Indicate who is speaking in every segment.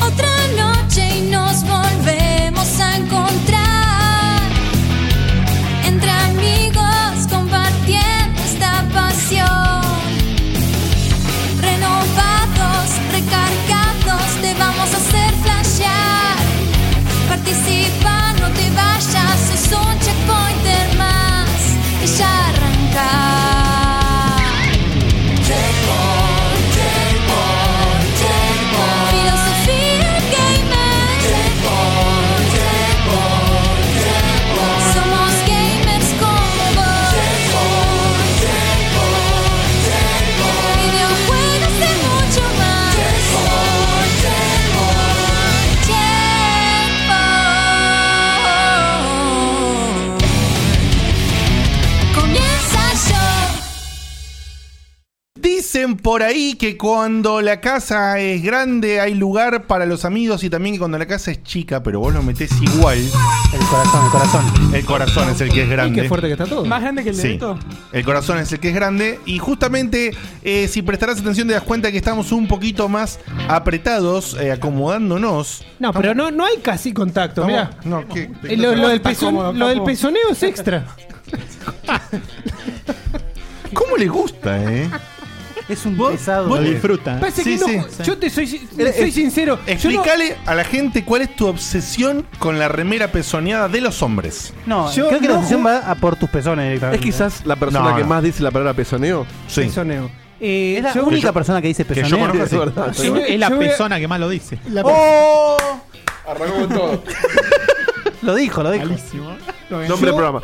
Speaker 1: Otra noche y nos volvemos a encontrar entre amigos compartiendo esta pasión. Renovados, recargados, te vamos a hacer flashear. Participa, no te vayas, es un checkpointer más y ya arrancar. Checkpoint, checkpoint, checkpoint. Filosofía gamer. Checkpoint, checkpoint, checkpoint. Somos gamers como vos. Checkpoint, checkpoint, checkpoint. Videojuegos y mucho más. Checkpoint, checkpoint, checkpoint. Comienza yo.
Speaker 2: Dicen por ahí que cuando la casa es grande hay lugar para los amigos y también que cuando la casa es chica, pero vos lo metés igual. El corazón, el corazón. El corazón es el que es grande.
Speaker 3: qué fuerte que está todo.
Speaker 4: ¿Más grande que el
Speaker 2: Sí.
Speaker 4: dedito?
Speaker 2: El corazón es el que es grande. Y justamente, eh, si prestarás atención, te das cuenta que estamos un poquito más apretados, eh, acomodándonos.
Speaker 3: No, pero no, no hay casi contacto,
Speaker 2: Vamos-
Speaker 3: mirá.
Speaker 2: No, ¿qué?
Speaker 3: Eh, Lo, lo del
Speaker 4: Está
Speaker 3: pezón-
Speaker 4: cómodo,
Speaker 3: lo del
Speaker 4: capo.
Speaker 3: pezoneo es extra.
Speaker 2: ¿Cómo le gusta, eh?
Speaker 5: Es un
Speaker 2: ¿Vos-
Speaker 5: pesado. eh.
Speaker 2: vos-
Speaker 6: Lo disfruta.
Speaker 3: Pasa que
Speaker 2: Sí,
Speaker 3: no-
Speaker 2: sí.
Speaker 3: yo te soy,
Speaker 2: Eh,
Speaker 3: soy
Speaker 2: eh,
Speaker 3: sincero. yo no-
Speaker 2: Explícale a la gente cuál es tu obsesión con la remera pezoneada de los hombres.
Speaker 5: No,
Speaker 3: Yo
Speaker 5: creo que la
Speaker 3: no
Speaker 5: decisión
Speaker 3: ju-
Speaker 5: va a por tus pezones
Speaker 7: Es
Speaker 5: directamente. ¿eh?
Speaker 7: quizás la persona
Speaker 2: No,
Speaker 7: que
Speaker 2: no.
Speaker 7: más dice la palabra pezoneo.
Speaker 2: Sí.
Speaker 3: pezoneo. Eh,
Speaker 5: Es la
Speaker 3: yo-
Speaker 5: única
Speaker 2: yo-
Speaker 5: persona que dice
Speaker 2: que yo
Speaker 5: pezoneo.
Speaker 2: conozco.
Speaker 7: Es verdad.
Speaker 3: Yo-
Speaker 7: es
Speaker 6: Es la
Speaker 3: yo voy a-
Speaker 6: persona que más lo dice.
Speaker 3: la-
Speaker 2: ¡Oh!
Speaker 7: verdad. todo.
Speaker 5: Lo dijo, lo dijo.
Speaker 6: Malísimo.
Speaker 7: Nombre del programa.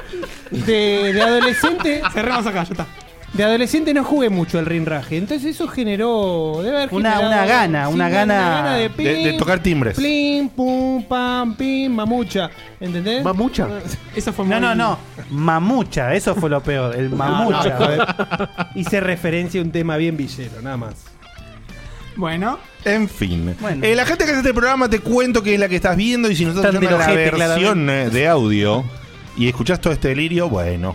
Speaker 3: de, de adolescente,
Speaker 4: Cerramos acá, ya está.
Speaker 3: de adolescente no jugué mucho el rinraje. Entonces eso generó. Debe haber
Speaker 5: Una-
Speaker 3: generado-
Speaker 5: una gana, una gana-
Speaker 2: De,
Speaker 3: de,
Speaker 2: de
Speaker 3: pim,
Speaker 2: tocar timbres.
Speaker 3: Plim, pum, pam, pim, mamucha. ¿Entendés?
Speaker 7: ¿Mamucha?
Speaker 4: Eso fue
Speaker 5: No,
Speaker 4: muy-
Speaker 5: no, no. Mamucha, eso fue lo peor. El mamucha.
Speaker 3: A ver, Hice referencia a un tema bien villero, nada más.
Speaker 4: Bueno,
Speaker 2: En fin.
Speaker 5: Bueno.
Speaker 2: Eh, la gente que hace este programa te cuento que es la que estás viendo y si no estás
Speaker 5: Están
Speaker 2: escuchando la
Speaker 5: del ojete,
Speaker 2: versión eh, de audio y escuchás todo este delirio, bueno.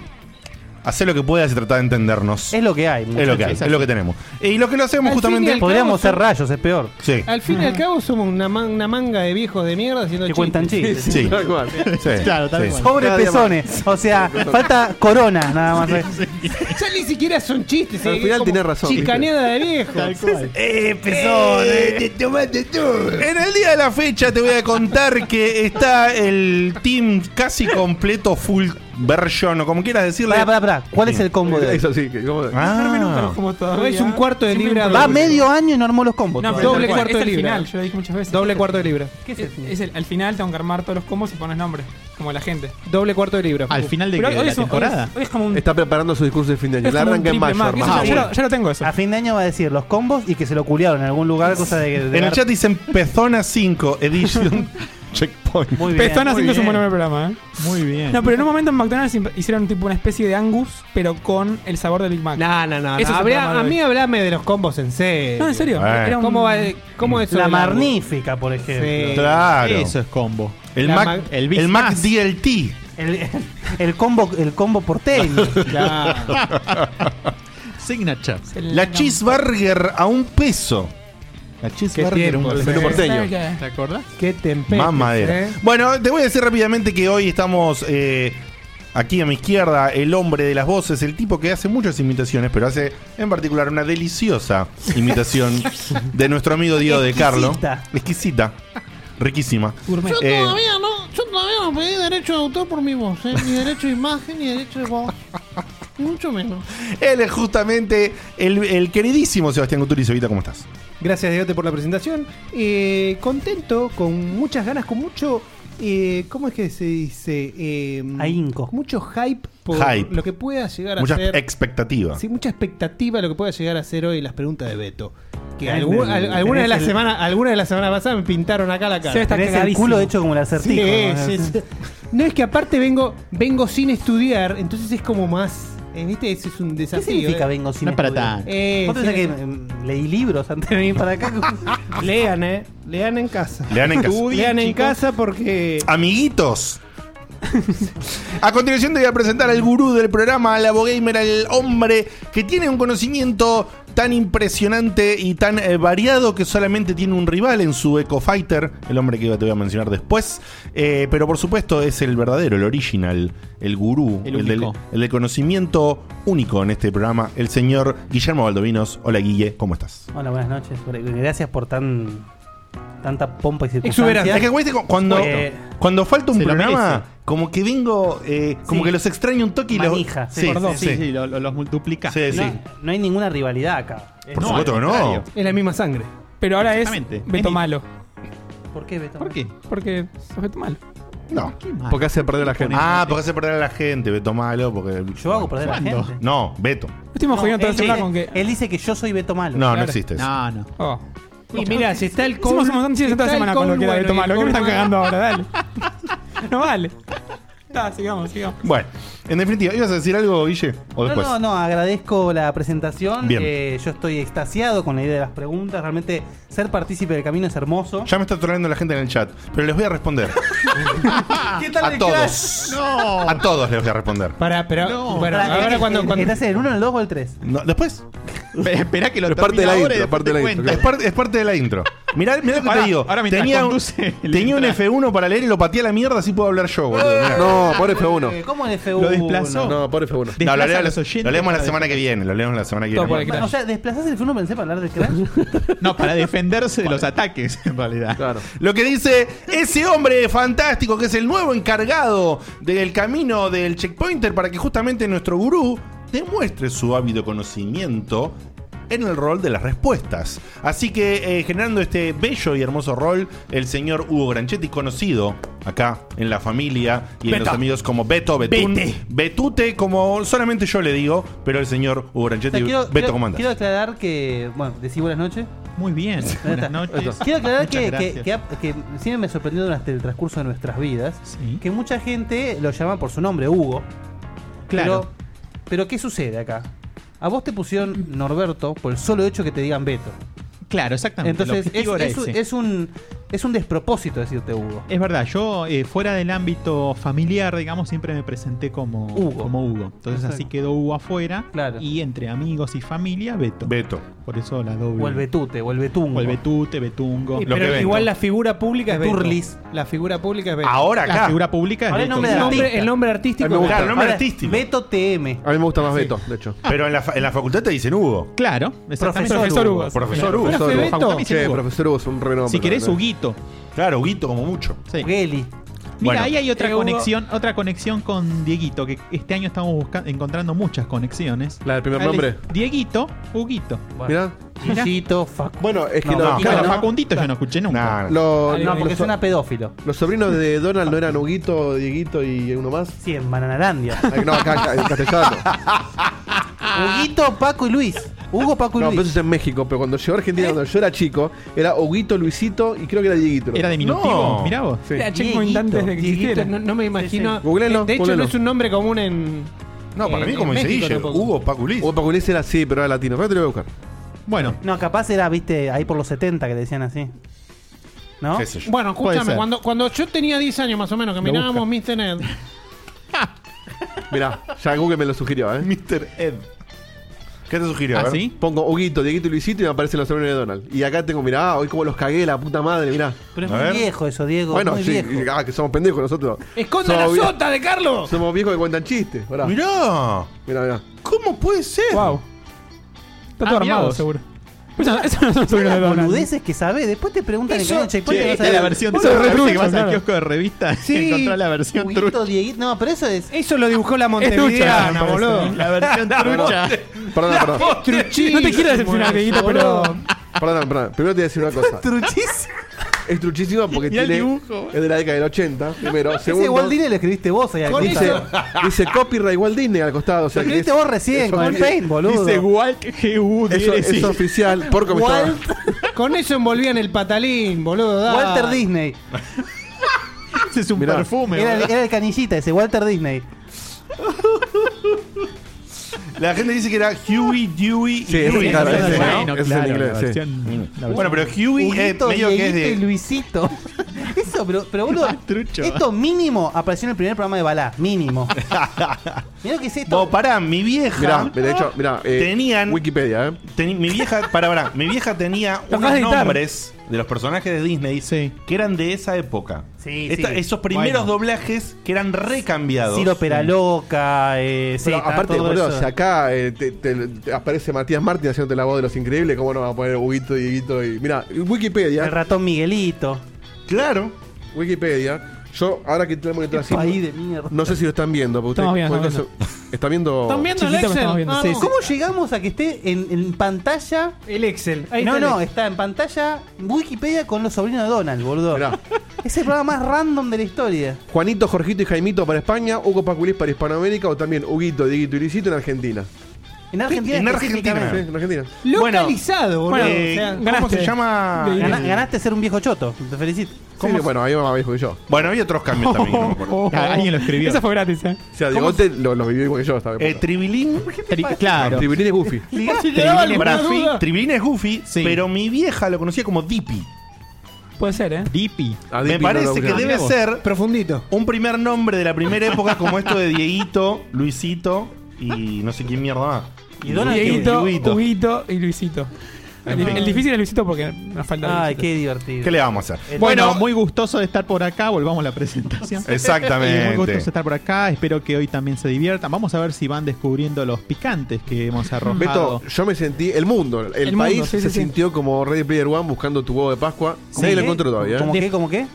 Speaker 2: Hacé lo que puedas y tratá de entendernos.
Speaker 5: Es lo que hay.
Speaker 2: es lo que hay,
Speaker 5: muchachos.
Speaker 2: es lo que tenemos. Y lo que lo hacemos
Speaker 3: Al
Speaker 2: justamente.
Speaker 3: fin y al-
Speaker 5: Podríamos ser rayos, es peor.
Speaker 2: Sí.
Speaker 3: Al fin y al cabo somos una, man- una manga de viejos de mierda haciendo
Speaker 5: Que cuentan
Speaker 3: chistes.
Speaker 5: chistes.
Speaker 2: Sí.
Speaker 7: Tal cual.
Speaker 2: Sí.
Speaker 6: Claro, tal
Speaker 2: Sí.
Speaker 6: cual.
Speaker 5: Pobre
Speaker 7: Cada día más.
Speaker 5: pezones. O sea, falta corona nada más. eh.
Speaker 3: Ya ni siquiera son chistes.
Speaker 7: Al
Speaker 3: eh,
Speaker 7: final
Speaker 3: como
Speaker 7: tenés razón,
Speaker 3: Chicaneada de viejos.
Speaker 6: Tal cual.
Speaker 2: ¡Eh, pezón! En el día de la fecha te voy a contar que está el team casi completo, full version o como quieras decirle.
Speaker 5: Pará, pará, pará. ¿Cuál es el combo de hoy?
Speaker 7: Eso sí. que- ¿cómo-
Speaker 4: Carmen nunca
Speaker 2: Ah,
Speaker 4: los como
Speaker 3: No
Speaker 4: todavía.
Speaker 3: es un cuarto de
Speaker 4: Siempre
Speaker 3: libra.
Speaker 4: improviso.
Speaker 5: Va medio año y no armó los combos.
Speaker 4: No, pero
Speaker 5: todavía.
Speaker 4: tal
Speaker 3: Doble
Speaker 4: cual,
Speaker 3: cuarto
Speaker 4: es
Speaker 3: de
Speaker 4: el
Speaker 3: libra.
Speaker 4: final, yo lo dije muchas veces.
Speaker 3: Doble cuarto de libra.
Speaker 4: ¿Qué es el final? Es el- al final tengo que armar todos los combos y poner nombres, como la gente.
Speaker 3: Doble cuarto de libra.
Speaker 6: Al
Speaker 3: Fu.
Speaker 6: final de
Speaker 4: Pero
Speaker 6: que- la
Speaker 4: es un-
Speaker 6: temporada.
Speaker 4: hoy es- hoy es como un.
Speaker 7: Está preparando su discurso de fin de año.
Speaker 4: es
Speaker 7: La
Speaker 4: como un
Speaker 7: arranca en
Speaker 4: triple
Speaker 7: mayo,
Speaker 4: más, qué sé
Speaker 7: hermano.
Speaker 4: yo, ya, lo, ya lo tengo eso.
Speaker 5: A fin de año va a decir los combos y que se lo culiaron en algún lugar, cosa de que.
Speaker 2: en el chat dicen Pezona 5 Edition Checkpoint.
Speaker 5: Muy bien.
Speaker 4: Pestón
Speaker 5: muy
Speaker 4: haciendo su
Speaker 5: bien.
Speaker 4: buen nombre de programa, ¿eh?
Speaker 6: Muy bien.
Speaker 4: No, pero en un momento en McDonald's imp- hicieron tipo una especie de Angus, pero con el sabor del Big Mac.
Speaker 3: No, no,
Speaker 4: Eso
Speaker 3: no. no,
Speaker 4: es
Speaker 3: habrá-
Speaker 4: un programa
Speaker 3: a
Speaker 4: de
Speaker 3: mí
Speaker 4: hoy.
Speaker 3: hablame de los combos en serio.
Speaker 4: No, en serio.
Speaker 2: Eh.
Speaker 4: Era un-
Speaker 3: ¿Cómo, va, ¿Cómo eso
Speaker 5: La
Speaker 3: del árbol?
Speaker 5: magnífica, por ejemplo.
Speaker 3: Sí.
Speaker 2: Claro.
Speaker 6: Eso es combo.
Speaker 2: El
Speaker 3: La
Speaker 2: Mac,
Speaker 3: Mac-
Speaker 2: el,
Speaker 6: el Big
Speaker 2: Mac
Speaker 6: Mac.
Speaker 2: DLT.
Speaker 5: El, el combo, el combo porteño.
Speaker 3: Claro.
Speaker 6: Signatures.
Speaker 4: El-
Speaker 2: La cheeseburger a un peso. La cheeseburger a un
Speaker 3: tiempo,
Speaker 2: peso.
Speaker 3: eh.
Speaker 7: Menú porteño.
Speaker 6: ¿Te acordás?
Speaker 3: Qué tempete.
Speaker 2: Mamadera. Bueno, te voy a decir rápidamente que hoy estamos eh, aquí a mi izquierda, el hombre de las voces, el tipo que hace muchas imitaciones, pero hace en particular una deliciosa imitación de nuestro amigo Diego de Carlo.
Speaker 5: Exquisita.
Speaker 2: Exquisita. Riquísima.
Speaker 4: Gourmet.
Speaker 2: Eh,
Speaker 3: no, yo todavía no pedí derecho de autor por mi voz, eh, ni derecho de imagen, ni derecho de voz. Mucho menos.
Speaker 2: él es justamente el, el queridísimo Sebastián Guturiz. Evita, ¿cómo estás?
Speaker 3: Gracias, Diegote, por la presentación. Eh, contento, con muchas ganas, con mucho. eh, ¿Cómo es que se dice? Eh,
Speaker 5: Ahínco.
Speaker 3: Mucho hype por
Speaker 2: Hype.
Speaker 3: lo que pueda llegar a
Speaker 2: Muchas
Speaker 3: ser.
Speaker 2: expectativas.
Speaker 3: Sí, mucha expectativa de lo que pueda llegar a ser hoy las preguntas de Beto. Que
Speaker 5: Ay,
Speaker 3: algu-
Speaker 5: me-
Speaker 3: al-
Speaker 5: me
Speaker 3: algunas de la
Speaker 5: tenés el-
Speaker 3: semana, algunas de la semana pasada me pintaron acá la
Speaker 4: Se
Speaker 3: cara.
Speaker 4: está
Speaker 5: Tenés el
Speaker 4: cagadísimo.
Speaker 5: culo hecho como el
Speaker 3: Sí,
Speaker 5: acertijo. ¿no?
Speaker 3: sí, sí. No es que aparte vengo, vengo sin estudiar, entonces es como más. eh, ¿Viste? Ese es un
Speaker 5: ¿Qué
Speaker 3: desafío.
Speaker 5: significa
Speaker 3: eh.
Speaker 5: vengo sin
Speaker 6: No es para
Speaker 5: estudiar?
Speaker 6: tanto.
Speaker 3: Eh,
Speaker 5: ¿Vos pensás
Speaker 3: sí.
Speaker 5: que mm, leí libros antes de venir para acá?
Speaker 3: Lean, eh. Lean en casa.
Speaker 2: Lean en casa.
Speaker 3: Lean en casa
Speaker 6: Eh,
Speaker 3: porque.
Speaker 2: Amiguitos. A continuación te voy a presentar al gurú del programa, al abogamer, al hombre que tiene un conocimiento tan impresionante y tan eh, variado que solamente tiene un rival en su Eco Fighter, el hombre que te voy a mencionar después. Eh, pero por supuesto es el verdadero, el original, el gurú,
Speaker 6: El
Speaker 2: del,
Speaker 6: único.
Speaker 2: el del conocimiento único en este programa, el señor Guillermo Baldovinos. Hola Guille, ¿cómo estás?
Speaker 5: Hola, buenas noches. Gracias por tan tanta pompa y
Speaker 2: Es que
Speaker 5: circunstancia.
Speaker 2: acuérdate, cu- cuando,
Speaker 5: Eh,
Speaker 2: cuando falta un
Speaker 6: se lo
Speaker 2: programa,
Speaker 6: merece.
Speaker 2: como que vengo, eh, como
Speaker 5: Sí.
Speaker 2: que los extraño un toque y los.
Speaker 5: Manija, sí,
Speaker 2: sí,
Speaker 5: perdón.
Speaker 6: Sí,
Speaker 2: sí,
Speaker 6: sí, lo- lo- los multiplicás.
Speaker 2: sí,
Speaker 5: No,
Speaker 2: sí.
Speaker 5: no hay ninguna rivalidad acá. Es-
Speaker 2: Por
Speaker 6: No,
Speaker 2: supuesto
Speaker 6: al
Speaker 2: que no.
Speaker 6: contrario.
Speaker 3: Es la misma sangre.
Speaker 4: Pero ahora es
Speaker 6: Exactamente.
Speaker 4: Beto
Speaker 6: Es-
Speaker 4: Malo.
Speaker 5: ¿Por qué, Beto?
Speaker 6: ¿Por qué?
Speaker 4: Porque sos Beto Malo.
Speaker 2: No.
Speaker 6: ¿Qué más?
Speaker 7: Porque hace perder a la gente.
Speaker 2: Ah, porque hace perder a la gente, Beto Malo, porque.
Speaker 5: Yo hago perder a la
Speaker 6: ¿Cuándo?
Speaker 5: gente.
Speaker 2: No, Beto.
Speaker 4: Lo estuvimos
Speaker 5: No,
Speaker 4: jodiendo toda
Speaker 5: él,
Speaker 4: la semana con
Speaker 5: dice-
Speaker 4: que.
Speaker 5: él dice que yo soy Beto Malo.
Speaker 2: No, no
Speaker 4: Claro.
Speaker 2: existe eso.
Speaker 6: No, no.
Speaker 4: Oh.
Speaker 3: Y mira, si está el
Speaker 4: Hicimos un montón de chistes toda la semana con lo que era Beto Malo. ¿Qué me están cagando ahora? Dale. No vale. Está, sigamos, sigamos.
Speaker 2: Bueno, en definitiva, ¿ibas a decir algo, Guille? O
Speaker 5: No,
Speaker 2: después.
Speaker 5: no, no, agradezco la presentación.
Speaker 2: Bien.
Speaker 5: Eh, yo estoy extasiado con la idea de las preguntas. Realmente ser partícipe del camino es hermoso.
Speaker 2: Ya me está trolando la gente en el chat, pero les voy a responder.
Speaker 5: ¿Qué
Speaker 2: a todos. A todos les voy a responder.
Speaker 3: Para, pero.
Speaker 6: No.
Speaker 3: bueno,
Speaker 5: Pará,
Speaker 3: ahora
Speaker 5: eh,
Speaker 3: cuando.
Speaker 5: eh,
Speaker 3: cuando-
Speaker 5: ¿Estás en el 1, el 2 o el 3?
Speaker 2: No, después.
Speaker 6: Espera que lo
Speaker 7: Es parte de
Speaker 6: termine
Speaker 7: la intro,
Speaker 6: ahora y después
Speaker 7: parte de la
Speaker 6: te
Speaker 7: intro,
Speaker 6: cuento.
Speaker 2: Es, parte- es parte de la intro. Mirá, mirá lo que
Speaker 6: Ahora-
Speaker 2: te digo.
Speaker 6: ahora mientras
Speaker 2: tenía un,
Speaker 6: conduce, le
Speaker 2: tenía un
Speaker 6: entra.
Speaker 2: F1 para leer y lo pateé a la mierda, así puedo hablar yo, boludo. mirá.
Speaker 7: No, por
Speaker 5: Eh,
Speaker 7: F1.
Speaker 5: ¿Cómo el F1?
Speaker 6: Lo desplazó.
Speaker 7: No, por F1.
Speaker 2: No, lo,
Speaker 6: Desplaza
Speaker 2: leo-
Speaker 6: a los oyentes.
Speaker 2: lo leemos la semana que viene. Lo leemos la semana que
Speaker 4: Todo por
Speaker 2: viene.
Speaker 4: el
Speaker 5: O sea, ¿desplazás el F1 pensé para hablar del crash?
Speaker 6: No, para defenderse de los ataques, en realidad.
Speaker 7: Claro.
Speaker 2: Lo que dice ese hombre fantástico que es el nuevo encargado del camino del checkpointer para que justamente nuestro gurú demuestre su ávido conocimiento en el rol de las respuestas. Así que eh, generando este bello y hermoso rol, el señor Hugo Granchetti, conocido acá en la familia y en
Speaker 6: Beto.
Speaker 2: los amigos como Beto, Betún,
Speaker 6: Vete.
Speaker 2: Betute, como solamente yo le digo, pero el señor Hugo
Speaker 5: O sea,
Speaker 2: Granchetti,
Speaker 5: quiero,
Speaker 2: Beto,
Speaker 5: quiero-
Speaker 2: ¿cómo andás?
Speaker 5: quiero aclarar que. Bueno, decí buenas noches.
Speaker 6: Muy bien.
Speaker 5: Ahí está.
Speaker 6: Buenas noches.
Speaker 5: Quiero aclarar
Speaker 6: Muchas
Speaker 5: que, que,
Speaker 6: gracias.
Speaker 5: que, ha- que siempre me sorprendió durante el transcurso de nuestras vidas
Speaker 6: Sí.
Speaker 5: que mucha gente lo llama por su nombre, Hugo.
Speaker 6: Claro.
Speaker 5: Pero, pero ¿qué sucede acá? A vos te pusieron Norberto por el solo hecho que te digan Beto.
Speaker 6: Claro, exactamente.
Speaker 5: Entonces,
Speaker 6: El
Speaker 5: es,
Speaker 6: objetivo era
Speaker 5: es un-
Speaker 6: ese.
Speaker 5: es un, es un despropósito decirte Hugo.
Speaker 6: Es verdad, yo eh, fuera del ámbito familiar, digamos, siempre me presenté como
Speaker 5: Hugo.
Speaker 6: Hugo. Como Hugo. Entonces
Speaker 5: Exacto.
Speaker 6: así quedó Hugo afuera.
Speaker 5: Claro.
Speaker 6: Y entre amigos y familia, Beto.
Speaker 2: Beto.
Speaker 6: Por eso la doble.
Speaker 5: O el Betute, o el Betungo.
Speaker 6: O el Betute, Betungo.
Speaker 3: Sí,
Speaker 2: Lo que
Speaker 3: pero
Speaker 2: vengo.
Speaker 3: igual la figura pública es Beto.
Speaker 5: Turlis.
Speaker 3: La figura pública es Beto.
Speaker 2: Ahora
Speaker 6: La
Speaker 2: acá.
Speaker 6: figura pública es
Speaker 5: Ahora el
Speaker 6: Beto.
Speaker 5: nombre
Speaker 3: el,
Speaker 5: de
Speaker 3: nombre,
Speaker 5: artista.
Speaker 3: el nombre artístico.
Speaker 7: A mí me
Speaker 3: es
Speaker 7: gusta.
Speaker 2: Claro,
Speaker 3: Beto.
Speaker 2: nombre
Speaker 5: Ahora,
Speaker 2: artístico.
Speaker 5: Beto TM.
Speaker 7: A mí me gusta más Beto, de hecho.
Speaker 2: Pero en la, fa- en la facultad te dicen Hugo.
Speaker 6: Claro, exactamente.
Speaker 4: Profesor Hugo.
Speaker 2: Profesor Hugo.
Speaker 7: Profesor
Speaker 3: Profe
Speaker 7: Hugo.
Speaker 3: Beto.
Speaker 7: Che, profesor Hugo es un renombre.
Speaker 6: Si querés,
Speaker 7: ¿no?
Speaker 6: Huguito.
Speaker 2: Claro, Huguito como mucho.
Speaker 6: Sí.
Speaker 5: Geli.
Speaker 6: Mira,
Speaker 2: Bueno.
Speaker 6: ahí hay otra
Speaker 4: Eh, Hugo-
Speaker 6: conexión, otra conexión con Dieguito, que este año estamos buscando, encontrando muchas conexiones.
Speaker 7: La del primer
Speaker 6: Ahí
Speaker 7: nombre.
Speaker 6: les- Dieguito, Huguito.
Speaker 7: Mirá.
Speaker 6: Mirá.
Speaker 5: Chito, Facu-
Speaker 7: Bueno, es que
Speaker 5: No,
Speaker 7: lo-
Speaker 5: no.
Speaker 6: Claro,
Speaker 7: claro,
Speaker 6: Facundito yo no escuché nunca.
Speaker 2: Nah, nah.
Speaker 7: lo-
Speaker 4: Ahí
Speaker 5: No,
Speaker 4: va.
Speaker 5: porque
Speaker 7: los,
Speaker 5: suena pedófilo.
Speaker 7: los sobrinos de Donald no eran Huguito, Dieguito y uno más.
Speaker 5: Sí, en Bananarandia.
Speaker 7: Ay, No, acá, acá, en castellano.
Speaker 5: Huguito, Paco y Luis. Hugo, Paco y
Speaker 7: No, pero eso
Speaker 5: Luis.
Speaker 7: es en México. Pero cuando llegó a Argentina, cuando yo era chico, era Huguito, Luisito y creo que era Dieguito.
Speaker 6: Era diminutivo,
Speaker 2: No.
Speaker 6: mirá vos.
Speaker 7: Sí.
Speaker 4: Era checkpoint antes de que
Speaker 5: Dieguito,
Speaker 4: existiera.
Speaker 3: No, no me imagino. Eh,
Speaker 7: sí. Googleenlo,
Speaker 3: de hecho,
Speaker 7: googleenlo.
Speaker 3: no es un nombre común en.
Speaker 2: No, para
Speaker 3: Eh,
Speaker 2: mí, como
Speaker 3: en
Speaker 2: dice
Speaker 3: México
Speaker 2: Guille,
Speaker 3: tampoco.
Speaker 2: Hugo Paculis.
Speaker 7: Hugo Paculés era así, pero era latino. Ahora te lo voy a buscar.
Speaker 6: Bueno,
Speaker 5: No, capaz era, viste, ahí por los 70 que le decían así. ¿No?
Speaker 2: Qué sé yo.
Speaker 3: Bueno,
Speaker 6: Puede
Speaker 3: escúchame,
Speaker 6: ser.
Speaker 3: cuando, cuando yo tenía 10 años más o menos, que
Speaker 7: Lo
Speaker 3: mirábamos Mr. Ned.
Speaker 7: Mirá, ya Google me lo sugirió, ¿eh?
Speaker 2: Mr. Ed. ¿Qué te sugirió? A
Speaker 6: ¿Ah,
Speaker 2: ver.
Speaker 6: sí?
Speaker 7: Pongo Huguito, Dieguito y Luisito y me aparecen los sobrinos de Donald. Y acá tengo, mirá, hoy como los cagué, la puta madre, mirá.
Speaker 5: Pero es
Speaker 2: A
Speaker 5: muy
Speaker 2: ver.
Speaker 5: viejo eso, Diego.
Speaker 7: bueno,
Speaker 5: muy
Speaker 7: sí,
Speaker 5: viejo.
Speaker 7: y- ah, que somos pendejos nosotros.
Speaker 3: ¡Esconda la
Speaker 7: Somos vie-
Speaker 3: sota de Carlos!
Speaker 7: Somos viejos que cuentan chistes. Mirá, mirá,
Speaker 2: Mirá,
Speaker 7: mirá.
Speaker 2: ¿cómo puede ser?
Speaker 4: Wow. Está
Speaker 6: Ah,
Speaker 4: todo
Speaker 6: mirá
Speaker 4: armado,
Speaker 6: vos.
Speaker 4: seguro. Eso, eso no son sobrinos de
Speaker 5: Las
Speaker 4: Donald.
Speaker 5: boludeces que sabés. Después te preguntan en
Speaker 3: Eso-
Speaker 5: el checkpoint. y no
Speaker 6: esta
Speaker 5: sabés.
Speaker 6: es la versión
Speaker 4: Bueno,
Speaker 6: trucha.
Speaker 4: retrucha,
Speaker 6: que vas al
Speaker 4: claro.
Speaker 6: kiosco de revista
Speaker 3: Sí.
Speaker 6: y encontrás la versión
Speaker 5: Huguito,
Speaker 6: trucha.
Speaker 5: Dieguito. No, pero eso es.
Speaker 3: Eso lo dibujó la
Speaker 4: Es trucha,
Speaker 3: Montevideana, boludo.
Speaker 4: boludo.
Speaker 6: La versión trucha.
Speaker 7: Perdón, perdón.
Speaker 3: Truchísimo,
Speaker 4: No te quiero decepcionar, Dieguito, pero.
Speaker 3: boludo.
Speaker 7: Perdón, perdón. Primero te voy a decir una cosa.
Speaker 5: Truchísimo.
Speaker 7: Es truchísima porque
Speaker 6: Mirá el
Speaker 7: tiene.
Speaker 6: dibujo.
Speaker 7: Es de la década del 80. Primero.
Speaker 5: Ese
Speaker 7: Segundo.
Speaker 5: Walt Disney lo escribiste vos ahí.
Speaker 3: Con
Speaker 5: al
Speaker 7: Dice,
Speaker 5: costado.
Speaker 3: eso-
Speaker 7: dice copyright Walt Disney al costado. O
Speaker 5: Lo
Speaker 7: sea, que
Speaker 5: escribiste
Speaker 7: es-
Speaker 5: vos recién
Speaker 7: eso-
Speaker 5: con el Paint, boludo.
Speaker 6: Dice Walk GU.
Speaker 7: Eso, eso es oficial. Porco me estaba-
Speaker 5: Walt-
Speaker 3: Con eso envolvían el patalín, boludo. da.
Speaker 5: Walter Disney.
Speaker 6: Ese es un
Speaker 7: Mirá.
Speaker 6: perfume.
Speaker 5: Era, el-
Speaker 6: boludo.
Speaker 5: era el canillita ese, Walter Disney.
Speaker 2: La gente dice que era Huey, Dewey y
Speaker 7: Sí, es
Speaker 2: Louie,
Speaker 7: en inglés,
Speaker 2: me parece,
Speaker 7: ¿no?
Speaker 2: ¿no?
Speaker 7: Ese es en inglés, sí.
Speaker 2: Bueno, pero
Speaker 6: eh,
Speaker 2: Huey es
Speaker 5: Huguito,
Speaker 2: medio que es
Speaker 5: Dieguito
Speaker 2: de.
Speaker 5: y Luisito. Eso, pero, pero boludo,
Speaker 6: Más trucho.
Speaker 5: esto mínimo apareció en el primer programa de Balá, mínimo. Mirá lo que es esto.
Speaker 2: Vos, pará, mi
Speaker 7: Mirá,
Speaker 2: vieja.
Speaker 7: de hecho, mirá. eh,
Speaker 2: Tenían-
Speaker 7: Wikipedia, ¿eh?
Speaker 2: teni- mi vieja, pará, pará, mi vieja tenía unos
Speaker 4: Lo acabas de editar.
Speaker 2: nombres de los personajes de Disney
Speaker 6: Sí.
Speaker 2: que eran de esa época.
Speaker 5: Sí,
Speaker 2: Esta-
Speaker 5: sí.
Speaker 2: Esos primeros
Speaker 5: Bueno.
Speaker 2: doblajes que eran recambiados.
Speaker 5: Ciro Peraloca, eh,
Speaker 7: Pero
Speaker 5: Zeta,
Speaker 7: aparte,
Speaker 5: todo
Speaker 7: boludo,
Speaker 5: eso.
Speaker 7: si acá eh, te, te- te aparece Matías Martín haciéndote la voz de los increíbles, ¿cómo no va a poner Huguito, Dieguito y. Mira,
Speaker 5: el
Speaker 7: Wikipedia.
Speaker 5: ratón Miguelito.
Speaker 2: Claro.
Speaker 7: Wikipedia. Yo, ahora que tengo el monitor así.
Speaker 5: Este País de mierda.
Speaker 7: No sé si lo están viendo, porque
Speaker 4: Estamos
Speaker 7: ustedes-
Speaker 4: viendo,
Speaker 7: porque se- ¿Están viendo?
Speaker 3: ¿Están viendo
Speaker 4: Chiquito
Speaker 3: el
Speaker 4: que
Speaker 3: Excel?
Speaker 4: estamos viendo,
Speaker 3: Ah,
Speaker 4: sí,
Speaker 3: no.
Speaker 4: sí.
Speaker 5: ¿Cómo llegamos a que esté en, en pantalla?
Speaker 3: El Excel. Ahí
Speaker 5: no,
Speaker 3: está
Speaker 5: no,
Speaker 3: el Excel.
Speaker 5: está en pantalla Wikipedia con los sobrinos de Donald, boludo.
Speaker 7: Mirá.
Speaker 5: Es el programa más random de la historia.
Speaker 7: Juanito, Jorgito y Jaimito para España, Hugo Paculís para Hispanoamérica o también Huguito, Dieguito y Luisito en Argentina.
Speaker 5: En Argentina.
Speaker 2: En
Speaker 5: específicamente.
Speaker 2: Argentina.
Speaker 7: Sí, en Argentina.
Speaker 3: Localizado,
Speaker 4: Bueno,
Speaker 3: boludo.
Speaker 2: Eh,
Speaker 3: o sea,
Speaker 4: ganaste.
Speaker 2: ¿Cómo se llama?
Speaker 5: Gana- ganaste ser un viejo choto, te felicito.
Speaker 7: Sí, bueno, ahí va más viejo que yo.
Speaker 2: Bueno, había otros cambios también, no me acuerdo.
Speaker 6: Ah, Alguien lo escribió.
Speaker 4: Esa fue gratis, ¿eh?
Speaker 7: O sea, Diegote lo, lo vivió igual que yo esta
Speaker 2: Eh,
Speaker 7: vez.
Speaker 2: Tribilín.
Speaker 6: Tri- claro.
Speaker 7: Tribilín es Goofy.
Speaker 3: Si te daba alguna
Speaker 2: Pará,
Speaker 3: duda.
Speaker 2: Tribilín es Goofy,
Speaker 6: Sí.
Speaker 2: pero mi vieja lo conocía como Dippy.
Speaker 4: Puede ser, ¿eh?
Speaker 6: Dippy.
Speaker 7: A
Speaker 2: Me
Speaker 7: Dipi Ah, no lo
Speaker 2: parece que
Speaker 7: escuchaba.
Speaker 2: debe ser
Speaker 3: Profundito.
Speaker 2: un primer nombre de la primera época como esto de Dieguito, Luisito y no sé quién mierda más.
Speaker 5: Y Donald
Speaker 4: Dieguito,
Speaker 2: Huguito.
Speaker 4: Huguito y Luisito. El,
Speaker 2: En fin.
Speaker 4: el difícil es Luisito porque nos falta.
Speaker 5: Ay,
Speaker 4: Luisito.
Speaker 5: qué divertido. Eh,
Speaker 2: ¿Qué le vamos a hacer?
Speaker 6: Bueno, muy gustoso de estar por acá. Volvamos a la presentación. Eh, muy gustoso de
Speaker 2: Exactamente.
Speaker 6: estar por acá. Espero que hoy también se diviertan. Vamos a ver si van descubriendo los picantes que hemos arrojado.
Speaker 7: Beto, yo me sentí. El mundo, el,
Speaker 4: El
Speaker 7: país
Speaker 4: mundo, sí,
Speaker 7: se
Speaker 4: sí, sí.
Speaker 7: sintió como Ready Player One buscando tu huevo de Pascua.
Speaker 5: ¿Cómo
Speaker 7: Nadie
Speaker 5: qué?
Speaker 7: lo encontró todavía.
Speaker 5: ¿Cómo
Speaker 7: ¿eh?
Speaker 5: qué? ¿Cómo qué?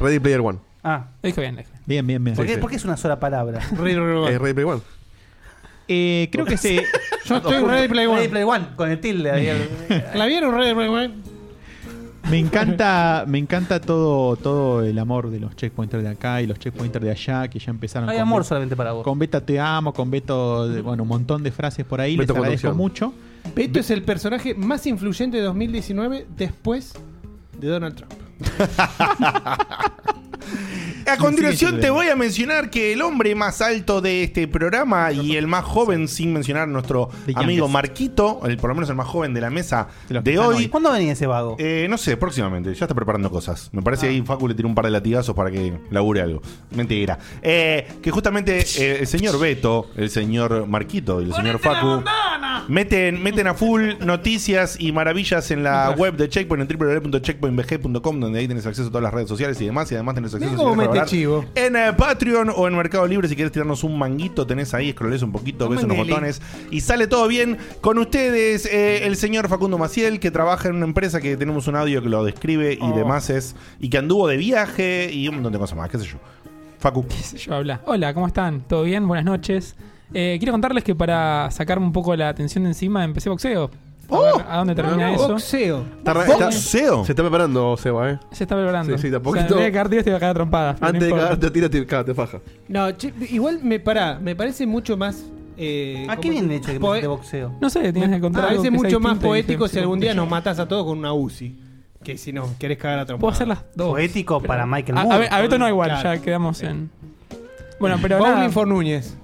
Speaker 7: Ready Player One.
Speaker 5: Ah,
Speaker 4: Lo dijo bien, lo dijo bien.
Speaker 6: Bien, bien, bien.
Speaker 5: ¿por qué,
Speaker 7: sí.
Speaker 5: por qué es una sola palabra?
Speaker 7: Es Ready Player One.
Speaker 6: Eh, creo que se.
Speaker 3: Yo estoy en Ready Play
Speaker 5: Ready
Speaker 3: One.
Speaker 5: Play One, con el tilde. ahí al-
Speaker 3: ¿La vieron Ready Play One?
Speaker 6: Me encanta, me encanta todo, todo el amor de los checkpointers de acá y los checkpointers de allá que ya empezaron
Speaker 5: Hay
Speaker 6: con
Speaker 5: amor
Speaker 6: Beto-
Speaker 5: solamente para vos.
Speaker 6: Con Beta te amo, con Beto, de- bueno, un montón de frases por ahí,
Speaker 7: Beto
Speaker 6: les agradezco
Speaker 7: Conducción.
Speaker 6: mucho.
Speaker 3: Beto es el personaje más influyente de 2019 después de Donald Trump.
Speaker 2: A
Speaker 6: Sí,
Speaker 2: continuación
Speaker 6: sí,
Speaker 2: te
Speaker 6: sí.
Speaker 2: voy a mencionar que el hombre más alto de este programa y el más joven, sin mencionar nuestro
Speaker 6: The
Speaker 2: amigo
Speaker 6: youngest.
Speaker 2: Marquito, el, por lo menos el más joven de la mesa
Speaker 6: De los que
Speaker 2: de
Speaker 6: están
Speaker 2: hoy,
Speaker 6: hoy.
Speaker 5: ¿Cuándo venía ese vago?
Speaker 2: Eh, no sé, próximamente. Ya está preparando cosas. Me
Speaker 6: Ah.
Speaker 2: parece que ahí Facu le tiró un par de latigazos para que labure algo. Mentira. Eh, que justamente eh, el señor Beto, el señor Marquito y el señor Facu meten, meten a full noticias y maravillas en la web de Checkpoint en www.checkpointbg.com donde ahí tenés acceso a todas las redes sociales y demás. Y además tenés acceso
Speaker 3: Mirá
Speaker 2: si
Speaker 3: cómo
Speaker 2: querés
Speaker 3: mete
Speaker 2: colaborar,
Speaker 3: chivo.
Speaker 2: en eh, Patreon o en Mercado Libre. Si quieres tirarnos un manguito, tenés ahí, escroles un poquito,
Speaker 3: Un
Speaker 2: ves unos
Speaker 3: mangueli.
Speaker 2: botones y sale todo bien con ustedes. eh, el señor Facundo Maciel, que trabaja en una empresa que tenemos un audio que lo describe
Speaker 4: Oh.
Speaker 2: y demás es, y que anduvo de viaje y un montón de cosas más, qué sé yo. Facu.
Speaker 4: Yo habla. Hola, ¿cómo están? ¿Todo bien? Buenas noches. Eh, quiero contarles que para sacarme un poco la atención de encima empecé boxeo. A, ver a dónde termina eso?
Speaker 3: Boxeo.
Speaker 7: Está re- está- se
Speaker 2: Boxeo.
Speaker 7: está preparando, Seba, ¿eh?
Speaker 4: Se está preparando.
Speaker 7: Sí, sí, de a
Speaker 4: O sea,
Speaker 7: poquito.
Speaker 4: en vez de cagar tiros, te voy a cagar trompada.
Speaker 7: Antes de cagarte, tírate, cagate faja.
Speaker 3: No, che, igual me pará, me parece mucho más. Eh,
Speaker 5: ¿A qué
Speaker 3: ¿cómo
Speaker 5: viene
Speaker 3: se-
Speaker 5: el hecho de que
Speaker 3: poe-
Speaker 5: de boxeo?
Speaker 4: No sé, tienes que
Speaker 3: Me
Speaker 4: contar. algo que
Speaker 3: parece
Speaker 4: sea
Speaker 3: mucho
Speaker 4: distinto y
Speaker 3: más
Speaker 4: dije,
Speaker 3: poético si
Speaker 4: sí,
Speaker 3: algún día
Speaker 4: sí.
Speaker 3: nos matas a todos con una UCI. Que si no, querés cagar a trompada.
Speaker 4: Puedo hacer las dos.
Speaker 5: Poético para Michael
Speaker 4: A, a
Speaker 5: Moore.
Speaker 4: Be- a Beto no igual,
Speaker 3: Claro.
Speaker 4: ya quedamos en. Bueno, pero
Speaker 3: Bowling
Speaker 4: nada.
Speaker 3: for Núñez.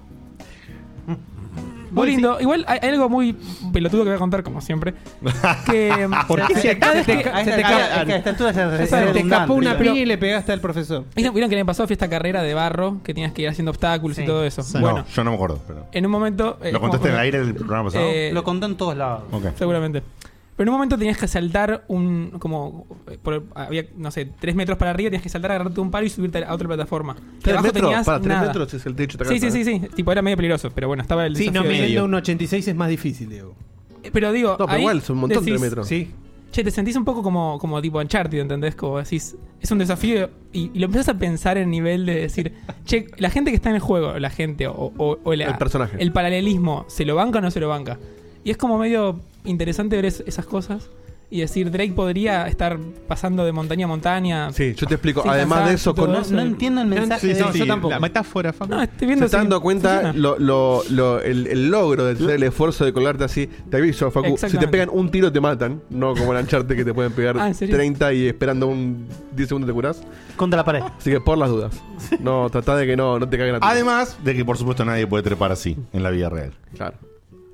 Speaker 4: Muy lindo. Igual hay hay algo muy pelotudo que voy a contar, como siempre. Que. eh,
Speaker 5: ¿Por
Speaker 3: qué se-
Speaker 4: cada vez
Speaker 3: se
Speaker 4: que-
Speaker 3: te ca-
Speaker 5: A esta-
Speaker 3: te
Speaker 5: a-
Speaker 3: ca-
Speaker 5: a esta altura ya
Speaker 3: Se
Speaker 5: es
Speaker 3: te escapó
Speaker 5: redundante,
Speaker 3: una
Speaker 5: digamos.
Speaker 3: piña y le pegaste al profesor.
Speaker 4: ¿Vieron vieron que le pasó a fiesta carrera de barro? Que tenías que ir haciendo obstáculos
Speaker 5: Sí.
Speaker 4: y todo eso.
Speaker 6: Sí.
Speaker 4: Bueno,
Speaker 2: No, yo no me acuerdo. pero-
Speaker 4: en un momento. eh,
Speaker 2: ¿Lo contaste en el
Speaker 4: como-
Speaker 2: aire del programa pasado?
Speaker 4: Eh,
Speaker 5: Lo contó en todos lados.
Speaker 2: Ok.
Speaker 4: Seguramente. Pero en un momento tenías que saltar un. Como. eh, por- había, no sé, tres metros para arriba, tenías que saltar, agarrarte un palo y subirte a otra plataforma.
Speaker 7: ¿Tres
Speaker 4: Debajo
Speaker 7: metros?
Speaker 4: tenías
Speaker 7: Para, ¿tres
Speaker 4: nada.
Speaker 7: metros es el techo? de esta
Speaker 4: Sí, sí,
Speaker 7: casa,
Speaker 4: sí,
Speaker 7: ¿eh?
Speaker 4: sí. Tipo, era medio peligroso, pero bueno, estaba el.
Speaker 2: Sí, no,
Speaker 4: desafío de-
Speaker 2: medio.
Speaker 3: un 86 es más difícil, Diego.
Speaker 4: Eh, Pero digo.
Speaker 7: No, pero
Speaker 4: ahí
Speaker 7: igual, son un montón de
Speaker 4: decís,
Speaker 7: metros.
Speaker 3: Sí.
Speaker 4: Che, te sentís un poco como, como tipo Uncharted, ¿entendés? Como decís, es un desafío y, y lo empezás a pensar en nivel de decir, che, la gente que está en el juego, la gente o, o- o la-
Speaker 7: El personaje.
Speaker 4: el paralelismo, ¿se lo banca o no se lo banca? Y es como medio interesante ver es- esas cosas. y decir Drake podría estar pasando de montaña a montaña.
Speaker 7: Sí, yo te explico.
Speaker 4: Sí,
Speaker 7: Además
Speaker 4: cansado,
Speaker 7: de eso,
Speaker 4: todo
Speaker 7: con,
Speaker 5: No, no entiendo el mensaje.
Speaker 6: Sí,
Speaker 5: de-
Speaker 6: sí,
Speaker 5: no,
Speaker 6: sí,
Speaker 5: yo tampoco.
Speaker 6: La metáfora,
Speaker 4: No,
Speaker 6: Facu.
Speaker 4: estoy
Speaker 7: se
Speaker 4: viendo
Speaker 7: está
Speaker 4: si
Speaker 7: dando cuenta
Speaker 4: funciona.
Speaker 7: lo, lo- lo- el, el logro de hacer el esfuerzo de colarte así. Te aviso, Facu. Si te
Speaker 4: Exactamente.
Speaker 7: pegan un tiro, te matan. No como el ancharte que te pueden pegar
Speaker 4: Ah, ¿en serio?
Speaker 7: 30 y esperando un 10 segundos te curás.
Speaker 5: Contra la pared.
Speaker 7: Así que por las dudas. No, tratá de que no, no te caguen a ti.
Speaker 2: Además de que, por supuesto, nadie puede trepar así en la vida real.
Speaker 7: Claro.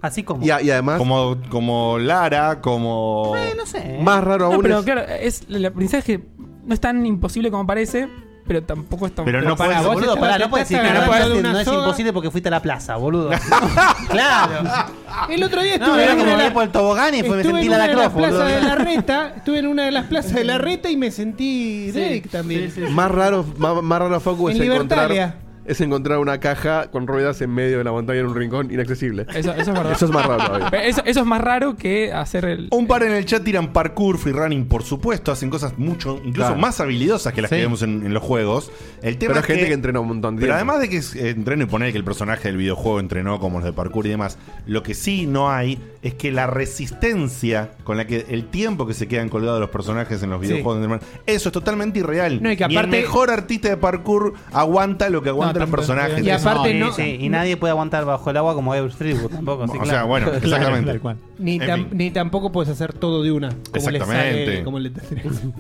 Speaker 5: Así como.
Speaker 7: Y, a- y además,
Speaker 2: Como, como Lara, como.
Speaker 5: Eh, no sé.
Speaker 7: más raro aún
Speaker 4: No, pero
Speaker 7: es-
Speaker 4: claro, es, la aprendizaje no es tan imposible como parece, pero tampoco es tan.
Speaker 2: Pero no
Speaker 5: Pará,
Speaker 2: puedes-
Speaker 5: boludo,
Speaker 3: estás-
Speaker 5: pará,
Speaker 3: te
Speaker 5: no puedes
Speaker 3: estás
Speaker 5: decir que no,
Speaker 3: agarrando
Speaker 5: es-
Speaker 3: de una
Speaker 5: no es
Speaker 3: soga.
Speaker 5: imposible porque fuiste a la plaza, boludo. claro.
Speaker 3: El otro día
Speaker 5: No,
Speaker 3: estuve
Speaker 5: era
Speaker 3: en
Speaker 5: como
Speaker 3: una-
Speaker 5: ir por el tobogán y fue, me
Speaker 3: estuve
Speaker 5: sentí
Speaker 3: en
Speaker 5: la
Speaker 3: una de las
Speaker 5: lacrosse, boludo.
Speaker 3: plazas de la reta, estuve en una de las plazas de la reta y me sentí Drake también.
Speaker 7: Más raro, más, más raro Facu es
Speaker 3: En
Speaker 7: encontrar,
Speaker 3: Libertalia.
Speaker 7: es encontrar una caja con ruedas en medio de la montaña en un rincón inaccesible.
Speaker 4: Eso, eso es verdad.
Speaker 7: Eso es más raro todavía.
Speaker 4: Pero eso, eso es más raro que hacer el.
Speaker 2: Un par en el chat tiran parkour, free running, por supuesto. Hacen cosas mucho, incluso
Speaker 7: Claro.
Speaker 2: más habilidosas que las
Speaker 6: Sí.
Speaker 2: que vemos en, en los juegos. El tema
Speaker 7: Pero hay
Speaker 2: es
Speaker 7: gente que,
Speaker 2: que
Speaker 7: entrena un montón de
Speaker 2: Pero
Speaker 7: tiempo.
Speaker 2: además de que es- eh, entreno y poner que el personaje del videojuego entrenó como los de parkour y demás, lo que sí no hay es que la resistencia con la que el tiempo que se quedan colgados los personajes en los videojuegos, de Spider-Man, eso es totalmente irreal.
Speaker 4: No, y que
Speaker 2: Ni el
Speaker 4: aparte-
Speaker 2: mejor artista de parkour aguanta lo que aguantan los
Speaker 4: tampoco,
Speaker 2: personajes.
Speaker 4: obviamente.
Speaker 3: Y
Speaker 2: Eso-
Speaker 3: aparte
Speaker 5: No,
Speaker 3: no,
Speaker 5: sí, sí, y nadie puede aguantar bajo el agua como Ever Streetwood tampoco. sí,
Speaker 2: o sea,
Speaker 5: claro.
Speaker 2: bueno, exactamente.
Speaker 6: Tal cual.
Speaker 3: ni,
Speaker 2: En
Speaker 3: tam-
Speaker 2: fin.
Speaker 3: ni tampoco puedes hacer todo de una. Como le
Speaker 2: Exactamente.
Speaker 3: sale- como le-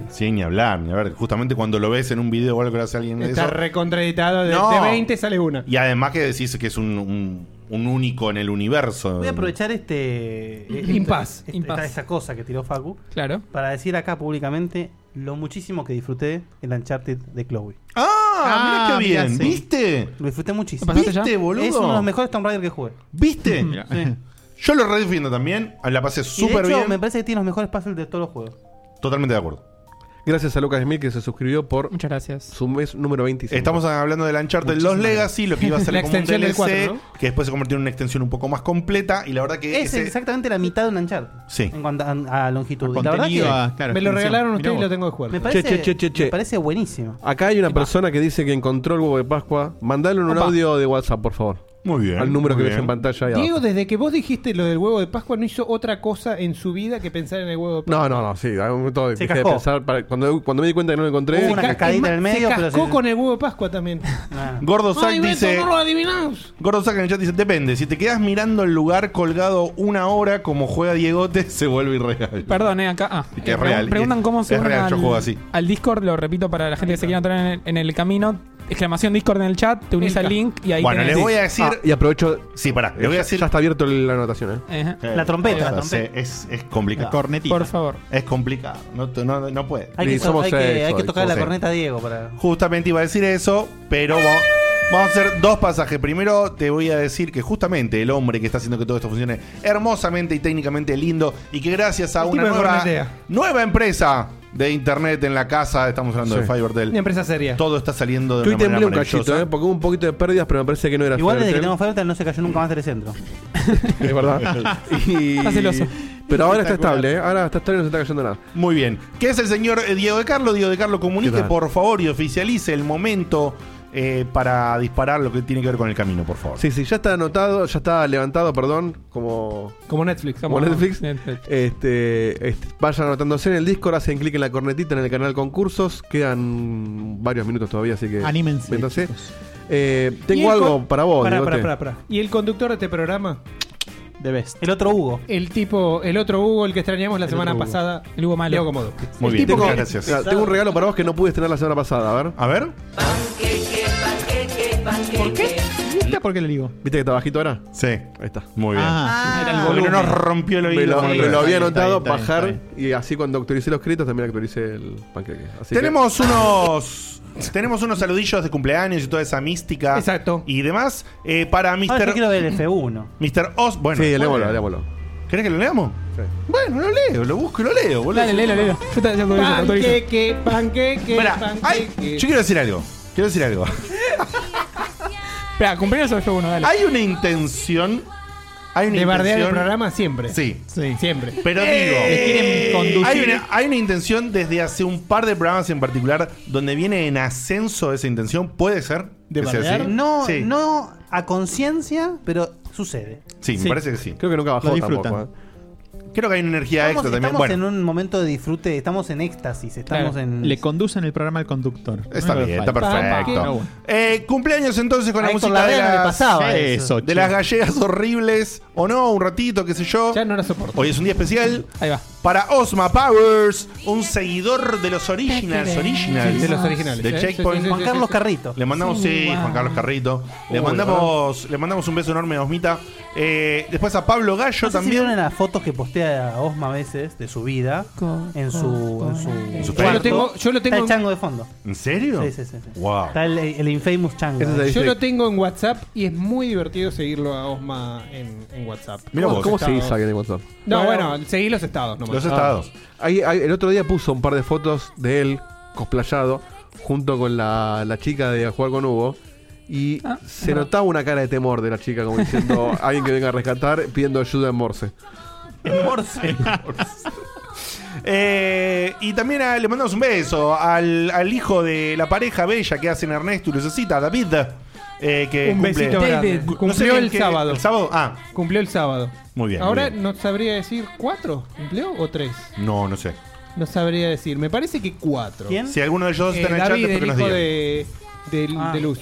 Speaker 2: Sí, ni hablar, ni hablar. Justamente cuando lo ves en un video o algo que lo hace alguien de
Speaker 3: Está
Speaker 2: eso.
Speaker 3: recontraeditado. De,
Speaker 2: No.
Speaker 3: de 20 sale una.
Speaker 2: Y además que decís que es un, un- un único en el universo.
Speaker 5: Voy a aprovechar este.
Speaker 3: Impas.
Speaker 5: esta-
Speaker 4: Impas.
Speaker 5: esa cosa que tiró Facu
Speaker 4: Claro.
Speaker 5: para decir acá públicamente lo muchísimo que disfruté el Uncharted de Chloe.
Speaker 2: Ah,
Speaker 6: Ah,
Speaker 2: mira qué
Speaker 6: mirá,
Speaker 2: bien.
Speaker 6: sí.
Speaker 2: ¿Viste?
Speaker 5: Lo disfruté muchísimo.
Speaker 4: ¿Lo pasaste
Speaker 2: ¿Viste,
Speaker 4: ya?
Speaker 2: boludo?
Speaker 5: Es uno de los mejores Tomb Raider que jugué.
Speaker 2: ¿Viste?
Speaker 6: Mira.
Speaker 2: Yo lo redefiendo también. La pasé
Speaker 5: Y de
Speaker 2: súper
Speaker 5: hecho,
Speaker 2: bien.
Speaker 5: me parece que tiene los mejores puzzles de todos los juegos.
Speaker 2: Totalmente de acuerdo.
Speaker 7: Gracias a Lucas Smith que se suscribió por
Speaker 4: Muchas gracias.
Speaker 7: su mes número 25.
Speaker 2: Estamos hablando de Uncharted Los Legacy, lo que iba a ser
Speaker 3: La
Speaker 2: como un
Speaker 3: extensión
Speaker 2: DLC,
Speaker 3: del cuatro,
Speaker 2: que después se convirtió en una extensión un poco más completa. Y la verdad que
Speaker 5: Es
Speaker 2: ese-
Speaker 5: exactamente la mitad de un Uncharted.
Speaker 2: Sí.
Speaker 5: En cuanto a, a longitud. Y la verdad
Speaker 6: Contenido,
Speaker 5: que
Speaker 6: ah, claro,
Speaker 3: me lo
Speaker 6: extensión.
Speaker 3: regalaron
Speaker 6: Mirá
Speaker 3: ustedes y
Speaker 6: vos.
Speaker 3: lo tengo que jugar.
Speaker 5: me parece,
Speaker 7: che, che, che, che.
Speaker 5: me parece buenísimo.
Speaker 7: Acá hay una persona que dice que encontró el huevo de Pascua. Mandale un
Speaker 4: Opa.
Speaker 7: audio de WhatsApp, por favor.
Speaker 2: Muy bien.
Speaker 7: al número que
Speaker 2: muy
Speaker 7: ves en
Speaker 2: bien.
Speaker 7: pantalla. ahí
Speaker 3: Diego,
Speaker 7: abajo.
Speaker 3: desde que vos dijiste lo del huevo de Pascua, no hizo otra cosa en su vida que pensar en el huevo de Pascua.
Speaker 7: No, no, no, sí. Hay un momento de
Speaker 5: Se
Speaker 7: dejé de
Speaker 5: cascó.
Speaker 7: pensar para- cuando, cuando me di cuenta que no lo encontré.
Speaker 5: Hubo una
Speaker 3: Ca-
Speaker 5: cascadita
Speaker 3: es más,
Speaker 5: en el medio,
Speaker 3: Se
Speaker 5: pero
Speaker 3: cascó
Speaker 5: se-
Speaker 3: con el huevo de Pascua también.
Speaker 5: Ah.
Speaker 2: Gordo Zack
Speaker 3: Ay, Beto,
Speaker 2: dice.
Speaker 3: no lo adivinás.
Speaker 2: Gordo Zack en el chat dice: Depende, si te quedas mirando el lugar colgado una hora como juega Diegote, se vuelve irreal.
Speaker 4: Perdón, eh, acá. Ah,
Speaker 2: Que
Speaker 4: Eh,
Speaker 2: es real,
Speaker 4: pregun- Preguntan
Speaker 2: es-
Speaker 4: cómo se
Speaker 2: es
Speaker 4: unen
Speaker 2: real, yo
Speaker 4: al,
Speaker 2: juego así.
Speaker 4: al Discord, lo repito para la gente que se quiera entrar en el, en el camino. Exclamación Discord en el chat, te unís
Speaker 3: Elca.
Speaker 4: al link y ahí
Speaker 2: Bueno,
Speaker 4: tenés-
Speaker 2: les voy a decir.
Speaker 7: Ah, y aprovecho.
Speaker 2: Sí, pará, les
Speaker 7: eh,
Speaker 2: voy a
Speaker 7: ya-
Speaker 2: decir.
Speaker 7: Ya está abierto el- la anotación, ¿eh?
Speaker 4: Ajá.
Speaker 2: Eh,
Speaker 5: La trompeta, la
Speaker 2: sí,
Speaker 5: trompeta.
Speaker 2: Es, es complicado.
Speaker 6: Cornetita.
Speaker 4: Por favor.
Speaker 2: Es complicado. No, no, no puede.
Speaker 5: Hay que,
Speaker 7: Sí, somos
Speaker 5: hay que-
Speaker 7: seis,
Speaker 5: hay que
Speaker 7: soy,
Speaker 5: tocar
Speaker 7: somos
Speaker 5: la
Speaker 7: seis.
Speaker 5: corneta a Diego para.
Speaker 2: Justamente iba a decir eso, pero va- vamos a hacer dos pasajes. Primero te voy a decir que justamente el hombre que está haciendo que todo esto funcione hermosamente y técnicamente lindo y que gracias a
Speaker 3: El
Speaker 2: una
Speaker 3: tipo de
Speaker 2: nueva,
Speaker 3: cornetea.
Speaker 2: nueva empresa de internet en la casa, estamos hablando de
Speaker 7: Sí.
Speaker 3: Una
Speaker 2: Fivertel,
Speaker 3: empresa seria.
Speaker 2: todo está saliendo de
Speaker 7: Yo
Speaker 2: una manera
Speaker 7: temblé un cachito,
Speaker 2: maravillosa.
Speaker 7: ¿eh? Porque hubo un poquito de pérdidas, pero me parece que no era
Speaker 5: Igual desde que
Speaker 7: Fivertel.
Speaker 5: tenemos Fivertel no se cayó nunca más del centro.
Speaker 7: Es verdad. Y-
Speaker 4: Está celoso.
Speaker 7: Pero ahora está estable, ¿eh? Ahora está estable y no se está cayendo nada.
Speaker 2: Muy bien. ¿Qué es el señor eh, Diego de Carlo? Diego de Carlo
Speaker 7: ¿Qué
Speaker 2: comunique,
Speaker 7: tal?
Speaker 2: por favor, y oficialice el momento eh, para disparar lo que tiene que ver con el camino, por favor.
Speaker 7: Sí, sí, ya está anotado, ya está levantado, perdón, como,
Speaker 3: Como Netflix.
Speaker 7: como Netflix.
Speaker 4: Netflix.
Speaker 7: Este, este, vayan anotándose en el Discord, hacen clic en la cornetita en el canal concursos. Quedan varios minutos todavía, así que.
Speaker 6: Anímense,
Speaker 7: métanse.
Speaker 6: chicos.
Speaker 7: Eh,
Speaker 3: Y el
Speaker 7: tengo
Speaker 3: con-
Speaker 7: algo para vos,
Speaker 3: Pará,
Speaker 7: Diegote.
Speaker 3: pará, pará, pará. Y el conductor de este programa,
Speaker 6: The best.
Speaker 5: El otro Hugo.
Speaker 3: el tipo, el otro Hugo, el que extrañamos la semana
Speaker 6: otro Hugo.
Speaker 3: pasada.
Speaker 4: El Hugo malo.
Speaker 3: Leo Comodo.
Speaker 2: Muy
Speaker 3: El
Speaker 2: bien,
Speaker 3: tipo
Speaker 2: muchas
Speaker 3: que-
Speaker 2: gracias.
Speaker 7: Mira, tengo un regalo para vos que no pude tener la semana pasada, a ver.
Speaker 2: A ver.
Speaker 6: Mira por qué le digo.
Speaker 7: ¿Viste que está bajito ahora?
Speaker 2: Sí.
Speaker 7: Ahí está.
Speaker 2: Muy bien.
Speaker 6: Ah,
Speaker 2: Porque nos rompió el oído.
Speaker 7: Me lo,
Speaker 2: con el
Speaker 7: me
Speaker 2: regalo.
Speaker 7: lo había
Speaker 6: Está bien,
Speaker 7: anotado,
Speaker 6: está bien, está
Speaker 7: bajar,
Speaker 6: bien.
Speaker 7: y así cuando actualicé los créditos también actualicé el panqueque. Así que-
Speaker 2: Tenemos unos. Tenemos unos saludillos de cumpleaños y toda esa mística.
Speaker 3: Exacto.
Speaker 2: Y demás. Eh, para
Speaker 5: Ahora Ah, yo
Speaker 2: Mr.
Speaker 5: quiero ver el F1.
Speaker 2: Mr. Oz. Bueno.
Speaker 7: sí, leémoslo,
Speaker 2: bueno.
Speaker 7: leémoslo.
Speaker 2: ¿Querés que lo leamos?
Speaker 7: Sí.
Speaker 2: Bueno, lo leo, lo busco y lo leo, boludo.
Speaker 4: Dale, léelo, léelo. Yo te, yo te autorizo, te autorizo.
Speaker 3: Panqueque, panqueque,
Speaker 2: Esperá, ay,
Speaker 3: panqueque.
Speaker 2: yo quiero decir algo. Quiero decir algo.
Speaker 4: Espera, cumpleaños o F1, dale.
Speaker 2: Hay una intención. Hay una
Speaker 3: De bardear el
Speaker 2: intención.
Speaker 3: programa siempre.
Speaker 2: Sí.
Speaker 3: Sí. Siempre. Eh,
Speaker 2: Pero digo,
Speaker 4: quieren conducir.
Speaker 2: Eh, hay, una, hay una intención desde hace un par de programas en particular donde viene en ascenso esa intención. ¿Puede ser?
Speaker 3: ¿De
Speaker 2: que sea
Speaker 3: bardear?
Speaker 2: así?
Speaker 5: No,
Speaker 2: Sí.
Speaker 5: no a conciencia, pero sucede.
Speaker 2: Sí, me parece que sí.
Speaker 7: Creo que nunca bajó
Speaker 6: Lo disfrutan.
Speaker 7: tampoco. ¿eh?
Speaker 2: Creo que hay una energía
Speaker 5: Estamos,
Speaker 2: extra también.
Speaker 5: estamos
Speaker 2: Bueno,
Speaker 5: en un momento de disfrute, estamos en éxtasis, estamos
Speaker 4: Claro.
Speaker 5: en...
Speaker 6: Le conducen el programa al conductor.
Speaker 2: está
Speaker 6: No me
Speaker 2: bien,
Speaker 6: falta.
Speaker 2: está perfecto.
Speaker 6: bueno.
Speaker 2: Eh, cumpleaños entonces con
Speaker 5: A
Speaker 2: la
Speaker 5: Héctor
Speaker 2: música de
Speaker 5: Larrea no le
Speaker 2: las,
Speaker 5: pasaba
Speaker 6: Eso,
Speaker 2: de
Speaker 6: che.
Speaker 2: las gallegas horribles. O no, un ratito, qué sé yo.
Speaker 3: Ya no la soporto.
Speaker 2: Hoy es un día especial
Speaker 4: Ah, Ahí va.
Speaker 2: para Osma Powers, un seguidor de los originals.
Speaker 3: Sí,
Speaker 2: originals.
Speaker 3: de los originales.
Speaker 2: De
Speaker 3: ¿eh?
Speaker 2: Checkpoint.
Speaker 5: Juan Carlos Carrito.
Speaker 2: Le mandamos, sí,
Speaker 4: Sí, wow.
Speaker 2: Juan Carlos Carrito. Le mandamos, le mandamos un beso enorme a Osmita. Eh, después a Pablo Gallo
Speaker 5: No sé si
Speaker 2: también.
Speaker 5: vieron en las fotos que postea Osma a veces de su vida en su en su,
Speaker 4: En
Speaker 2: su
Speaker 5: cuarto,
Speaker 2: Facebook.
Speaker 3: Yo lo tengo- yo lo
Speaker 5: está
Speaker 3: tengo
Speaker 5: el
Speaker 3: en-
Speaker 5: chango de fondo
Speaker 2: ¿En serio?
Speaker 5: sí, sí, sí, sí.
Speaker 2: Wow.
Speaker 5: está el, el infamous chango
Speaker 7: Ese es el-
Speaker 3: Yo lo tengo en WhatsApp y es muy divertido seguirlo a Osma en, en WhatsApp.
Speaker 2: Mira vos.
Speaker 3: Los
Speaker 7: ¿Cómo se
Speaker 3: estados.
Speaker 7: dice alguien de WhatsApp?
Speaker 3: No, bueno, seguí los estados nomás. Ah.
Speaker 2: Los estados.
Speaker 7: Ahí- ahí- el otro día puso un par de fotos de él cosplayado junto con la, la chica de jugar con Hugo. Y
Speaker 4: Ah,
Speaker 7: se notaba una cara de temor de la chica, como diciendo alguien que venga a rescatar pidiendo ayuda en Morse.
Speaker 2: Eh, y también a- le mandamos un beso al, al hijo de la pareja bella que hacen Ernesto y Lucecita, David. eh, que
Speaker 3: Un
Speaker 2: cumple-
Speaker 3: besito
Speaker 4: David.
Speaker 3: grande.
Speaker 2: Cu- no sé
Speaker 3: Cumplió
Speaker 2: bien
Speaker 3: el
Speaker 2: qué-
Speaker 3: sábado.
Speaker 2: ¿El sábado? Ah,
Speaker 3: Cumplió el sábado.
Speaker 2: Muy bien, muy
Speaker 3: Ahora
Speaker 2: bien.
Speaker 3: no sabría decir cuatro. ¿Cumplió o tres?
Speaker 2: no, no sé.
Speaker 3: No sabría decir. Me parece que cuatro.
Speaker 5: ¿Quién?
Speaker 2: Si alguno de ellos
Speaker 3: Eh,
Speaker 2: está en el chat,
Speaker 3: David,
Speaker 2: es porque
Speaker 3: el
Speaker 2: nos
Speaker 3: hijo
Speaker 2: digan.
Speaker 3: de, de,
Speaker 5: Ah.
Speaker 3: de Luz.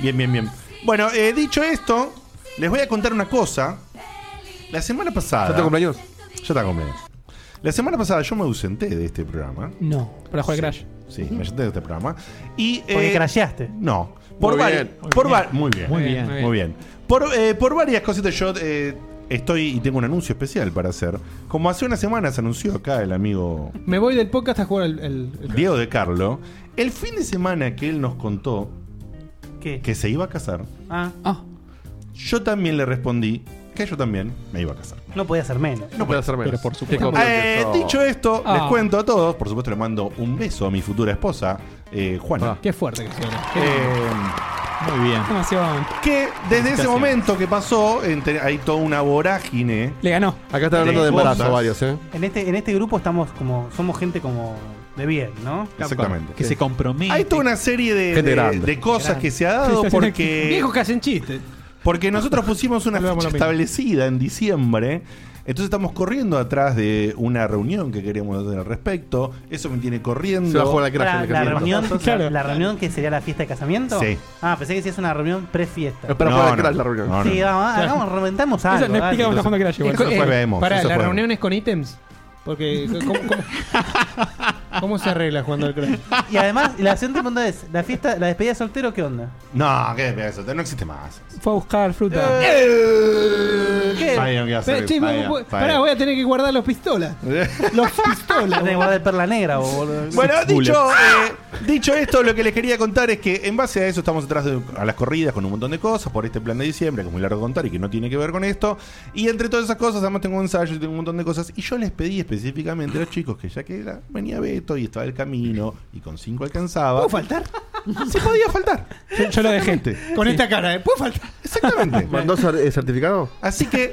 Speaker 2: Bien, bien, bien. Bueno, eh, dicho esto, les voy a contar una cosa. La semana pasada.
Speaker 7: ¿Ya te cumpleaños?
Speaker 2: Ya está cumpleaños. La semana pasada yo me ausenté de este programa.
Speaker 4: No, para jugar Crash.
Speaker 2: Sí, me ausenté de este programa. Y,
Speaker 5: porque
Speaker 2: eh,
Speaker 5: crasheaste
Speaker 2: No. Por
Speaker 7: Muy
Speaker 2: vari-
Speaker 7: bien.
Speaker 2: por va- Muy bien.
Speaker 6: Muy
Speaker 4: Muy
Speaker 6: bien.
Speaker 4: bien.
Speaker 2: Muy bien. Por, eh, por varias cositas yo eh, estoy y tengo un anuncio especial para hacer. Como hace una semana se anunció acá el amigo
Speaker 3: Me voy del podcast a jugar el. el- el-
Speaker 2: Diego de Carlo, el fin de semana que él nos contó
Speaker 5: ¿Qué?
Speaker 2: que se iba a casar,
Speaker 5: Ah,
Speaker 4: Ah,
Speaker 2: yo también le respondí que yo también me iba a casar.
Speaker 5: no podía ser menos
Speaker 7: No puede hacer menos.
Speaker 6: Pero por supuesto.
Speaker 7: Te copio
Speaker 2: Eh,
Speaker 7: eso.
Speaker 2: dicho esto,
Speaker 4: Ah.
Speaker 2: les cuento a todos, por supuesto le mando un beso a mi futura esposa, eh, Juana.
Speaker 7: Ah.
Speaker 3: Qué fuerte que suena. Qué lindo.
Speaker 2: Eh,
Speaker 6: Muy bien.
Speaker 4: qué emoción.
Speaker 2: que desde ese momento que pasó, entre- hay toda una vorágine.
Speaker 4: Le ganó.
Speaker 7: Acá están hablando de embarazo
Speaker 2: Cosas.
Speaker 7: varios, ¿eh?
Speaker 5: en este en este grupo estamos como somos gente como de bien no
Speaker 2: Exactamente.
Speaker 6: Que se compromete.
Speaker 2: Hay toda una serie de,
Speaker 7: Gente
Speaker 2: de-
Speaker 7: grande.
Speaker 2: de cosas que se ha dado porque,
Speaker 3: Viejos que hacen chistes.
Speaker 2: porque nosotros pusimos una
Speaker 3: Volvemos
Speaker 2: fecha
Speaker 3: a lo mismo.
Speaker 2: establecida en diciembre. Entonces estamos corriendo atrás de una reunión que queríamos hacer al respecto. Eso me tiene
Speaker 7: Se va a
Speaker 2: corriendo.
Speaker 7: jugar la
Speaker 5: la,
Speaker 7: crash. en el
Speaker 5: la
Speaker 7: casamiento.
Speaker 5: reunión
Speaker 4: Claro.
Speaker 5: la, la reunión que sería la fiesta de casamiento
Speaker 2: Sí.
Speaker 5: ah pensé que sí es una reunión pre fiesta
Speaker 7: Es para
Speaker 2: No,
Speaker 7: jugar al
Speaker 2: no.
Speaker 7: crash la reunión.
Speaker 2: No,
Speaker 5: sí
Speaker 2: no.
Speaker 5: vamos, hagamos reventamos algo
Speaker 4: Eso no
Speaker 5: dale.
Speaker 4: explica una fondo Crash igual.
Speaker 2: Eso
Speaker 3: Eh,
Speaker 2: después vemos,
Speaker 3: Pará,
Speaker 2: eso
Speaker 3: ¿las
Speaker 2: después
Speaker 3: reuniones con ítems? Porque. ¿Cómo, cómo- cómo se arregla jugando al crash?
Speaker 5: y además la siguiente pregunta es la fiesta la despedida de soltero qué onda
Speaker 2: No, qué despegue eso, no existe más.
Speaker 4: Fue a buscar fruta.
Speaker 5: Eh.
Speaker 7: Eh.
Speaker 5: ¿Qué?
Speaker 2: Falla, ¿qué va a
Speaker 3: Pará,
Speaker 2: hacer?
Speaker 3: che,
Speaker 2: Falla,
Speaker 3: vamos-
Speaker 2: falla.
Speaker 3: pará, voy a tener que guardar los pistolas. Los
Speaker 5: Vas a
Speaker 3: pistolas.
Speaker 5: tener que guardar el perla negra vos, boludo.
Speaker 2: Bueno,
Speaker 6: Bullet.
Speaker 2: dicho, eh, dicho esto, lo que les quería contar es que en base a eso estamos atrás de, a las corridas con un montón de cosas por este plan de diciembre, que es muy largo de contar y que no tiene que ver con esto. Y entre todas esas cosas, además tengo un ensayo y tengo un montón de cosas. Y yo les pedí específicamente a los chicos que ya que era, venía Beto y estaba el camino y con cinco alcanzaba.
Speaker 3: ¿Puedo faltar?
Speaker 2: Se podía faltar.
Speaker 4: Yo, yo lo dejé.
Speaker 2: Exactamente.
Speaker 3: Con esta cara, ¿eh? ¿Puedo faltar?
Speaker 2: Exactamente.
Speaker 7: ¿Mandó cer- eh, certificado?
Speaker 2: Así que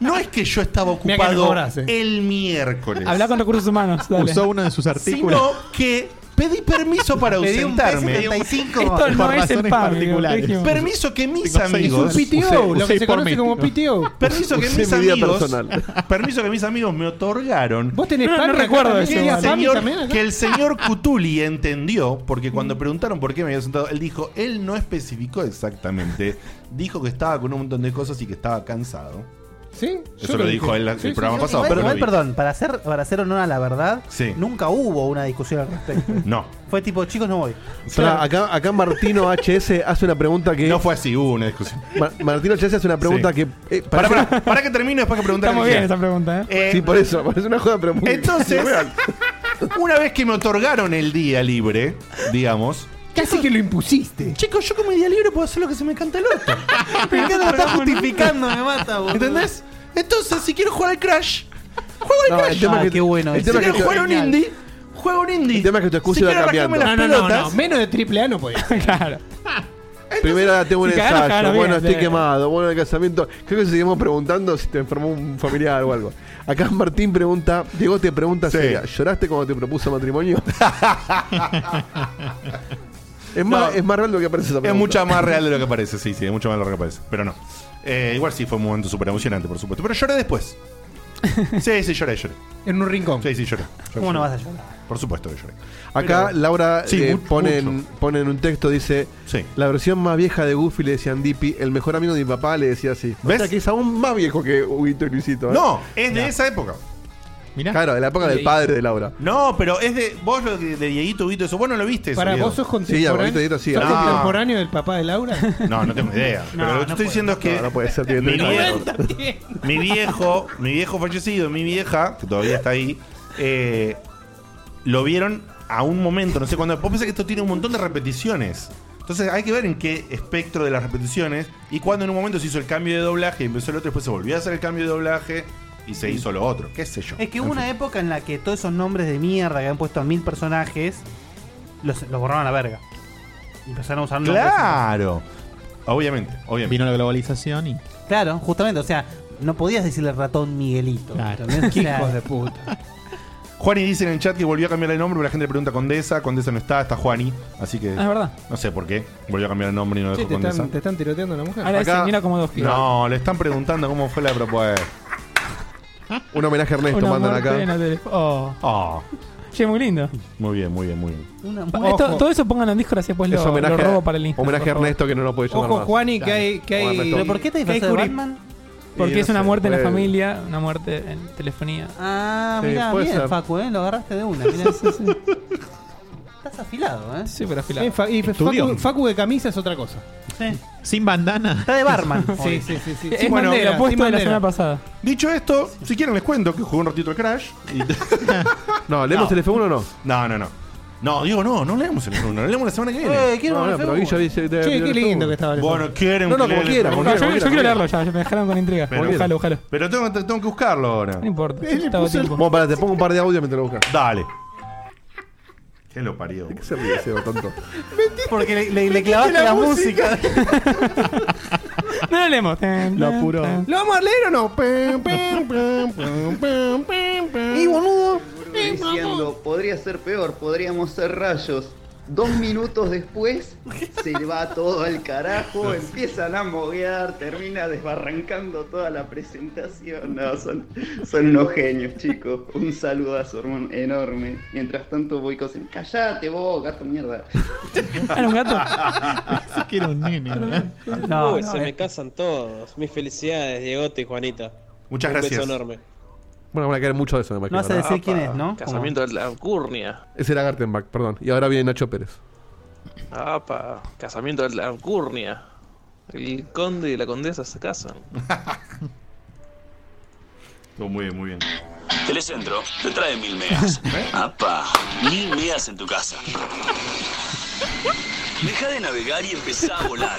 Speaker 2: no es que yo estaba
Speaker 3: Mirá que no
Speaker 2: ocupado
Speaker 3: cobras, eh.
Speaker 2: el miércoles.
Speaker 4: Habla con recursos humanos. Dale.
Speaker 6: Usó uno de sus artículos.
Speaker 2: sino que pedí permiso para
Speaker 5: Pedí un peso
Speaker 2: ausentarme.
Speaker 5: 75.
Speaker 4: Esto no
Speaker 6: Por
Speaker 4: es el
Speaker 6: razones
Speaker 4: PAM.
Speaker 6: particulares.
Speaker 4: digo, ¿qué dijimos?
Speaker 2: Permiso que mis
Speaker 6: Tengo seis
Speaker 2: amigos.
Speaker 6: dólares.
Speaker 3: PTO,
Speaker 6: Usé-
Speaker 3: lo que
Speaker 6: usé
Speaker 3: se
Speaker 6: por
Speaker 3: conoce
Speaker 6: mí.
Speaker 3: como PTO.
Speaker 2: Permiso que
Speaker 7: Usé
Speaker 2: mis
Speaker 7: mi vida
Speaker 2: amigos.
Speaker 7: personal.
Speaker 2: Permiso que mis amigos me otorgaron.
Speaker 3: Vos tenés
Speaker 4: No, no
Speaker 3: PAMI acá
Speaker 4: recuerdo
Speaker 3: también?
Speaker 4: eso,
Speaker 2: Que
Speaker 3: ¿Qué
Speaker 2: el,
Speaker 3: día, PAMI
Speaker 2: señor,
Speaker 3: también acá?
Speaker 2: que el señor Cutuli entendió, porque cuando preguntaron por qué me había sentado, él dijo, él no especificó exactamente. Dijo que estaba con un montón de cosas y que estaba cansado.
Speaker 3: Sí, yo
Speaker 2: Eso lo dijo
Speaker 3: dije.
Speaker 2: él el
Speaker 3: Sí, sí,
Speaker 2: programa
Speaker 3: sí.
Speaker 2: pasado,
Speaker 5: Igual-
Speaker 2: pero
Speaker 5: igual,
Speaker 2: lo vi.
Speaker 5: perdón, para hacer, para hacer honor a la verdad,
Speaker 2: Sí.
Speaker 5: nunca hubo una discusión al respecto.
Speaker 2: No.
Speaker 5: Fue tipo, chicos, no voy.
Speaker 7: Pará, acá, acá Martino HS hace una pregunta que.
Speaker 2: No fue así, hubo una discusión.
Speaker 7: Ma- Martino HS hace una pregunta
Speaker 2: Sí.
Speaker 7: que. eh,
Speaker 2: Para,
Speaker 7: parece-
Speaker 2: para, que termine después que preguntar.
Speaker 4: Está muy bien esta pregunta, ¿eh?
Speaker 7: Sí, por eso. Parece una joda, pero muy.
Speaker 2: Entonces, una vez que me otorgaron el día libre, digamos,
Speaker 3: Casi que lo impusiste.
Speaker 2: Chicos, yo como día libre puedo hacer lo que se me canta el orto. Me encanta, pero no.
Speaker 5: justificando, me mata, boludo.
Speaker 2: ¿Entendés? Entonces, si quiero jugar al Crash, juego al
Speaker 7: No,
Speaker 2: Crash.
Speaker 7: el tema
Speaker 5: Ah,
Speaker 7: que,
Speaker 5: qué bueno
Speaker 7: El
Speaker 2: si
Speaker 5: eso.
Speaker 7: tema que
Speaker 2: quiero
Speaker 7: te-
Speaker 2: jugar a un
Speaker 7: genial.
Speaker 2: indie, juego a un indie.
Speaker 7: El tema es que tu excusa
Speaker 2: si
Speaker 7: iba
Speaker 2: quiero
Speaker 7: cambiando.
Speaker 2: rascarme
Speaker 3: No,
Speaker 2: las
Speaker 3: no, no, no.
Speaker 2: pelotas,
Speaker 3: Menos de triple A no podía.
Speaker 4: Claro.
Speaker 7: Primera tengo un
Speaker 4: Si cagaron,
Speaker 7: ensayo,
Speaker 4: cagaron
Speaker 7: bueno,
Speaker 4: bien,
Speaker 7: estoy
Speaker 4: sí.
Speaker 7: quemado, bueno, el casamiento. Creo que seguimos preguntando si te enfermó un familiar o algo. Acá Martín pregunta, Diego te pregunta
Speaker 2: Sí.
Speaker 7: seria, ¿lloraste cuando te propuso matrimonio? es, más, es más real lo que aparece esa
Speaker 2: Es
Speaker 7: pregunta.
Speaker 2: mucho más real de lo que parece, sí, sí, es mucho más real de lo que parece. Pero no. Eh, igual sí fue un momento súper emocionante, por supuesto. Pero lloré después. Sí, sí, lloré, lloré.
Speaker 1: En un rincón.
Speaker 2: Sí, sí, lloré. Lloré,
Speaker 5: ¿Cómo no
Speaker 2: lloré.
Speaker 5: vas a llorar?
Speaker 2: Por supuesto que lloré.
Speaker 7: Acá
Speaker 2: Pero-
Speaker 7: Laura
Speaker 2: Sí,
Speaker 7: eh,
Speaker 2: mucho,
Speaker 7: pone, en,
Speaker 2: mucho.
Speaker 7: pone en un texto, dice,
Speaker 2: Sí.
Speaker 7: la versión más vieja de Goofy le decían Dippy, el mejor amigo de mi papá le decía así. O
Speaker 2: ¿Ves?
Speaker 7: sea que es aún más viejo que Huguito y Luisito. ¿eh?
Speaker 2: No, es de esa época.
Speaker 6: Mirá.
Speaker 7: Claro, de la época del padre de Laura.
Speaker 2: No, pero es de. Vos lo de, de Dieguito, Vito, eso. Vos no lo viste. eso,
Speaker 1: Para
Speaker 2: Diego.
Speaker 1: vos sos
Speaker 7: Sí,
Speaker 1: contemporáneo.
Speaker 7: abuelito Dieguito, sí. ah.
Speaker 1: ¿Sos
Speaker 2: No.
Speaker 1: contemporáneo del papá de Laura?
Speaker 2: No, no tengo idea. pero lo que te estoy diciendo es que.
Speaker 7: No, no puede ser. tiene
Speaker 2: mi,
Speaker 7: 30 años.
Speaker 2: vie- mi viejo, mi viejo fallecido, mi vieja, que todavía está ahí, eh, lo vieron a un momento, no sé cuándo. Vos pensás que esto tiene un montón de repeticiones. Entonces hay que ver en qué espectro de las repeticiones y cuándo en un momento se hizo el cambio de doblaje, empezó el otro, después se volvió a hacer el cambio de doblaje y se hizo lo otro. ¿Qué sé yo?
Speaker 5: Es que hubo una época en la que todos esos nombres de mierda que han puesto a mil personajes los, los borraron a la verga. Y empezaron a usar nombres.
Speaker 2: Claro. Obviamente, obviamente.
Speaker 6: Vino la globalización y.
Speaker 5: Claro, justamente, o sea, no podías decirle ratón Miguelito.
Speaker 6: Claro.
Speaker 5: ¿entendés? O sea,
Speaker 1: Hijos de puta.
Speaker 2: Juani dice en el chat que volvió a cambiar el nombre, pero la gente le pregunta Condesa, Condesa no está, está Juani, así que
Speaker 4: Ah, es verdad.
Speaker 2: no sé por qué. Volvió a cambiar el nombre y no lo
Speaker 1: Che,
Speaker 2: dejó
Speaker 1: ¿te,
Speaker 2: Condesa.
Speaker 1: están, ¿Te están tiroteando a la mujer?
Speaker 4: Ahora es
Speaker 7: Acá-
Speaker 4: señora Komodowski.
Speaker 2: No, le están preguntando cómo fue la propuesta.
Speaker 7: Un homenaje a Ernesto
Speaker 4: Una
Speaker 7: mandan
Speaker 4: muerte en
Speaker 7: acá.
Speaker 4: la tele. Oh,
Speaker 2: Oh,
Speaker 4: che, muy lindo.
Speaker 2: muy bien, muy bien, muy bien.
Speaker 5: una-
Speaker 4: Pa- esto- todo eso pónganlo en disco, así después
Speaker 7: Es
Speaker 4: lo, lo
Speaker 7: homenaje,
Speaker 4: robo para el Insta.
Speaker 7: homenaje a
Speaker 4: por favor.
Speaker 7: Ernesto que no lo puede llamar
Speaker 1: Ojo,
Speaker 7: más.
Speaker 1: Juani, que hay. Que hay
Speaker 7: Bueno,
Speaker 5: ¿Pero por qué te
Speaker 1: que hay
Speaker 5: disfrazas de
Speaker 1: juri-
Speaker 5: Batman?
Speaker 4: Porque
Speaker 7: Y
Speaker 4: es
Speaker 7: no
Speaker 4: una
Speaker 7: sé,
Speaker 4: muerte en la
Speaker 7: puede-
Speaker 4: familia, una muerte en telefonía.
Speaker 5: Ah,
Speaker 7: Sí,
Speaker 5: mira,
Speaker 7: puede
Speaker 5: bien,
Speaker 7: ser.
Speaker 5: Facu, ¿eh? lo agarraste de una. mirá. Estás afilado, ¿eh?
Speaker 4: Súper afilado.
Speaker 1: Eh, fa- y
Speaker 6: Estudió.
Speaker 1: Facu, Facu de camisa es otra cosa.
Speaker 6: Sin bandana.
Speaker 5: Está de barman.
Speaker 1: Sí, sí, sí. sí.
Speaker 4: es bueno,
Speaker 1: bandera,
Speaker 4: lo puesto de la
Speaker 1: bandera.
Speaker 4: semana pasada.
Speaker 2: Dicho esto, si quieren les cuento que jugué un ratito al Crash. y-
Speaker 7: No, ¿leemos
Speaker 2: No.
Speaker 7: el F1 o no?
Speaker 2: no, no, no. No, digo, no, no leemos el uno, lo leemos la semana que viene.
Speaker 5: Eh, quiero
Speaker 7: no,
Speaker 5: un
Speaker 7: no, pero
Speaker 5: F1.
Speaker 7: Guilla dice...
Speaker 1: Che, qué lindo que estaba el
Speaker 2: Bueno, quieren
Speaker 7: No, no, como
Speaker 2: que-
Speaker 7: quiera, como
Speaker 4: No,
Speaker 7: quiera.
Speaker 4: yo, yo
Speaker 7: volviera,
Speaker 4: quiero
Speaker 7: volviera.
Speaker 4: leerlo ya, ya me dejaron con intriga.
Speaker 2: Pero-
Speaker 4: Búscalo, búscalo.
Speaker 2: Pero tengo, que- tengo que buscarlo ahora.
Speaker 4: No importa.
Speaker 5: Eh,
Speaker 1: Él le
Speaker 4: Estaba
Speaker 1: puso el-
Speaker 4: tiempo.
Speaker 7: Bueno, pará, te pongo un par de audio mientras lo buscas.
Speaker 2: Dale. ¿Qué lo parió?
Speaker 7: ¿Qué se ríe ese tonto?
Speaker 5: Porque le, le- le clavaste la, música.
Speaker 4: No lo leemos.
Speaker 6: Lo apuró.
Speaker 1: ¿Lo vamos a leer o no?
Speaker 5: y boludo.
Speaker 8: diciendo, podría ser peor, podríamos ser rayos. Dos minutos después se va todo al carajo, empiezan a moguear, termina desbarrancando toda la presentación. No, son, son unos genios, chicos. Un saludazo, hermano, enorme. Mientras tanto voy cocinando. Callate vos, gato mierda.
Speaker 4: Ah, era un gato.
Speaker 6: Pensé que era un nene. ¿verdad?
Speaker 5: No,
Speaker 9: Uy,
Speaker 5: no,
Speaker 9: se
Speaker 5: eh.
Speaker 9: me casan todos. Mis felicidades, Diegote y Juanita.
Speaker 2: Muchas
Speaker 9: Un
Speaker 2: gracias.
Speaker 9: beso enorme.
Speaker 7: Bueno, van a caer mucho de eso, me
Speaker 5: No
Speaker 7: imagino.
Speaker 5: vas a
Speaker 7: ¿verdad?
Speaker 5: decir quién es, ¿no?
Speaker 9: Casamiento de la Alcurnia.
Speaker 7: Ese era Gartenbach, perdón. Y ahora viene Nacho Pérez.
Speaker 9: Apa, casamiento de la Alcurnia. El conde y la condesa se casan.
Speaker 2: Estuvo muy bien, muy bien.
Speaker 10: Telecentro te trae mil meas.
Speaker 5: ¿Eh?
Speaker 10: Apa, mil meas en tu casa. Deja de navegar y empezá a volar.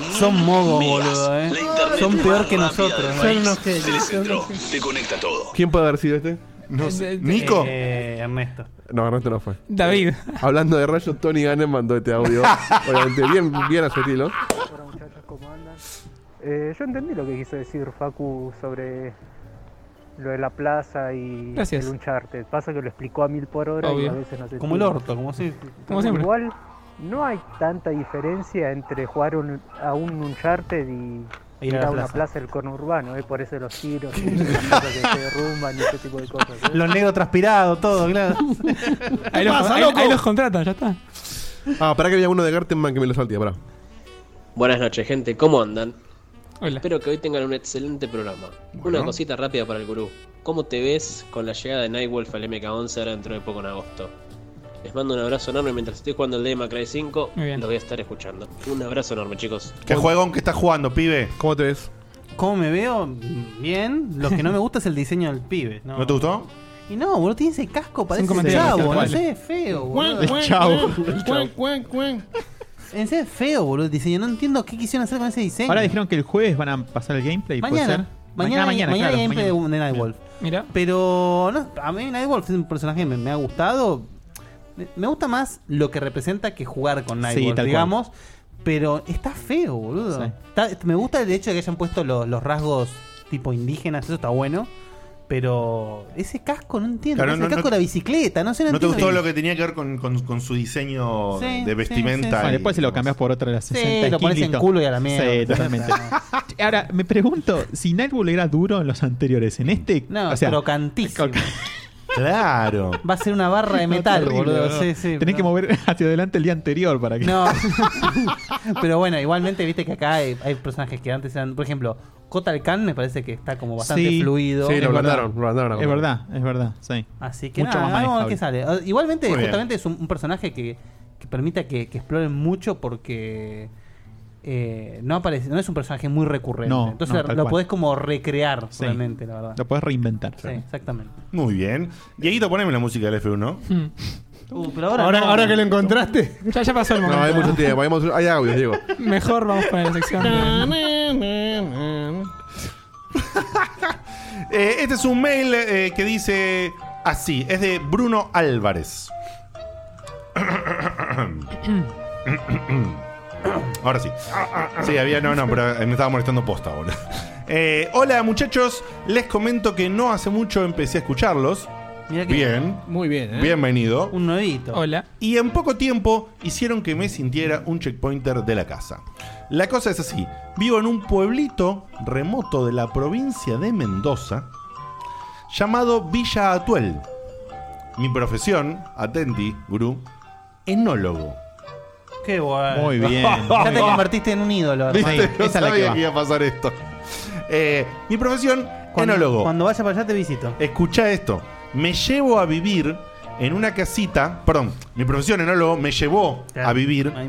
Speaker 10: Mil
Speaker 5: Son mogos,
Speaker 10: megas.
Speaker 5: boludo, eh.
Speaker 10: La internet
Speaker 5: Son
Speaker 10: más
Speaker 5: peor
Speaker 10: rápida
Speaker 5: que nosotros,
Speaker 10: del
Speaker 5: son
Speaker 10: país.
Speaker 5: unos genios.
Speaker 10: Telecentro te conecta todo.
Speaker 7: ¿Quién puede haber sido este?
Speaker 2: No sé.
Speaker 4: Eh,
Speaker 2: ¿Nico?
Speaker 5: Eh, Ernesto.
Speaker 7: No, Ernesto no fue. Eh,
Speaker 4: David.
Speaker 7: Hablando de rayos, Tony Gannem mandó este audio. Obviamente, bien, bien a su estilo.
Speaker 3: Hola muchachos, ¿cómo andan? Eh, yo entendí lo que quiso decir Facu sobre lo de la plaza y
Speaker 4: Gracias.
Speaker 3: el Uncharted. Pasa que lo explicó a mil por hora y
Speaker 4: Obvio.
Speaker 3: a veces no se
Speaker 5: Como el
Speaker 3: entiende.
Speaker 5: orto, como si.
Speaker 4: Como siempre.
Speaker 3: Igual no hay tanta diferencia entre jugar un- a un Uncharted y
Speaker 5: E ir a la
Speaker 3: una
Speaker 5: plaza.
Speaker 3: plaza del conurbano, ¿eh? por eso los tiros, y esas cosas que se derrumban y ese tipo de cosas. ¿eh?
Speaker 5: Los negros transpirados, todo, claro.
Speaker 4: Ahí los,
Speaker 1: pasa,
Speaker 4: ahí-
Speaker 1: loco?
Speaker 4: ahí
Speaker 5: Oh.
Speaker 4: los contratan, ya está.
Speaker 7: Ah, pará que había uno de Gartenbach que me lo salté, pará.
Speaker 9: Buenas noches, gente. ¿Cómo andan?
Speaker 4: Hola.
Speaker 9: Espero que hoy tengan un excelente programa. Una cosita rápida para el gurú. ¿Cómo te ves con la llegada de Nightwolf al MK11 ahora dentro de poco en agosto? Les mando un abrazo enorme mientras estoy jugando el Dema Cry 5.
Speaker 4: Muy bien.
Speaker 9: Los voy a estar escuchando. Un abrazo enorme, chicos.
Speaker 2: ¿Qué juego que estás jugando, pibe?
Speaker 7: ¿Cómo te ves?
Speaker 5: ¿Cómo me veo? Bien. Lo que no me gusta es el diseño del pibe. No,
Speaker 2: ¿No te gustó?
Speaker 5: Y no, boludo, tiene ese casco, parece un
Speaker 4: comentario,
Speaker 5: chavo.
Speaker 4: tal
Speaker 5: No
Speaker 4: cual.
Speaker 5: sé, es feo, boludo.
Speaker 6: Chau.
Speaker 5: En serio es feo, boludo, el diseño. No entiendo qué quisieron hacer con ese diseño.
Speaker 6: Ahora dijeron que el jueves van a pasar el gameplay. ¿puede ser?
Speaker 5: mañana. Mañana, mañana, mañana,
Speaker 6: claro,
Speaker 5: hay gameplay
Speaker 6: mañana.
Speaker 5: de Nightwolf.
Speaker 4: Mira.
Speaker 5: Pero no, a mí Nightwolf es un personaje que me, me ha gustado. Me- Me gusta más lo que representa que jugar con Nightwolf,
Speaker 6: tal cual.
Speaker 5: digamos. Pero está feo, boludo.
Speaker 6: Sí.
Speaker 5: Está- me gusta el hecho de que hayan puesto los, los rasgos tipo indígenas, eso está bueno. Pero ese casco no entiendo.
Speaker 2: Claro,
Speaker 5: es
Speaker 2: no-
Speaker 5: el casco
Speaker 2: no-
Speaker 5: de la bicicleta, no sé,
Speaker 2: No te
Speaker 5: entiendo.
Speaker 2: gustó lo que tenía que ver con, con- con su diseño
Speaker 5: Sí, sí,
Speaker 2: de vestimenta.
Speaker 5: sí, sí.
Speaker 2: y-
Speaker 6: después se lo cambias por otra de las
Speaker 5: Sí,
Speaker 6: 60.
Speaker 5: lo
Speaker 6: skin,
Speaker 5: pones en
Speaker 6: listo.
Speaker 5: culo y a la mierda.
Speaker 6: Sí, totalmente. Ahora, me pregunto, si Nightwolf era duro en los anteriores, en este.
Speaker 5: No,
Speaker 6: o sea,
Speaker 5: crocantísimo.
Speaker 2: Claro.
Speaker 5: Va a ser una barra de
Speaker 6: No,
Speaker 5: metal,
Speaker 6: terrible,
Speaker 5: boludo.
Speaker 6: ¿no?
Speaker 5: Sí, sí.
Speaker 6: Tenés que mover hacia adelante el día anterior para que.
Speaker 5: No. Pero bueno, igualmente viste que acá hay, hay personajes que antes eran, por ejemplo, Kotal Kahn me parece que está como bastante
Speaker 6: Sí.
Speaker 5: fluido.
Speaker 6: Sí, lo
Speaker 5: Es
Speaker 6: ablandaron,
Speaker 5: verdad.
Speaker 6: lo ablandaron. Es verdad, es verdad, sí.
Speaker 5: Así que
Speaker 6: Mucho
Speaker 5: nada,
Speaker 6: más
Speaker 5: vamos a ver
Speaker 6: manejable.
Speaker 5: qué sale. Ah, Igualmente,
Speaker 6: Muy bien.
Speaker 5: justamente es un, un personaje que, que permita que, que exploren mucho porque eh, no aparece, no es un personaje muy recurrente.
Speaker 6: No,
Speaker 5: Entonces
Speaker 6: no,
Speaker 5: lo
Speaker 6: tal cual.
Speaker 5: podés como recrear
Speaker 6: Sí.
Speaker 5: realmente, la verdad.
Speaker 6: Lo podés reinventar.
Speaker 5: Sí, exactamente.
Speaker 2: Muy bien. Dieguito, poneme la música del F1.
Speaker 5: pero
Speaker 2: ahora Ahora- no. ahora que lo encontraste.
Speaker 4: Ya, ya pasó el
Speaker 2: No,
Speaker 4: momento.
Speaker 2: hay mucho tiempo, hay mucho- hay audios, Diego.
Speaker 4: Mejor vamos con la sección.
Speaker 2: Eh, este es un mail eh, que dice así, es de Bruno Álvarez. Ahora sí. Sí, había, no, no, pero eh, me estaba molestando posta, boludo. Eh, hola muchachos, les comento que no hace mucho empecé a escucharlos. Bien.
Speaker 3: Muy bien, ¿eh?
Speaker 2: Bienvenido.
Speaker 5: Un nuevito.
Speaker 4: Hola.
Speaker 2: Y en poco tiempo hicieron que me sintiera un checkpointer de la casa. La cosa es así. Vivo en un pueblito remoto de la provincia de Mendoza llamado Villa Atuel. Mi profesión, atenti, gurú, enólogo.
Speaker 5: Qué bueno.
Speaker 2: Muy bien.
Speaker 5: ya te convertiste en un ídolo, hermano.
Speaker 2: ¿Viste? No sabía que, iba a pasar esto. Eh, mi profesión,
Speaker 5: Cuando-
Speaker 2: enólogo.
Speaker 5: Cuando vaya para allá te visito.
Speaker 2: Escucha esto. Me llevo a vivir en una casita. Perdón, mi profesión enólogo me llevó a vivir.
Speaker 5: Ah,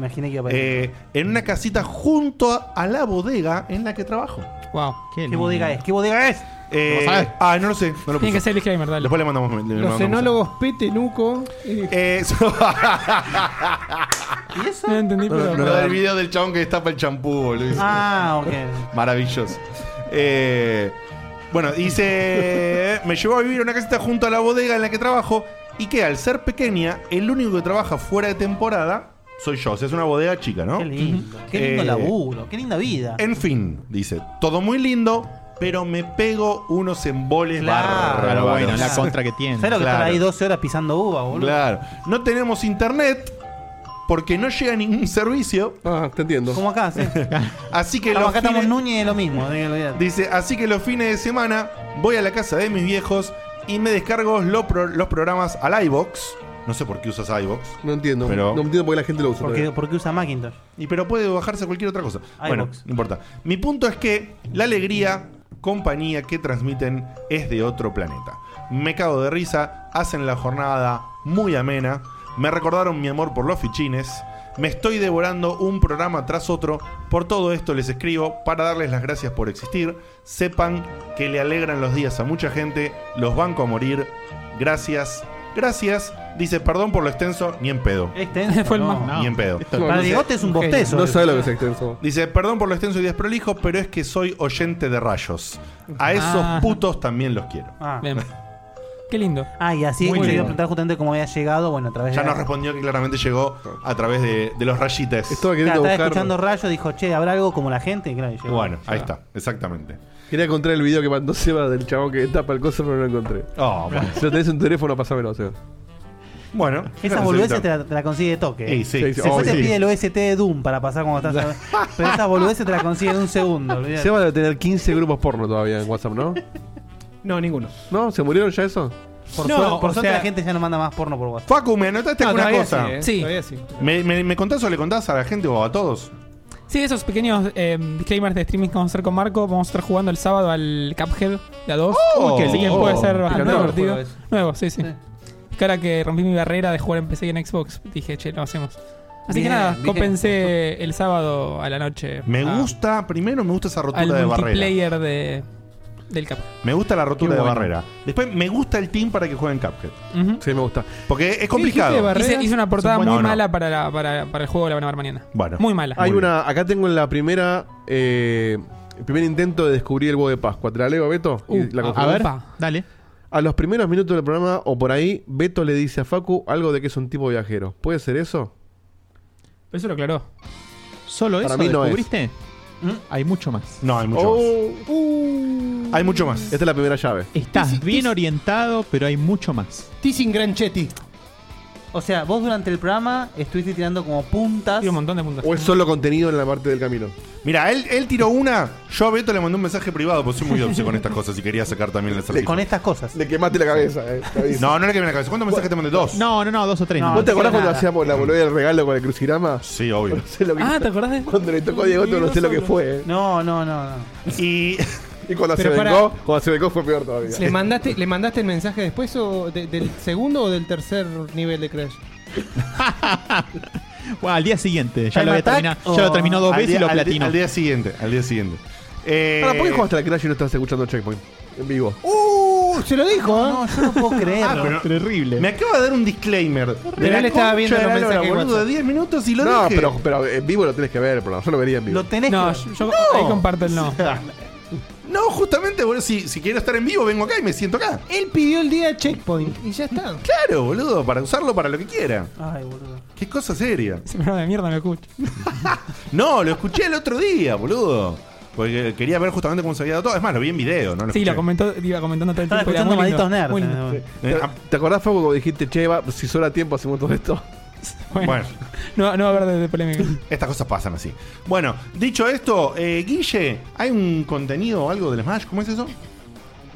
Speaker 2: eh, en una casita junto a- a la bodega en la que trabajo.
Speaker 4: Wow.
Speaker 5: ¿Qué bodega es? ¿Qué bodega es?
Speaker 2: Eh,
Speaker 4: ¿Lo sabes?
Speaker 2: ah, no lo sé. No lo
Speaker 4: Tiene
Speaker 2: puse.
Speaker 4: que ser el disclaimer, dale.
Speaker 2: Después le mandamos. le
Speaker 4: Los
Speaker 2: mandamos-
Speaker 4: enólogos
Speaker 3: Pete, Nuco.
Speaker 2: Eh, so-
Speaker 5: ¿Y eso?
Speaker 4: No entendí,
Speaker 2: No, no, no, el video del chabón que destapa el champú, boludo.
Speaker 5: Ah,
Speaker 2: Maravilloso. Eh, bueno, dice. Me llevó a vivir en una casita junto a la bodega en la que trabajo. Y que al ser pequeña, el único que trabaja fuera de temporada soy yo. O sea, es una bodega chica, ¿no? Qué
Speaker 5: lindo. Qué
Speaker 2: Eh,
Speaker 5: lindo laburo, qué linda vida.
Speaker 2: En fin, dice. Todo muy lindo, pero me pego unos emboles
Speaker 5: Claro,
Speaker 2: bárbaros.
Speaker 6: bueno, la contra que tiene.
Speaker 5: ¿Sabes lo que
Speaker 2: Claro.
Speaker 5: están ahí 12 horas pisando uva, boludo?
Speaker 2: Claro. No tenemos internet porque no llega ningún servicio.
Speaker 7: Ah, te entiendo.
Speaker 5: Como acá, sí.
Speaker 2: así que
Speaker 5: Estamos
Speaker 2: los
Speaker 5: acá estamos
Speaker 2: fines-
Speaker 5: Núñez lo mismo.
Speaker 2: Dice, así que los fines de semana voy a la casa de mis viejos y me descargo lo pro- los programas al iBox. No sé por qué usas iBox.
Speaker 7: No entiendo.
Speaker 2: Pero-
Speaker 7: No entiendo por qué la gente lo usa.
Speaker 2: Porque-
Speaker 7: todavía.
Speaker 5: Porque usa Macintosh.
Speaker 2: Y pero puede bajarse cualquier otra cosa. Bueno,
Speaker 7: iVoox.
Speaker 2: no importa. Mi punto es que la alegría, compañía que transmiten es de otro planeta. Me cago de risa, hacen la jornada muy amena, me recordaron mi amor por los fichines, me estoy devorando un programa tras otro, por todo esto les escribo para darles las gracias por existir, sepan que le alegran los días a mucha gente, los banco a morir, gracias, gracias, dice perdón por lo extenso, ni en pedo.
Speaker 5: Extenso.
Speaker 4: Fue el
Speaker 5: no.
Speaker 4: más-
Speaker 2: Ni en pedo.
Speaker 5: No, Para no sé. Diegote es un bostezo.
Speaker 7: No sabe lo que es extenso.
Speaker 2: Dice, perdón por lo extenso y desprolijo, pero es que soy oyente de rayos. A esos
Speaker 5: Ah.
Speaker 2: putos también los quiero.
Speaker 5: Ah.
Speaker 4: Qué lindo.
Speaker 5: Ah, y así
Speaker 2: Muy
Speaker 5: quería
Speaker 2: lindo.
Speaker 5: preguntar justamente cómo había llegado, bueno, a través
Speaker 2: Ya
Speaker 5: de...
Speaker 2: nos respondió que claramente llegó a través de, de los rayites.
Speaker 7: Estaba
Speaker 5: Claro, estaba escuchando Rayo, dijo, che, ¿habrá algo como la gente? Y claro, y llegó.
Speaker 2: Bueno, ahí está, exactamente.
Speaker 7: Quería encontrar el video que mandó Seba del chabón que tapa el coso, pero no lo encontré.
Speaker 2: Oh, bueno.
Speaker 7: Si lo tenés en tu teléfono, pásamelo, Seba.
Speaker 2: Bueno.
Speaker 5: Esa boludez te, la- te la consigue de toque.
Speaker 7: Sí, sí, sí,
Speaker 5: Después
Speaker 7: obvio.
Speaker 5: te pide el OST de Doom para pasar cuando estás... Pero esa boludez te la consigue en un segundo. olvidate.
Speaker 7: Seba debe tener 15 grupos porno todavía en WhatsApp, ¿no?
Speaker 3: No, ninguno.
Speaker 7: ¿No? ¿Se murieron ya eso?
Speaker 5: Por,
Speaker 3: No,
Speaker 5: suerte- por
Speaker 3: o
Speaker 5: suerte
Speaker 3: sea-
Speaker 5: la gente ya no manda más porno por WhatsApp.
Speaker 2: Facu, me anotaste
Speaker 5: No,
Speaker 2: alguna
Speaker 5: todavía
Speaker 2: cosa.
Speaker 5: sí, ¿eh? Sí. Todavía sí.
Speaker 2: ¿Me, me, me contás o le contás a la gente o a todos?
Speaker 4: Sí, esos pequeños eh, disclaimers de streaming que vamos a hacer con Marco. Vamos a estar jugando el sábado al Cuphead de A2.
Speaker 2: Oh,
Speaker 4: así que
Speaker 2: oh,
Speaker 4: puede ser
Speaker 2: picante.
Speaker 4: bastante
Speaker 2: Nuevo
Speaker 4: divertido.
Speaker 2: juego ese.
Speaker 4: Nuevo, sí, sí. Es que ahora que rompí mi barrera de jugar en PC y en Xbox, dije, che, lo hacemos. Así
Speaker 2: Bien,
Speaker 4: que nada,
Speaker 2: bien.
Speaker 4: compensé el sábado a la noche.
Speaker 2: Me
Speaker 4: a-
Speaker 2: gusta, primero me gusta esa rotura
Speaker 4: al
Speaker 2: de barrera.
Speaker 4: multiplayer de, del Cuphead.
Speaker 2: Me gusta la rotura
Speaker 4: Qué
Speaker 2: de
Speaker 4: bueno.
Speaker 2: barrera. Después me gusta el team para que jueguen Cuphead.
Speaker 7: Sí, me gusta.
Speaker 2: Porque es complicado.
Speaker 4: Hice, hice una portada
Speaker 2: No, no.
Speaker 4: muy mala para, la- para, para el juego, la van a ver mañana.
Speaker 2: Bueno.
Speaker 4: Muy mala.
Speaker 7: Hay una. Acá tengo en la primera. eh, el primer intento de descubrir el huevo de Pascua. ¿Te la leo, Beto? Y
Speaker 4: Uh,
Speaker 7: la
Speaker 4: a-
Speaker 7: confirmo.
Speaker 4: a ver, Opa.
Speaker 6: dale.
Speaker 7: A los primeros minutos del programa o por ahí, Beto le dice a Facu algo de que es un tipo viajero. ¿Puede ser eso?
Speaker 4: Pero eso lo aclaró.
Speaker 6: ¿Solo
Speaker 7: Para
Speaker 6: eso
Speaker 7: mí no
Speaker 5: ¿Mm?
Speaker 6: descubriste? Hay mucho más.
Speaker 2: No, hay
Speaker 6: mucho
Speaker 7: Oh, uh.
Speaker 2: Hay mucho más. Esta
Speaker 7: es la primera llave.
Speaker 6: Estás bien orientado, pero hay mucho más.
Speaker 5: Tissing Granchetti. O sea, vos durante el programa estuviste tirando como puntas.
Speaker 4: un montón de puntas.
Speaker 7: O es solo contenido en la parte del camino.
Speaker 2: Mira, él, él tiró una. Yo a Beto le mandé un mensaje privado, porque soy muy obse con estas cosas y quería sacar también el acertijo.
Speaker 5: Con estas cosas.
Speaker 7: Le quemaste la cabeza. eh, te aviso.
Speaker 2: No, no le quemé la cabeza. ¿Cuántos mensajes te mandé? ¿Dos?
Speaker 6: No, no, no, dos o tres.
Speaker 7: ¿Vos te acordás cuando hacíamos la boludez del regalo con el crucigrama?
Speaker 2: Sí, obvio.
Speaker 7: No sé lo que
Speaker 4: Ah, ¿te acordás de
Speaker 7: Cuando le tocó a Diego, no sé lo que fue. eh.
Speaker 5: No, no, no, no.
Speaker 2: Y,
Speaker 7: y cuando se
Speaker 3: Pero para-
Speaker 7: vengó, cuando se vengó fue peor todavía.
Speaker 3: ¿Le mandaste, ¿Le mandaste el mensaje después o de- del segundo o del tercer nivel de Crash?
Speaker 6: Bueno, al día siguiente. Ya lo,
Speaker 3: Time
Speaker 6: había
Speaker 3: Attack
Speaker 6: terminado, ya lo
Speaker 3: o-
Speaker 6: terminó dos
Speaker 2: al
Speaker 6: veces
Speaker 2: día-
Speaker 6: y lo
Speaker 2: al di-
Speaker 6: platinó.
Speaker 2: Al día siguiente, al día siguiente. Eh,
Speaker 7: Ahora, ¿por qué jugaste la Crash y no estás escuchando Checkpoint? En vivo.
Speaker 3: ¡Uh! Se lo dijo, ¿eh?
Speaker 5: No, yo no puedo
Speaker 2: Ah,
Speaker 5: creerlo.
Speaker 2: pero-
Speaker 6: Terrible.
Speaker 2: me acaba de dar un disclaimer. De
Speaker 3: Pero él estaba
Speaker 2: concha
Speaker 3: viendo
Speaker 2: de
Speaker 3: los
Speaker 2: la lora,
Speaker 3: mensajes de
Speaker 2: boludo,
Speaker 3: WhatsApp.
Speaker 2: 10 minutos y lo
Speaker 7: no,
Speaker 2: dije.
Speaker 7: pero, pero eh, en vivo lo tenés que ver, pero yo lo vería en vivo.
Speaker 5: Lo tenés
Speaker 4: No,
Speaker 5: que.
Speaker 4: yo, yo- ahí comparto el no.
Speaker 2: No, justamente, boludo, si, si quiero estar en vivo, vengo acá y me siento acá.
Speaker 3: Él pidió el día de checkpoint y ya está.
Speaker 2: Claro, boludo, para usarlo para lo que quiera.
Speaker 5: Ay, boludo.
Speaker 2: Qué cosa seria.
Speaker 4: Ese programa de mierda me escucho.
Speaker 2: No, lo escuché el otro día, boludo. Porque quería ver justamente cómo se había dado todo. Es más, lo vi en video, ¿no? Lo
Speaker 4: Sí, lo
Speaker 2: escuché.
Speaker 4: comentó, iba comentando todo el
Speaker 5: Estaba
Speaker 4: tiempo. era
Speaker 5: escuchando
Speaker 4: muy lindo,
Speaker 5: malditos nerds.
Speaker 4: muy
Speaker 5: eh,
Speaker 4: lindo.
Speaker 5: boludo.
Speaker 2: Eh, ah,
Speaker 7: ¿Te acordás, Fue cuando dijiste, che, va, si sobra tiempo hacemos todo esto?
Speaker 4: Bueno,
Speaker 2: bueno,
Speaker 4: No, no va a haber de, de polémica.
Speaker 2: estas cosas pasan así. Bueno, dicho esto, eh, Guille, ¿hay un contenido o algo del Smash? ¿Cómo es eso?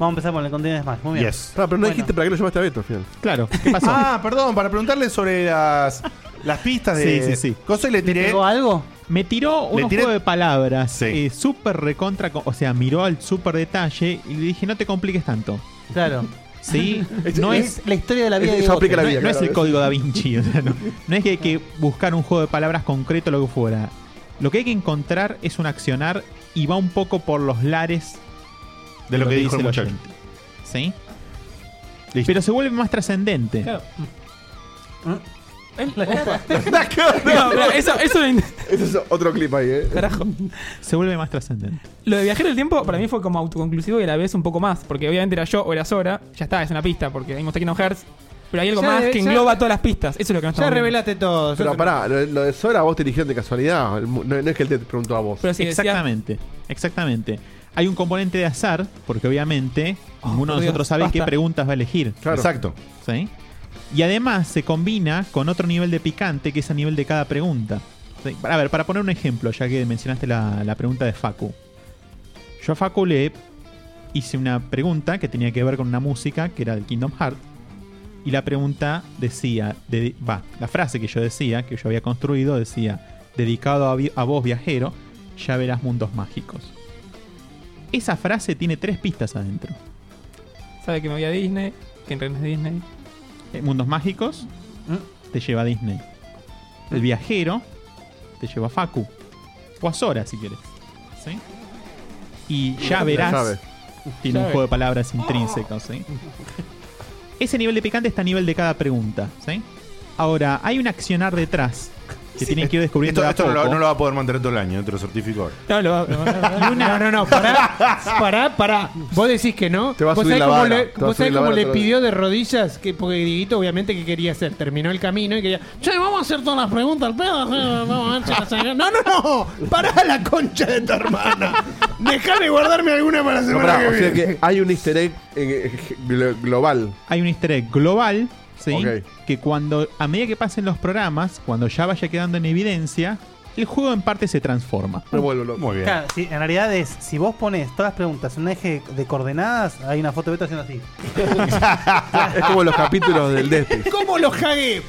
Speaker 5: Vamos a empezar con el contenido de Smash. Muy bien.
Speaker 2: Yes.
Speaker 7: Ah, pero no
Speaker 5: Bueno.
Speaker 7: dijiste para qué lo llamaste a Beto al final.
Speaker 6: Claro, ¿qué pasó?
Speaker 2: Ah, perdón, para preguntarle sobre las, las pistas de.
Speaker 6: Sí, sí, sí.
Speaker 2: Cosa y le tiré.
Speaker 5: ¿Pegó algo?
Speaker 6: Me tiró un
Speaker 2: tiré-
Speaker 6: juego de palabras.
Speaker 2: Sí.
Speaker 6: eh, súper recontra. co- O sea, miró al súper detalle y le dije, no te compliques tanto.
Speaker 5: Claro.
Speaker 6: ¿Sí? No es.
Speaker 5: la historia de la vida
Speaker 7: Eso
Speaker 5: de Diego
Speaker 7: aplica
Speaker 5: Bote.
Speaker 7: la
Speaker 6: no
Speaker 7: vida,
Speaker 6: es- no es el
Speaker 7: claro.
Speaker 6: código da Vinci. o sea, no, no es que hay que buscar un juego de palabras concreto, lo que fuera. Lo que hay que encontrar es un accionar y va un poco por los lares
Speaker 2: de lo que dijo el muchacho.
Speaker 6: oyente. ¿Sí?
Speaker 2: Listo.
Speaker 6: Pero se vuelve más trascendente.
Speaker 4: Claro. Es la cara. No, pero eso, eso lo in-
Speaker 7: Ese es otro clip ahí, ¿eh?
Speaker 4: Carajo.
Speaker 6: Se vuelve más trascendente.
Speaker 4: Lo de viajero del tiempo para mí fue como autoconclusivo y a la vez un poco más. Porque obviamente era yo o era Sora. Ya está, es una pista porque hay Monster Kingdom Hearts. Pero hay algo
Speaker 3: Ya,
Speaker 4: más que
Speaker 3: ya-
Speaker 4: engloba todas las pistas. Eso es lo que no
Speaker 3: Ya
Speaker 4: estamos viendo.
Speaker 3: revelaste todo.
Speaker 7: Pero pará, lo, lo de Sora vos te eligieron de casualidad. el mu- No, no es que él te preguntó a vos.
Speaker 4: Pero sí, decía-
Speaker 6: exactamente, exactamente. Hay un componente de azar, porque obviamente
Speaker 4: Oh,
Speaker 6: ninguno
Speaker 4: por
Speaker 6: de nosotros
Speaker 4: Dios,
Speaker 6: sabe
Speaker 4: basta.
Speaker 6: qué preguntas va a elegir.
Speaker 7: Claro.
Speaker 2: Exacto.
Speaker 6: ¿sí? Y además se combina con otro nivel de picante que es a nivel de cada pregunta. ¿sí? A ver, para poner un ejemplo, ya que mencionaste la, la pregunta de Facu. Yo a Facu le hice una pregunta que tenía que ver con una música que era del Kingdom Hearts. Y la pregunta decía, de- va, la frase que yo decía, que yo había construido, decía, dedicado a, vi- a vos viajero, ya verás mundos mágicos. Esa frase tiene tres pistas adentro.
Speaker 4: Sabe que me voy a Disney. Que entrenes Disney.
Speaker 6: Eh, Mundos Mágicos te lleva a Disney.
Speaker 2: Mm.
Speaker 6: El viajero te lleva a Facu. O a Sora, si quieres. ¿Sí? Y ya verás.
Speaker 7: sabe.
Speaker 6: Tiene
Speaker 4: Ya
Speaker 6: un
Speaker 4: ve.
Speaker 6: juego de palabras
Speaker 2: Oh.
Speaker 6: intrínsecos. ¿sí? Ese nivel de picante está a nivel de cada pregunta. ¿sí? Ahora, hay un accionar detrás que tienen que ir descubriendo.
Speaker 2: Esto,
Speaker 6: de a
Speaker 2: esto no, lo,
Speaker 6: poco.
Speaker 2: no lo va a poder mantener todo el año, ¿eh? te lo certifico ahora.
Speaker 4: No, lo va- lo
Speaker 3: Oh.
Speaker 4: va- lo va-
Speaker 3: No, no, no, pará, pará, pará. Vos decís que no.
Speaker 7: Te va a
Speaker 3: ¿Vos
Speaker 7: subir
Speaker 3: sabés
Speaker 7: la
Speaker 3: cómo
Speaker 7: vara,
Speaker 3: le,
Speaker 7: te va a
Speaker 3: vos sabés
Speaker 7: subir la
Speaker 3: cómo
Speaker 7: vara
Speaker 3: le
Speaker 7: otra vez.
Speaker 3: pidió de rodillas? Que, porque Dieguito obviamente que quería hacer. Terminó el camino y quería... Che, vamos a hacer todas las preguntas al pedo. eh, Vamos a ver, chicas, eh". No, no, no. Pará la concha de tu hermana. Déjame guardarme alguna para la
Speaker 7: No,
Speaker 3: semana
Speaker 7: pará,
Speaker 3: que
Speaker 7: o sea
Speaker 3: viene.
Speaker 7: que hay un easter egg eh, eh, glo- global.
Speaker 6: hay un easter egg global, ¿sí?
Speaker 7: Ok.
Speaker 6: Que cuando, a medida que pasen los programas, cuando ya vaya quedando en evidencia, el juego en parte se transforma.
Speaker 7: Me vuelvo loco.
Speaker 2: Muy bien.
Speaker 5: Claro, sí, en realidad es, si vos pones todas las preguntas en un eje de coordenadas, hay una foto de Beto haciendo así.
Speaker 7: es como los capítulos del Death
Speaker 3: ¿Cómo lo jagué?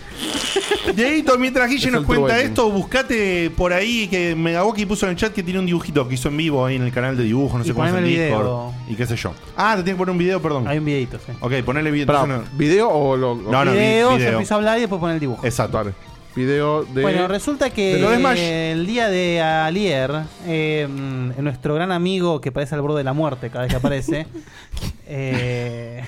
Speaker 2: Dieguito, mientras Guille
Speaker 7: Es
Speaker 2: nos
Speaker 7: un
Speaker 2: cuenta
Speaker 7: trueque.
Speaker 2: esto, buscate por ahí que Megawoki puso en el chat que tiene un dibujito que hizo en vivo ahí en el canal de dibujos, no
Speaker 5: Y
Speaker 2: sé cómo es en
Speaker 5: poneme el
Speaker 2: Discord.
Speaker 5: video.
Speaker 2: Y qué sé yo. Ah, te tiene que poner un video, perdón.
Speaker 5: Hay un videito, sí.
Speaker 2: Ok, ponele video. entonces no-
Speaker 7: ¿Video o lo.?
Speaker 2: No, no, vi-
Speaker 5: video, se
Speaker 2: video.
Speaker 5: empieza a hablar y después pone el dibujo.
Speaker 2: Exacto.
Speaker 7: Vale. Video de.
Speaker 5: Bueno, resulta que
Speaker 7: de lo de Smash.
Speaker 5: el día de Alier, eh, mm, nuestro gran amigo que parece al borde de la muerte cada vez que aparece, eh,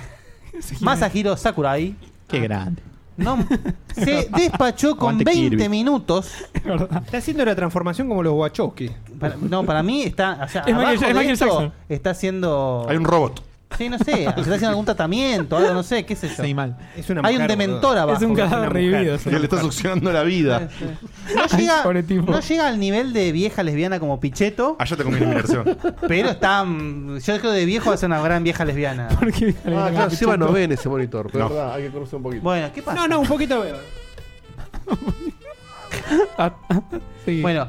Speaker 5: Masahiro Sakurai,
Speaker 6: Qué grande.
Speaker 5: no, se despachó con
Speaker 6: Aguante
Speaker 5: 20
Speaker 6: Kirby.
Speaker 5: minutos.
Speaker 3: Está haciendo la transformación como los Wachowski.
Speaker 5: Para- no, para mí está. O sea,
Speaker 4: Es Michael-
Speaker 5: abajo
Speaker 4: es
Speaker 5: de
Speaker 4: Michael
Speaker 5: esto
Speaker 4: Jackson.
Speaker 5: está haciendo.
Speaker 2: Hay un robot.
Speaker 5: Sí, no sé. Se está haciendo algún tratamiento, algo, no sé, qué sé yo.
Speaker 6: Sí, mal.
Speaker 5: Es una Hay un mujer, dementor boludo. abajo. Es una mujer. Es
Speaker 2: Que
Speaker 5: una
Speaker 2: le está
Speaker 5: mujer.
Speaker 2: succionando la vida.
Speaker 5: No llega, no llega al nivel de vieja lesbiana como Pichetto.
Speaker 2: Allá te conviene mi versión.
Speaker 5: Pero está. mm, Yo creo que de viejo va a ser una gran vieja lesbiana.
Speaker 7: Ah, claro, Seba no ve en ese monitor, pero
Speaker 5: No.
Speaker 7: es verdad, hay que conocer un poquito.
Speaker 5: Bueno, ¿qué pasa?
Speaker 3: No, no, un poquito eh, veo.
Speaker 5: Bueno,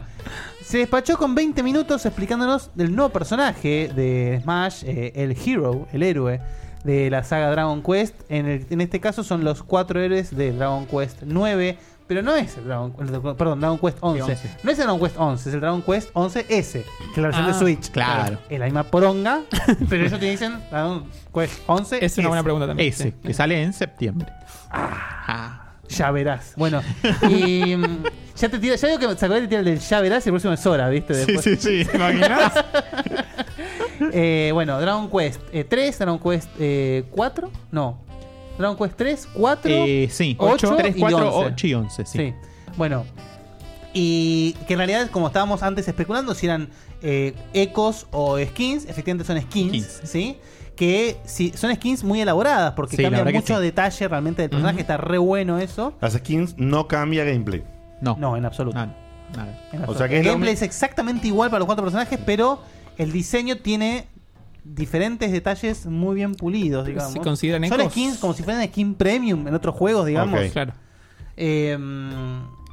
Speaker 5: se despachó con 20 minutos explicándonos del nuevo personaje de Smash, eh, el Hero, el héroe de la saga Dragon Quest. En, el- en este caso son los cuatro héroes de Dragon Quest 9, pero no es el Dragon, el- perdón, Dragon Quest 11.
Speaker 6: El 11.
Speaker 5: No es el Dragon Quest 11, es el Dragon Quest 11S, que es la versión
Speaker 6: Ah,
Speaker 5: de Switch.
Speaker 6: claro.
Speaker 5: Es la misma poronga, pero ellos te dicen Dragon Quest 11.
Speaker 6: Es una buena pregunta también. Ese,
Speaker 5: S,
Speaker 6: que sale en septiembre.
Speaker 5: Ya verás. Bueno, y mm, ya te tira, ya digo que Sakurai te tira el del ya verás y el próximo es Sora, ¿viste? Después.
Speaker 6: Sí, sí, sí. ¿Te imaginas?
Speaker 5: Eh, bueno, Dragon Quest eh, 3, Dragon Quest eh, 4, no. Dragon Quest 3, 4,
Speaker 6: Eh, sí,
Speaker 5: 8,
Speaker 6: 3, 4,
Speaker 5: 11.
Speaker 6: 8 y 11, sí.
Speaker 5: Sí. Bueno, y que en realidad, como estábamos antes especulando, si eran eh, ecos o skins, efectivamente son skins, ¿sí? Que si, son skins muy elaboradas porque
Speaker 2: Sí, la
Speaker 5: cambian
Speaker 2: verdad que
Speaker 5: mucho
Speaker 2: sí.
Speaker 5: detalle realmente del personaje, está re bueno eso.
Speaker 2: Las skins no cambia gameplay.
Speaker 6: No.
Speaker 5: No, en absoluto. En
Speaker 2: O
Speaker 5: absoluto.
Speaker 2: sea que
Speaker 5: el
Speaker 2: es lo
Speaker 5: gameplay
Speaker 2: mi-
Speaker 5: es exactamente igual para los cuatro personajes, pero el diseño tiene diferentes detalles muy bien pulidos,
Speaker 4: Pero
Speaker 5: digamos.
Speaker 4: si consideran
Speaker 5: Son
Speaker 4: ecos-
Speaker 5: skins como si fueran skin premium en otros juegos, digamos.
Speaker 4: Ok. Claro.
Speaker 5: Eh,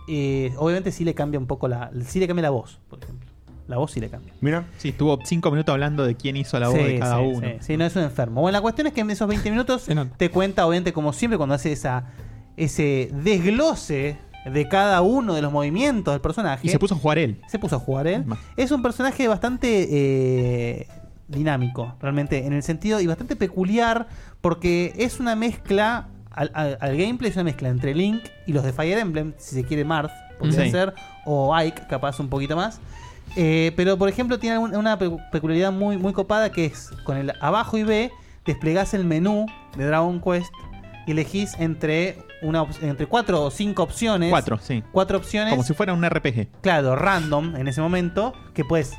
Speaker 5: eh, obviamente sí le cambia un poco la, sí le cambia la voz, por ejemplo. La voz sí le cambia.
Speaker 2: Mira.
Speaker 6: Sí, estuvo 5 minutos hablando de quién hizo la voz
Speaker 5: Sí,
Speaker 6: de cada
Speaker 5: sí,
Speaker 6: uno.
Speaker 5: Sí, sí, no es un enfermo. Bueno, la cuestión es que en esos 20 minutos te cuenta, obviamente, como siempre, cuando hace esa ese desglose de cada uno de los movimientos del personaje.
Speaker 6: Y se puso a jugar él.
Speaker 5: Se puso a jugar él. Es un personaje bastante eh, dinámico, realmente, en el sentido, y bastante peculiar, porque es una mezcla. Al, al- al gameplay es una mezcla entre Link y los de Fire Emblem, si se quiere Marth, podría
Speaker 6: Sí.
Speaker 5: ser, o Ike, capaz un poquito más. Eh, pero por ejemplo, tiene un- una pe- peculiaridad muy, muy copada que es con el abajo y B, desplegás el menú de Dragon Quest y elegís entre, una, op- entre cuatro o cinco opciones.
Speaker 6: Cuatro, sí.
Speaker 5: Cuatro opciones
Speaker 6: Como si fuera un RPG.
Speaker 5: claro, random en ese momento, que puedes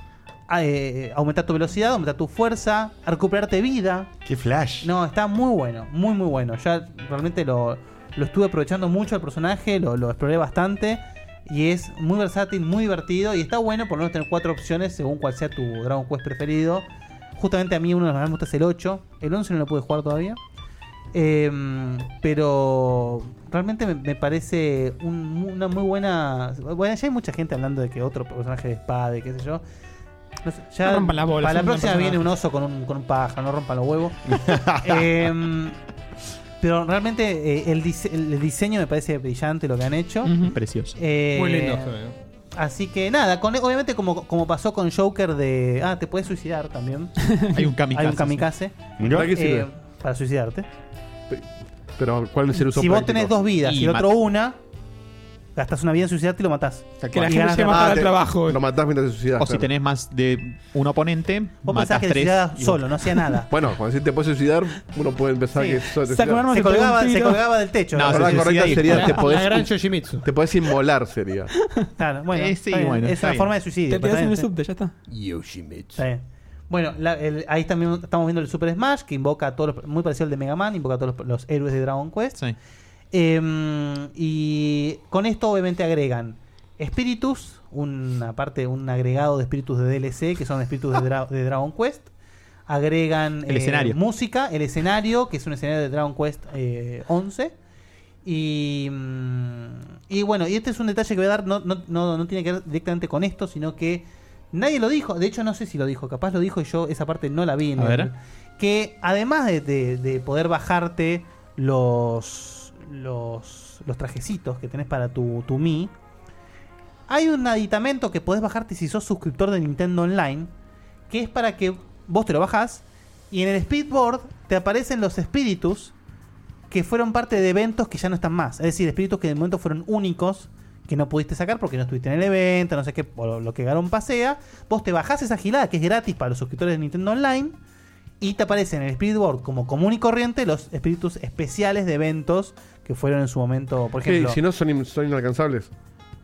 Speaker 5: eh, aumentar tu velocidad, aumentar tu fuerza, recuperarte vida.
Speaker 2: ¡Qué flash!
Speaker 5: No, está muy bueno, muy muy bueno. Ya realmente lo, lo estuve aprovechando mucho el personaje, lo, lo exploré bastante. Y es muy versátil, muy divertido. Y está bueno por lo menos tener cuatro opciones según cuál sea tu Dragon Quest preferido. Justamente a mí uno de los más me gusta es el 8. El 11 no lo pude jugar todavía. Em, pero realmente me, me parece un- una muy buena. Bueno, ya hay mucha gente hablando de que otro personaje de espada y qué sé yo. No sé, ya
Speaker 4: No rompan las bolas,
Speaker 5: Para la
Speaker 4: son
Speaker 5: próxima
Speaker 4: personajes.
Speaker 5: viene un oso con un, con un pájaro, no rompan los huevos. Em, pero realmente eh, el, dise- el diseño me parece brillante lo que han hecho.
Speaker 6: Precioso.
Speaker 5: Eh,
Speaker 6: Muy lindo.
Speaker 5: Así que nada, con- obviamente como, como pasó con Joker de... Ah, te puedes suicidar también.
Speaker 6: Hay un kamikaze,
Speaker 5: Hay un kamikaze. Eh,
Speaker 6: sí. Mirá. ¿Para qué sirve?
Speaker 5: para suicidarte.
Speaker 7: Pero, ¿cuál es el uso
Speaker 5: si vos
Speaker 7: práctico?
Speaker 5: tenés dos vidas y, el
Speaker 7: mata.
Speaker 5: otro una, gastas una vida en suicidarte y lo matás.
Speaker 7: Que la
Speaker 5: Y
Speaker 7: gente
Speaker 5: ganas
Speaker 7: se
Speaker 5: la-
Speaker 7: llama para el
Speaker 6: trabajo.
Speaker 7: Lo matás mientras te suicidas.
Speaker 6: O si tenés más de un oponente,
Speaker 5: Vos
Speaker 6: matas
Speaker 5: pensás que
Speaker 6: tres.
Speaker 5: suicidaba
Speaker 6: y-
Speaker 5: solo, no hacía nada.
Speaker 7: Bueno, cuando decís te puedes suicidar, uno puede empezar que solo te suicidas.
Speaker 5: se, colgaba, se colgaba del techo.
Speaker 7: No, la palabra correcta sería te podés,
Speaker 5: Yoshimitsu.
Speaker 7: te podés inmolar, sería.
Speaker 5: Ah, Claro, bueno,
Speaker 6: Eh, sí,
Speaker 5: está bien.
Speaker 6: bueno,
Speaker 5: es
Speaker 6: está
Speaker 5: una
Speaker 6: bien.
Speaker 5: forma de suicidio.
Speaker 6: Te tirás en el
Speaker 5: subte,
Speaker 4: ya está.
Speaker 7: Yoshimitsu.
Speaker 5: Está bien. Bueno, la- el- ahí también estamos viendo el Super Smash, que invoca a todos los, muy parecido al de Mega Man, invoca a todos los, los héroes de Dragon Quest. Eh, y con esto obviamente agregan espíritus, una parte, un agregado de espíritus de DLC, que son espíritus de, Dra- de Dragon Quest. Agregan eh,
Speaker 6: El escenario.
Speaker 5: música, el escenario, que es un escenario de Dragon Quest eh, 11. Y, mm, y bueno, y este es un detalle que voy a dar, no, no, no, no tiene que ver directamente con esto, sino que nadie lo dijo. De hecho, no sé si lo dijo, capaz lo dijo y yo esa parte no la vi. en
Speaker 6: A
Speaker 5: el-
Speaker 6: ver.
Speaker 5: Que además de, de- de poder bajarte los, los, los trajecitos que tenés para tu, tu Mi, hay un aditamento que podés bajarte si sos suscriptor de Nintendo Online, que es para que vos te lo bajás y en el speedboard te aparecen los espíritus que fueron parte de eventos que ya no están más. Es decir, espíritus que de momento fueron únicos que no pudiste sacar porque no estuviste en el evento, no sé qué, o lo- lo que Garón pasea. Vos te bajás esa gilada que es gratis para los suscriptores de Nintendo Online y te aparecen en el Spiritboard como común y corriente los espíritus especiales de eventos que fueron en su momento, por
Speaker 7: Que
Speaker 5: ejemplo.
Speaker 7: si no, son, in- son inalcanzables.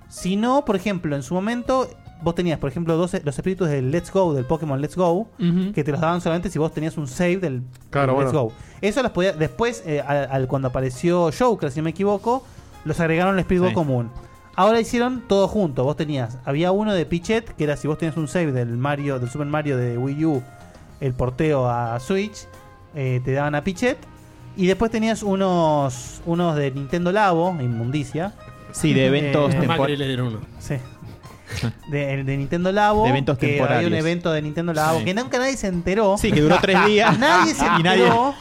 Speaker 5: Si no, por ejemplo, en su momento vos tenías, por ejemplo, 12, los espíritus del Let's Go, del Pokémon Let's Go,
Speaker 4: Ujú.
Speaker 5: que te los daban solamente si vos tenías un save del,
Speaker 7: Claro,
Speaker 5: del Let's
Speaker 7: bueno.
Speaker 5: Go. Eso los podía, después, eh, al, al- cuando apareció Joker, si no me equivoco, los agregaron al espíritu
Speaker 6: Sí.
Speaker 5: común. Ahora hicieron todo junto, vos tenías, había uno de Pichet, que era si vos tenías un save del Mario, del Super Mario de Wii U, el porteo a Switch, eh, te daban a Pichet, y después tenías unos, unos de Nintendo Labo, inmundicia.
Speaker 6: Sí, de eventos
Speaker 5: Eh,
Speaker 6: tempor-
Speaker 3: Macri le dieron uno.
Speaker 5: Sí. De, el de Nintendo Labo.
Speaker 6: De eventos
Speaker 5: que
Speaker 6: temporarios.
Speaker 5: Había un evento de Nintendo Labo
Speaker 6: Sí.
Speaker 5: que nunca nadie se enteró.
Speaker 6: Sí, que duró tres días.
Speaker 5: Nadie se
Speaker 6: Y nadie-
Speaker 5: enteró.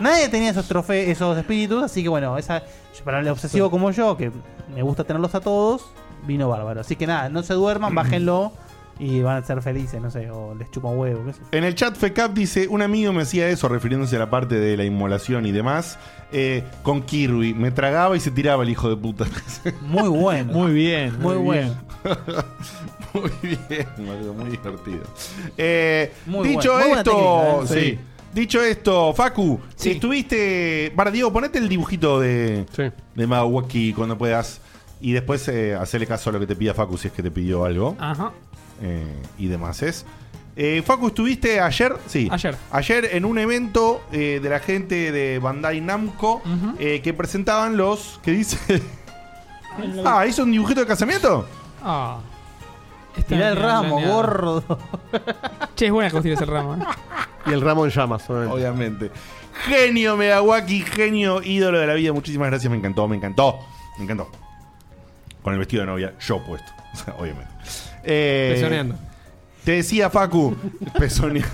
Speaker 5: Nadie tenía esos trofeos, esos espíritus, así que bueno, esa para el obsesivo como yo, que me gusta tenerlos a todos, vino bárbaro. Así que nada, no se duerman, bájenlo y van a ser felices, no sé, o les chupa un huevo, qué sé yo.
Speaker 2: En el chat FECAP dice, un amigo me hacía eso, refiriéndose a la parte de la inmolación y demás, eh, con Kirby. Me tragaba y se tiraba el hijo de puta.
Speaker 5: Muy bueno.
Speaker 6: Muy bien.
Speaker 5: Muy bueno.
Speaker 2: muy bien, boludo, muy divertido. Eh,
Speaker 5: Muy
Speaker 2: dicho
Speaker 5: bueno, muy buena
Speaker 2: esto,
Speaker 5: técnica, ¿eh?
Speaker 2: sí.
Speaker 5: Sí.
Speaker 2: Dicho esto, Facu, si
Speaker 4: Sí.
Speaker 2: estuviste... Para Diego, ponete el dibujito de, de Mawaki cuando puedas. Y después eh, hacerle caso a lo que te pida Facu si es que te pidió algo.
Speaker 5: Ah,
Speaker 4: Ajá.
Speaker 2: eh, y demás es. Eh, Facu, ¿estuviste ayer? Sí.
Speaker 4: Ayer.
Speaker 2: Ayer en un evento eh, de la gente de Bandai Namco
Speaker 4: Ujú.
Speaker 2: eh, que presentaban los. que dice? ah, ¿hizo un dibujito de casamiento?
Speaker 4: Ah. Está
Speaker 5: Tirá el
Speaker 4: bien
Speaker 5: ramo,
Speaker 4: planeado.
Speaker 5: Oh, gordo.
Speaker 4: Che, es buena que vos tires el ramo, eh.
Speaker 7: Y el ramo en llamas, obviamente.
Speaker 2: Obviamente. Genio Megawaki, genio ídolo de la vida. Muchísimas gracias, me encantó, me encantó. Me encantó. Con el vestido de novia, yo puesto. O sea, obviamente. Eh,
Speaker 3: Pezoneando.
Speaker 2: Te decía Facu, pezoneando.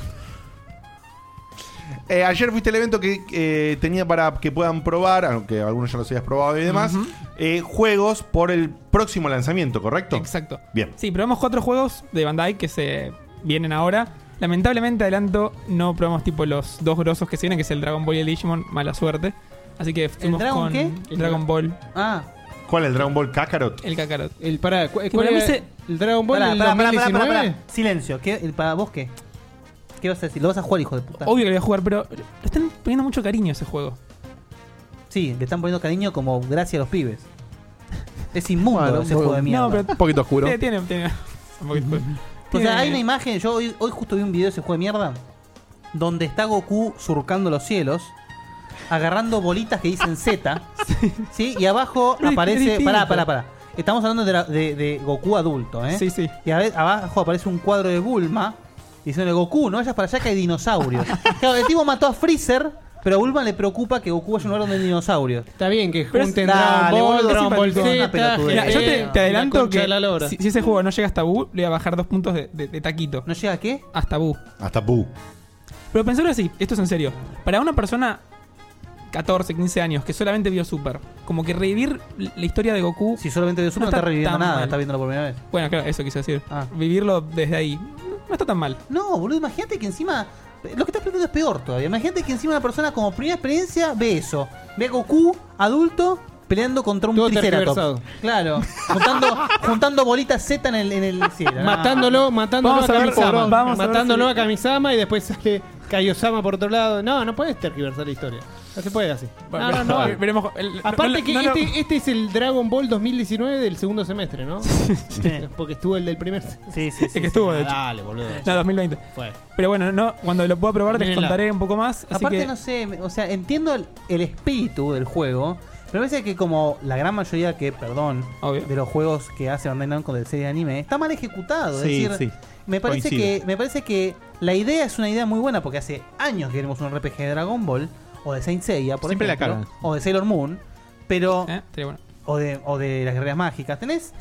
Speaker 2: Eh, ayer fuiste el evento que eh, tenía para que puedan probar, aunque algunos ya los hayas probado y demás, eh, juegos por el próximo lanzamiento, ¿correcto?
Speaker 4: Exacto.
Speaker 2: Bien.
Speaker 4: Sí, probamos cuatro juegos de Bandai que se vienen ahora. Lamentablemente, adelanto, no probamos tipo los dos grosos que se vienen, que es el Dragon Ball y el Digimon, mala suerte. Así que fuimos
Speaker 5: Dragon
Speaker 4: con
Speaker 5: qué?
Speaker 4: el Dragon Ball,
Speaker 5: Ah,
Speaker 2: ¿Cuál el Dragon Ball Kakarot?
Speaker 4: el Kakarot.
Speaker 3: El, pará, ¿cu-
Speaker 4: Que
Speaker 3: Eh, ¿cuál
Speaker 4: para mí
Speaker 3: era
Speaker 4: se-
Speaker 3: el Dragon Ball
Speaker 5: pará,
Speaker 3: del
Speaker 5: pará, pará, pará,
Speaker 3: 2019?
Speaker 5: pará, pará. Silencio, ¿qué, el- ¿para vos qué? ¿Qué vas a decir? ¿Lo vas a jugar, hijo de puta?
Speaker 4: Obvio que lo voy a jugar, pero le están poniendo mucho cariño a ese juego.
Speaker 5: Sí, le están poniendo cariño como gracias a los pibes. Es inmundo
Speaker 7: Bueno,
Speaker 5: ese juego de mierda.
Speaker 4: No, pero
Speaker 7: Un poquito oscuro.
Speaker 4: tiene, tiene, tiene- un poquito-
Speaker 5: O sea,
Speaker 4: tiene-
Speaker 5: hay una imagen, yo hoy, hoy justo vi un video de ese juego de mierda, donde está Goku surcando los cielos, agarrando bolitas que dicen Z, ¿sí? Y abajo
Speaker 4: Pero es
Speaker 5: aparece...
Speaker 4: distinto.
Speaker 5: Pará, pará, pará. Estamos hablando de, la- de- de Goku adulto, ¿eh?
Speaker 4: Sí, sí.
Speaker 5: Y a ver, abajo aparece un cuadro de Bulma diciéndole Goku, no vayas para allá que hay dinosaurios. claro, el tipo mató a Freezer, pero a Bulma le preocupa que Goku vaya a un lugar donde hay dinosaurios.
Speaker 3: Está bien que
Speaker 4: Pero es-
Speaker 3: junten
Speaker 5: Dale,
Speaker 3: Dragon Ball,
Speaker 5: boludo,
Speaker 3: Dragon Ball
Speaker 5: es una
Speaker 3: Z,
Speaker 5: pelotudez. Eh,
Speaker 4: Mira, yo te,
Speaker 3: GTA,
Speaker 4: te adelanto
Speaker 3: la concha
Speaker 4: que
Speaker 3: de la lora.
Speaker 4: si, si ese juego no llega hasta Bu, le voy a bajar dos puntos de, de- de taquito.
Speaker 5: ¿No llega a qué?
Speaker 4: Hasta Bu.
Speaker 2: Hasta Buu.
Speaker 4: Pero pensarlo así, esto es en serio. Para una persona 14, 15 años que solamente vio Super, como que revivir la historia de Goku.
Speaker 5: Si solamente veo
Speaker 4: No
Speaker 5: Super, no está,
Speaker 4: está
Speaker 5: reviviendo
Speaker 4: tan
Speaker 5: nada,
Speaker 4: mal.
Speaker 5: está viéndolo por primera vez.
Speaker 4: Bueno, claro, eso quise decir.
Speaker 5: Ah.
Speaker 4: Vivirlo desde ahí. No está tan mal.
Speaker 5: No, boludo, imagínate que encima. Lo que estás planteando es peor todavía. Imagínate que encima una persona como primera experiencia ve eso. Ve a Goku, adulto, peleando contra un
Speaker 3: Todo
Speaker 5: triceratops.
Speaker 3: tergiversado.
Speaker 5: Claro. Juntando, juntando bolitas Z en el, en el cielo.
Speaker 3: Matándolo, matándolo
Speaker 4: Vamos
Speaker 3: a
Speaker 4: a ver,
Speaker 3: Kamisama.
Speaker 4: pobrón, vamos a ver
Speaker 3: matándolo
Speaker 4: si-
Speaker 3: a Kamisama y después sale Kaiosama por otro lado. No, no puedes tergiversar la historia. No se puede así. No, no, no.
Speaker 4: Ve- Veremos. el-
Speaker 3: Aparte
Speaker 4: no-
Speaker 3: que
Speaker 4: no- no-
Speaker 3: este, este es el Dragon Ball 2019 del segundo semestre, ¿no? Este, Porque estuvo el del primer
Speaker 5: Sí,
Speaker 3: semestre.
Speaker 5: sí,
Speaker 4: el que estuvo, de hecho.
Speaker 3: Dale, boludo.
Speaker 4: No, 2020.
Speaker 3: Fue.
Speaker 4: Pero bueno, no, cuando lo pueda probar les
Speaker 3: Mírenla.
Speaker 4: contaré un poco más. Así
Speaker 5: Aparte,
Speaker 4: que
Speaker 5: no sé, me- o sea, entiendo el, el espíritu del juego, pero me parece que como la gran mayoría que, perdón,
Speaker 4: Obvio.
Speaker 5: de los juegos que hace Bandai Namco de serie de anime, está mal ejecutado.
Speaker 6: Sí,
Speaker 5: es decir,
Speaker 6: sí.
Speaker 5: me parece
Speaker 6: Coincido.
Speaker 5: que me parece que la idea es una idea muy buena porque hace años que queremos un RPG de Dragon Ball o de Saint Seiya, por
Speaker 6: Siempre la
Speaker 5: ejemplo,
Speaker 6: cagan.
Speaker 5: o de Sailor Moon, pero
Speaker 4: Eh, estaría bueno.
Speaker 5: o de o de las guerreras mágicas, tenés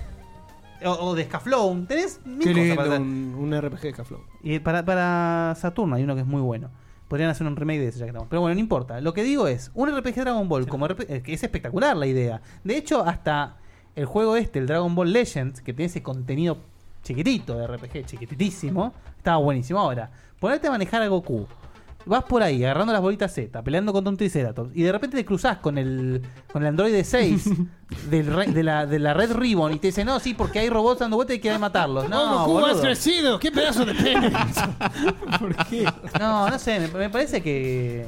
Speaker 5: o, o de Scaflown, tenés mil cosas para hacer.
Speaker 3: un, un RPG de Caflow.
Speaker 5: Y para, para Saturno hay uno que es muy bueno. Podrían hacer un remake de ese, ya que estamos. Pero bueno, no importa. Lo que digo es, un RPG de Dragon Ball, como RP-, eh, que es espectacular la idea. De hecho, hasta el juego este, el Dragon Ball Legends, que tiene ese contenido chiquitito de RPG, chiquititísimo, estaba buenísimo. Ahora, ponerte a manejar a Goku. Vas por ahí, agarrando las bolitas Z, peleando contra un Triceratops, y de repente te cruzás con el, con el androide 6 del re- de, la, de la red Ribbon, y te dice, no, sí, porque hay robots dando vueltas y querés matarlos. No,
Speaker 3: Goku has
Speaker 5: boludo.
Speaker 3: crecido! ¡Qué pedazo de pene!
Speaker 5: No, no sé, me, me parece que.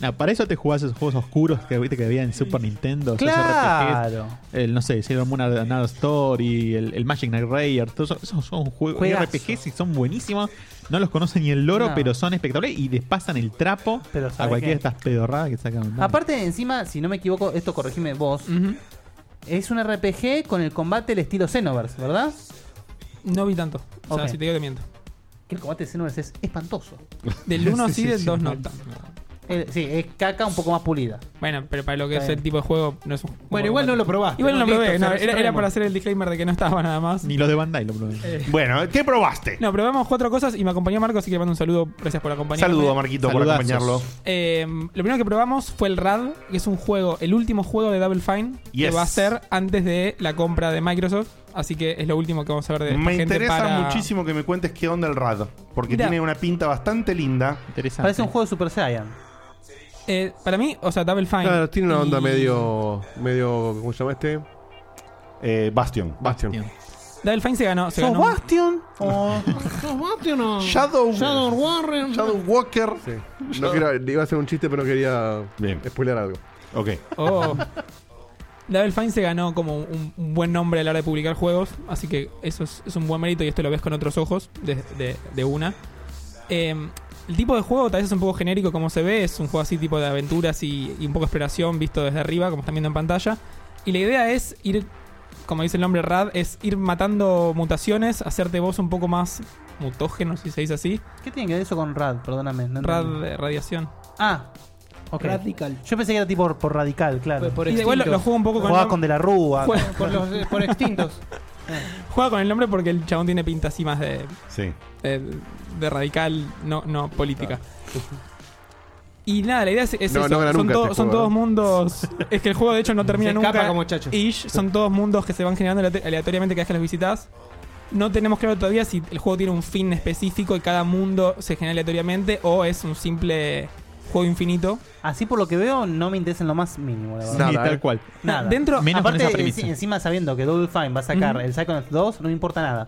Speaker 6: Ah, para eso te jugás esos juegos oscuros que viste que había en Super Nintendo. esos
Speaker 5: Claro.
Speaker 6: RPGs, El, no sé, Sailor Moon Another Story, el, el Magic Knight Rayer, todos esos- esos son juegos
Speaker 5: Juegazo.
Speaker 6: RPGs y son buenísimos. No los conoce ni el loro,
Speaker 5: No.
Speaker 6: pero son espectaculares y les pasan el trapo
Speaker 5: Pero
Speaker 6: a
Speaker 5: ¿sabes
Speaker 6: cualquiera de
Speaker 5: qué?
Speaker 6: estas pedorradas que sacan.
Speaker 5: Aparte, encima, si no me equivoco, esto corregime vos. Es un RPG con el combate del estilo Xenoverse, ¿verdad?
Speaker 4: No vi tanto. O sea,
Speaker 5: Ok.
Speaker 4: si te digo, te miento.
Speaker 5: Que el combate de Xenoverse es espantoso.
Speaker 4: Del 1 sí, del 2 no.
Speaker 5: mal. Eh, sí, es caca un poco más pulida.
Speaker 4: Bueno, pero para lo que
Speaker 5: Está
Speaker 4: es
Speaker 5: bien.
Speaker 4: el tipo de juego, no es un
Speaker 5: Bueno, igual no lo probaste.
Speaker 4: Igual no lo
Speaker 5: Listo,
Speaker 4: probé. no,
Speaker 5: cer-
Speaker 4: era, era
Speaker 5: cerremos.
Speaker 4: para hacer el disclaimer de que no estaba nada más.
Speaker 6: Ni los de Bandai lo probé.
Speaker 2: Bueno, ¿qué probaste?
Speaker 4: No, probamos cuatro cosas y me acompañó Marco, así que le mando un saludo. Gracias por acompañarme.
Speaker 2: Saludo a Marquito por
Speaker 6: Saludazos.
Speaker 2: acompañarlo.
Speaker 4: Eh, lo primero que probamos fue el RAD, que es un juego, el último juego de Double Fine que
Speaker 2: Yes.
Speaker 4: va a ser antes de la compra de Microsoft. Así que es lo último que vamos a ver de esta
Speaker 2: Me
Speaker 4: gente
Speaker 2: interesa
Speaker 4: para-
Speaker 2: muchísimo que me cuentes qué onda el RAD, porque
Speaker 4: Mirá.
Speaker 2: tiene una pinta bastante linda.
Speaker 6: Interesante.
Speaker 5: Parece un juego de Super Saiyan.
Speaker 4: Eh, para mí, o sea, Double Fine.
Speaker 7: Claro, tiene una onda
Speaker 4: y-
Speaker 7: medio. medio ¿Cómo se llama este?
Speaker 2: Eh, Bastion.
Speaker 7: Bastion.
Speaker 4: Double Fine se ganó. Se
Speaker 5: ¿Sos
Speaker 4: ganó un-
Speaker 5: Bastion? O-
Speaker 3: ¿Sos Basti o no?
Speaker 2: Shadow,
Speaker 3: Shadow Warren.
Speaker 2: Shadow Walker.
Speaker 7: Sí. No quiero- iba a hacer un chiste, pero no quería
Speaker 2: Bien.
Speaker 7: spoiler algo.
Speaker 2: Ok.
Speaker 4: Oh. Double Fine se ganó como un, un buen nombre a la hora de publicar juegos, así que eso es, es un buen mérito y esto lo ves con otros ojos de, de- de una. Eh, el tipo de juego tal vez es un poco genérico como se ve, es un juego así tipo de aventuras y, y un poco de exploración visto desde arriba, como están viendo en pantalla. Y la idea es ir, como dice el nombre Rad, es ir matando mutaciones, hacerte vos un poco más mutógeno, si se dice así.
Speaker 5: ¿Qué tiene que ver eso con Rad? Perdóname. no
Speaker 4: Rad,
Speaker 5: entendí.
Speaker 4: eh, radiación.
Speaker 5: Ah, ok.
Speaker 3: Radical.
Speaker 5: Yo pensé que era tipo por radical, claro.
Speaker 3: Por- por
Speaker 4: Y igual lo,
Speaker 3: extintos.
Speaker 4: lo juego un poco con...
Speaker 5: Jugaba
Speaker 4: el-
Speaker 5: con De la Rúa.
Speaker 4: Jue-
Speaker 3: Por, los, eh, por extintos.
Speaker 4: juega con el nombre porque el chabón tiene pinta así más de...
Speaker 2: Sí.
Speaker 4: eh, de radical, no, no política. Y nada, la idea es, es
Speaker 7: No,
Speaker 4: eso.
Speaker 7: no gana
Speaker 4: son,
Speaker 7: nunca
Speaker 4: to-
Speaker 7: este
Speaker 4: son
Speaker 7: juego,
Speaker 4: todos
Speaker 7: ¿no?
Speaker 4: mundos. Es que el juego de hecho no termina
Speaker 3: Se escapa
Speaker 4: nunca.
Speaker 3: como chacho.
Speaker 4: Ish, son todos mundos que se van generando aleator- aleatoriamente cada vez que los visitas. No tenemos claro todavía si el juego tiene un fin específico y cada mundo se genera aleatoriamente o es un simple juego infinito.
Speaker 5: Así por lo que veo, no me interesa en lo más mínimo, la
Speaker 6: Sí,
Speaker 5: verdad.
Speaker 7: Nada,
Speaker 6: tal
Speaker 7: eh.
Speaker 6: cual.
Speaker 5: Nada.
Speaker 4: Dentro-
Speaker 6: Menos con
Speaker 5: Aparte,
Speaker 6: esa premisa.
Speaker 5: enci- encima sabiendo que Double Fine va a sacar
Speaker 4: Ujú.
Speaker 5: el Psychonauts 2, no me importa nada.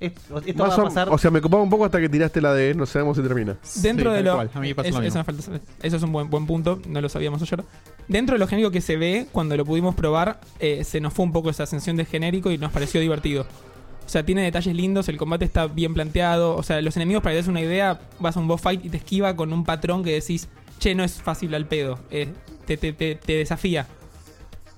Speaker 5: Esto, esto va
Speaker 7: Más
Speaker 5: a
Speaker 7: o-
Speaker 5: pasar.
Speaker 7: O sea, me copaba un poco hasta que tiraste la de no sabemos si termina.
Speaker 4: Dentro
Speaker 6: Sí,
Speaker 4: de
Speaker 6: tal
Speaker 4: lo.
Speaker 6: cual. A mí me pasó
Speaker 4: es-
Speaker 6: lo mismo.
Speaker 4: eso, me falta saber. Eso es un buen, buen punto, no lo sabíamos ayer. Dentro de lo genérico que se ve, cuando lo pudimos probar, eh, se nos fue un poco esa ascensión de genérico y nos pareció divertido. O sea, tiene detalles lindos, el combate está bien planteado. O sea, los enemigos, para que te des una idea, vas a un boss fight y te esquiva con un patrón que decís, che, no es fácil al pedo. eh, te, te- te- te desafía.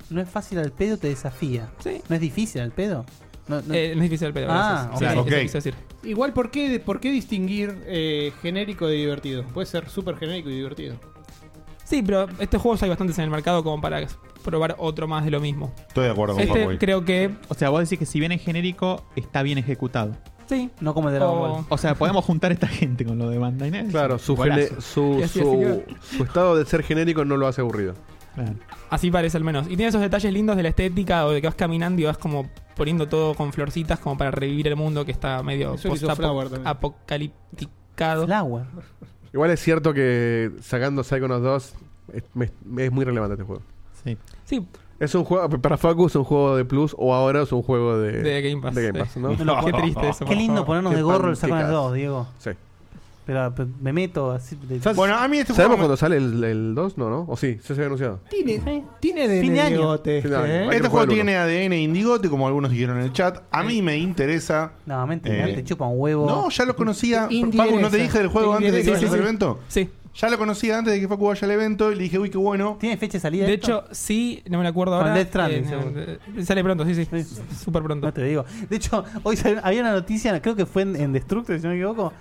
Speaker 5: No es fácil al pedo, te desafía.
Speaker 4: Sí.
Speaker 5: No es difícil al pedo. No, no-
Speaker 4: Eh, no es difícil al pedo.
Speaker 5: Ah,
Speaker 4: gracias.
Speaker 2: ok.
Speaker 4: Sí, sí, eso
Speaker 2: Ok.
Speaker 4: quise decir.
Speaker 3: Igual, ¿por qué, por qué distinguir eh, genérico de divertido? Puede ser súper genérico y divertido.
Speaker 4: Sí, pero estos juegos hay bastantes en el mercado como para probar otro más de lo mismo.
Speaker 2: Estoy de acuerdo con
Speaker 4: Este
Speaker 2: Fanboy.
Speaker 4: creo que.
Speaker 6: O sea, vos decís que si bien es genérico, está bien ejecutado.
Speaker 4: Sí.
Speaker 5: no como el Dragon
Speaker 4: O-
Speaker 5: Ball.
Speaker 6: O sea, podemos juntar a esta gente con lo de Bandai. ¿no?
Speaker 7: Claro, su,
Speaker 6: Golazo.
Speaker 7: gene- su,
Speaker 4: Y así,
Speaker 7: su, su estado de ser genérico no lo hace aburrido.
Speaker 6: Claro.
Speaker 4: Así parece al menos. Y tiene esos detalles lindos de la estética o de que vas caminando y vas como poniendo todo con florcitas como para revivir el mundo que está medio
Speaker 3: Eso lo hizo Flower también.
Speaker 4: apocalípticado.
Speaker 5: Flower.
Speaker 7: Igual es cierto que sacando Psychonauts 2 es, me- me es muy relevante este juego.
Speaker 6: Sí.
Speaker 4: Sí,
Speaker 7: Es un juego, para Facu es un juego de Plus o ahora es un juego de,
Speaker 4: de Game Pass.
Speaker 7: de Game
Speaker 4: sí.
Speaker 7: Pass, ¿no?
Speaker 5: No,
Speaker 4: Qué triste eso.
Speaker 5: Qué
Speaker 4: por
Speaker 5: lindo
Speaker 4: favor.
Speaker 5: ponernos
Speaker 7: Qué
Speaker 5: de gorro el Psychonauts
Speaker 7: panquecas.
Speaker 5: 2, Diego.
Speaker 7: Sí.
Speaker 5: Pero pero me meto así. de-
Speaker 7: ¿Sabes-
Speaker 2: Bueno, a mí este
Speaker 7: ¿Sabemos
Speaker 2: juego.
Speaker 7: cuándo sale el, el 2? No, ¿no? ¿O sí? ¿Se se ha anunciado?
Speaker 3: Tiene, tiene de
Speaker 5: Fin de año.
Speaker 3: negote
Speaker 7: Fin de año.
Speaker 3: este, ¿eh?
Speaker 7: Hay que
Speaker 2: Este juego
Speaker 7: jugar uno.
Speaker 2: tiene ADN indigote, como algunos dijeron en el chat. A mí me interesa.
Speaker 5: No, mentira,
Speaker 2: Eh,
Speaker 5: te chupa un huevo.
Speaker 2: No, ya lo conocía.
Speaker 3: Indie
Speaker 2: Facu, ¿no
Speaker 3: interesa.
Speaker 2: te dije del juego
Speaker 3: Indie
Speaker 2: antes de que
Speaker 3: interesa.
Speaker 2: vayas al
Speaker 3: Sí, sí,
Speaker 2: evento?
Speaker 4: Sí.
Speaker 2: Ya lo conocía antes de que Facu vaya al evento y le dije, uy, qué bueno.
Speaker 5: ¿Tiene fecha de salida?
Speaker 4: De hecho,
Speaker 5: esto?
Speaker 4: sí, no me lo acuerdo
Speaker 5: Con
Speaker 4: ahora. Eh,
Speaker 5: Death Stranding,
Speaker 4: no, sale pronto, sí, sí.
Speaker 5: Sí.
Speaker 4: Súper pronto.
Speaker 5: No te digo. De hecho, hoy salió- había una noticia, creo que fue en, en Destructor, si no me equivoco.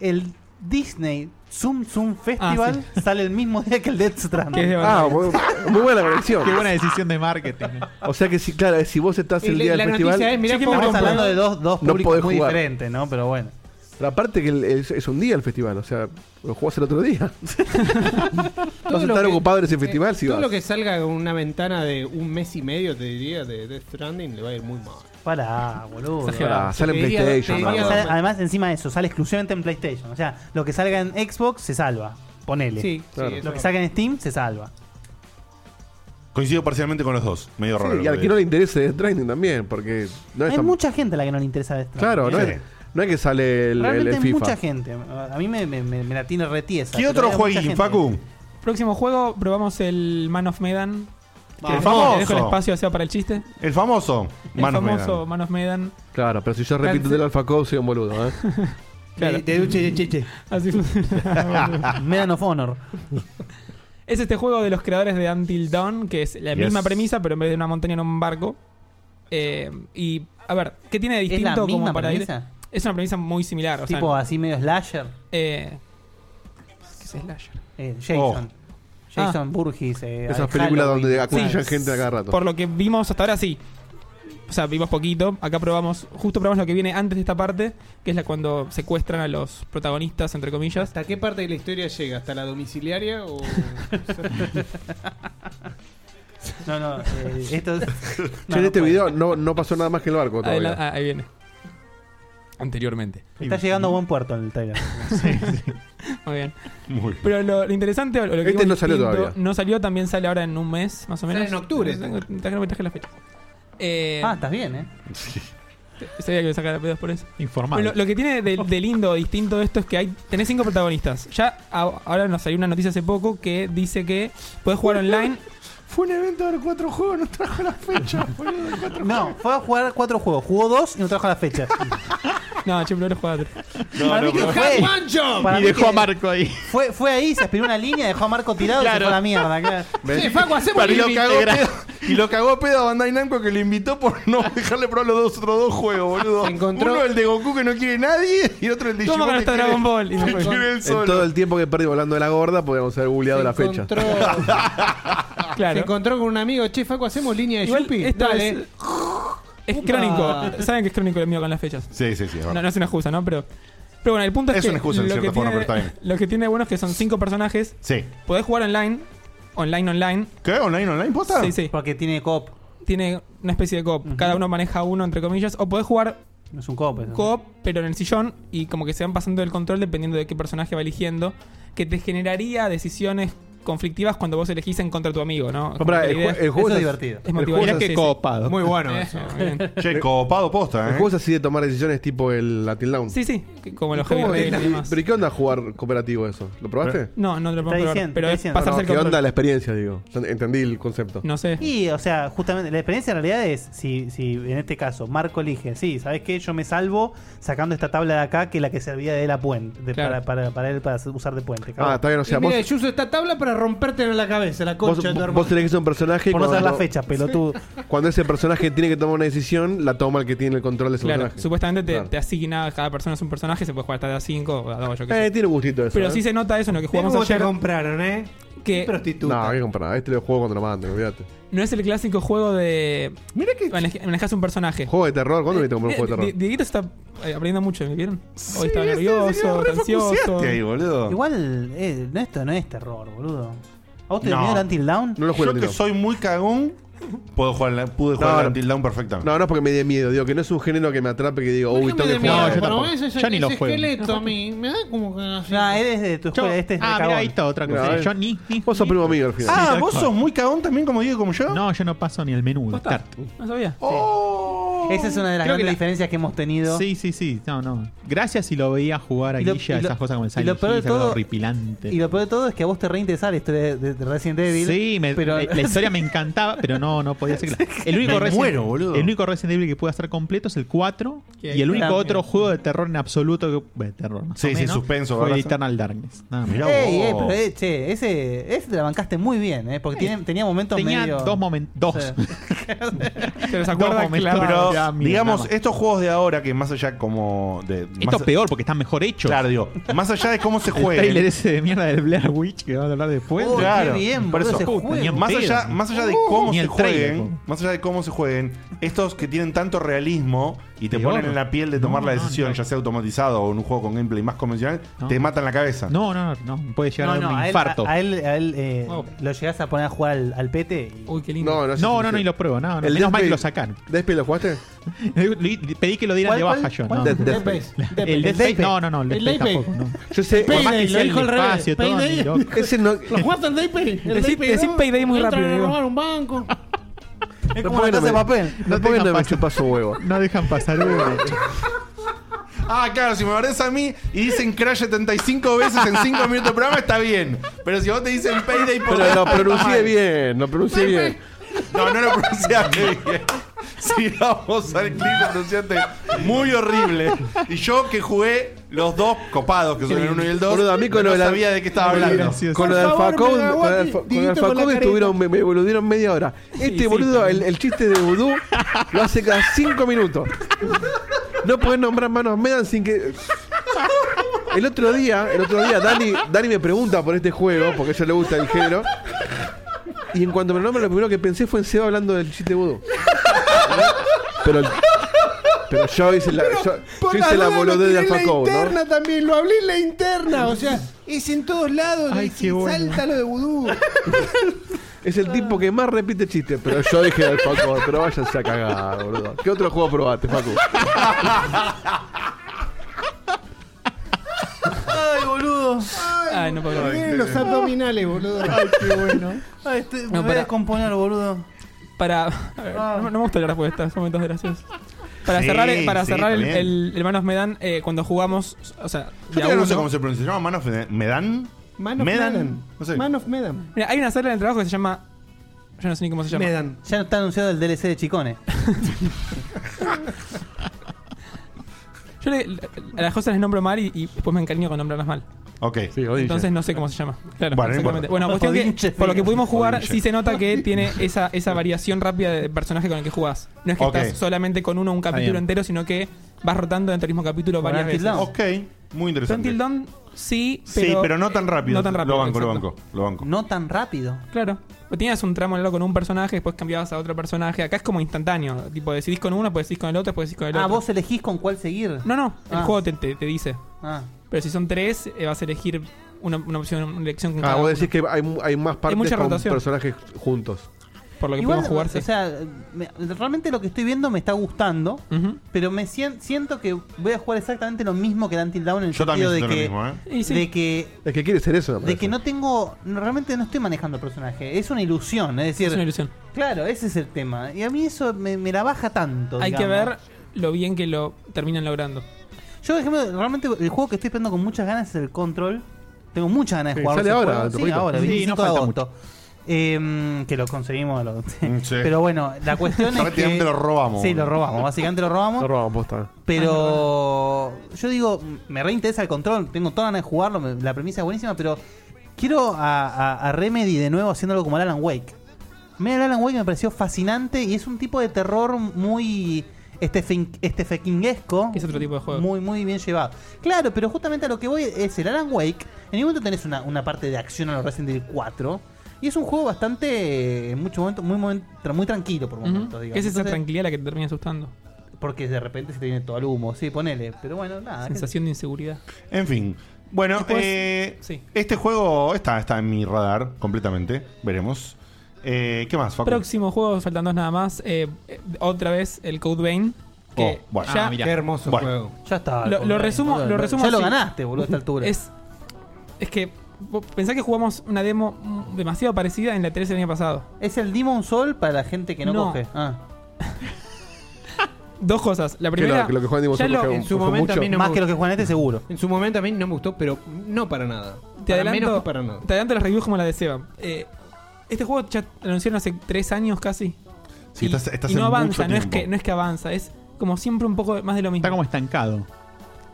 Speaker 5: El Disney Zoom Zoom
Speaker 4: Ah,
Speaker 5: Festival sale el mismo día que el Death
Speaker 4: Que es de
Speaker 5: Stranding.
Speaker 7: Ah,
Speaker 4: Bandai.
Speaker 7: muy, muy buena conexión.
Speaker 6: Qué buena decisión de marketing. ¿no?
Speaker 7: O sea que sí, claro, si vos estás el
Speaker 3: Y
Speaker 7: día del
Speaker 3: la- la
Speaker 7: festival.
Speaker 3: noticia es, mirá
Speaker 4: eh. Sí, que
Speaker 3: cómo
Speaker 4: me
Speaker 5: Estamos
Speaker 4: Pero-
Speaker 5: hablando de dos, dos
Speaker 7: No
Speaker 5: públicos
Speaker 7: podés
Speaker 5: muy
Speaker 7: jugar.
Speaker 5: diferentes, ¿no? Pero bueno.
Speaker 7: Pero aparte que el- es, es un día el festival, o sea, lo jugás el otro día. Vas a
Speaker 3: lo
Speaker 7: estar
Speaker 3: que-
Speaker 7: ocupado en ese festival
Speaker 3: Eh,
Speaker 7: si
Speaker 3: todo
Speaker 7: vas.
Speaker 3: lo que salga con una ventana de un mes y medio, te diría, de Death Stranding, le va a ir muy mal.
Speaker 5: Pará, boludo.
Speaker 4: Exagerado.
Speaker 7: Pará, Ah, sale en
Speaker 3: Te diría-
Speaker 7: PlayStation.
Speaker 3: te
Speaker 7: ¿no?
Speaker 5: Aparte
Speaker 3: diría-
Speaker 5: sale- además, encima de eso, sale exclusivamente en PlayStation. O sea, lo que salga en Xbox se salva. Ponele.
Speaker 3: Sí,
Speaker 7: Claro.
Speaker 3: sí, eso
Speaker 5: Lo que salga en Steam se salva.
Speaker 2: Coincido parcialmente con los dos. Medio
Speaker 7: Sí,
Speaker 2: raro.
Speaker 7: y al que no le interese Death Stranding también, porque no es
Speaker 5: Hay
Speaker 7: tan-
Speaker 5: mucha gente a la que no le interesa Death Stranding.
Speaker 7: Claro, no,
Speaker 2: Sí.
Speaker 7: es, no es que sale el, el-
Speaker 5: Realmente
Speaker 7: el
Speaker 5: hay
Speaker 7: FIFA.
Speaker 5: mucha gente. A mí me, me- me- me la tiene retiesa.
Speaker 2: ¿Qué
Speaker 5: pero
Speaker 2: otro
Speaker 5: hay mucha
Speaker 2: jueguín,
Speaker 5: gente.
Speaker 2: Facu?
Speaker 4: Próximo juego, probamos el Man of Medan.
Speaker 2: Vamos.
Speaker 4: Te-
Speaker 2: El famoso.
Speaker 4: Te dejo el espacio sea para el chiste.
Speaker 2: El famoso
Speaker 4: El
Speaker 2: Man of
Speaker 4: famoso
Speaker 2: Medan.
Speaker 4: Man of Medan.
Speaker 7: Claro, pero si yo repito
Speaker 4: Cáncer.
Speaker 7: del Alfa Cop, soy un boludo, ¿eh?
Speaker 4: Claro.
Speaker 5: De duche de chiche.
Speaker 4: Así funciona.
Speaker 5: Medan of Honor.
Speaker 4: Es este juego de los creadores de Until Dawn, que es la
Speaker 5: Yes.
Speaker 4: misma premisa, pero en vez de una montaña en un barco. Eh, y, a ver, ¿qué tiene de
Speaker 5: ¿Es la
Speaker 4: distinto
Speaker 5: misma
Speaker 4: como para ir-
Speaker 5: premisa?
Speaker 4: Es una premisa muy similar. O sea,
Speaker 5: Tipo así medio slasher.
Speaker 4: eh, ¿Qué es slasher?
Speaker 5: Eh, Jason. Jason
Speaker 4: Ah.
Speaker 5: Burgess. eh,
Speaker 7: Oh. Esas películas
Speaker 5: Halloween.
Speaker 7: donde acuchillan
Speaker 4: Sí.
Speaker 7: gente a cada rato.
Speaker 4: Por lo que vimos hasta ahora, sí. O sea, vimos poquito. Acá probamos, justo probamos lo que viene antes de esta parte, que es la cuando secuestran a los protagonistas, entre comillas.
Speaker 3: ¿Hasta qué parte de la historia llega? ¿Hasta la domiciliaria o.?
Speaker 5: No, no. eh, esto es-
Speaker 7: Che, en este video no, no pasó nada más que el barco
Speaker 4: Ahí,
Speaker 7: todavía.
Speaker 4: ahí viene. Anteriormente.
Speaker 5: Está llegando a buen puerto el trailer.
Speaker 4: Muy bien.
Speaker 2: Muy bien.
Speaker 4: Pero lo, lo interesante, o lo que
Speaker 7: Este
Speaker 4: vimos
Speaker 7: no salió
Speaker 4: distinto,
Speaker 7: todavía.
Speaker 4: No salió, también sale ahora en un mes, más o
Speaker 3: Sale
Speaker 4: menos.
Speaker 3: en octubre.
Speaker 4: Tengo- traje- me traje la fecha.
Speaker 5: ah, estás bien, ¿eh?
Speaker 4: Sabía que me sacara pedos por eso.
Speaker 6: Informal.
Speaker 4: Lo, lo que tiene de, de lindo, distinto de esto es que hay tenés cinco protagonistas. Ya a- ahora nos salió una noticia hace poco que dice que puedes jugar online.
Speaker 3: Fue un evento de cuatro juegos, no trajo la fecha, boludo. Cuatro
Speaker 5: No, fue a jugar cuatro juegos. Jugó dos y no trajo la fecha.
Speaker 4: No, che, primero jugaba tres.
Speaker 5: Para mí que fue- para
Speaker 6: Y
Speaker 5: mí
Speaker 6: dejó
Speaker 5: que
Speaker 6: a Marco ahí.
Speaker 5: Fue, fue ahí, se aspiró una línea, dejó a Marco tirado y se
Speaker 6: Claro.
Speaker 5: fue a la mierda. claro.
Speaker 3: Sí, Facu, hacemos
Speaker 2: Y
Speaker 3: el
Speaker 2: lo, cagó
Speaker 6: Integra-
Speaker 2: pedo, y lo cagó pedo a Bandai Namco que lo invitó por no dejarle probar los dos, otros dos juegos, boludo.
Speaker 3: Se encontró-
Speaker 2: Uno el de Goku que no quiere nadie y otro el de
Speaker 4: ¿Cómo
Speaker 2: Digimon
Speaker 4: ganaste
Speaker 2: quiere-
Speaker 4: Dragon Ball? Y no
Speaker 2: que
Speaker 4: fue.
Speaker 2: quiere él
Speaker 7: En
Speaker 2: solo.
Speaker 7: todo el tiempo que perdí hablando de la gorda, podíamos haber googleado la fecha.
Speaker 3: Encontró, Se
Speaker 4: Claro.
Speaker 3: encontró con un amigo, che, Facu, hacemos línea de
Speaker 4: Igual
Speaker 3: Yupi.
Speaker 4: esto
Speaker 3: Dale.
Speaker 4: es, es crónico. Saben que es crónico lo mío con las fechas.
Speaker 2: Sí, sí, sí. es verdad.
Speaker 4: No, no es una excusa, ¿no? Pero, pero bueno, el punto es,
Speaker 2: Es
Speaker 4: que.
Speaker 2: una excusa, en
Speaker 4: lo
Speaker 2: cierta
Speaker 4: que
Speaker 2: forma,
Speaker 4: tiene-
Speaker 2: pero está
Speaker 4: Lo que tiene bueno es que son cinco personajes.
Speaker 2: Sí.
Speaker 4: Podés jugar online. Online, online.
Speaker 2: ¿Qué? ¿Online, online? ¿Posta?
Speaker 4: Sí, sí.
Speaker 5: Porque tiene cop.
Speaker 4: Tiene una especie de cop. Cada uno maneja uno, entre comillas. O podés jugar
Speaker 5: No es un cop. eso.
Speaker 4: co-op, pero en el sillón y como que se van pasando el control dependiendo de qué personaje va eligiendo, que te generaría decisiones conflictivas cuando vos elegís en contra de tu amigo, ¿no?
Speaker 7: No, pará,
Speaker 4: Como que
Speaker 7: el, jue-
Speaker 4: la idea
Speaker 7: el juego
Speaker 5: Eso es
Speaker 7: es,
Speaker 5: divertido.
Speaker 4: es motivador,
Speaker 6: Mirá
Speaker 4: sí, Eh,
Speaker 6: que
Speaker 4: sí.
Speaker 6: copado.
Speaker 3: Muy bueno eso.
Speaker 4: Eso, bien.
Speaker 2: Che, copado posta,
Speaker 7: el
Speaker 2: ¿eh?
Speaker 7: juego es así de tomar decisiones tipo el Latin Down.
Speaker 4: Sí, sí, que- como los heavy
Speaker 7: ¿Cómo es?
Speaker 4: rain y demás.
Speaker 7: ¿Pero y qué onda jugar cooperativo eso? ¿Lo probaste?
Speaker 4: Eh, No, no te lo puedo
Speaker 5: Está
Speaker 4: probar,
Speaker 5: diciendo,
Speaker 4: pero
Speaker 5: está
Speaker 4: es
Speaker 5: diciendo.
Speaker 4: pasarse
Speaker 7: No,
Speaker 4: el
Speaker 7: ¿Qué onda
Speaker 4: control.
Speaker 7: la experiencia, digo? Yo Entendí el concepto.
Speaker 4: No sé.
Speaker 5: Y, o sea, justamente, la experiencia en realidad es, si, si en este caso Marco elige, sí, ¿sabes qué? Yo me salvo sacando esta tabla de acá que es la que servía de la puente, de-
Speaker 4: Claro.
Speaker 5: para, para, para él para usar de puente.
Speaker 7: Ah,
Speaker 5: cabrón.
Speaker 7: está bien, o sea,
Speaker 3: Y mira,
Speaker 7: vos,
Speaker 3: yo uso esta tabla para romperte en la cabeza, la
Speaker 7: vos,
Speaker 3: concha de tu
Speaker 7: vos-
Speaker 3: hermano.
Speaker 7: vos elegís un personaje y
Speaker 5: Por no saber
Speaker 7: cuando,
Speaker 5: la fecha, pelotudo.
Speaker 7: cuando ese personaje tiene que tomar una decisión, la toma el que tiene el control de ese
Speaker 4: Claro,
Speaker 7: personaje.
Speaker 4: supuestamente te,
Speaker 7: Claro.
Speaker 4: te asigna cada persona es un personaje, se puede jugar hasta de a 5 o a 2, yo qué
Speaker 7: Eh,
Speaker 4: sé.
Speaker 7: tiene gustito eso.
Speaker 4: Pero
Speaker 7: ¿eh?
Speaker 4: sí se nota eso en lo que jugamos
Speaker 3: ¿Cómo te
Speaker 4: ayer,
Speaker 3: compraron, eh?
Speaker 4: que
Speaker 7: No,
Speaker 3: Prostituta.
Speaker 7: que comprar. Este lo juego cuando lo manden, olvídate.
Speaker 4: no es el clásico juego de...
Speaker 3: Mira que
Speaker 4: manej- Manejas un personaje. Eh,
Speaker 7: Juego de terror, ¿cuándo viste comprar un juego de
Speaker 4: Di-
Speaker 7: terror?
Speaker 4: Dieguito está eh, aprendiendo mucho, ¿me vieron? Hoy estaba
Speaker 2: Sí, sí, sí,
Speaker 4: nervioso,
Speaker 2: re
Speaker 4: ansioso.
Speaker 2: focuseaste ahí, boludo.
Speaker 5: Igual, eh, no, esto no es terror, boludo. ¿A vos te
Speaker 2: No.
Speaker 5: dio miedo el Until Down?
Speaker 7: No lo juego
Speaker 2: Yo que soy muy cagón, puedo jugar, la- pude jugar
Speaker 7: No,
Speaker 2: la
Speaker 7: no.
Speaker 2: Until Dawn perfectamente.
Speaker 7: No, no es porque me dé miedo, digo que no es un género que me atrape que digo, uy,
Speaker 3: Déjame
Speaker 7: tengo que
Speaker 3: de miedo,
Speaker 6: No,
Speaker 7: jugar.
Speaker 6: yo
Speaker 3: pero
Speaker 6: tampoco.
Speaker 3: ese-
Speaker 6: Yo ni
Speaker 3: ese
Speaker 6: lo juego.
Speaker 3: esqueleto a mí me da como que así.
Speaker 5: No, él es de tu escuela, este es de
Speaker 6: ah, mira,
Speaker 5: cagón.
Speaker 6: ahí está otra cosa.
Speaker 7: Mira,
Speaker 6: yo
Speaker 7: eh.
Speaker 6: ni, ni-
Speaker 7: Vos sos
Speaker 6: ni-
Speaker 7: primo mío al final.
Speaker 2: Ah,
Speaker 6: Sí,
Speaker 2: vos
Speaker 6: tal
Speaker 2: sos
Speaker 6: cual.
Speaker 2: muy cagón también como Diego, como yo.
Speaker 6: No, yo no paso ni el menú. del
Speaker 4: ¿Posta?
Speaker 6: cart.
Speaker 4: No sabía.
Speaker 2: Oh.
Speaker 5: Esa es una de las
Speaker 6: Creo que
Speaker 5: grandes
Speaker 6: la-
Speaker 5: diferencias que hemos tenido.
Speaker 6: Sí, sí, sí. No, no. Gracias si lo veía jugar a
Speaker 5: Y lo-
Speaker 6: Guilla,
Speaker 5: y lo-
Speaker 6: esas cosas como el
Speaker 5: y lo
Speaker 6: Silent
Speaker 5: peor
Speaker 6: Hill,
Speaker 5: de
Speaker 6: esa cosa
Speaker 5: todo-
Speaker 6: horripilante.
Speaker 5: Y lo peor de todo es que a vos te reinteresa la historia de, de- de Resident Evil.
Speaker 6: Sí, me-
Speaker 5: pero
Speaker 6: la, la historia me encantaba, pero no, no podía ser. El único,
Speaker 2: Me
Speaker 6: Resident,
Speaker 2: muero, boludo.
Speaker 6: el único Resident Evil que pude hacer completo es el 4.
Speaker 4: Que
Speaker 6: Y el único
Speaker 5: también.
Speaker 6: otro juego de terror en absoluto que. bueno, terror, más
Speaker 2: Sí,
Speaker 6: o
Speaker 2: sí,
Speaker 6: menos,
Speaker 2: suspenso,
Speaker 6: Fue
Speaker 2: ¿verdad?
Speaker 6: Eternal Darkness. Nada más.
Speaker 2: Mirá vos.
Speaker 5: Ey, ey,
Speaker 7: Oh.
Speaker 5: pero eh, che, ese, ese te la bancaste muy bien, ¿eh? Porque tiene- tenía momentos
Speaker 6: Tenía
Speaker 5: medio...
Speaker 6: dos momentos.
Speaker 5: o
Speaker 6: Dos.
Speaker 5: sea,
Speaker 4: Se los acuerda,
Speaker 6: momentos.
Speaker 4: claro.
Speaker 2: Pero,
Speaker 6: Ya, mira,
Speaker 2: digamos,
Speaker 6: nada más.
Speaker 2: estos juegos de ahora que más allá como de...
Speaker 6: Esto
Speaker 2: más-
Speaker 6: es peor porque está mejor hecho.
Speaker 2: Claro, digo, más allá de cómo se
Speaker 6: el
Speaker 2: juega.
Speaker 6: trailer ese de mierda del Blair Witch que vamos a hablar después.
Speaker 5: Oh, qué
Speaker 2: Claro,
Speaker 5: bien,
Speaker 2: por
Speaker 5: boludo,
Speaker 2: eso.
Speaker 5: ese
Speaker 6: Puta,
Speaker 5: juego.
Speaker 6: ni en
Speaker 2: Más
Speaker 6: pedo.
Speaker 2: allá, más allá de cómo
Speaker 6: ni
Speaker 2: se
Speaker 6: el trailer,
Speaker 2: jueguen,
Speaker 6: po.
Speaker 2: más allá de cómo se jueguen, estos que tienen tanto realismo y te
Speaker 6: Peor.
Speaker 2: ponen en la piel de tomar
Speaker 6: No,
Speaker 2: la
Speaker 6: no,
Speaker 2: decisión,
Speaker 6: no.
Speaker 2: ya sea automatizado o en un juego con gameplay más convencional,
Speaker 6: No.
Speaker 2: te matan la cabeza.
Speaker 6: No, no, no, no, puede llegar
Speaker 5: No,
Speaker 6: a dar
Speaker 5: no,
Speaker 6: un
Speaker 5: a él,
Speaker 6: infarto.
Speaker 5: a- a él- a él, eh,
Speaker 4: Oh.
Speaker 5: lo llegás a poner a jugar al, al pete y...
Speaker 4: Uy, qué lindo.
Speaker 7: No, no, sé
Speaker 6: no,
Speaker 7: si-
Speaker 6: no, no, y lo pruebo, no, no.
Speaker 7: El
Speaker 6: Menos mal que
Speaker 7: Deathbait-
Speaker 6: lo sacaron.
Speaker 7: ¿Deathbait lo jugaste?
Speaker 6: Pedí que lo dieran
Speaker 5: ¿Cuál,
Speaker 6: de baja
Speaker 5: cuál,
Speaker 6: yo.
Speaker 5: cuál?
Speaker 6: no.
Speaker 7: Death-
Speaker 3: Death Space. Death
Speaker 6: El
Speaker 5: Death
Speaker 6: Death
Speaker 5: Space.
Speaker 6: Space, no, no, no, el
Speaker 3: El
Speaker 6: Death Space
Speaker 3: Death
Speaker 6: tampoco, no.
Speaker 7: Yo sé,
Speaker 6: Por más que
Speaker 3: Payday,
Speaker 6: sea
Speaker 3: lo dijo
Speaker 6: el
Speaker 3: el revés.
Speaker 6: espacio, todo,
Speaker 3: Payday.
Speaker 6: ni loco.
Speaker 7: ese no...
Speaker 3: ¿Lo jugaste al Daypay? El
Speaker 4: Decí-
Speaker 3: Daypay
Speaker 4: decí
Speaker 3: dos.
Speaker 4: Payday muy
Speaker 3: El otro
Speaker 4: rápido,
Speaker 3: Le
Speaker 4: digo.
Speaker 3: robaron un banco.
Speaker 5: Es como una taza de papel.
Speaker 7: No,
Speaker 6: No tengan
Speaker 7: no me
Speaker 6: pasta.
Speaker 7: chupas su huevo.
Speaker 6: No dejan pasar uno.
Speaker 2: Ah, claro, si me bardeas a mí y dicen Crash 75 veces en 5 minutos de programa, está bien. Pero si vos te dicen Payday por
Speaker 7: Pero lo
Speaker 2: está
Speaker 7: pronuncié
Speaker 2: mal.
Speaker 7: bien, lo pronuncié bien.
Speaker 2: No, no lo pronunciaste bien. Si vamos al clip, lo pronunciaste muy horrible. Y yo que jugué los dos copados, que son el 1 y el 2,
Speaker 7: Boludo, a mí con
Speaker 2: no
Speaker 7: lo de la-
Speaker 2: sabía de qué estaba hablando.
Speaker 7: Con lo de
Speaker 3: Por favor,
Speaker 7: Alfacón, con
Speaker 3: me da
Speaker 7: lo de Alfa-
Speaker 3: guapi,
Speaker 7: con lo de
Speaker 3: Dieguito con la
Speaker 7: Alfacón
Speaker 3: careta.
Speaker 7: estuvieron, me, me boludieron media hora.
Speaker 4: sí,
Speaker 7: Este boludo, el, el chiste de vudú, lo hace cada cinco minutos. No podés nombrar manos medan sin que. El otro día, el otro día, Dani, Dani me pregunta por este juego, porque a ella le gusta el género. Y en cuanto me lo nombra, lo primero que pensé fue en Seba hablando del chiste de vudú. Pero, pero yo hice la, yo,
Speaker 3: Por
Speaker 7: yo hice la
Speaker 3: duda lo
Speaker 7: boludez de
Speaker 3: tiré en
Speaker 7: Alfacón,
Speaker 3: la
Speaker 7: ¿no?
Speaker 3: interna también, lo hablé en la interna. O sea, es en todos lados.
Speaker 6: Ay,
Speaker 3: y
Speaker 6: qué bueno.
Speaker 3: Salta lo de vudú.
Speaker 7: Es el tipo que más repite chistes, pero yo dije al Facu, pero váyanse a cagar, boludo. ¿Qué otro juego probaste, Facu?
Speaker 5: Ay, boludo.
Speaker 4: Ay, no puedo hablar.
Speaker 3: Miren los abdominales, boludo. qué bueno.
Speaker 5: Ay, este- me
Speaker 4: No,
Speaker 5: voy
Speaker 4: para-
Speaker 5: a descomponer, boludo.
Speaker 4: Para. a ver,
Speaker 5: Ah.
Speaker 4: no, no me gusta hablar porque estos momentos graciosos. Para
Speaker 2: Sí,
Speaker 4: cerrar, el- para
Speaker 2: sí,
Speaker 4: cerrar el,
Speaker 2: está bien.
Speaker 4: el, el Manos Medan, eh, cuando jugamos. O sea,
Speaker 2: Yo
Speaker 4: de a
Speaker 2: todavía no sé
Speaker 4: uno.
Speaker 2: cómo se pronuncia. ¿Se llama Man of Medan? ¿Medan?
Speaker 3: Man of
Speaker 2: Medan.
Speaker 3: Medan.
Speaker 2: No sé.
Speaker 3: Man of Medan.
Speaker 4: Mira, hay una sala en el trabajo que se llama. Yo no sé ni cómo se llama.
Speaker 3: Medan.
Speaker 5: Ya está anunciado el DLC de Chicone.
Speaker 4: Yo le- a las cosas les nombro mal y, y después me encariño con nombrarlas mal.
Speaker 2: Ok.
Speaker 7: Sí, odilla.
Speaker 4: Entonces no sé cómo se llama. Claro,
Speaker 2: Bueno, no
Speaker 4: exactamente.
Speaker 2: importa.
Speaker 4: Bueno, cuestión que
Speaker 5: Odinche,
Speaker 4: por lo que
Speaker 5: sí.
Speaker 4: pudimos jugar,
Speaker 2: Odinche.
Speaker 4: sí se nota que tiene esa, esa variación rápida de personaje con el que jugás. No es que
Speaker 2: Ok.
Speaker 4: estás solamente con uno un capítulo
Speaker 6: bien.
Speaker 4: entero, sino que vas rotando dentro del mismo capítulo
Speaker 5: Como
Speaker 4: varias
Speaker 5: Until
Speaker 4: veces.
Speaker 5: Dawn.
Speaker 2: Ok, muy interesante.
Speaker 4: Until Dawn, sí, pero. eh,
Speaker 2: sí, pero no tan rápido.
Speaker 4: No tan rápido.
Speaker 2: Lo banco, lo
Speaker 4: exacto.
Speaker 2: banco, lo banco.
Speaker 5: No tan rápido.
Speaker 4: Claro. Porque Tenías un tramo largo con un personaje, después cambiabas a otro personaje. Acá es como instantáneo. Tipo, decidís con uno, pues decidís con el otro, después decidís con el
Speaker 5: Ah,
Speaker 4: otro.
Speaker 5: vos elegís con cuál seguir.
Speaker 4: No, no. El
Speaker 5: Ah.
Speaker 4: juego te, te- te dice.
Speaker 5: Ah.
Speaker 4: Pero si son tres, eh, vas a elegir una, una opción, una elección con
Speaker 7: Ah,
Speaker 4: cada
Speaker 7: vos
Speaker 4: uno.
Speaker 7: decís que hay, mu- hay más partes
Speaker 4: mucha
Speaker 7: con
Speaker 4: rotación.
Speaker 7: personajes juntos.
Speaker 4: Por lo que
Speaker 5: Igual,
Speaker 4: podemos jugar, sí.
Speaker 5: o sea, me- realmente lo que estoy viendo me está gustando,
Speaker 4: Ujú.
Speaker 5: pero me sien- siento que voy a jugar exactamente lo mismo que Dantil Down en el
Speaker 2: Yo también
Speaker 5: sentido de
Speaker 2: siento lo
Speaker 5: que,
Speaker 2: mismo, ¿eh?
Speaker 4: Y sí.
Speaker 5: de que
Speaker 7: Es que quiere ser eso, me
Speaker 5: de
Speaker 7: parece.
Speaker 5: que no tengo no, realmente no estoy manejando el personaje, es una ilusión, es decir,
Speaker 4: Es una ilusión.
Speaker 5: claro, ese es el tema y a mí eso me, me la baja tanto.
Speaker 4: Hay que
Speaker 5: digamos.
Speaker 4: ver lo bien que lo terminan logrando.
Speaker 5: Yo por ejemplo, realmente el juego que estoy esperando con muchas ganas es el Control. Tengo muchas ganas de
Speaker 7: Sí,
Speaker 5: jugarlo.
Speaker 7: sale
Speaker 5: ese
Speaker 7: ahora,
Speaker 5: juego.
Speaker 7: dentro
Speaker 5: sí,
Speaker 7: poquito.
Speaker 5: ahora,
Speaker 6: Sí,
Speaker 5: 25
Speaker 6: no
Speaker 5: de
Speaker 6: falta
Speaker 5: agosto. Em, que lo conseguimos. lo-
Speaker 2: sí.
Speaker 5: Pero bueno, la cuestión es que
Speaker 2: Prácticamente lo robamos.
Speaker 5: Sí, lo robamos, básicamente lo robamos.
Speaker 7: No robamos posta.
Speaker 4: Ah,
Speaker 5: Pero yo digo, me reinteresa el control, tengo toda ganas de jugarlo, me- la premisa es buenísima, pero quiero a, a- a Remedy de nuevo haciendo algo como el Alan Wake. Mira, el Alan Wake me pareció fascinante y es un tipo de terror muy estefequinguesco.
Speaker 4: Es otro tipo de juego.
Speaker 5: Muy, muy bien llevado. Claro, pero justamente a lo que voy es el Alan Wake. En ningún momento tenés una, una parte de acción a lo Resident Evil 4. Y es un juego bastante, en muchos momentos, muy, momen- tra- muy tranquilo por
Speaker 4: Ujú.
Speaker 5: momentos, digamos.
Speaker 4: Que es esa
Speaker 5: Entonces-
Speaker 4: tranquilidad la que te termina asustando.
Speaker 5: porque de repente se te viene todo al humo, sí, ponele. Pero bueno, nada.
Speaker 4: Sensación de inseguridad.
Speaker 2: En fin. Bueno,
Speaker 4: Después-
Speaker 2: eh,
Speaker 4: sí.
Speaker 2: este juego está, está en mi radar completamente. Veremos. Eh, ¿Qué más, Facu?
Speaker 4: Próximo juego, faltan dos nada más. eh, eh, otra vez el Code Vein. Que
Speaker 2: Oh, bueno.
Speaker 4: ya
Speaker 6: Ah, mirá.
Speaker 3: Qué hermoso
Speaker 2: Bueno.
Speaker 3: juego.
Speaker 5: Ya está.
Speaker 4: Lo- lo resumo-
Speaker 5: boludo,
Speaker 4: lo resumo
Speaker 5: Ya lo
Speaker 4: así.
Speaker 5: ganaste, boludo, a esta altura.
Speaker 4: es. Es que. vos Pensá que jugamos una demo mm, demasiado parecida en la 13 del año pasado.
Speaker 5: Es el Demon Soul para la gente que no,
Speaker 4: No.
Speaker 5: coge. Ah.
Speaker 4: Dos cosas. La
Speaker 7: Que
Speaker 4: primera.
Speaker 7: lo, que lo que juegan
Speaker 4: ya lo-
Speaker 3: en su momento a mí no
Speaker 5: Más
Speaker 3: me
Speaker 5: que
Speaker 3: gusta.
Speaker 5: lo que
Speaker 4: este
Speaker 5: Juanete seguro.
Speaker 3: En su momento a mí no me gustó, pero no para nada.
Speaker 4: Te
Speaker 3: Para
Speaker 4: adelanto,
Speaker 3: menos que para nada.
Speaker 4: te adelanto las reviews como la de Seba. Eh, este juego ya lo anunciaron hace tres años casi.
Speaker 2: Sí,
Speaker 4: y,
Speaker 2: estás- estás
Speaker 4: y no
Speaker 2: en
Speaker 4: avanza,
Speaker 2: mucho
Speaker 4: no es,
Speaker 2: tiempo.
Speaker 4: que, no es que avanza, es como siempre un poco más de lo mismo.
Speaker 6: Está como estancado.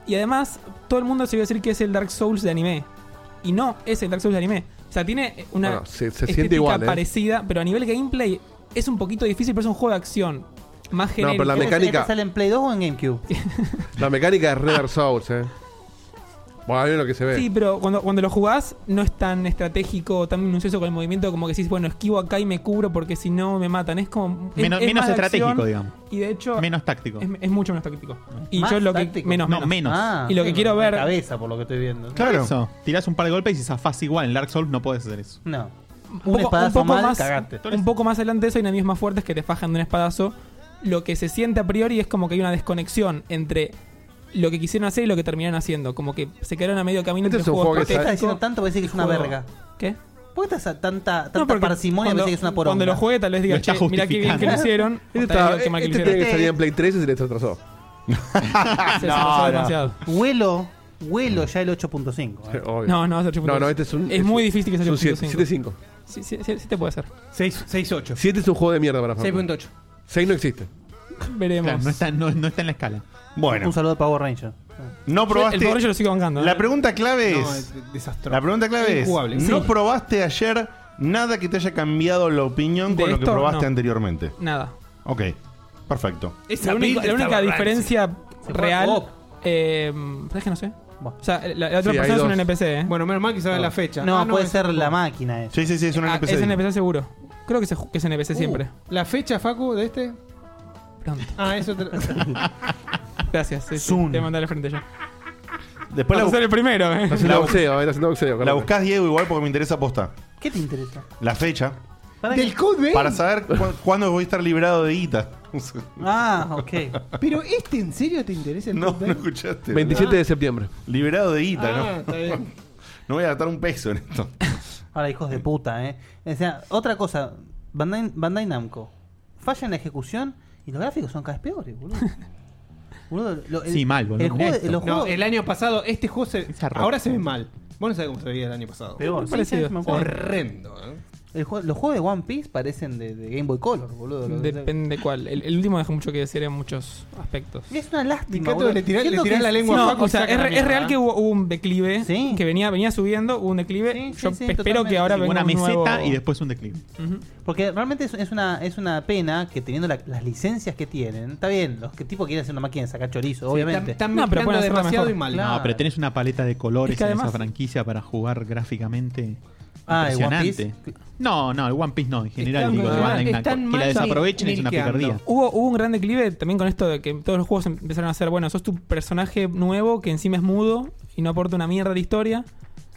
Speaker 4: Y además, todo el mundo se iba a decir que es el Dark Souls de anime. Y no es el Dark Souls de anime. O sea, tiene una
Speaker 7: Bueno, se- se siente
Speaker 4: estética
Speaker 7: igual, ¿eh?
Speaker 4: parecida, pero a nivel gameplay es un poquito difícil, pero es un juego de acción. Más genérico.
Speaker 7: pero la
Speaker 5: ¿Este-
Speaker 7: mecánica-
Speaker 5: este sale en Play 2 o en GameCube?
Speaker 7: La mecánica es Red Dark Souls, eh. Bueno, ahí es lo que se ve.
Speaker 4: Sí, pero cuando, cuando lo jugás no es tan estratégico o tan minucioso con el movimiento como que decís, bueno, esquivo acá y me cubro porque si no me matan. Es como... es-
Speaker 6: Menos,
Speaker 4: es
Speaker 6: menos
Speaker 4: más de
Speaker 6: estratégico,
Speaker 4: acción
Speaker 6: digamos.
Speaker 4: Y de hecho...
Speaker 6: Menos táctico.
Speaker 4: es, es mucho menos táctico. Y
Speaker 5: ¿Más
Speaker 4: yo lo que...
Speaker 5: táctico?
Speaker 4: Menos,
Speaker 6: No,
Speaker 4: menos.
Speaker 6: menos.
Speaker 5: Ah,
Speaker 4: Y lo
Speaker 5: sí,
Speaker 4: que
Speaker 5: me-
Speaker 4: quiero
Speaker 5: me
Speaker 4: ver-
Speaker 5: cabeza, por lo que estoy viendo.
Speaker 2: Claro.
Speaker 6: Eso. Tirás un par de golpes y zafás igual. En Dark Souls no podés hacer eso.
Speaker 4: Un
Speaker 5: No. Un
Speaker 4: poco- un
Speaker 5: espadazo
Speaker 4: poco
Speaker 5: mal,
Speaker 4: más-
Speaker 5: cagaste.
Speaker 4: Un poco más adelante de eso hay enemigos más fuertes que te fajan de un espadazo. Lo que se siente a priori es como que hay una desconexión entre lo que quisieron hacer y lo que terminaron haciendo. Como que se quedaron a medio camino
Speaker 7: Este
Speaker 4: entre
Speaker 7: es un
Speaker 4: juego
Speaker 7: juego
Speaker 5: ¿Por qué estás
Speaker 4: estratégico
Speaker 5: diciendo tanto para decir que es una
Speaker 4: juego.
Speaker 5: verga?
Speaker 4: ¿Qué?
Speaker 5: ¿Por qué estás a tanta, tanta
Speaker 4: No, porque
Speaker 5: parsimonia
Speaker 4: cuando-
Speaker 5: para decir que es una poronga?
Speaker 4: Cuando lo juegue tal vez
Speaker 6: Lo
Speaker 4: diga,
Speaker 6: está
Speaker 4: che, mira qué bien que lo
Speaker 6: justificando.
Speaker 4: hicieron. o
Speaker 7: Este,
Speaker 4: tal vez
Speaker 7: está,
Speaker 4: digo, qué mal que
Speaker 7: este
Speaker 4: lo
Speaker 7: tiene
Speaker 4: hicieron.
Speaker 7: que salir en Play 3 y se le atrasó.
Speaker 4: Se esforzó demasiado.
Speaker 5: Huelo, huelo ya el 8.5. eh.
Speaker 4: No, no va a ser 8.5.
Speaker 7: No, no, este es un.
Speaker 4: Es muy difícil que sea
Speaker 7: es un
Speaker 4: 8.5.
Speaker 7: 7.5.
Speaker 4: Sí, sí, sí, sí te puede hacer.
Speaker 3: 6.8.
Speaker 7: 7 es un juego de mierda para Facu.
Speaker 3: 6.8.
Speaker 7: 6 no existe.
Speaker 4: Veremos.
Speaker 6: Claro, no, está, no, no está en la escala.
Speaker 2: Bueno,
Speaker 5: Un saludo a Power Ranger.
Speaker 2: no
Speaker 4: El pobre yo
Speaker 2: probaste.
Speaker 4: lo sigo bancando. ¿eh?
Speaker 2: La pregunta clave
Speaker 3: No,
Speaker 2: es.
Speaker 3: es desastroso.
Speaker 2: La pregunta clave es:
Speaker 3: Injugable.
Speaker 2: ¿no
Speaker 3: Sí.
Speaker 2: probaste ayer nada que te haya cambiado la opinión
Speaker 4: ¿De
Speaker 2: con lo que
Speaker 4: esto?
Speaker 2: probaste
Speaker 4: No.
Speaker 2: anteriormente?
Speaker 4: Nada.
Speaker 2: Ok, perfecto.
Speaker 4: La única, la única diferencia
Speaker 5: fue a
Speaker 4: real.
Speaker 5: Bob.
Speaker 4: Eh, ¿Sabes que no sé?
Speaker 5: Bueno.
Speaker 4: O sea, la, la otra
Speaker 7: Sí, hay
Speaker 4: persona
Speaker 7: dos.
Speaker 4: es un NPC, ¿eh?
Speaker 3: Bueno, menos mal que sabe la fecha.
Speaker 5: No,
Speaker 3: Ah,
Speaker 5: puede
Speaker 3: es-
Speaker 5: ser la máquina esa.
Speaker 2: Sí, sí, sí, es un
Speaker 4: Ah,
Speaker 2: NPC.
Speaker 4: es NPC seguro. Creo que, se ju- que es
Speaker 2: Uh.
Speaker 4: NPC siempre.
Speaker 3: ¿La fecha, Facu, de este?
Speaker 4: Pronto.
Speaker 3: Ah, eso. te-
Speaker 4: Gracias. sí, sí,
Speaker 5: Zoom.
Speaker 4: Te mandé al frente ya.
Speaker 2: Después
Speaker 4: Vas
Speaker 2: la,
Speaker 4: a
Speaker 2: bu-
Speaker 4: ser el primero, ¿eh?
Speaker 7: Haciendo boxeo, era haciendo boxeo.
Speaker 2: la
Speaker 7: Carlos.
Speaker 2: buscás, Diego, igual porque me interesa posta.
Speaker 5: ¿Qué te interesa?
Speaker 2: La fecha.
Speaker 5: ¿Para
Speaker 3: Del
Speaker 5: qué?
Speaker 3: Code
Speaker 2: Para saber cu- cuándo voy a estar liberado de guita.
Speaker 5: Ah, ok.
Speaker 3: Pero este en serio te interesa el
Speaker 2: No,
Speaker 3: Code
Speaker 2: no escuchaste.
Speaker 7: 27 de septiembre.
Speaker 2: Liberado de guita,
Speaker 3: Ah,
Speaker 2: ¿no?
Speaker 3: está bien.
Speaker 2: No voy a gastar un peso en esto.
Speaker 5: Ahora, hijos de puta, ¿eh? O sea, otra cosa. Bandai, Bandai Namco. Falla en la ejecución y los gráficos son cada vez peores, boludo. Boludo, lo- el-
Speaker 6: Sí, mal, boludo.
Speaker 5: El juego, de-
Speaker 6: Neto.
Speaker 5: los
Speaker 3: No,
Speaker 5: juegos-
Speaker 3: el año pasado, este juego se,
Speaker 6: Esa ropa.
Speaker 3: ahora se ve mal. Vos no sabés cómo se veía el año pasado.
Speaker 5: peor.
Speaker 4: parecido.
Speaker 5: Sí, sí, me acuerdo.
Speaker 3: Horrendo, ¿eh?
Speaker 5: El juego- los juegos de One Piece parecen de, de Game Boy Color, boludo. Lo-
Speaker 4: Depende cuál. El, el último deja mucho que decir en muchos aspectos.
Speaker 5: Es una
Speaker 3: Me
Speaker 5: lástima.
Speaker 3: encanta
Speaker 5: boludo.
Speaker 3: que le tirás- le
Speaker 5: Siento
Speaker 3: tirás
Speaker 5: que-
Speaker 3: la lengua a
Speaker 4: No,
Speaker 3: Facu y
Speaker 4: o sea,
Speaker 3: saca
Speaker 4: es,
Speaker 3: la
Speaker 4: re- es
Speaker 3: mierda.
Speaker 4: real que hubo, hubo un declive.
Speaker 5: Sí.
Speaker 4: Que venía, venía subiendo, hubo un declive.
Speaker 5: Sí, sí,
Speaker 4: Yo
Speaker 5: sí,
Speaker 4: espero
Speaker 5: totalmente.
Speaker 4: que ahora
Speaker 5: Sí,
Speaker 4: venga
Speaker 6: Una
Speaker 4: un
Speaker 6: meseta
Speaker 4: nuevo...
Speaker 6: y después un declive.
Speaker 4: Ujú.
Speaker 5: Porque realmente es, es una, es una pena que teniendo la- las licencias que tienen, está bien, los que tipo quieren hacer una máquina de sacar chorizo,
Speaker 3: Están,
Speaker 5: obviamente.
Speaker 3: están
Speaker 4: No, pero
Speaker 3: mezclando
Speaker 4: pueden hacerla
Speaker 3: demasiado
Speaker 4: mejor.
Speaker 3: y mal.
Speaker 5: Claro.
Speaker 6: No, pero tenés una paleta de colores
Speaker 4: Es que
Speaker 6: en
Speaker 4: además-
Speaker 6: esa franquicia para jugar gráficamente.
Speaker 5: Ah, ¿el One
Speaker 6: impresionante.
Speaker 5: Piece?
Speaker 6: No, no, el One Piece no, en general,
Speaker 3: Están
Speaker 6: digo, de
Speaker 3: mal-
Speaker 6: Bandai Namco.
Speaker 3: están
Speaker 6: Que la
Speaker 3: mal
Speaker 6: desaprovechen es una
Speaker 3: milkeando.
Speaker 6: picardía.
Speaker 4: Hubo, hubo un gran declive también con esto de que todos los juegos empezaron a ser, bueno, sos tu personaje nuevo que encima es mudo y no aporta una mierda de historia,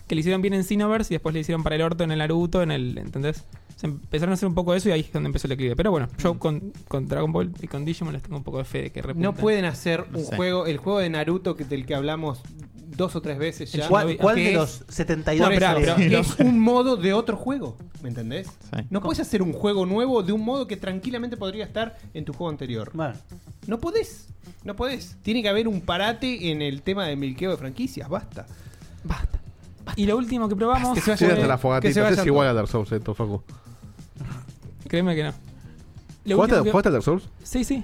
Speaker 4: que le hicieron bien en Cineverse y después le hicieron para el orto en el Naruto, en el, ¿entendés? Se empezaron a hacer un poco de eso y ahí es donde empezó el declive. Pero bueno, yo con, con Dragon Ball y con Digimon les tengo un poco de fe de que repunten.
Speaker 3: No pueden hacer un
Speaker 6: sé.
Speaker 3: juego, el juego de Naruto que, del que hablamos dos o tres veces ya.
Speaker 5: ¿Cuál,
Speaker 3: que
Speaker 5: cuál de
Speaker 3: es-
Speaker 5: los
Speaker 3: por
Speaker 5: 72
Speaker 3: eso,
Speaker 4: pero-
Speaker 5: salió?
Speaker 4: pero-
Speaker 3: es un modo de otro juego, ¿me entendés?
Speaker 6: Sí.
Speaker 3: No puedes hacer un juego nuevo de un modo que tranquilamente podría estar en tu juego anterior.
Speaker 5: Bueno,
Speaker 3: No podés, no podés. Tiene que haber un parate en el tema de milqueo de franquicias, basta.
Speaker 4: Basta. Y lo último que probamos...
Speaker 3: Que se vayan
Speaker 7: Sí,
Speaker 4: fue-
Speaker 7: hasta la
Speaker 3: que se
Speaker 7: fogatita. Es
Speaker 3: vayan
Speaker 7: igual a Dark Souls, esto, Facu.
Speaker 4: Créeme que no. Lo
Speaker 7: ¿Jugaste
Speaker 4: último que-
Speaker 7: jugaste a Dark Souls?
Speaker 4: Sí, sí.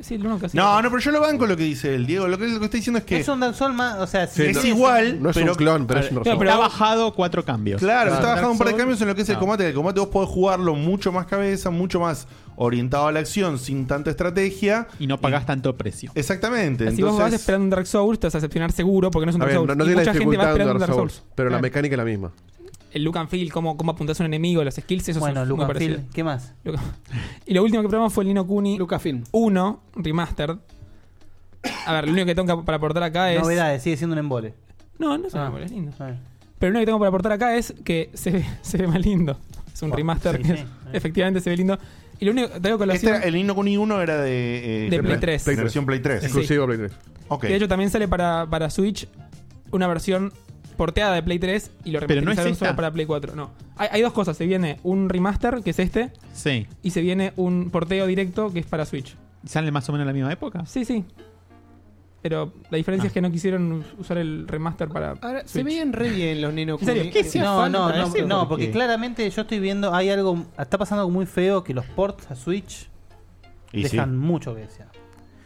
Speaker 4: Sí, lo único que hacía.
Speaker 2: No, no, pero yo lo banco lo que dice el Diego. Lo que, lo que está diciendo es que
Speaker 5: es un Dark Souls más. O sea, si
Speaker 2: es
Speaker 5: es-
Speaker 2: igual,
Speaker 7: No es
Speaker 2: pero
Speaker 7: un clon, pero es un Dark Souls.
Speaker 4: Claro, pero-
Speaker 6: Pero ha bajado cuatro cambios.
Speaker 2: Claro,
Speaker 7: Claro.
Speaker 2: está bajando un par de
Speaker 3: Dark Souls.
Speaker 2: cambios en lo que es el
Speaker 6: No.
Speaker 2: combate. El combate vos podés jugarlo mucho más cabeza, mucho más orientado a la acción, sin tanta estrategia.
Speaker 6: Y no pagás tanto precio.
Speaker 2: Exactamente.
Speaker 4: Si vos vas
Speaker 2: entonces-
Speaker 4: esperando un Dark Souls, te vas a decepcionar seguro porque no es un
Speaker 7: Este, A
Speaker 4: Dark
Speaker 7: ver,
Speaker 4: Souls.
Speaker 7: no, no
Speaker 4: Y
Speaker 7: tiene la
Speaker 4: mucha gente va
Speaker 7: dificultad de
Speaker 4: esperando
Speaker 7: un Dark Souls. Pero la
Speaker 4: Claro.
Speaker 7: mecánica es la misma.
Speaker 4: el look and feel, cómo, cómo apuntás a un enemigo, las skills, eso
Speaker 5: bueno,
Speaker 4: es muy
Speaker 5: Lucas
Speaker 4: parecido.
Speaker 5: Phil, ¿qué más?
Speaker 4: Look- Y lo último que probamos fue el Nino Kuni
Speaker 3: Lucasfilm.
Speaker 4: 1 Remastered. A ver, lo único que tengo para aportar acá es.
Speaker 5: Novedades, sigue siendo un embole.
Speaker 4: No, no es un
Speaker 5: Ah.
Speaker 4: árbol, es lindo.
Speaker 5: A ver.
Speaker 4: Pero lo único que tengo para aportar acá es que se ve, se ve más lindo. Es un
Speaker 5: Bueno,
Speaker 4: remaster
Speaker 5: sí,
Speaker 4: que
Speaker 5: sí,
Speaker 4: es-
Speaker 5: sí.
Speaker 4: efectivamente se ve lindo. Y lo único que traigo con la
Speaker 2: Este era- el Nino Kuni 1 era de, eh,
Speaker 4: De Play
Speaker 2: genera-
Speaker 4: 3.
Speaker 2: Generación Play 3.
Speaker 4: Sí.
Speaker 7: Exclusivo Play 3.
Speaker 2: Ok.
Speaker 4: De hecho, también sale para, para Switch una versión porteada de Play 3 y lo
Speaker 6: Pero no es
Speaker 4: remasterizaron
Speaker 6: esta.
Speaker 4: solo para Play 4. No. Hay, hay dos cosas. Se viene un remaster, que es este,
Speaker 6: Sí.
Speaker 4: y se viene un porteo directo, que es para Switch.
Speaker 6: ¿Sale más o menos en la misma época? Ah.
Speaker 4: Sí, sí. Pero la diferencia es que no quisieron usar el remaster para.
Speaker 3: Ahora, se
Speaker 4: Switch.
Speaker 3: veían re bien los Nino
Speaker 4: ¿En serio?
Speaker 3: Kuni.
Speaker 4: ¿Qué
Speaker 3: Hacía
Speaker 5: No,
Speaker 3: falta
Speaker 5: no, no,
Speaker 3: eso.
Speaker 5: no, porque claramente yo estoy viendo, hay algo, está pasando algo muy feo que los ports a Switch
Speaker 2: y sí.
Speaker 5: dejan mucho que desear.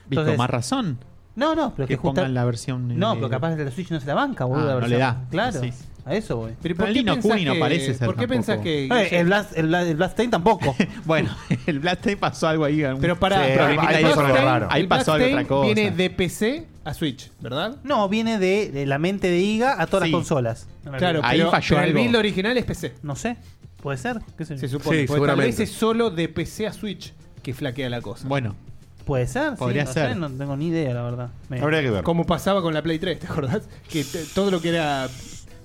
Speaker 6: Y
Speaker 5: Entonces-
Speaker 6: con más razón
Speaker 5: No, no, pero
Speaker 6: que,
Speaker 5: es que justa-
Speaker 6: pongan la versión. eh,
Speaker 5: No, pero capaz la Switch no se la banca, boludo.
Speaker 6: Ah,
Speaker 5: la
Speaker 6: no
Speaker 5: versión.
Speaker 6: le da.
Speaker 5: Claro,
Speaker 6: Sí.
Speaker 5: a eso voy.
Speaker 3: Pero
Speaker 6: Pero
Speaker 3: ¿por
Speaker 6: el
Speaker 3: qué
Speaker 6: Nino
Speaker 3: pensás
Speaker 6: Kuni no
Speaker 3: que-
Speaker 6: parece ser
Speaker 3: ¿Por qué
Speaker 6: tampoco-
Speaker 3: pensás que.?
Speaker 5: Eh, el, Blast, el, Blast- el Blast tampoco.
Speaker 6: Bueno, el Blast Tape pasó algo ahí. algún-
Speaker 3: Pero para.
Speaker 2: Sí,
Speaker 6: ahí pasó
Speaker 3: para- Black
Speaker 2: algo
Speaker 3: Stain-
Speaker 2: raro.
Speaker 6: Ahí
Speaker 3: el
Speaker 6: pasó
Speaker 3: Black
Speaker 6: algo
Speaker 3: Stain
Speaker 6: otra cosa.
Speaker 3: Viene de PC a Switch, ¿verdad?
Speaker 5: No, viene de, de la mente de IGA a todas
Speaker 6: Sí.
Speaker 5: las consoas.
Speaker 3: Claro,
Speaker 6: Ahí
Speaker 3: pero,
Speaker 6: falló
Speaker 3: pero el
Speaker 6: algo.
Speaker 3: build original es PC.
Speaker 5: No sé, puede ser, qué sé yo.
Speaker 3: Se supone.
Speaker 7: Sí,
Speaker 3: porque tal vez
Speaker 7: seguramente.
Speaker 3: es solo de PC a Switch que flaquea la cosa.
Speaker 6: Bueno,
Speaker 5: Puede ser, sí,
Speaker 6: Podría
Speaker 5: no
Speaker 6: ser.
Speaker 5: sé, no tengo ni idea, la verdad. Me-
Speaker 2: Habría que ver.
Speaker 3: Como pasaba con la Play 3, ¿te acordás? Que te- todo lo que era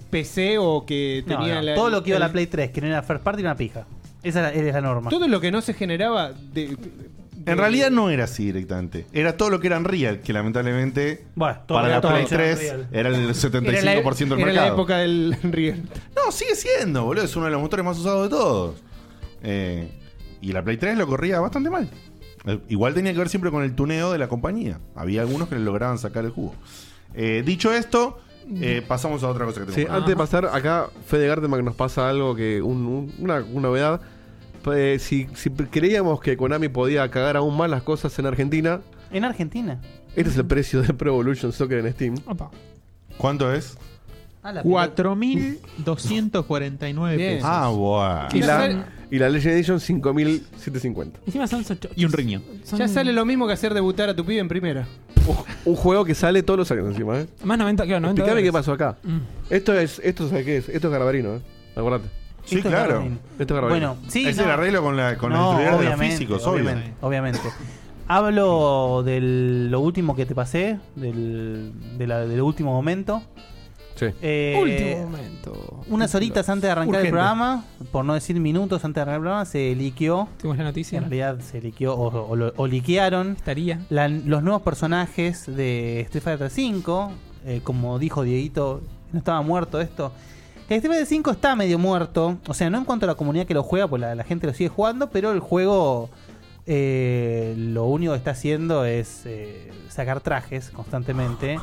Speaker 3: PC o que
Speaker 5: No,
Speaker 3: tenía
Speaker 5: no,
Speaker 3: la-
Speaker 5: todo lo que iba a la
Speaker 3: el-
Speaker 5: Play 3, que no era first party, era una pija. Esa era- era la norma.
Speaker 3: Todo lo que no se generaba de- de-
Speaker 2: En realidad no era así directamente. Era todo lo que era Unreal, que lamentablemente
Speaker 5: Bueno, todo
Speaker 2: para
Speaker 5: lo
Speaker 2: la
Speaker 5: que era
Speaker 2: Play
Speaker 5: todo lo que era
Speaker 2: 3
Speaker 5: Unreal.
Speaker 2: era el 75%
Speaker 3: era la,
Speaker 2: del mercado.
Speaker 3: era la época del Unreal.
Speaker 2: No, sigue siendo, boludo. Es uno de los motores más usados de todos. Eh, y la Play 3 lo corría bastante mal. Eh, Igual tenía que ver siempre con el tuneo de la compañía. Había algunos que le lograban sacar el jugo. Eh, dicho esto, eh, pasamos a otra cosa que tenemos.
Speaker 7: Sí, antes de pasar, acá Fede Gardeman nos pasa algo que. un- un- una, una novedad. Eh, si, si creíamos que Konami podía cagar aún más las cosas en Argentina,
Speaker 5: En Argentina.
Speaker 7: este es el precio de Pro Evolution Soccer en Steam.
Speaker 2: ¿Cuánto es?
Speaker 5: Ah, la
Speaker 6: 4.249
Speaker 3: Bien.
Speaker 6: pesos.
Speaker 2: Ah, bueno.
Speaker 7: Y
Speaker 3: sale-
Speaker 7: la, y la Legend Edition 5.750.
Speaker 4: Encima son ocho-
Speaker 6: Y un riño.
Speaker 4: son
Speaker 3: Ya sale lo mismo que hacer debutar a tu pibe en primera.
Speaker 7: Un juego que sale todos los años encima, ¿eh?
Speaker 4: Más
Speaker 5: Ah,
Speaker 4: 90, claro, 90
Speaker 7: Explícame qué
Speaker 4: dólares.
Speaker 7: pasó acá.
Speaker 5: Mm.
Speaker 7: Esto es, esto ¿sabes qué es? Esto es Garbarino, ¿eh? Acordate.
Speaker 2: Sí,
Speaker 5: Esto es
Speaker 2: claro.
Speaker 5: Garmin.
Speaker 7: Esto es Garbarino.
Speaker 5: Bueno, sí.
Speaker 2: es
Speaker 5: no.
Speaker 2: el arreglo con, la, con
Speaker 5: No,
Speaker 2: el tutorial de los
Speaker 5: obviamente,
Speaker 2: físicos, obvio.
Speaker 5: obviamente, obviamente. Hablo de lo último que te pasé, del, de la- del último momento.
Speaker 7: Sí.
Speaker 5: Eh,
Speaker 4: Último momento.
Speaker 5: Unas horitas antes de arrancar
Speaker 3: Urgente.
Speaker 5: el programa, por no decir minutos antes de arrancar el programa, se liqueó.
Speaker 4: Tuvimos la noticia.
Speaker 5: En realidad se liqueó o, o lo- o liquearon
Speaker 4: Estaría.
Speaker 5: la- los nuevos personajes de Street Fighter V. eh, como dijo Dieguito, no estaba muerto esto. El Street Fighter V está medio muerto. O sea, no en cuanto a la comunidad que lo juega, pues la, la gente lo sigue jugando, pero el juego eh, lo único que está haciendo es eh, sacar trajes constantemente.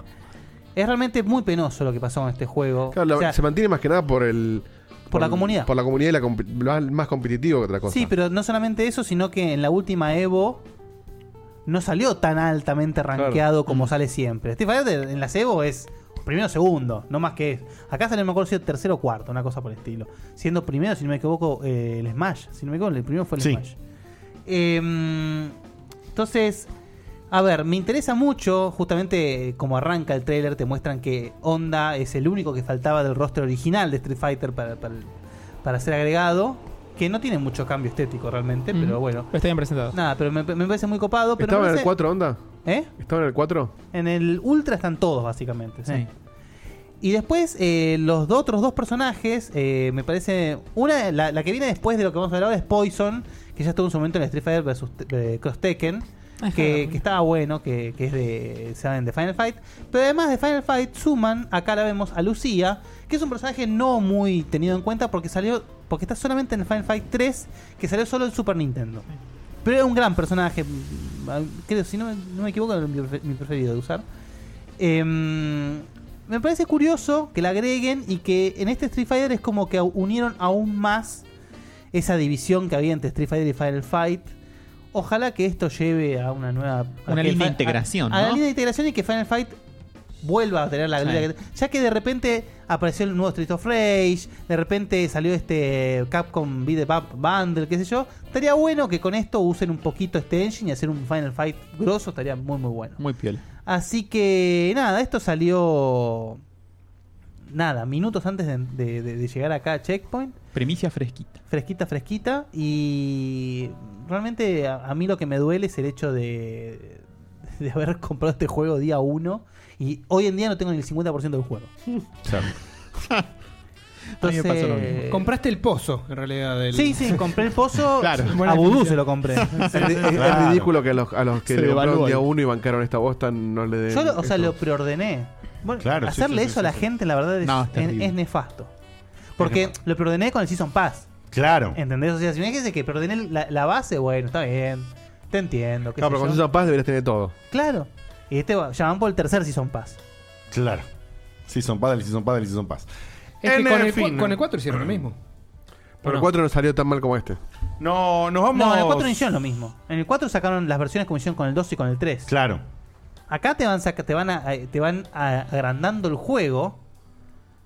Speaker 5: Es realmente muy penoso lo que pasó con este juego.
Speaker 7: Claro, la-
Speaker 5: O sea,
Speaker 7: se mantiene más que nada por el. Por,
Speaker 5: la comunidad.
Speaker 7: Por la comunidad y la compi- lo más competitivo que otra cosa.
Speaker 5: Sí, pero no solamente eso, sino que en la última Evo no salió tan altamente rankeado como sale siempre. Street Fighter en las Evo es primero o segundo, no más que eso. Acá sale, no me acuerdo si era tercero o cuarto, una cosa por el estilo. Siendo primero, si no me equivoco, eh, el Smash. Si no me equivoco, el primero fue el
Speaker 2: Sí.
Speaker 5: Smash. Eh, entonces, a ver, me interesa mucho, justamente eh, como arranca el tráiler, te muestran que Honda es el único que faltaba del roster original de Street Fighter para, para, para ser agregado, que no tiene mucho cambio estético realmente, pero
Speaker 4: Ujú.
Speaker 5: bueno.
Speaker 4: Pero está bien presentado.
Speaker 5: Nada, pero me, me parece muy copado. Pero
Speaker 7: ¿Estaba
Speaker 5: me
Speaker 7: en el
Speaker 5: parece-
Speaker 7: 4 onda?
Speaker 5: ¿Eh?
Speaker 7: ¿Estaba en el 4?
Speaker 5: En el Ultra están todos, básicamente. sí.
Speaker 4: Sí.
Speaker 5: Y después, eh, los do- otros dos personajes, eh, me parece. Una, la, la que viene después de lo que vamos a hablar ahora es Poison, que ya estuvo en su momento en el Street Fighter versus eh, Cross Tekken.
Speaker 4: Ay,
Speaker 5: Que,
Speaker 4: joder.
Speaker 5: que estaba bueno, que, que es de. saben, de Final Fight. Pero además de Final Fight, suman, acá la vemos a Lucía, que es un personaje no muy tenido en cuenta porque salió. Porque está solamente en Final Fight 3, que salió solo en Super Nintendo. Pero era un gran personaje. mm, Creo, si no, me- no me equivoco, era mi prefe- mi preferido de usar. Em, me parece curioso que la agreguen y que en este Street Fighter es como que unieron aún más esa división que había entre Street Fighter y Final Fight. Ojalá que esto lleve a una nueva. a
Speaker 6: Una
Speaker 5: que
Speaker 6: linda
Speaker 5: Fi- a-
Speaker 6: integración,
Speaker 5: A, la
Speaker 6: ¿no?
Speaker 5: línea de integración y que Final Fight vuelva a tener la gloria que- Ya que de repente apareció el nuevo Street of Rage, de repente salió este Capcom Beat the Up Bundle, qué sé yo. Estaría bueno que con esto usen un poquito este engine y hacer un Final Fight grosso, estaría muy, muy bueno.
Speaker 6: Muy piola.
Speaker 5: Así que nada, esto salió nada, minutos antes de, de- de- de llegar acá a Checkpoint.
Speaker 6: Primicia fresquita.
Speaker 5: Fresquita, fresquita. Y realmente a, a mí lo que me duele es el hecho de, de haber comprado este juego día uno. Y hoy en día no tengo ni el 50% del juego.
Speaker 2: Claro.
Speaker 6: A mí me pasó lo mismo.
Speaker 5: Entonces-
Speaker 3: Compraste el pozo, en realidad. Del...
Speaker 5: Sí, sí, compré el pozo.
Speaker 6: Claro.
Speaker 5: A Vudú se lo compré.
Speaker 7: Es, es- es
Speaker 2: Claro.
Speaker 7: ridículo que a los, a los que
Speaker 6: Se
Speaker 7: le compraron
Speaker 6: devalúa.
Speaker 7: día 1 y bancaron esta bosta no le den.
Speaker 5: Yo, lo- o sea,
Speaker 7: esto.
Speaker 5: lo preordené. Bueno,
Speaker 2: Claro, sí,
Speaker 5: hacerle
Speaker 2: sí,
Speaker 5: eso
Speaker 2: sí,
Speaker 5: a la
Speaker 2: sí.
Speaker 5: gente, la verdad, es,
Speaker 6: No, es
Speaker 5: es-
Speaker 6: terrible.
Speaker 5: es nefasto. Porque lo preordené con el Season Pass.
Speaker 2: Claro.
Speaker 5: ¿Entendés? O sea, si me dijese que pero tenés la, la base, bueno, está bien. Te entiendo. Eh, qué
Speaker 7: No,
Speaker 5: sé
Speaker 7: pero con
Speaker 5: yo.
Speaker 7: Season Pass deberías tener todo.
Speaker 5: Claro. Y este va- ya van por el tercer Season Pass.
Speaker 2: Claro. Season Pass, el Season Pass, el Season Pass.
Speaker 3: Es que
Speaker 2: En
Speaker 3: con
Speaker 2: el
Speaker 3: el,
Speaker 2: fin.
Speaker 3: cua- con el 4 hicieron lo mismo.
Speaker 7: Pero
Speaker 3: no?
Speaker 7: el 4 no salió tan mal como este.
Speaker 2: No, nos vamos.
Speaker 5: No, en el 4 no hicieron lo mismo. En el 4 sacaron las versiones como hicieron con el 2 y con el 3.
Speaker 2: Claro.
Speaker 5: Acá te van, saca- te van, a- eh, te van a- agrandando el juego.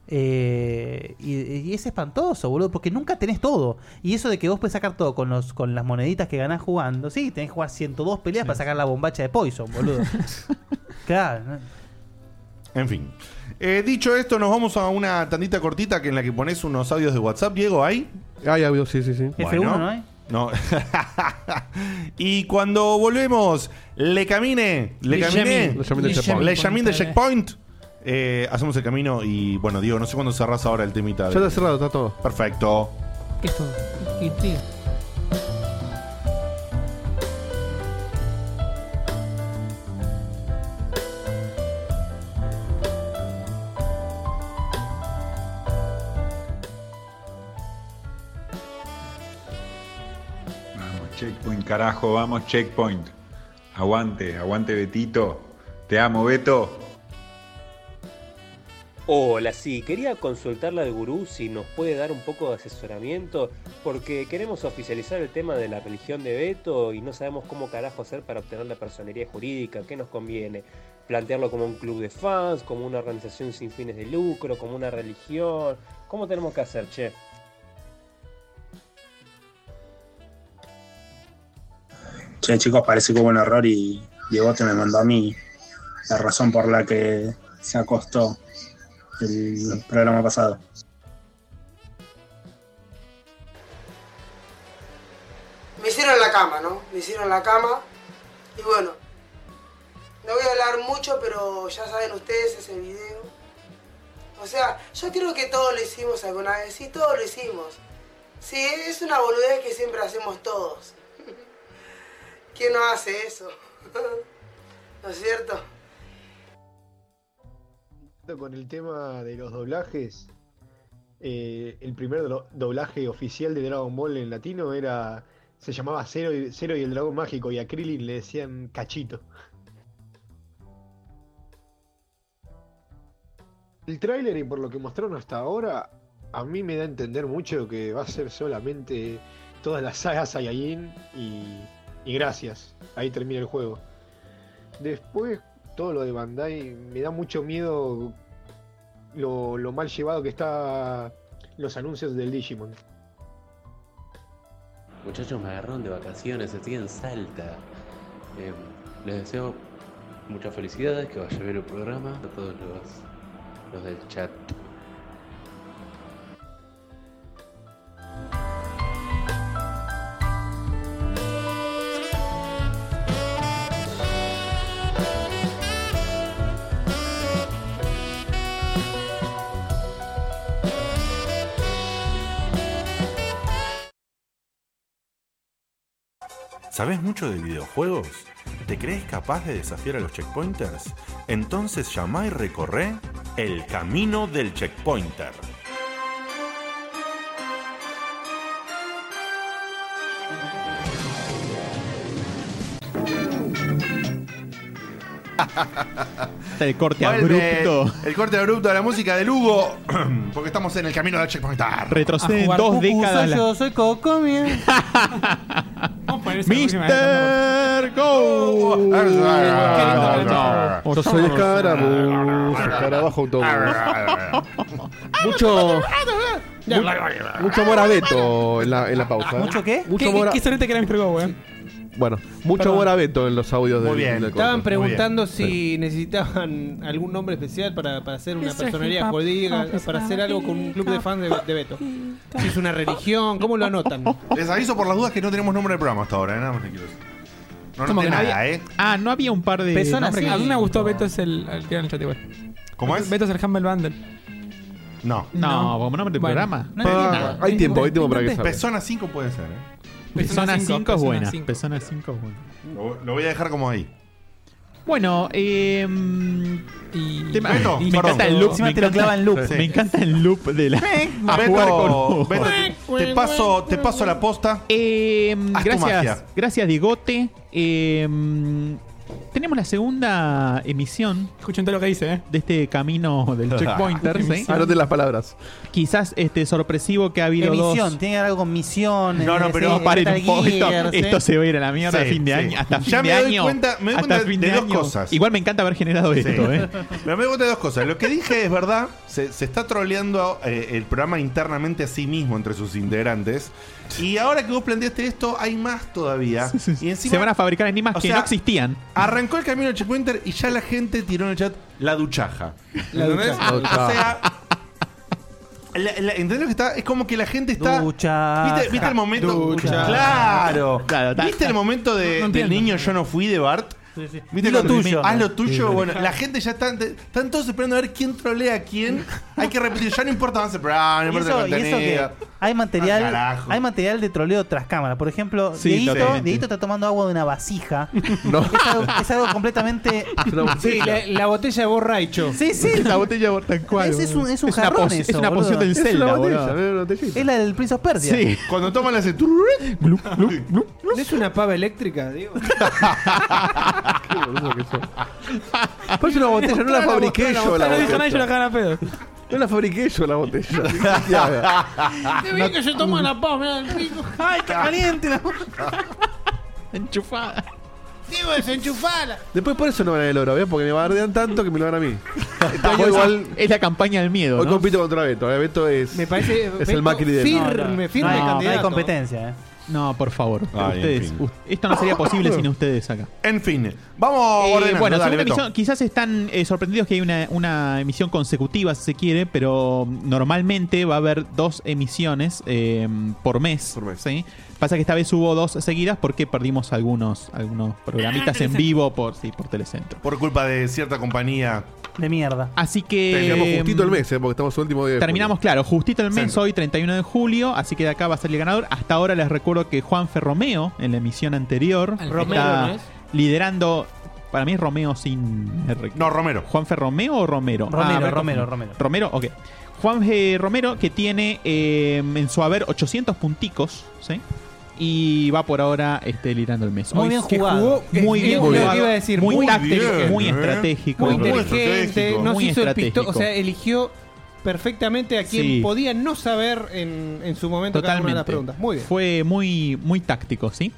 Speaker 5: eh, y, y es espantoso, boludo, porque nunca tenés todo. Y eso de que vos puedes sacar todo con los con las moneditas que ganás jugando, sí, tenés que jugar 102 peleas para sacar la bombacha de Poison, boludo. claro, ¿no?
Speaker 2: En fin. Eh, dicho esto, nos vamos a una tandita cortita que en la que pones unos audios de WhatsApp. Diego, ¿ahí?
Speaker 7: Ah, ya, sí, sí, sí.
Speaker 5: F1 no hay.
Speaker 2: No. y cuando volvemos, le camine, le, camine,
Speaker 7: Le Llamin del
Speaker 4: Le
Speaker 7: Checkpoint.
Speaker 2: le
Speaker 4: Llamin
Speaker 2: llamin del
Speaker 4: del
Speaker 2: checkpoint. Eh, hacemos el camino y bueno, Diego, no sé cuándo cerrás ahora el temita. de-
Speaker 7: Ya está cerrado, está todo.
Speaker 2: Perfecto.
Speaker 4: ¿Qué es todo? ¿Qué- qué-
Speaker 11: Checkpoint, carajo, vamos, checkpoint. Aguante, aguante, Betito. Te amo, Beto.
Speaker 9: Hola, sí, quería consultarla al gurú si nos puede dar un poco de asesoramiento, porque queremos oficializar el tema de la religión de Beto y no sabemos cómo carajo hacer para obtener la personería jurídica, qué nos conviene, plantearlo como un club de fans, como una organización sin fines de lucro, como una religión, ¿cómo tenemos que hacer, che?
Speaker 10: Che, chicos, parece que hubo un error y Diego te me mandó a mí la razón por la que se acostó el programa pasado.
Speaker 12: Me hicieron la cama, ¿no? Me hicieron la cama. Y bueno, no voy a hablar mucho, pero ya saben ustedes ese video. O sea, yo creo que todo lo hicimos alguna vez. Sí, todo lo hicimos. Sí, es una boludez que siempre hacemos todos. ¿Quién no hace eso? ¿No es cierto?
Speaker 13: Con el tema de los doblajes, eh, el primer do- doblaje oficial de Dragon Ball en latino era se llamaba Cero y, Cero y el Dragón Mágico y a Krillin le decían cachito. El tráiler y por lo que mostraron hasta ahora, a mí me da a entender mucho que va a ser solamente todas las sagas Saiyajin y, y gracias. Ahí termina el juego. Después, todo lo de Bandai me da mucho miedo lo, lo mal llevado que está los anuncios del Digimon.
Speaker 14: Muchachos, me agarraron de vacaciones, estoy en Salta. Eh, les deseo muchas felicidades, que vaya bien el programa, a todos los, los del chat.
Speaker 15: ¿Sabes mucho de videojuegos? ¿Te crees capaz de desafiar a los checkpointers? Entonces llama y recorre el camino del checkpointer.
Speaker 6: El corte
Speaker 2: Vuelve
Speaker 6: abrupto.
Speaker 2: El, corte abrupto de la música de Lugo, porque estamos en el camino del checkpoint.
Speaker 6: Retroceden A jugar dos cucu, décadas soy la- yo,
Speaker 5: soy Coco,
Speaker 6: Mister Go.
Speaker 7: Yo soy de escaramujo, escarabajo autónomo. Mucho. mu- Mucho amor a Beto en la, en la pausa. ¿eh?
Speaker 4: ¿Mucho
Speaker 5: qué?
Speaker 7: Mucho
Speaker 4: ¿Qué,
Speaker 7: amor a-
Speaker 4: qué sonete que era Mr. Go, eh?
Speaker 7: Bueno, mucho
Speaker 4: Perdón.
Speaker 7: amor a Beto en los audios del. del corte.
Speaker 3: Estaban preguntando
Speaker 7: Muy bien. Sí.
Speaker 3: si necesitaban algún nombre especial para, para hacer una
Speaker 4: Ese
Speaker 3: personería
Speaker 4: hip-hop,
Speaker 3: jurídica,
Speaker 4: hip-hop,
Speaker 3: para hacer algo con un club de fans de, de Beto. Si es una religión, ¿cómo lo anotan?
Speaker 2: Les aviso por las dudas que no tenemos nombre de programa hasta ahora, eh, nada más que quiero decir. No
Speaker 4: ¿Cómo
Speaker 2: noté
Speaker 4: que no
Speaker 2: nada,
Speaker 4: había?
Speaker 2: ¿eh?
Speaker 6: Ah, no había un par de.
Speaker 4: Empezó
Speaker 6: nombres
Speaker 4: así.
Speaker 6: que-
Speaker 4: A mí me gustó Beto es el, el que era en el chat igual.
Speaker 2: ¿Cómo es?
Speaker 4: Beto es el Humble Bundle.
Speaker 2: No.
Speaker 6: No, como nombre del
Speaker 4: Bueno.
Speaker 6: programa.
Speaker 4: No entendí nada.
Speaker 7: hay tiempo, hay tiempo para que
Speaker 4: Intenté.
Speaker 7: salga.
Speaker 2: Persona 5 puede ser, ¿eh?
Speaker 6: Persona 5 es buena.
Speaker 2: cinco.
Speaker 6: Persona 5 es buena.
Speaker 2: Lo, lo voy a dejar como ahí.
Speaker 6: Bueno, eh. Y,
Speaker 2: Beto, perdón.
Speaker 6: me encanta el loop.
Speaker 2: Encima
Speaker 6: Me
Speaker 2: te lo
Speaker 6: encanta,
Speaker 2: clava en loop. Sí.
Speaker 6: Me encanta el loop de la. a jugar
Speaker 2: Beto,
Speaker 6: con-
Speaker 2: Beto, te, te paso, te paso la posta.
Speaker 6: Em,
Speaker 2: Haz tu
Speaker 6: Gracias,
Speaker 2: magia.
Speaker 6: gracias Digote. Eh, tenemos la segunda emisión.
Speaker 4: Escuchen todo lo que dice, ¿eh?
Speaker 6: De este camino del checkpointer. ¿sí?
Speaker 2: Ah,
Speaker 7: Anoten las palabras.
Speaker 6: Quizás este sorpresivo que ha habido
Speaker 5: Emisión,
Speaker 6: dos.
Speaker 5: tiene algo con misiones. eh,
Speaker 6: No, no, pero no, paren un poco. Esto, esto se va a ir a la mierda
Speaker 2: Sí,
Speaker 6: a fin de
Speaker 2: sí.
Speaker 6: año. Hasta fin
Speaker 2: Ya
Speaker 6: de
Speaker 2: me doy
Speaker 6: año.
Speaker 2: cuenta- me doy
Speaker 6: hasta
Speaker 2: cuenta
Speaker 6: fin
Speaker 2: de
Speaker 6: de
Speaker 2: dos
Speaker 6: año.
Speaker 2: cosas.
Speaker 6: Igual me encanta haber generado
Speaker 2: Sí.
Speaker 6: esto, ¿eh?
Speaker 2: Pero me gusta dos cosas. Lo que dije es verdad. Se, se está troleando eh, el programa internamente a sí mismo entre sus integrantes. Y ahora que vos planteaste esto, hay más todavía. Y encima,
Speaker 6: Se van a fabricar enigmas
Speaker 2: o
Speaker 6: que
Speaker 2: sea,
Speaker 6: no existían.
Speaker 2: Arrancó el camino del checkpointer y ya la gente tiró en el chat la duchaja.
Speaker 6: La
Speaker 2: ¿Entendés?
Speaker 6: duchaja.
Speaker 2: O sea. la- la- ¿Entendés lo que está? Es como que la gente está. ¿Viste, viste el momento?
Speaker 6: Duchaja.
Speaker 2: Claro.
Speaker 6: Claro, ta-
Speaker 2: ¿Viste el momento de-
Speaker 6: No
Speaker 2: del
Speaker 6: entiendo.
Speaker 2: niño Yo no fui de Bart? ¿Viste
Speaker 6: Di lo
Speaker 2: cuando-
Speaker 6: tuyo.
Speaker 2: Haz lo tuyo.
Speaker 6: Sí.
Speaker 2: Bueno, la gente ya está. te- Están todos esperando a ver quién trolea a quién. Hay que repetir. Ya no importa más el programa, no
Speaker 5: Y
Speaker 2: importa
Speaker 5: eso,
Speaker 2: el
Speaker 5: y eso que
Speaker 2: contenido.
Speaker 5: Hay
Speaker 2: Ah,
Speaker 5: material,
Speaker 2: carajo.
Speaker 5: hay material de troleo tras cámara. Por ejemplo,
Speaker 2: Sí,
Speaker 5: Dieguito,
Speaker 2: totalmente.
Speaker 5: Dieguito está tomando agua de una vasija. Es, algo, es algo completamente.
Speaker 3: Sí, la, la botella de borracho.
Speaker 5: Sí, sí.
Speaker 6: La botella de tal cual,
Speaker 5: Ese es un, es un
Speaker 6: Es una
Speaker 5: jarrón.
Speaker 6: poci-
Speaker 5: eso,
Speaker 6: es una
Speaker 5: boludo.
Speaker 6: poción del Es una Zelda, botella, boludo.
Speaker 5: Es la del Prince of Persia.
Speaker 6: Sí.
Speaker 2: Cuando toma la hace.
Speaker 3: ¿No es una pava eléctrica, Diego?
Speaker 7: Qué boludo que sos. Parece una botella, no la fabriqué yo la botella.
Speaker 4: a pedo.
Speaker 7: No la fabriqué yo la botella.
Speaker 3: Qué bien que se toma la pava, mira el pico. Ay, está caliente la
Speaker 6: Enchufada.
Speaker 3: Diego, desenchufala.
Speaker 7: Después por eso no van el oro, ¿ves? Porque me bardean tanto que me lo dan a mí. Este año
Speaker 6: Hoy
Speaker 7: igual,
Speaker 6: es la campaña del miedo.
Speaker 7: hoy
Speaker 6: ¿no?
Speaker 7: compito contra Beto. ¿eh? Beto es,
Speaker 6: Me parece-
Speaker 7: es
Speaker 6: Beto
Speaker 7: el Macri de
Speaker 6: No, no, no hay
Speaker 5: competencia, ¿eh?
Speaker 6: No, por favor.
Speaker 2: Ay,
Speaker 6: ustedes,
Speaker 2: en fin.
Speaker 6: u- esto no sería posible sin ustedes acá.
Speaker 2: En fin, vamos
Speaker 6: Eh,
Speaker 2: ordenando,
Speaker 6: bueno,
Speaker 2: dale,
Speaker 6: segunda
Speaker 2: Beto.
Speaker 6: emisión, quizás están eh, sorprendidos que hay una, una emisión consecutiva, si se quiere, pero normalmente va a haber dos emisiones eh, por mes. ¿sí? Pasa que esta vez hubo dos seguidas porque perdimos algunos, algunos
Speaker 5: Ah,
Speaker 6: programitas en vivo por, sí, por Telecentro.
Speaker 2: Por culpa de cierta compañía.
Speaker 5: De mierda.
Speaker 6: Así que.
Speaker 7: Terminamos justito el
Speaker 6: mm,
Speaker 7: mes, ¿eh? Porque estamos el último día. de
Speaker 6: Terminamos,
Speaker 7: julio.
Speaker 6: claro, justito el mes
Speaker 7: Centro.
Speaker 6: hoy, 31 de julio, así que de acá va a salir el ganador. Hasta ahora les recuerdo que Juan Ferromeo, en la emisión anterior,
Speaker 3: Romeo,
Speaker 6: está
Speaker 3: ¿no es?
Speaker 6: liderando. Para mí es Romeo sin R.
Speaker 2: No, Romero.
Speaker 6: ¿Juan Ferromeo o Romero? Ah,
Speaker 5: Romero,
Speaker 6: me
Speaker 5: Romero,
Speaker 6: confundí. Romero,
Speaker 5: Romero.
Speaker 6: ok. Juan G. Romero, que tiene eh, en su haber 800 punticos, ¿sí? Y va por ahora este, liderando el mes.
Speaker 5: Muy
Speaker 6: Hoy
Speaker 5: bien
Speaker 6: que
Speaker 5: jugado.
Speaker 6: jugó Muy
Speaker 5: Es
Speaker 6: bien
Speaker 5: lo que
Speaker 6: jugado.
Speaker 5: iba a decir,
Speaker 6: Muy,
Speaker 5: muy
Speaker 6: táctico,
Speaker 5: bien,
Speaker 6: muy
Speaker 5: ¿eh?
Speaker 6: estratégico.
Speaker 3: Muy
Speaker 6: Muy
Speaker 3: inteligente, nos
Speaker 6: muy
Speaker 3: hizo el pisto-
Speaker 6: estratégico.
Speaker 3: O sea, eligió perfectamente a quien
Speaker 6: Sí.
Speaker 3: podía no saber en, en su momento cada una de las
Speaker 6: Totalmente.
Speaker 3: preguntas. Muy bien.
Speaker 6: Fue muy, muy táctico, ¿sí?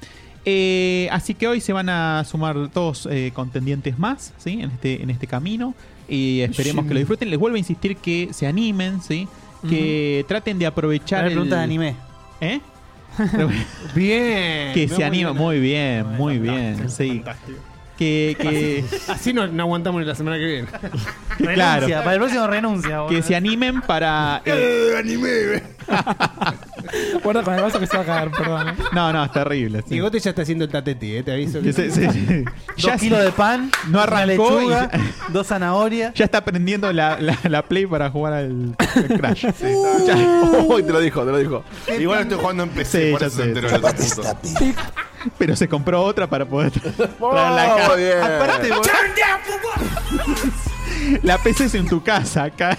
Speaker 6: Eh, así que hoy se van a sumar dos eh, contendientes más, ¿sí? En este, en este camino. Y esperemos
Speaker 5: Sí.
Speaker 6: que lo disfruten. Les vuelvo a insistir que se animen, ¿sí? Que traten de aprovechar.
Speaker 5: Para
Speaker 6: el-
Speaker 5: preguntas de anime.
Speaker 6: ¿Eh?
Speaker 3: Bien.
Speaker 6: que se
Speaker 3: No, muy
Speaker 6: animen.
Speaker 3: bien.
Speaker 6: Muy bien, muy bien, sí. Que, que,
Speaker 3: Así no, no aguantamos la semana que viene.
Speaker 6: que claro.
Speaker 5: Para el próximo renuncia.
Speaker 6: Que se animen para. eh,
Speaker 4: Guarda con el vaso que se va a caer, perdón. eh.
Speaker 6: no, no, es terrible. sí.
Speaker 3: Diegote ya está haciendo el tateti, eh, te aviso.
Speaker 6: Que se- se- se-
Speaker 5: Dos
Speaker 6: ya
Speaker 5: kilos
Speaker 6: se-
Speaker 5: de pan,
Speaker 6: No
Speaker 5: una
Speaker 6: arrancó y
Speaker 5: lechuga,
Speaker 6: ya-
Speaker 5: dos zanahorias.
Speaker 6: Ya está prendiendo la, la, la Play para jugar al al Crash.
Speaker 7: Uy, te lo dijo, te lo dijo.
Speaker 2: Igual estoy jugando en PC,
Speaker 6: Sí,
Speaker 2: por
Speaker 6: ya
Speaker 2: eso
Speaker 6: sé.
Speaker 2: se enteró el otro puto.
Speaker 6: Pero se compró otra para poder tra- traerla acá.
Speaker 7: Muy Oh, bien.
Speaker 6: Ah, parate, boludo. La PC es en tu casa acá.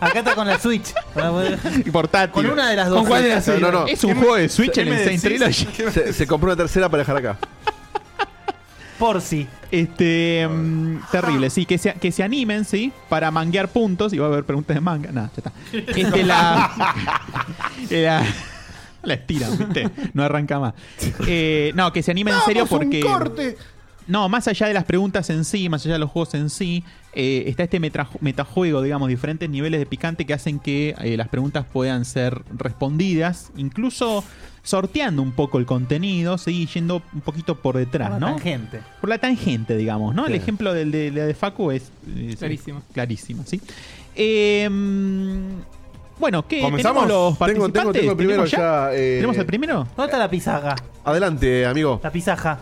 Speaker 5: Acá está con la Switch. Para poder-
Speaker 6: Y Portátil.
Speaker 5: Con una de las dos.
Speaker 6: ¿Con cuál de las
Speaker 7: No, no, no.
Speaker 6: Es un
Speaker 7: ¿Qué
Speaker 6: juego
Speaker 7: me-
Speaker 6: de Switch
Speaker 7: qué
Speaker 6: el
Speaker 7: me
Speaker 6: Insane
Speaker 7: decís?
Speaker 6: Trilogy.
Speaker 7: Se, se compró una tercera para dejar acá.
Speaker 5: Por si.
Speaker 6: Este. mm, terrible, sí. Que se, que se animen, sí. Para manguear puntos. Y va a haber preguntas de manga. Nada, ya está. Este, la. eh, la la estiran, ¿viste? No arranca más. Eh, no, que se animen en serio
Speaker 3: Vamos, un
Speaker 6: porque.
Speaker 3: corte.
Speaker 6: No, más allá de las preguntas en sí, más allá de los juegos en sí, eh, está este metra- metajuego, digamos, diferentes niveles de picante que hacen que eh, las preguntas puedan ser respondidas, incluso sorteando un poco el contenido, ¿sí? yendo un poquito por detrás,
Speaker 5: Por la
Speaker 6: ¿no?
Speaker 5: tangente.
Speaker 6: Por la tangente, digamos, ¿no? El
Speaker 5: Sí.
Speaker 6: ejemplo del de, la de Facu es, es
Speaker 4: Clarísimo.
Speaker 6: clarísimo, ¿sí? Eh, mm, bueno, ¿qué
Speaker 7: ¿Comenzamos?
Speaker 6: tenemos los
Speaker 7: Tengo- tengo-
Speaker 6: participantes?
Speaker 7: tengo el primero
Speaker 6: ¿Tenemos
Speaker 7: ya, eh,
Speaker 6: ¿Tenemos el primero?
Speaker 5: ¿Dónde está la pisaja?
Speaker 7: Adelante, amigo.
Speaker 5: La pisaja.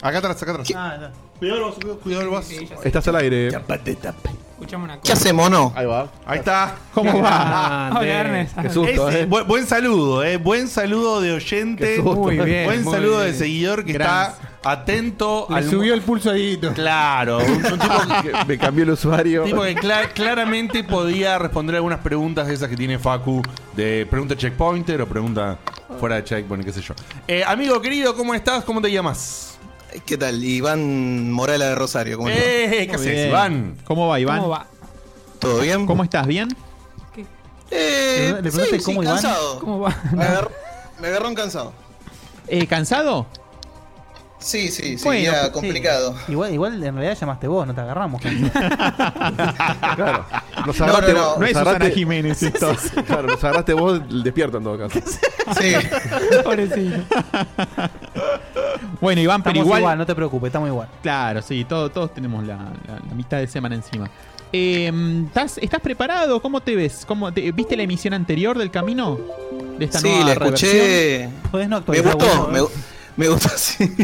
Speaker 2: Acá atrás, acá atrás.
Speaker 5: Ah,
Speaker 2: Cuidado, cuidado el vaso.
Speaker 7: Estás al aire.
Speaker 4: Escuchame una cosa.
Speaker 2: ¿Qué hace, mono? Ahí va. Ahí está.
Speaker 6: ¿Cómo
Speaker 4: va? Hola, Ernest.
Speaker 2: Qué susto, eh. Bu- buen saludo, eh. Buen saludo de oyente.
Speaker 3: Qué susto. Muy bien,
Speaker 2: buen
Speaker 3: muy
Speaker 2: saludo
Speaker 3: bien.
Speaker 2: de seguidor que está atento
Speaker 3: Le subió el pulso a Dieguito.
Speaker 2: Claro, un, un tipo, que,
Speaker 7: Me cambió el usuario.
Speaker 2: tipo que cla- claramente podía responder algunas preguntas de esas que tiene Facu de pregunta checkpointer o pregunta fuera de checkpoint, qué sé yo. Eh, amigo querido, ¿cómo estás? ¿Cómo te llamas?
Speaker 16: ¿Qué tal? Iván Morala de Rosario. ¿Cómo estás?
Speaker 2: Eh, ¿Qué
Speaker 16: Muy
Speaker 2: haces,
Speaker 16: bien.
Speaker 2: Iván?
Speaker 6: ¿Cómo va, Iván?
Speaker 16: ¿Cómo
Speaker 4: va?
Speaker 16: ¿Todo bien?
Speaker 6: ¿Cómo estás? ¿Bien?
Speaker 16: Eh,
Speaker 6: ¿Le preguntaste
Speaker 16: sí,
Speaker 6: cómo
Speaker 16: sí,
Speaker 6: Iván?
Speaker 16: cansado.
Speaker 4: ¿Cómo va?
Speaker 16: Me, agarró, me agarró un cansado.
Speaker 6: Eh, ¿Cansado?
Speaker 16: Sí, sí, sí,
Speaker 5: Bueno,
Speaker 16: ya
Speaker 5: sí.
Speaker 16: complicado.
Speaker 5: Igual, igual en realidad llamaste vos, no te agarramos.
Speaker 7: Claro. Nos
Speaker 16: No,
Speaker 7: agarraste,
Speaker 16: no, no.
Speaker 7: vos-
Speaker 16: No es
Speaker 7: nos
Speaker 16: Susana
Speaker 7: agarraste-
Speaker 6: Jiménez
Speaker 16: esto.
Speaker 7: Claro, nos agarraste vos despierto en todo caso.
Speaker 16: Sí.
Speaker 4: Pobrecito.
Speaker 6: Bueno, Iván,
Speaker 5: Estamos
Speaker 6: pero igual.
Speaker 5: igual, no te preocupes, estamos igual.
Speaker 6: Claro, sí, todo- todos tenemos la, la- la mitad de semana encima. Eh, ¿estás, estás preparado? ¿Cómo te ves? ¿Cómo te- ¿Viste la emisión anterior del camino? De esta
Speaker 16: Sí,
Speaker 6: nueva
Speaker 16: la escuché.
Speaker 6: reversión?
Speaker 5: Podés no
Speaker 16: Me
Speaker 5: actualizar,
Speaker 16: gustó,
Speaker 5: bueno,
Speaker 16: me,
Speaker 5: ¿eh?
Speaker 16: gu- me gustó, sí.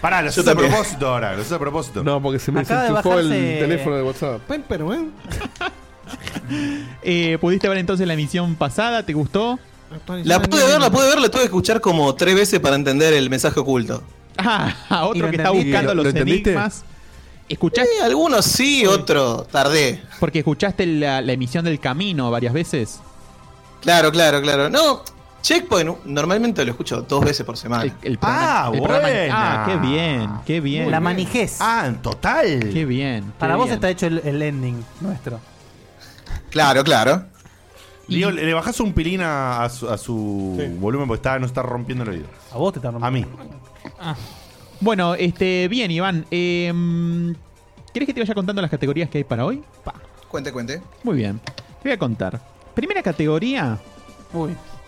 Speaker 2: Pará, lo
Speaker 16: Yo
Speaker 2: haces a
Speaker 16: también.
Speaker 2: propósito ahora, lo haces a propósito.
Speaker 7: No, porque se me
Speaker 5: Acaba de
Speaker 7: desenchufó el
Speaker 5: bajarse-
Speaker 7: teléfono de WhatsApp.
Speaker 3: Ven, pero ven.
Speaker 6: Eh, ¿Pudiste ver entonces la emisión pasada? ¿Te gustó?
Speaker 16: La pude ver, la pude ver, la tuve que escuchar como tres veces para entender el mensaje oculto.
Speaker 6: Ah,
Speaker 16: Y lo
Speaker 6: otro que está
Speaker 16: entendí.
Speaker 6: buscando
Speaker 16: ¿Lo-
Speaker 6: los
Speaker 16: lo entendiste?
Speaker 6: enigmas. ¿Escuchaste?
Speaker 16: algunos sí, otros tardé.
Speaker 6: Porque escuchaste la, la emisión del camino varias veces.
Speaker 16: Claro, claro, claro. No, Checkpoint normalmente lo escucho dos veces por semana.
Speaker 6: Ah, El programa- ah, qué bien, qué bien.
Speaker 5: La manijez.
Speaker 2: Ah, en total.
Speaker 6: Qué bien.
Speaker 5: Para
Speaker 6: qué
Speaker 5: vos
Speaker 6: bien.
Speaker 5: está hecho el, el ending nuestro.
Speaker 16: Claro, claro.
Speaker 2: Leo, ¿le bajás un pilín a, a su, a su volumen? Porque está, no está rompiendo el oído.
Speaker 5: A vos te está rompiendo.
Speaker 2: A mí.
Speaker 6: Ah. Bueno, este, bien, Iván. Eh, ¿Quieres que te vaya contando las categorías que hay para hoy?
Speaker 16: Cuente, cuente.
Speaker 6: Muy bien. Te voy a contar. Primera categoría.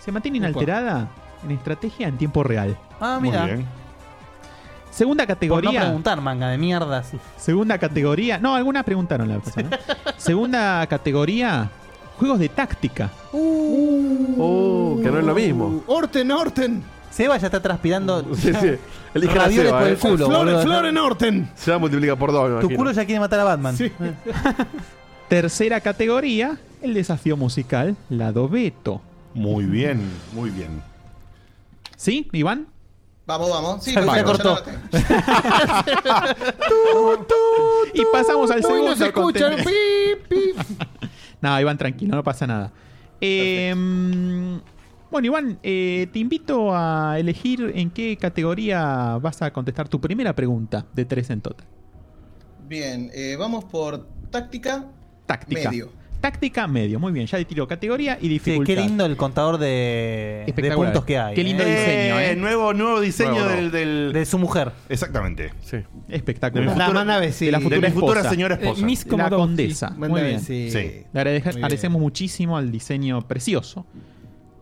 Speaker 6: Se mantiene inalterada en estrategia en tiempo real.
Speaker 5: Ah, mira. Muy bien.
Speaker 6: Segunda categoría.
Speaker 5: Por no preguntar, manga de mierda. sí.
Speaker 6: Segunda categoría. No, algunas preguntaron la persona. Segunda categoría. Juegos de táctica.
Speaker 7: Oh, que no es lo
Speaker 5: Uh,
Speaker 7: mismo.
Speaker 5: Orten, Orten. Seba ya está transpirando.
Speaker 7: Sí, sí. Elija la
Speaker 5: Ravioles
Speaker 7: ceba,
Speaker 5: por
Speaker 7: eh.
Speaker 5: el culo. boludo.
Speaker 7: Norton. Se va a multiplicar por dos, me
Speaker 5: Tu
Speaker 7: imagino.
Speaker 5: culo ya quiere matar a Batman. Eh.
Speaker 6: Tercera categoría. El desafío musical. Lado Beto.
Speaker 2: Muy bien, muy bien.
Speaker 6: ¿Sí, Iván?
Speaker 16: Vamos, vamos. Sí,
Speaker 6: Se
Speaker 16: perfecto,
Speaker 6: cortó.
Speaker 16: ya lo
Speaker 6: Y pasamos al
Speaker 16: Uy, no
Speaker 6: segundo.
Speaker 16: se escucha,
Speaker 6: contenido. No, Iván, tranquilo, no pasa nada. Eh, bueno, Iván, eh, te invito a elegir en qué categoría vas a contestar tu primera pregunta de tres en total.
Speaker 16: anoté. Bien, eh, vamos por táctica.
Speaker 6: Táctica.
Speaker 16: Medio.
Speaker 6: Táctica medio. Muy bien, ya tiro categoría y
Speaker 5: Sí,
Speaker 6: dificultad.
Speaker 5: qué lindo el contador de, de
Speaker 6: Espectacular.
Speaker 5: puntos que hay.
Speaker 6: Qué lindo diseño, ¿eh?
Speaker 2: Nuevo, nuevo diseño
Speaker 6: Nuevo,
Speaker 2: del,
Speaker 6: nuevo.
Speaker 2: del-
Speaker 5: De su mujer.
Speaker 2: Exactamente.
Speaker 7: Sí.
Speaker 6: Espectacular.
Speaker 2: De mi futura- de la futura,
Speaker 6: esposa.
Speaker 2: señora esposa.
Speaker 6: Eh, Miss la condesa. Muy bien.
Speaker 2: Sí.
Speaker 6: Le agrade-
Speaker 2: Muy bien.
Speaker 6: agradecemos muchísimo al diseño precioso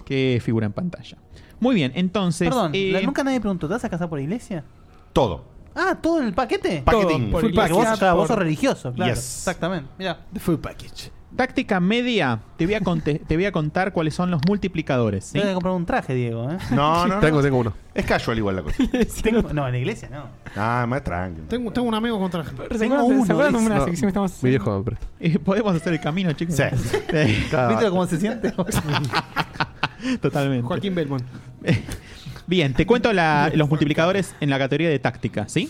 Speaker 6: que figura en pantalla. Muy bien, entonces.
Speaker 5: Perdón,
Speaker 6: eh,
Speaker 5: la- nunca nadie preguntó, ¿te vas a casar por iglesia?
Speaker 2: Todo.
Speaker 5: Ah, todo el paquete.
Speaker 6: Paquetín. Todo, por
Speaker 5: Porque vos,
Speaker 6: iglesia,
Speaker 5: claro, vos
Speaker 6: por-
Speaker 5: sos religioso, claro.
Speaker 6: Yes.
Speaker 5: Exactamente. Mira. The full package.
Speaker 6: Táctica media, te voy, a conte- te voy a contar cuáles son los multiplicadores. ¿sí?
Speaker 5: Tengo que comprar un traje, Diego, ¿eh?
Speaker 2: No, no, no.
Speaker 5: Tengo-
Speaker 2: uno. Es casual igual la cosa.
Speaker 5: Tengo- no, en la iglesia no.
Speaker 2: Ah, más tranquilo.
Speaker 3: Tengo, tengo un amigo con traje.
Speaker 7: Mi viejo hombre.
Speaker 6: Eh, Podemos hacer el camino, chicos. Sí.
Speaker 5: ¿Viste cómo se siente?
Speaker 6: Totalmente.
Speaker 3: Joaquín Belmont.
Speaker 6: Bien, te cuento la- los multiplicadores en la categoría de táctica, ¿sí?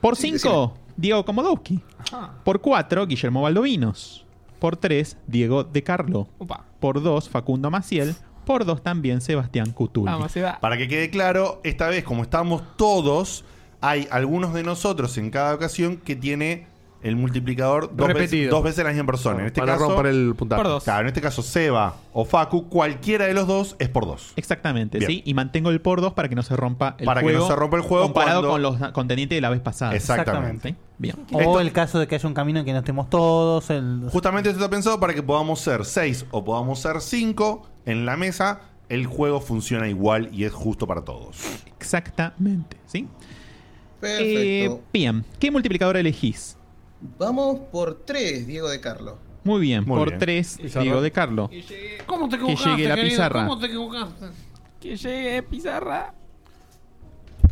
Speaker 6: Por 5, Diego Komodowski.
Speaker 4: Ah,
Speaker 6: Por 4, Guillermo Baldovinos. Por 3, Diego De Carlo. Por 2, Facundo Maciel. Por 2 también Sebastián Cutuli.
Speaker 2: Para que quede claro, esta vez, como estamos todos, hay algunos de nosotros en cada ocasión que tiene el multiplicador dos, veces,
Speaker 7: Repetido.
Speaker 2: dos veces la misma persona. En este
Speaker 7: Para
Speaker 2: caso,
Speaker 7: romper el puntaje. Por dos.
Speaker 2: Claro, en este caso, Seba o Facu, cualquiera de los dos es por dos.
Speaker 6: Exactamente,
Speaker 2: Bien.
Speaker 6: ¿sí? Y mantengo el por 2 para que no se rompa el
Speaker 2: Para que
Speaker 6: juego.
Speaker 2: no se rompa el juego
Speaker 6: Comparado
Speaker 2: cuando-
Speaker 6: con los contendientes de la vez pasada.
Speaker 2: Exactamente.
Speaker 6: ¿Sí? Bien.
Speaker 5: O el caso de que haya un camino en que no estemos todos. El...
Speaker 2: Justamente esto está pensado para que podamos ser seis o podamos ser cinco en la mesa. El juego funciona igual y es justo para todos.
Speaker 6: Exactamente, ¿sí?
Speaker 16: Perfecto.
Speaker 6: Eh, bien, ¿qué multiplicador elegís?
Speaker 16: Vamos por tres, Diego de Carlos.
Speaker 6: Muy bien,
Speaker 16: Muy
Speaker 6: por
Speaker 16: bien.
Speaker 6: 3,
Speaker 16: Pizarro.
Speaker 6: Diego De Carlo.
Speaker 3: ¿Cómo te
Speaker 6: Que
Speaker 3: equivocaste?
Speaker 6: llegue la
Speaker 3: querido?
Speaker 6: pizarra.
Speaker 3: ¿Cómo te equivocaste?
Speaker 4: Que llegue Pizarra.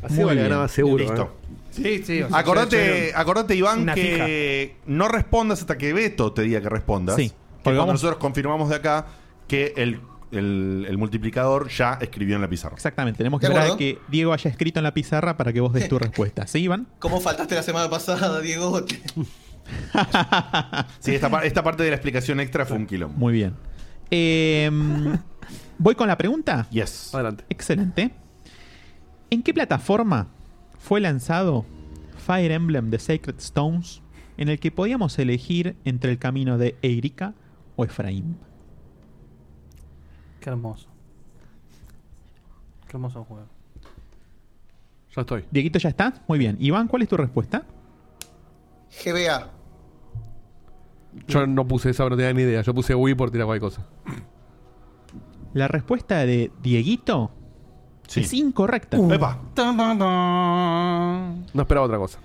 Speaker 7: Así vale,
Speaker 2: bien.
Speaker 7: ganaba seguro.
Speaker 2: Listo.
Speaker 7: ¿eh?
Speaker 4: Sí, sí.
Speaker 7: o sea,
Speaker 2: Acordate,
Speaker 7: ya- ya-
Speaker 2: acordate, Iván,
Speaker 7: una
Speaker 2: que no respondas hasta que Beto te diga que respondas.
Speaker 6: Sí.
Speaker 2: Que
Speaker 6: Porque
Speaker 2: cuando
Speaker 6: vamos-
Speaker 2: nosotros confirmamos de acá que el, el- el multiplicador ya escribió en la pizarra.
Speaker 6: Exactamente, tenemos que
Speaker 16: De
Speaker 6: esperar a
Speaker 16: acuerdo.
Speaker 6: que Diego haya escrito en la pizarra para que vos des tu respuesta. ¿Sí, Iván?
Speaker 16: ¿Cómo faltaste la semana pasada, Diego?
Speaker 2: Sí, esta, par- esta parte de la explicación extra fue un quilombo.
Speaker 6: Muy bien. Eh, ¿Voy con la pregunta?
Speaker 2: Yes.
Speaker 7: Adelante.
Speaker 6: Excelente. ¿En qué plataforma fue lanzado Fire Emblem de Sacred Stones en el que podíamos elegir entre el camino de Erika o Efraín?
Speaker 5: Qué hermoso. Qué hermoso juego.
Speaker 7: Ya estoy.
Speaker 6: Dieguito, ¿ya está? Muy bien. Iván, ¿cuál es tu respuesta?
Speaker 16: GBA.
Speaker 7: Yo no puse esa, no tenía ni idea. Yo puse Wii por tirar cualquier cosa.
Speaker 6: La respuesta de Dieguito es incorrecta.
Speaker 7: Uh. Epa. No esperaba otra cosa.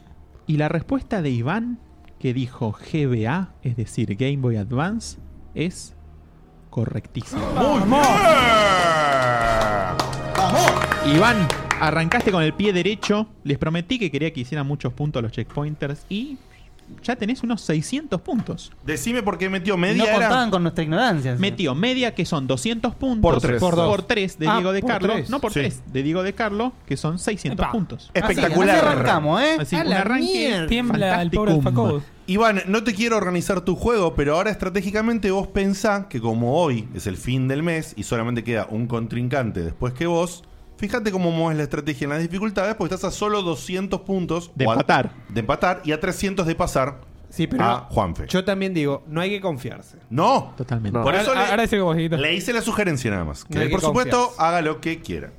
Speaker 6: Y la respuesta de Iván, que dijo GBA, es decir, Game Boy Advance, es correctísima. Iván, arrancaste con el pie derecho. Les prometí que quería que hicieran muchos puntos los checkpointers y ya tenés unos 600 puntos.
Speaker 2: Decime por qué metió
Speaker 6: media,
Speaker 5: No
Speaker 6: era-
Speaker 5: contaban con nuestra ignorancia.
Speaker 6: Metió media que son 200 puntos
Speaker 5: Por tres.
Speaker 6: por,
Speaker 5: Por dos.
Speaker 6: tres de
Speaker 5: Ah,
Speaker 6: Diego de
Speaker 5: por
Speaker 6: Carlo,
Speaker 5: tres. Ah,
Speaker 6: no por
Speaker 5: Sí.
Speaker 6: tres de Diego de Carlo, que son 600 puntos.
Speaker 2: Espectacular. ¿eh?
Speaker 6: Así, un arranque fantasticum.
Speaker 2: Iván, no te quiero organizar tu juego, pero ahora estratégicamente vos pensá que como hoy es el fin del mes y solamente queda un contrincante después que vos, fíjate cómo mueves la estrategia en las dificultades, porque estás a solo 200 puntos
Speaker 6: De
Speaker 2: o a-
Speaker 6: empatar.
Speaker 2: de empatar y a 300 de pasar
Speaker 3: Sí, pero
Speaker 2: a Juanfe.
Speaker 3: Yo también digo, no hay que confiarse.
Speaker 2: No.
Speaker 6: Totalmente.
Speaker 2: Por eso le,
Speaker 4: ahora
Speaker 2: le hice la sugerencia nada más. Que
Speaker 3: No hay que
Speaker 2: por supuesto haga lo que quiera.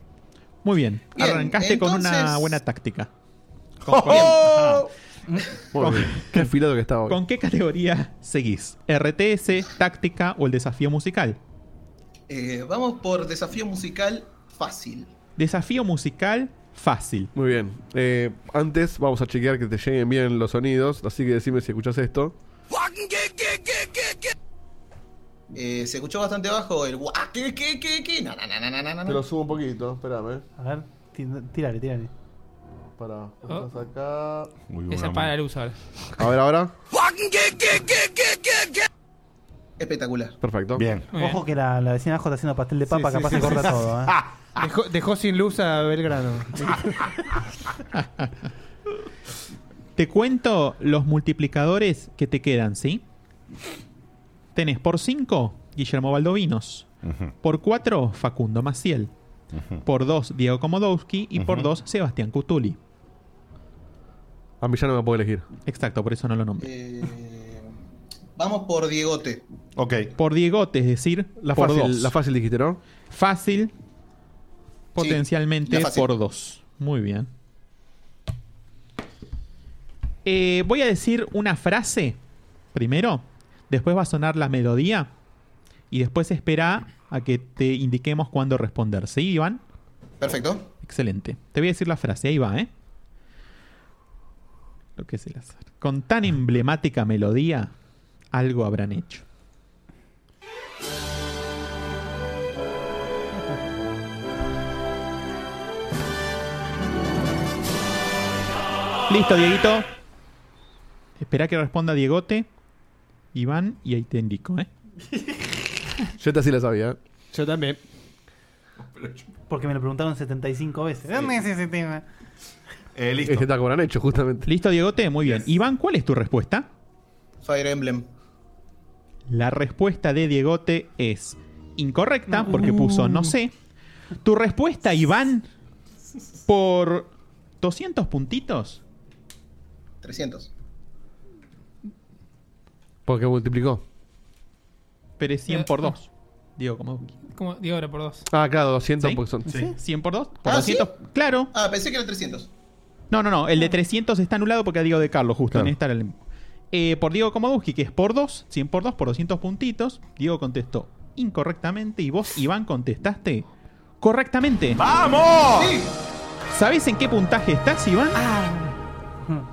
Speaker 6: Muy bien.
Speaker 2: Bien,
Speaker 6: Arrancaste con una
Speaker 2: entonces-
Speaker 6: buena táctica.
Speaker 2: ¡Oh!
Speaker 6: Muy bien.
Speaker 7: Qué afilado que estaba hoy.
Speaker 6: ¿Con qué categoría seguís? ¿RTS, táctica o el desafío musical?
Speaker 16: Eh, vamos por desafío musical fácil.
Speaker 6: Desafío musical fácil.
Speaker 7: Muy bien. Eh, antes vamos a chequear que te lleguen bien los sonidos, así que decime si escuchás esto.
Speaker 16: Eh, se escuchó bastante bajo el Ah, guá, que, que, que, que, na, na, na, na, na, na,
Speaker 7: Te
Speaker 16: na.
Speaker 7: lo subo un poquito, espérame.
Speaker 5: A ver, tírale, tírale.
Speaker 7: Para,
Speaker 5: Oh.
Speaker 7: estás
Speaker 4: Oh.
Speaker 7: acá.
Speaker 4: Esa para la luz ahora.
Speaker 7: A ver, ahora.
Speaker 16: Espectacular.
Speaker 7: Perfecto.
Speaker 2: Bien.
Speaker 5: Ojo que la, la vecina J haciendo pastel de papa,
Speaker 3: Sí, sí,
Speaker 5: capaz
Speaker 3: sí,
Speaker 5: se
Speaker 3: sí,
Speaker 5: corta
Speaker 3: sí.
Speaker 5: todo. ¿eh? Ah,
Speaker 3: Dejó, dejó sin luz a Belgrano.
Speaker 6: Te cuento los multiplicadores que te quedan, ¿sí? Tenés por 5 Guillermo Baldovinos, por 4 Facundo Maciel, por 2 Diego Komodowski y por
Speaker 7: Ujú.
Speaker 6: 2 Sebastián Cutuli.
Speaker 7: A mí ya no me puedo elegir.
Speaker 6: Exacto, por eso no lo nombré.
Speaker 16: Eh, Vamos por Diegote.
Speaker 2: Ok.
Speaker 6: Por Diegote, es decir,
Speaker 7: La
Speaker 6: por
Speaker 7: fácil,
Speaker 6: dos.
Speaker 7: la fácil dijiste, ¿no?
Speaker 6: Fácil, potencialmente
Speaker 7: la fácil.
Speaker 6: por 2. Muy bien. Eh, voy a decir una frase primero, después va a sonar la melodía y después espera a que te indiquemos cuándo responder. ¿Sí, Iván?
Speaker 16: Perfecto.
Speaker 6: Excelente. Te voy a decir la frase, ahí va, ¿eh? Lo que es el azar. Con tan emblemática melodía, algo habrán hecho. Listo, Dieguito. Espera que responda Diegote, Iván, y ahí te indico, ¿eh?
Speaker 7: Yo esta sí la sabía.
Speaker 3: Yo también.
Speaker 5: Porque me lo preguntaron 75 veces. ¿Dónde es ese tema?
Speaker 2: Eh,
Speaker 7: listo. Este está como lo han hecho, justamente.
Speaker 6: Listo, Diegote, muy bien. Iván, ¿cuál es tu respuesta?
Speaker 16: Fire Emblem.
Speaker 6: La respuesta de Diegote es incorrecta porque puso no sé. Tu respuesta, Iván, por 200 puntitos.
Speaker 16: 300.
Speaker 7: Porque multiplicó.
Speaker 6: Pero es 100 por 2. Digo, como...
Speaker 4: Como digo ahora por dos.
Speaker 7: Ah, claro, 200
Speaker 6: ¿Sí?
Speaker 7: porque son.
Speaker 6: Sí. 100 por 2.
Speaker 16: Ah,
Speaker 6: Claro.
Speaker 16: Ah, pensé que era 300.
Speaker 6: No, no, no. El de 300 está anulado porque Diego de Carlos, justo. en esta era el- Eh, por Diego Komodowski, que es por 2, 100 por 2, por 200 puntitos. Diego contestó incorrectamente y vos, Iván, contestaste correctamente.
Speaker 2: ¡Vamos!
Speaker 6: ¿Sabés en qué puntaje estás, Iván?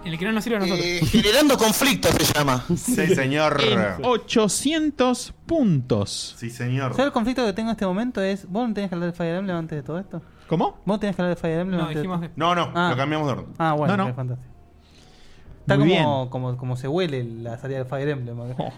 Speaker 4: El que no nos sirve a nosotros.
Speaker 16: generando conflicto se llama.
Speaker 2: Sí, señor.
Speaker 6: En 800 puntos.
Speaker 2: Sí, señor.
Speaker 5: ¿Sabes el conflicto que tengo en este momento? Es, ¿vos no tenés que hablar de Fire Emblem antes de todo esto?
Speaker 6: ¿Cómo?
Speaker 5: ¿Vos tenés que hablar de Fire Emblem
Speaker 4: No,
Speaker 5: antes
Speaker 4: dijimos
Speaker 5: de
Speaker 4: que-
Speaker 2: No, no, lo cambiamos de orden.
Speaker 5: Ah, bueno,
Speaker 2: No, no.
Speaker 5: ok, fantástico. Está
Speaker 2: Muy
Speaker 5: como, como, como se huele la salida del Fire Emblem. acá.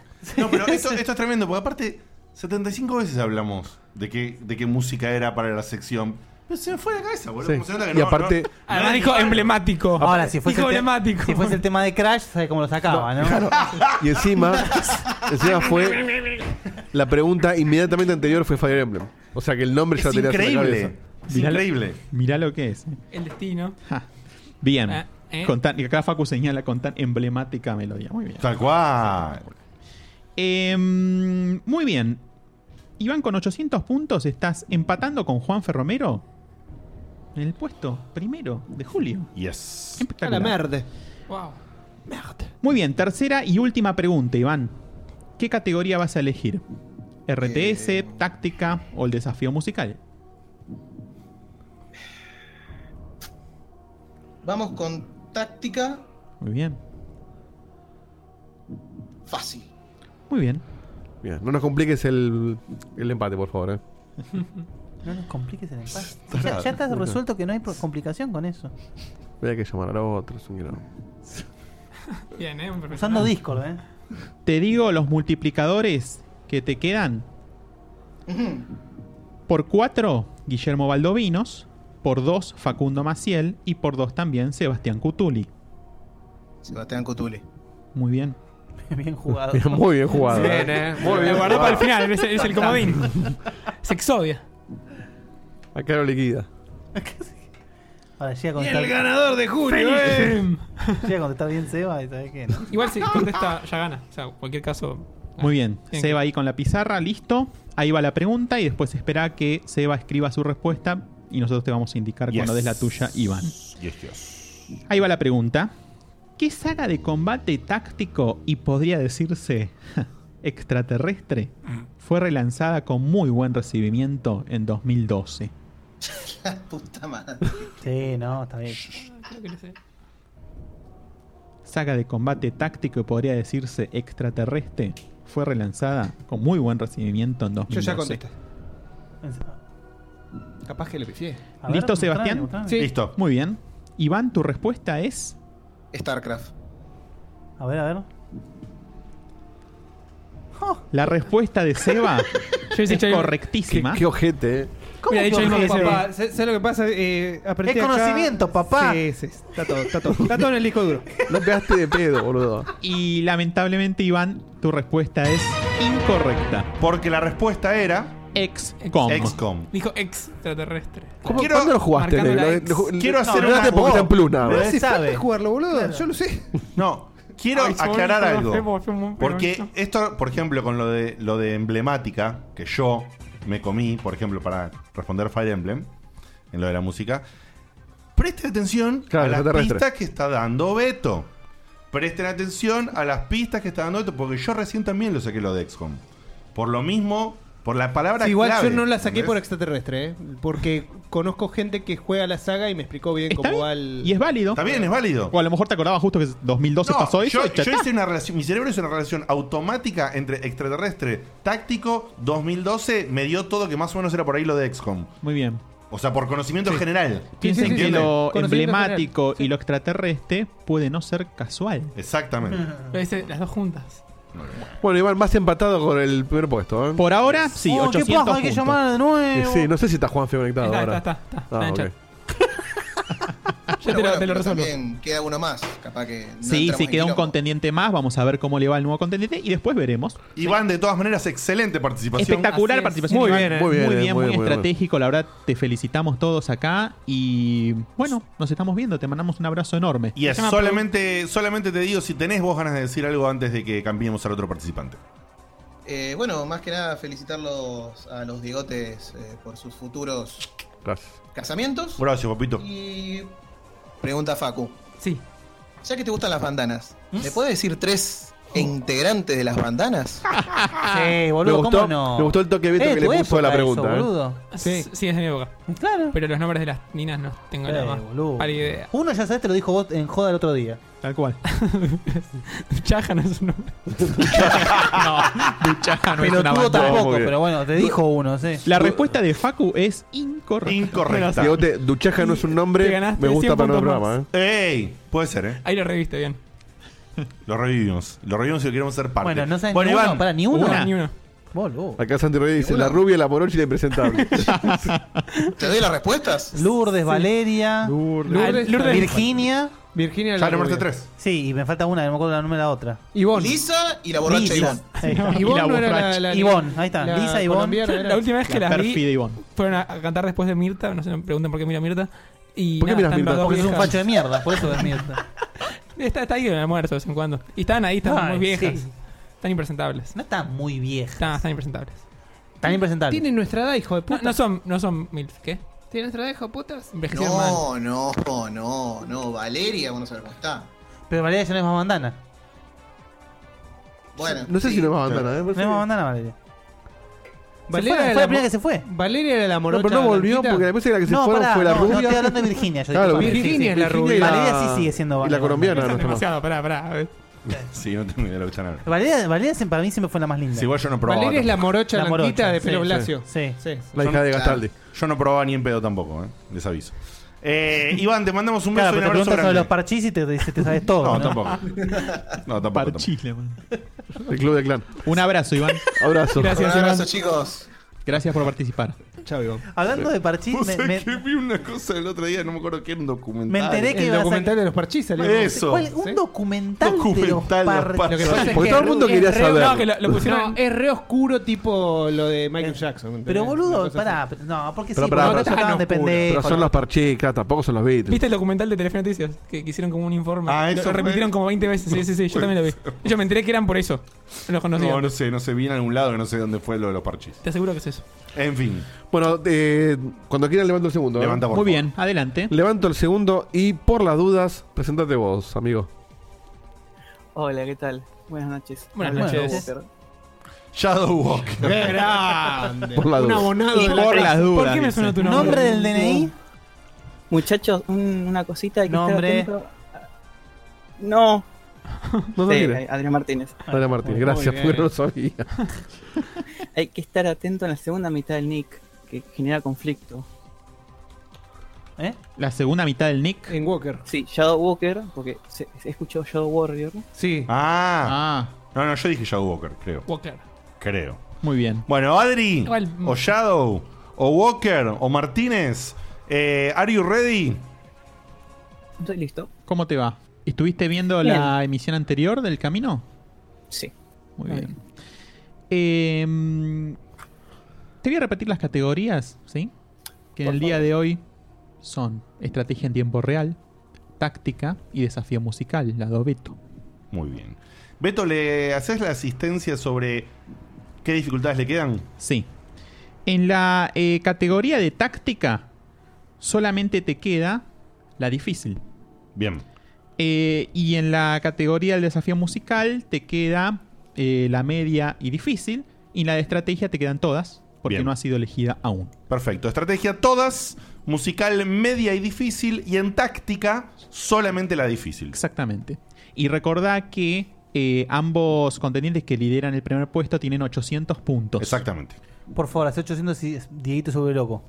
Speaker 2: No, pero esto, esto es tremendo, porque aparte, 75 veces hablamos de que, de qué música era para la sección. Pero se me fue la cabeza, boludo.
Speaker 7: Sí.
Speaker 2: como se nota que
Speaker 7: Y
Speaker 2: no-
Speaker 7: aparte-
Speaker 2: no-
Speaker 4: Además dijo emblemático.
Speaker 5: Ahora, si fuese,
Speaker 4: dijo
Speaker 5: el te-
Speaker 4: emblemático.
Speaker 5: si fuese el tema de Crash, sabe cómo lo sacaba, ¿no?
Speaker 7: Y encima, encima fue. La pregunta inmediatamente anterior fue Fire Emblem. O sea que el nombre ya
Speaker 4: Es
Speaker 7: lo tenías
Speaker 4: increíble.
Speaker 7: en la cabeza.
Speaker 2: Es increíble.
Speaker 6: Mirá lo que es. eh.
Speaker 4: El destino.
Speaker 6: Ja. Bien.
Speaker 4: Ah, ¿eh?
Speaker 6: Con tan- y acá Facu señala con tan emblemática melodía. Muy bien.
Speaker 2: Tal cual.
Speaker 6: Em, muy bien. Iván, con 800 puntos estás empatando con Juan Ferromero en el puesto primero de julio.
Speaker 2: Yes.
Speaker 6: Espectacular.
Speaker 3: A la merde.
Speaker 4: Wow.
Speaker 6: Muy bien, tercera y última pregunta, Iván. ¿Qué categoría vas a elegir? ¿RTS,
Speaker 2: Eh.
Speaker 6: táctica o el desafío musical?
Speaker 16: Vamos con táctica
Speaker 6: Muy bien.
Speaker 16: fácil.
Speaker 6: Muy bien.
Speaker 7: Bien, no nos compliques el, el empate, por favor. ¿eh?
Speaker 5: No nos compliques el empate.
Speaker 7: Tarado.
Speaker 5: Ya, ya está resuelto que no hay pro- complicación con eso.
Speaker 7: Voy a que llamar a los otros. un gran-
Speaker 4: Bien, ¿eh? Un profesional.
Speaker 5: Usando Discord, ¿eh?
Speaker 6: Te digo los multiplicadores que te quedan. Por 4, Guillermo Baldovinos. Por 2, Facundo Maciel. Y por 2 también Sebastián Cutuli.
Speaker 16: Sebastián Cutuli.
Speaker 6: Muy bien.
Speaker 5: Bien jugado.
Speaker 7: Muy bien jugado.
Speaker 6: Sí.
Speaker 7: Bien, eh. Muy bien
Speaker 4: Lo guardó para el
Speaker 7: jugado.
Speaker 4: final, es, es el comodín. Sexodia.
Speaker 7: Acá lo liquida.
Speaker 5: Ahora, llega a
Speaker 4: Y el
Speaker 5: contestar-
Speaker 4: ganador de junio,
Speaker 5: Feliz.
Speaker 4: eh.
Speaker 5: Llega a contestar bien Seba y sabes qué, ¿no?
Speaker 4: Igual si contesta, ya gana. O sea, cualquier caso.
Speaker 6: Muy bien.
Speaker 4: Bien.
Speaker 6: Seba ahí con la pizarra, listo. Ahí va la pregunta y después espera que Seba escriba su respuesta y nosotros te vamos a indicar cuando des la tuya, Iván.
Speaker 15: Yes, yes.
Speaker 6: Ahí va la pregunta. ¿Qué saga de combate táctico y podría decirse extraterrestre fue relanzada con muy buen recibimiento en 2012?
Speaker 16: Puta madre.
Speaker 5: Sí, no, está bien.
Speaker 6: Saga de combate táctico y podría decirse extraterrestre fue relanzada con muy buen recibimiento en 2012.
Speaker 5: Yo ya
Speaker 6: contesté.
Speaker 7: Capaz que le pifié.
Speaker 6: ¿Listo, Sebastián?
Speaker 2: Listo.
Speaker 6: Muy bien. Iván, tu respuesta es
Speaker 16: StarCraft.
Speaker 5: A ver, a ver.
Speaker 6: La respuesta de Seba es
Speaker 7: dicho,
Speaker 6: correctísima.
Speaker 7: Qué, qué ojete, eh.
Speaker 6: Hubiera dicho el mismo
Speaker 3: Sí,
Speaker 6: papá.
Speaker 3: papá, sé- sé lo que pasa? Eh, aprendí
Speaker 5: Es
Speaker 3: acá.
Speaker 5: conocimiento, papá.
Speaker 3: Sí, sí, está todo, está todo. Está todo en el disco duro.
Speaker 7: No pegaste de pedo, boludo.
Speaker 6: Y lamentablemente, Iván, tu respuesta es incorrecta.
Speaker 2: Porque la respuesta era.
Speaker 6: XCOM.
Speaker 2: XCOM.
Speaker 4: Dijo extraterrestre.
Speaker 7: ¿Cómo- ¿Cuándo lo jugaste?
Speaker 4: Marcando
Speaker 7: Lo-
Speaker 4: la
Speaker 7: lo-
Speaker 4: X.
Speaker 7: lo-
Speaker 2: Quiero
Speaker 7: no,
Speaker 2: hacer
Speaker 7: no
Speaker 2: una-
Speaker 7: lo haces porque está en plus, nada más.
Speaker 2: No
Speaker 7: No hace
Speaker 2: sabe.
Speaker 7: falta
Speaker 3: jugarlo, boludo. Yo lo sé.
Speaker 2: No, quiero
Speaker 3: Ay, sorry,
Speaker 2: aclarar
Speaker 3: perdón,
Speaker 2: algo.
Speaker 3: fue mo- fue un-
Speaker 2: Porque
Speaker 3: perdón.
Speaker 2: esto, por ejemplo, con lo de lo de emblemática, que yo me comí, por ejemplo, para responder Fire Emblem, en lo de la música, presten atención
Speaker 7: Claro,
Speaker 2: a las
Speaker 7: extraterrestre.
Speaker 2: pistas que está dando Beto. Presten atención a las pistas que está dando Beto, porque yo recién también lo saqué lo de XCOM. Por lo mismo, por la palabra
Speaker 3: Sí, igual
Speaker 2: clave,
Speaker 3: yo no la saqué
Speaker 2: ¿entendés?
Speaker 3: por extraterrestre, ¿eh? porque conozco gente que juega la saga y me explicó bien cómo va el.
Speaker 6: Y es válido.
Speaker 2: También es válido.
Speaker 6: O a lo mejor te acordabas justo que 2012
Speaker 2: No,
Speaker 6: pasó eso.
Speaker 2: yo,
Speaker 6: y ya
Speaker 2: yo
Speaker 6: está.
Speaker 2: hice una relación, mi cerebro hizo una relación automática entre extraterrestre, táctico, 2012, me dio todo que más o menos era por ahí lo de XCOM.
Speaker 6: Muy bien.
Speaker 2: O sea, por conocimiento general.
Speaker 6: Piensen que
Speaker 2: ¿Entienden?
Speaker 6: lo emblemático y lo extraterrestre puede no ser casual.
Speaker 2: Exactamente.
Speaker 4: Lo dice las dos juntas.
Speaker 7: Bueno, Iván, más empatado con el primer puesto, ¿eh?
Speaker 6: Por ahora, sí,
Speaker 7: ocho
Speaker 6: 800 puntos.
Speaker 7: Sí, no sé si está Juanfe conectado
Speaker 6: Está,
Speaker 7: ahora.
Speaker 6: está, está, está.
Speaker 7: Ah,
Speaker 6: Está en
Speaker 7: ok.
Speaker 16: Pero
Speaker 4: te lo-
Speaker 16: bueno,
Speaker 4: te
Speaker 16: pero
Speaker 4: lo resuelvo.
Speaker 16: También queda uno más, capaz que. no
Speaker 6: Sí,
Speaker 16: entramos
Speaker 6: sí,
Speaker 16: en
Speaker 6: queda un
Speaker 16: quilombo.
Speaker 6: contendiente más. Vamos a ver cómo le va al nuevo contendiente y después veremos.
Speaker 2: Iván, de todas maneras, excelente participación.
Speaker 6: Espectacular participación.
Speaker 2: Muy
Speaker 6: Iván.
Speaker 2: bien,
Speaker 6: muy bien, eh, muy, estratégico. La verdad, te felicitamos todos acá. Y bueno, nos estamos viendo. Te mandamos un abrazo enorme.
Speaker 2: Y es solamente, solamente te digo si tenés vos ganas de decir algo antes de que cambiemos al otro participante.
Speaker 16: Eh, bueno, más que nada felicitarlos a los bigotes eh, por sus futuros
Speaker 7: Gracias.
Speaker 16: casamientos.
Speaker 2: Gracias, papito.
Speaker 16: Y pregunta Facu.
Speaker 4: Sí.
Speaker 16: Ya que te gustan las bandanas, ¿me puedes decir tres integrantes de las bandanas?
Speaker 5: Sí,
Speaker 7: boludo, Me ¿cómo gustó- no? me gustó el toque de Beto Eh, que le tu puso a la época eso, pregunta, ¿eh? boludo.
Speaker 4: Sí. sí, es de mi época.
Speaker 5: Claro.
Speaker 4: Pero los nombres de las ninas no tengo
Speaker 5: Eh,
Speaker 4: nada más.
Speaker 5: boludo.
Speaker 4: Para idea.
Speaker 5: Uno ya sabes, te lo dijo vos en joda el otro día.
Speaker 6: Tal cual.
Speaker 4: Chaja no es un nombre.
Speaker 6: no, Duchaja no es
Speaker 5: Pero
Speaker 6: una
Speaker 5: tú
Speaker 6: bandana.
Speaker 5: tampoco, pero bueno, te dijo uno, sí.
Speaker 6: La respuesta de Facu es incorrecta.
Speaker 2: Incorrecta.
Speaker 7: Diegote, Duchaja no es un
Speaker 4: Te
Speaker 7: nombre.
Speaker 4: ganaste
Speaker 7: Me gusta
Speaker 4: 100
Speaker 7: para el
Speaker 4: puntos
Speaker 7: programa, ¿eh?
Speaker 2: ¡Ey! Puede ser, ¿eh?
Speaker 4: Ahí lo reviste bien.
Speaker 2: Lo revivimos. Lo revivimos y lo queremos ser parte.
Speaker 5: Bueno, no sabes
Speaker 2: Bueno,
Speaker 5: ni
Speaker 2: Iván.
Speaker 5: uno, para ni uno.
Speaker 2: una.
Speaker 4: Ni uno.
Speaker 5: Boludo.
Speaker 7: Acá Santi Rodríguez dice: La rubia, la morocha y la impresentable.
Speaker 16: ¿Te doy las respuestas?
Speaker 5: Lourdes, Valeria,
Speaker 7: Lourdes. Lourdes.
Speaker 5: Virginia.
Speaker 3: Virginia
Speaker 5: la
Speaker 7: nombraste rubia. tres.
Speaker 5: Sí, y me falta una, no me acuerdo el nombre de la otra.
Speaker 3: Ivonne.
Speaker 16: Lisa y la borracha Ivonne.
Speaker 5: Ivonne.
Speaker 4: Ivonne no era la- la-
Speaker 5: Ivonne, ahí está.
Speaker 4: la
Speaker 5: Lisa Ivonne.
Speaker 4: colombiana era. La última vez que las vi
Speaker 6: perfide Ivonne.
Speaker 4: fueron a, a cantar después de Mirta. No se me preguntan por qué mira a Mirta. Y
Speaker 5: ¿Por qué miras
Speaker 4: están
Speaker 5: Mirta?
Speaker 4: las dos
Speaker 5: Porque es un
Speaker 4: viejas.
Speaker 5: facho de mierda, por eso es mierda.
Speaker 4: Está, está ahí en el almuerzo de vez en cuando. Y están ahí, están
Speaker 5: Ay,
Speaker 4: muy viejas.
Speaker 5: sí.
Speaker 4: Están impresentables.
Speaker 5: No están muy viejas.
Speaker 4: Están, están impresentables.
Speaker 5: Tan impresentable.
Speaker 3: Tienen nuestra edad, hijo de
Speaker 4: No,
Speaker 3: puta.
Speaker 4: no son, no son mil. ¿Qué?
Speaker 3: ¿Tienen nuestra edad, hijo de putas?
Speaker 4: Envejecieron mal.
Speaker 16: No, no, no, no. Valeria, vos no sabés cómo está.
Speaker 5: Pero Valeria ya no es más bandana.
Speaker 16: Bueno.
Speaker 7: No sé si no es más bandana, ¿eh?
Speaker 5: No es más bandana, Valeria.
Speaker 3: Valeria
Speaker 5: fue,
Speaker 3: era
Speaker 5: fue la
Speaker 3: la
Speaker 5: primera
Speaker 3: mo-
Speaker 5: que se fue.
Speaker 3: Valeria era la
Speaker 7: No,
Speaker 3: morocha.
Speaker 7: pero no volvió
Speaker 3: blanquita.
Speaker 7: porque la música que se fueron
Speaker 5: pará,
Speaker 7: fue la
Speaker 5: no, no,
Speaker 7: rubia.
Speaker 5: estoy hablando de Virginia, yo
Speaker 7: claro,
Speaker 5: disculpame, sí,
Speaker 7: Virginia
Speaker 5: sí.
Speaker 7: es la rubia. y
Speaker 5: Valeria sí sigue siendo
Speaker 7: Y la
Speaker 5: bandana.
Speaker 7: colombiana, no
Speaker 4: Están
Speaker 7: está mal.
Speaker 4: demasiado, pará, pará. a ver.
Speaker 2: Sí, no tengo idea de lo que están hablando.
Speaker 5: Valeria, Valeria se- para mí siempre fue la más linda.
Speaker 2: Sí, igual yo no probaba.
Speaker 3: Valeria es la
Speaker 2: tampoco.
Speaker 3: morocha
Speaker 5: La
Speaker 3: blanquita
Speaker 5: morocha,
Speaker 3: de pelo
Speaker 5: sí,
Speaker 3: lacio.
Speaker 5: sí.
Speaker 3: sí.
Speaker 2: ah, Yo no- Yo no probaba ni en pedo tampoco, ¿eh? Les aviso. Eh, Iván, te mandamos un beso y
Speaker 5: Claro,
Speaker 2: un
Speaker 5: pero te
Speaker 2: abrazo
Speaker 5: preguntas sobre
Speaker 2: grande.
Speaker 5: los parchís y te dice, te sabes todo.
Speaker 2: No, tampoco. No, tampoco.
Speaker 6: Parchile, man.
Speaker 7: El club de clan.
Speaker 6: Un abrazo, Iván.
Speaker 7: Abrazo.
Speaker 6: Gracias,
Speaker 16: Un abrazo,
Speaker 6: Iván.
Speaker 16: chicos.
Speaker 6: Gracias por participar.
Speaker 7: Chao, Iván.
Speaker 5: Hablando de parchís,
Speaker 2: Vos
Speaker 5: me-
Speaker 2: sabés
Speaker 5: me-
Speaker 2: que vi una cosa el otro día, no me acuerdo qué era un documental.
Speaker 5: Me enteré que El ibas a- documental
Speaker 3: de los parchís salió.
Speaker 2: Eso.
Speaker 5: ¿Cuál? Un documental,
Speaker 2: Documental
Speaker 5: de
Speaker 2: de
Speaker 5: los
Speaker 2: los
Speaker 5: parchís.
Speaker 2: parchís.
Speaker 3: Lo que pasa es
Speaker 2: Porque
Speaker 3: que
Speaker 2: todo el mundo
Speaker 3: es
Speaker 2: quería
Speaker 3: re-
Speaker 2: saber.
Speaker 3: no, que lo- lo pusieron-
Speaker 2: No,
Speaker 3: es re oscuro tipo lo de Michael Jackson.
Speaker 5: Eh,
Speaker 3: ¿entendés?
Speaker 5: Pero
Speaker 3: Una
Speaker 5: boludo,
Speaker 3: cosa
Speaker 5: pará, pero- no, porque
Speaker 7: Pero,
Speaker 5: sí,
Speaker 7: pará,
Speaker 5: porque no
Speaker 7: pero-
Speaker 5: te acaban de
Speaker 7: Pero
Speaker 5: pendejo.
Speaker 7: son los parchís, claro, tampoco son los Beatles.
Speaker 4: ¿Viste el documental de Telefe Noticias? Que, que hicieron como un informe.
Speaker 2: Ah,
Speaker 4: Lo-
Speaker 2: eso
Speaker 4: lo,
Speaker 2: fue.
Speaker 4: repitieron como 20 veces. Sí, sí, sí. Yo también lo vi. Yo me enteré que eran por eso. No los conocía.
Speaker 2: no sé, no sé, vi en algún lado que no sé dónde fue lo de los parchís.
Speaker 4: Te aseguro que es eso.
Speaker 2: En fin.
Speaker 7: Bueno, eh, cuando quieran levanto el segundo. ¿eh?
Speaker 2: Levanta, por Muy favor. bien,
Speaker 6: adelante.
Speaker 7: Levanto el segundo y por las dudas, presentate vos, amigo.
Speaker 8: Hola, ¿qué tal? Buenas noches.
Speaker 4: Buenas
Speaker 8: Hola,
Speaker 4: noches.
Speaker 8: Walker.
Speaker 2: Shadow Walker.
Speaker 8: ¡Qué
Speaker 3: grande!
Speaker 7: Por las
Speaker 8: Un
Speaker 7: dudas.
Speaker 8: abonado de la
Speaker 6: por
Speaker 8: casa.
Speaker 6: las dudas.
Speaker 8: ¿Por qué me
Speaker 6: dice.
Speaker 8: suena tu nombre?
Speaker 5: ¿Nombre del DNI?
Speaker 8: Muchachos, un- una cosita. Hay que estar
Speaker 5: Nombre.
Speaker 8: atento. No.
Speaker 7: No lo
Speaker 8: Sí,
Speaker 7: mire.
Speaker 8: Adrián Martínez.
Speaker 7: Adrián Martínez,
Speaker 8: Muy
Speaker 7: gracias,
Speaker 8: bien.
Speaker 7: porque no lo sabía.
Speaker 8: Hay que estar atento en la segunda mitad del nick, que genera conflicto. ¿Eh?
Speaker 6: La segunda mitad del Nick.
Speaker 3: En Walker.
Speaker 8: Sí, Shadow Walker, porque se, se escuchó Shadow Warrior.
Speaker 3: Sí.
Speaker 2: Ah. No, no, yo dije Shadow Walker, creo.
Speaker 4: Walker.
Speaker 2: Creo.
Speaker 6: Muy bien.
Speaker 2: Bueno, Adri,
Speaker 4: Igual-
Speaker 2: o Shadow, o Walker, o Martínez, eh, ¿are you ready?
Speaker 8: Estoy listo.
Speaker 6: ¿Cómo te va? ¿Estuviste viendo
Speaker 8: Bien.
Speaker 6: la emisión anterior del camino?
Speaker 8: Sí.
Speaker 6: Muy bien. Eh, te voy a repetir las categorías, ¿sí? Que en
Speaker 8: Por
Speaker 6: el día de hoy son estrategia en tiempo real, táctica y desafío musical, la do Beto.
Speaker 2: Muy bien. Beto, ¿le haces la asistencia sobre qué dificultades le quedan?
Speaker 6: Sí. En la eh, categoría de táctica, solamente te queda la difícil.
Speaker 2: Bien.
Speaker 6: Eh, y en la categoría del desafío musical te queda eh, la media y difícil. Y en la de estrategia te quedan todas, porque
Speaker 2: Bien.
Speaker 6: no ha sido elegida aún.
Speaker 2: Perfecto. Estrategia todas, musical media y difícil, y en táctica solamente la difícil.
Speaker 6: Exactamente. Y recordá que eh, ambos contendientes que lideran el primer puesto tienen 800 puntos.
Speaker 2: Exactamente.
Speaker 5: Por favor, hace 800 y Dieguito se vuelve loco.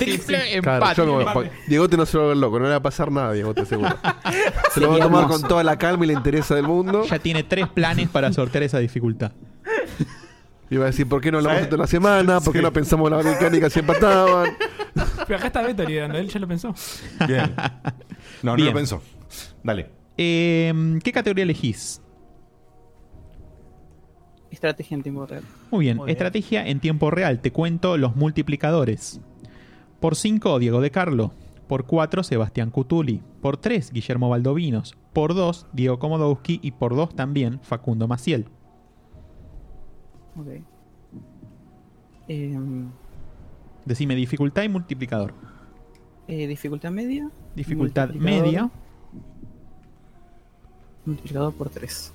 Speaker 6: Triple
Speaker 7: Claro, yo me voy a- Diegote no se va a ver loco, no le va a pasar nada, a Diegote, seguro. Se lo va a
Speaker 6: Sería
Speaker 7: tomar
Speaker 6: hermoso.
Speaker 7: con toda la calma y la entereza del mundo.
Speaker 6: Ya tiene tres planes para sortear esa dificultad.
Speaker 7: Iba a decir, ¿por qué no hablamos
Speaker 6: ¿Sabes?
Speaker 7: de la semana? ¿Por qué no pensamos en la mecánica si empataban?
Speaker 4: Pero acá está Beto liderando. Él ya lo pensó.
Speaker 2: Bien. No, no
Speaker 6: Bien.
Speaker 2: lo pensó. Dale.
Speaker 6: Eh, ¿Qué categoría elegís?
Speaker 8: Estrategia en tiempo real.
Speaker 6: Muy bien.
Speaker 8: Muy bien.
Speaker 6: Estrategia en tiempo real. Te cuento los multiplicadores. Por 5, Diego De Carlo. Por 4, Sebastián Cutuli. Por 3, Guillermo Baldovinos. Por 2, Diego Komodowski. Y por 2 también, Facundo Maciel.
Speaker 8: Ok. Em,
Speaker 6: Decime dificultad y multiplicador.
Speaker 8: eh, dificultad media.
Speaker 6: Dificultad
Speaker 8: Multiplicador-
Speaker 6: media.
Speaker 8: Multiplicador por 3.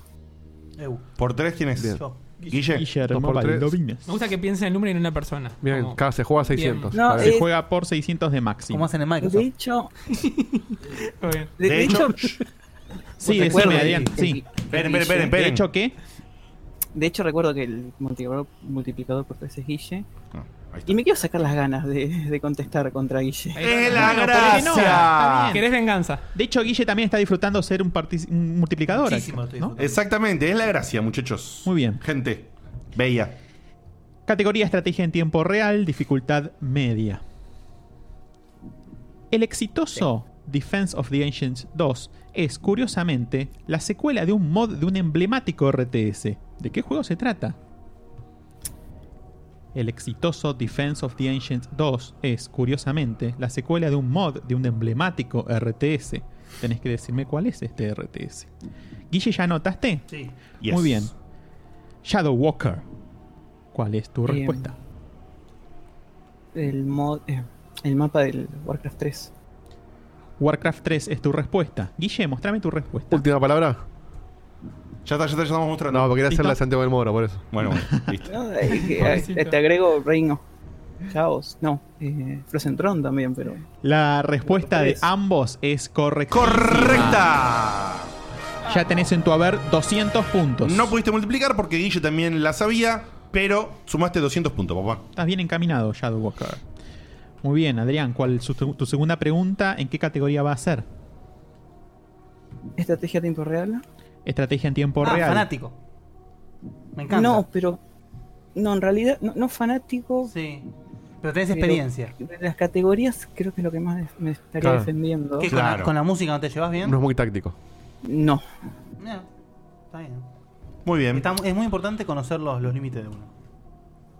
Speaker 2: ¿Por tres quién es?
Speaker 8: Yo.
Speaker 2: Guille.
Speaker 6: Guillermo
Speaker 2: Dos por tres.
Speaker 6: Baldovinos.
Speaker 4: Me gusta que piensen en el número y en una persona. Como- Bien.
Speaker 8: No,
Speaker 6: se
Speaker 8: eh,
Speaker 6: juega por 600 de máximo.
Speaker 5: ¿Cómo hacen en
Speaker 8: De hecho.
Speaker 4: de,
Speaker 8: de
Speaker 6: De hecho-
Speaker 8: hecho.
Speaker 6: Sí,
Speaker 8: ¿Te
Speaker 6: decime,
Speaker 8: acuerdas?
Speaker 6: Adrián.
Speaker 8: El-
Speaker 6: Sí.
Speaker 8: el-
Speaker 6: Esperen, esperen,
Speaker 8: el
Speaker 6: esperen,
Speaker 8: Guille.
Speaker 6: esperen. ¿De hecho qué?
Speaker 8: De hecho, recuerdo que el multiplicador, multiplicador por 3 es Guille.
Speaker 6: Ah,
Speaker 2: ahí
Speaker 8: Y me quiero sacar las ganas de, de contestar contra Guille.
Speaker 2: ¡Es
Speaker 6: la
Speaker 8: Bueno,
Speaker 6: gracia!
Speaker 8: ¿por qué no? Está bien.
Speaker 4: ¿Querés venganza?
Speaker 6: De hecho, Guille también está disfrutando ser un, partici- un multiplicador.
Speaker 2: Muchísimo
Speaker 6: acá, ¿no?
Speaker 2: Exactamente, es la gracia, muchachos. Muy
Speaker 6: bien.
Speaker 2: Gente, bella.
Speaker 6: Categoría estrategia en tiempo real, dificultad media. El exitoso Defense of the Ancients 2 es, curiosamente, la secuela de un mod de un emblemático RTS. ¿De qué juego se trata? El exitoso Defense of the Ancients 2 es, curiosamente, la secuela de un mod de un emblemático RTS. Tenés que decirme cuál es este RTS. Guille, ¿ya anotaste?
Speaker 5: Sí.
Speaker 2: Yes.
Speaker 6: Muy bien. Shadow Walker. ¿Cuál es tu
Speaker 8: Bien.
Speaker 6: respuesta?
Speaker 8: El, mod, eh, el mapa del Warcraft 3.
Speaker 6: Warcraft 3 es tu respuesta. Guille, mostrame tu respuesta.
Speaker 7: Última palabra.
Speaker 2: Ya está, ya está, ya estamos mostrando.
Speaker 7: No, porque era hacer
Speaker 6: ¿Listo?
Speaker 7: la de Santiago del Moro, por eso.
Speaker 2: Bueno, listo.
Speaker 8: No, eh, que, eh, te agrego Reino. Chaos. No, eh, Frozen Throne también, pero.
Speaker 6: La respuesta de ambos es correcta. ¡Correcta! Ya tenés en tu haber 200 puntos.
Speaker 2: No pudiste multiplicar porque Guille también la sabía, pero sumaste 200 puntos, papá.
Speaker 6: Estás bien encaminado, Shadow Walker. Muy bien, Adrián, ¿cuál su- tu segunda pregunta? ¿En qué categoría va a ser?
Speaker 8: ¿Estrategia a tiempo real?
Speaker 6: Estrategia en tiempo
Speaker 8: Ah,
Speaker 6: real.
Speaker 8: fanático.
Speaker 5: Me encanta.
Speaker 8: No, pero. No, en realidad, no, no fanático.
Speaker 5: Sí. Pero tenés experiencia.
Speaker 8: las categorías creo que es lo que más me estaría
Speaker 5: Claro.
Speaker 8: defendiendo.
Speaker 5: ¿Qué, con la- Claro. con la música no te llevas bien?
Speaker 7: No es muy táctico.
Speaker 8: No.
Speaker 5: Mira, está bien.
Speaker 2: Muy bien.
Speaker 5: Está- es muy importante conocer los, los límites de uno.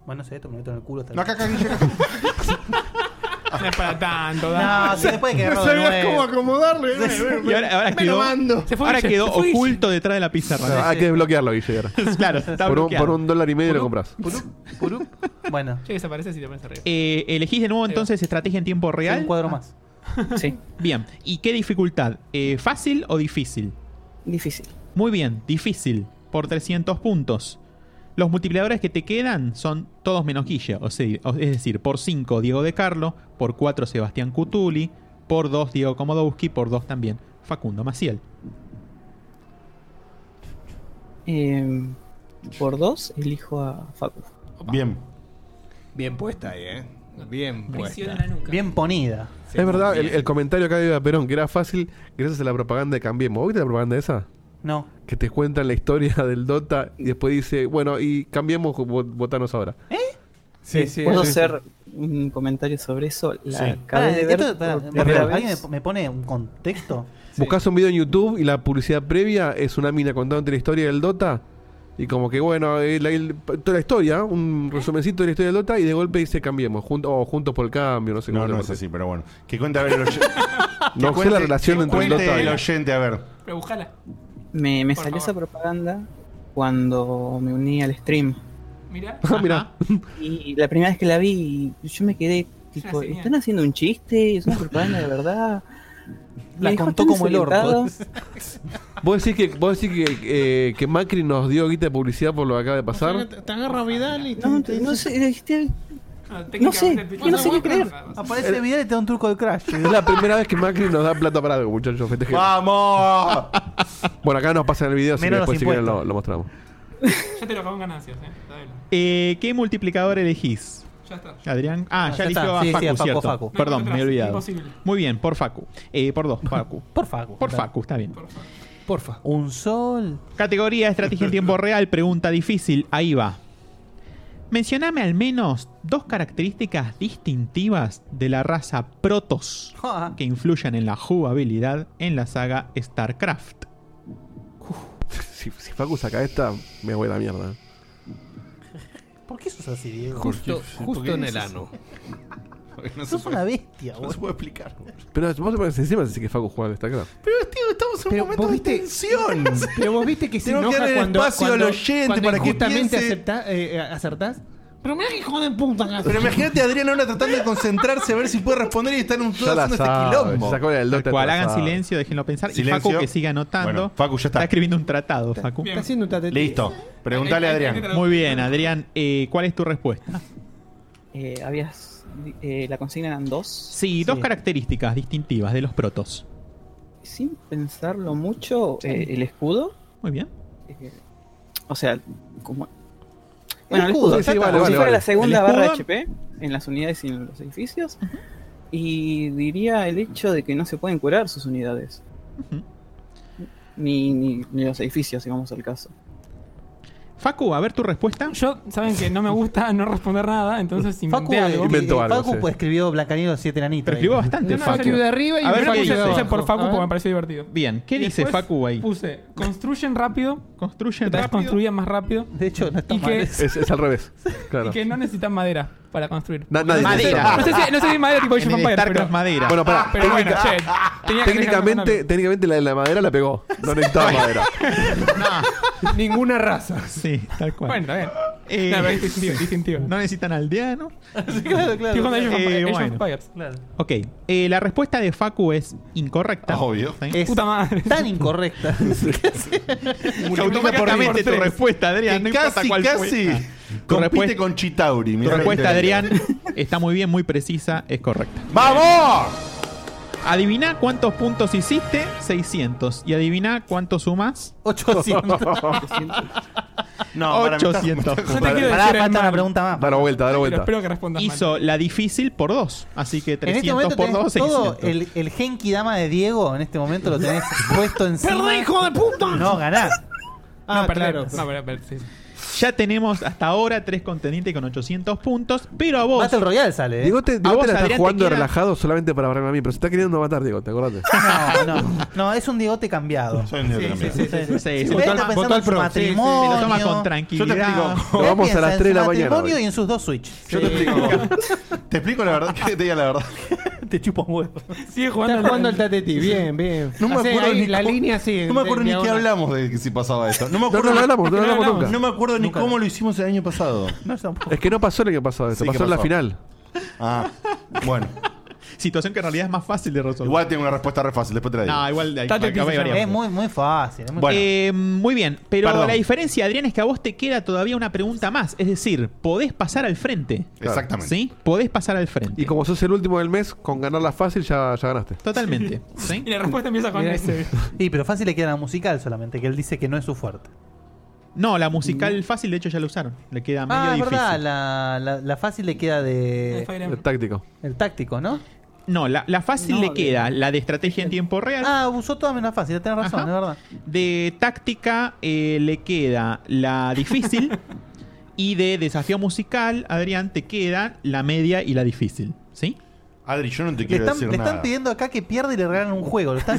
Speaker 5: Bueno, no sé, esto me meto en el culo hasta
Speaker 2: No, acá, acá, Guille,
Speaker 4: No es para tanto,
Speaker 5: No, si después hay que agarrarlo de nuevo.
Speaker 3: acomodarle.
Speaker 6: Y ahora, ahora quedó,
Speaker 3: Se fue
Speaker 6: ahora
Speaker 3: Guille,
Speaker 6: quedó
Speaker 3: se fue Guille.
Speaker 6: oculto detrás de la pizarra.
Speaker 7: No, hay que desbloquearlo, Guille. ahora.
Speaker 6: Claro, está
Speaker 7: por, un,
Speaker 6: bloqueado.
Speaker 7: por un dólar y medio lo compras.
Speaker 5: Bueno.
Speaker 4: Che, desaparece si te pones arriba.
Speaker 6: Eh, elegís de nuevo entonces estrategia en tiempo real. Ah.
Speaker 4: Sí, un
Speaker 5: cuadro más.
Speaker 8: Sí.
Speaker 6: Bien. ¿Y qué dificultad? Eh, ¿Fácil o difícil?
Speaker 8: Difícil.
Speaker 6: Muy bien, difícil. Por 300 puntos. Los multiplicadores que te quedan son todos menos Guille. O sea, o- es decir, por 5 Diego de Carlo, por 4 Sebastián Cutuli, por 2 Diego Komodowski, por 2 también Facundo Maciel.
Speaker 8: Eh, por dos, elijo a Facu.
Speaker 2: Bien.
Speaker 17: Bien puesta ahí, ¿eh? Bien puesta.
Speaker 5: Bien ponida.
Speaker 7: es verdad, el, el comentario acá de Perón, que era fácil gracias a la propaganda de Cambiemos. ¿Viste la propaganda esa?
Speaker 5: No.
Speaker 7: Que te cuentan la historia del Dota y después dice, bueno, y cambiemos, vo- votanos ahora.
Speaker 5: ¿Eh?
Speaker 8: Sí,
Speaker 7: sí,
Speaker 8: ¿Puedo
Speaker 7: sí.
Speaker 8: hacer un comentario sobre eso? La
Speaker 7: Sí.
Speaker 8: acabé
Speaker 5: Pará,
Speaker 8: de ver
Speaker 5: esto- pará,
Speaker 8: por
Speaker 5: pará,
Speaker 8: primera
Speaker 5: ¿Alguien
Speaker 8: vez.
Speaker 5: me- me pone un contexto?
Speaker 7: Buscas un video en YouTube y la publicidad previa es una mina contándote la historia del Dota. Y como que, bueno, eh, la- el- toda la historia, un resumencito de la historia del Dota y de golpe dice cambiemos, jun- o juntos por el cambio, no sé
Speaker 2: No,
Speaker 7: cómo se
Speaker 2: no
Speaker 7: llama.
Speaker 2: es así, pero bueno. Que cuenta a ver el oyente.
Speaker 7: No sé la relación entre el Dota y-
Speaker 2: el oyente, a ver.
Speaker 4: Pero buscala.
Speaker 8: Me, me
Speaker 4: Por
Speaker 8: salió
Speaker 4: favor.
Speaker 8: esa propaganda cuando me uní al stream.
Speaker 4: Ah, Mira.
Speaker 8: Ah, Y la primera vez que la vi, yo me quedé tipo,
Speaker 4: señal.
Speaker 8: ¿están haciendo un chiste? ¿Es una propaganda de verdad? Me
Speaker 5: La
Speaker 8: dejó
Speaker 5: contó
Speaker 8: tan
Speaker 5: como el orto.
Speaker 8: desorientado.
Speaker 7: Vos decís que, vos decís que, eh, que Macri nos dio guita de publicidad por lo que acaba de pasar.
Speaker 3: Te, te agarra Vidal y
Speaker 8: No, te- no sé, este-
Speaker 3: Ah,
Speaker 8: no sé, que no sé qué creer.
Speaker 5: Aparece Vidal y te da un truco de crash.
Speaker 7: Es la primera vez que Macri nos da plata para algo, muchachos. festejemos.
Speaker 2: ¡Vamos!
Speaker 7: Bueno, acá nos pasan el video, así que
Speaker 6: Menos los
Speaker 7: después si quieren lo,
Speaker 6: impuestos.
Speaker 7: lo mostramos.
Speaker 4: Ya te lo pago en ganancias, eh. Dale.
Speaker 6: Eh, ¿Qué multiplicador elegís?
Speaker 4: Ya está.
Speaker 6: Adrián.
Speaker 4: Ah,
Speaker 6: Ah,
Speaker 4: ya
Speaker 6: ya eligió
Speaker 4: está.
Speaker 6: a
Speaker 4: Sí, sí,
Speaker 6: Facu,
Speaker 4: a Facu,
Speaker 6: ¿cierto?
Speaker 4: Facu. No,
Speaker 6: Perdón,
Speaker 4: no,
Speaker 6: me he
Speaker 4: atrás,
Speaker 6: olvidado.
Speaker 4: imposible.
Speaker 6: Muy bien, por Facu. Eh, por dos, Facu.
Speaker 5: por Facu.
Speaker 6: Por Facu, está bien.
Speaker 5: Porfa. Un sol.
Speaker 6: Categoría estrategia en tiempo real, pregunta difícil, ahí va. Mencioname al menos dos características distintivas de la raza Protoss que influyan en la jugabilidad en la saga StarCraft.
Speaker 7: Si, si Facu saca esta, me voy a la mierda.
Speaker 5: ¿Por qué sos así, Diego?
Speaker 17: Justo, justo en el ano.
Speaker 5: Sos una bestia,
Speaker 17: No
Speaker 5: boludo.
Speaker 17: se
Speaker 2: puede explicar.
Speaker 7: Pero vos te pones encima decís que Facu juega al StarCraft.
Speaker 2: Pero, tío, estamos en un momento de tensión.
Speaker 3: Pero vos viste que se
Speaker 2: Tenemos que
Speaker 3: enoja
Speaker 2: darle
Speaker 3: cuando,
Speaker 2: espacio
Speaker 3: cuando-
Speaker 2: al oyente
Speaker 3: cuando
Speaker 2: para que
Speaker 3: injustamente
Speaker 2: piense.
Speaker 3: acepta- eh, eh, acertás. Pero mira que hijo de puta que hace.
Speaker 2: Pero imagínate a Adrián ahora tratando de concentrarse a ver si puede responder y está en un todo
Speaker 6: Ya la
Speaker 2: haciendo este
Speaker 6: sabe,
Speaker 2: quilombo.
Speaker 6: se sacó la del Dota Tal cual, hagan atrasada. silencio, déjenlo pensar. Y Facu que siga anotando.
Speaker 2: Bueno, Facu ya está.
Speaker 6: Está escribiendo un tratado, Facu.
Speaker 3: Está haciendo un tatete.
Speaker 2: Listo. Preguntale a Adrián.
Speaker 6: Muy bien, Adrián, eh, ¿cuál es tu respuesta?
Speaker 8: Eh, habías, eh, la consigna eran dos.
Speaker 6: Sí, dos características distintivas de los Protoss.
Speaker 8: Sin pensarlo mucho, eh, el escudo.
Speaker 6: Muy bien.
Speaker 8: eh, o sea, como... Bueno, el escudo,
Speaker 6: escudo, sí,
Speaker 8: exacto,
Speaker 6: vale,
Speaker 8: como si
Speaker 6: vale,
Speaker 8: fuera
Speaker 6: vale.
Speaker 8: la segunda
Speaker 6: El
Speaker 8: barra
Speaker 6: escudo.
Speaker 8: HP en las unidades y en los edificios. Y diría el hecho de que no se pueden curar sus unidades. Ni, ni, ni los edificios, si vamos al caso.
Speaker 6: Facu, a ver tu respuesta.
Speaker 4: Yo, saben que no me gusta no responder nada, entonces inventé algo.
Speaker 5: Facu pues, escribió Blancanieves los siete enanitos.
Speaker 6: Pero escribió bastante
Speaker 4: No, no,
Speaker 6: Facu.
Speaker 4: escribí de arriba y
Speaker 6: a ver,
Speaker 4: Facu
Speaker 6: ¿qué
Speaker 4: se
Speaker 6: dice?
Speaker 4: puse por Facu porque me pareció divertido.
Speaker 6: Bien, ¿qué
Speaker 4: Y
Speaker 6: dice
Speaker 4: después
Speaker 6: Facu ahí?
Speaker 4: Puse, construyen rápido.
Speaker 6: Construyen
Speaker 4: rápido. Construyan más rápido.
Speaker 5: De hecho, no está
Speaker 4: y que,
Speaker 7: Es, es al revés. Claro.
Speaker 4: y que no necesitan madera para construir.
Speaker 7: Na- nadie necesita.
Speaker 4: madera. No sé, si, no sé si madera tipo
Speaker 7: En
Speaker 4: Age of
Speaker 7: el
Speaker 4: Empires,
Speaker 7: StarCraft
Speaker 4: pero...
Speaker 7: madera. Bueno, pará,
Speaker 4: Ah, pero bueno,
Speaker 7: técnica-
Speaker 4: che, tenía que
Speaker 7: Técnicamente, técnicamente la de la madera la pegó. No necesitaba madera.
Speaker 3: Ninguna raza.
Speaker 6: Sí, tal cual.
Speaker 4: Bueno, está bien.
Speaker 6: Eh,
Speaker 4: No, pero es distintivo, distintivo.
Speaker 6: No necesitan aldeano.
Speaker 4: claro, claro. Estoy jugando Age of
Speaker 6: Eh,
Speaker 4: Empires. Age of
Speaker 6: bueno.
Speaker 4: Empires.
Speaker 6: Ok, eh, la respuesta de Facu es incorrecta. Obvio.
Speaker 4: Es Puta madre.
Speaker 5: tan incorrecta.
Speaker 6: Automáticamente tu respuesta, Adrián. No importa
Speaker 2: casi,
Speaker 6: cuál
Speaker 2: casi
Speaker 6: fue. Tu
Speaker 2: compite
Speaker 6: respuesta-
Speaker 2: con Chitauri.
Speaker 6: Tu
Speaker 2: mirá.
Speaker 6: respuesta, Adrián, está muy bien, muy precisa, es correcta.
Speaker 2: ¡Vamos!
Speaker 6: Adivina cuántos puntos hiciste, 600. Y adivina cuánto sumas,
Speaker 5: 800.
Speaker 2: No, para, me estás-
Speaker 6: 800
Speaker 2: me estás-
Speaker 6: puntos.
Speaker 2: Pará, falta una
Speaker 5: pregunta más.
Speaker 7: Dar vuelta, dar vuelta.
Speaker 6: Hizo la difícil por 2. Así que
Speaker 5: En este
Speaker 6: 300
Speaker 5: momento
Speaker 6: por
Speaker 5: tenés
Speaker 6: 2,
Speaker 5: todo
Speaker 6: 600.
Speaker 5: el, el Genki Dama de Diego, en este momento lo tenés puesto encima.
Speaker 3: ¡Perdí, hijo de puta!
Speaker 5: No, ganás.
Speaker 3: Ah,
Speaker 6: claro.
Speaker 4: No, pero, pero, sí.
Speaker 6: Ya tenemos hasta ahora tres contendientes con 800 puntos, pero a vos...
Speaker 5: Battle Royale
Speaker 4: ¿Eh?
Speaker 5: sale, ¿eh?
Speaker 7: Digo, te, Digo, te la estás jugando
Speaker 6: relajado
Speaker 7: relajado solamente para barrerme a mí, pero se está queriendo matar, Diego, ¿te acordás?
Speaker 5: No, no, no, es un Diegote cambiado. Soy
Speaker 2: un
Speaker 7: Diegote
Speaker 5: sí,
Speaker 7: cambiado.
Speaker 5: sí, sí, sí,
Speaker 6: Sí,
Speaker 5: sí.
Speaker 6: sí.
Speaker 5: Se
Speaker 6: Votó al-
Speaker 5: está pensando
Speaker 6: votó al
Speaker 5: en su
Speaker 6: pro. Sí, sí, sí, lo toma
Speaker 5: matrimonio.
Speaker 6: con tranquilidad.
Speaker 2: Nos
Speaker 5: Él
Speaker 2: vamos a las
Speaker 5: piensa en
Speaker 2: 3 de la
Speaker 5: su
Speaker 2: mañana,
Speaker 5: matrimonio
Speaker 2: hoy.
Speaker 5: y en sus dos Switch.
Speaker 2: Yo te explico. te explico la verdad, que te diga la verdad.
Speaker 5: te chupo un huevo.
Speaker 4: Sigue
Speaker 3: jugando al-
Speaker 2: el
Speaker 3: Tateti, bien, bien.
Speaker 2: No me
Speaker 3: Hacé
Speaker 2: acuerdo
Speaker 3: ahí
Speaker 2: ni
Speaker 3: la
Speaker 2: cómo-
Speaker 3: línea, sí,
Speaker 2: No me
Speaker 3: de-
Speaker 2: acuerdo ni qué
Speaker 3: diagonal.
Speaker 2: hablamos de que si pasaba esto. No me
Speaker 7: No,
Speaker 2: acuerdo
Speaker 7: no lo
Speaker 2: ni-
Speaker 7: hablamos, no lo hablamos nunca.
Speaker 2: No me acuerdo ni cómo lo hicimos el año pasado.
Speaker 7: Es que no pasó el año pasado esto,
Speaker 2: Sí, ¿qué
Speaker 7: pasó en la
Speaker 2: pasó?
Speaker 7: final.
Speaker 2: Ah, bueno.
Speaker 6: Situación que en realidad es más fácil de resolver.
Speaker 2: Igual tengo una respuesta re fácil, después te la digo.
Speaker 6: No, igual hay- Tate hay- hay Pizza. variantes.
Speaker 5: Es muy, muy fácil. es muy
Speaker 2: Bueno.
Speaker 6: Eh, muy bien, pero
Speaker 2: Perdón.
Speaker 6: la diferencia, Adrián, es que a vos te queda todavía una pregunta más. Es decir, podés pasar al frente.
Speaker 7: Exactamente.
Speaker 6: ¿Sí? Podés pasar al frente.
Speaker 7: Y como sos el último del mes, con ganarla fácil ya, ya ganaste.
Speaker 6: Totalmente. ¿sí?
Speaker 4: Y la respuesta empieza con
Speaker 5: Mira,
Speaker 4: ese.
Speaker 5: Y pero fácil le queda la musical solamente, que él dice que no es su fuerte.
Speaker 6: No, la
Speaker 2: Mm.
Speaker 6: musical fácil, de hecho, ya la usaron. Le queda medio
Speaker 5: Ah, es
Speaker 6: difícil.
Speaker 5: verdad, la, la- la fácil le queda de...
Speaker 6: El Fire Emblem. El
Speaker 7: táctico.
Speaker 5: El táctico, ¿no?
Speaker 6: No, la, la fácil le queda la de estrategia en tiempo real.
Speaker 5: Ah, usó toda menos fácil, tenés razón, es verdad.
Speaker 6: De táctica eh, le queda la difícil. y de desafío musical, Adrián, te queda la media y la difícil. ¿Sí?
Speaker 2: Adri, yo no te
Speaker 5: Le están, le están pidiendo acá que pierda y le regalan un juego. Lo están,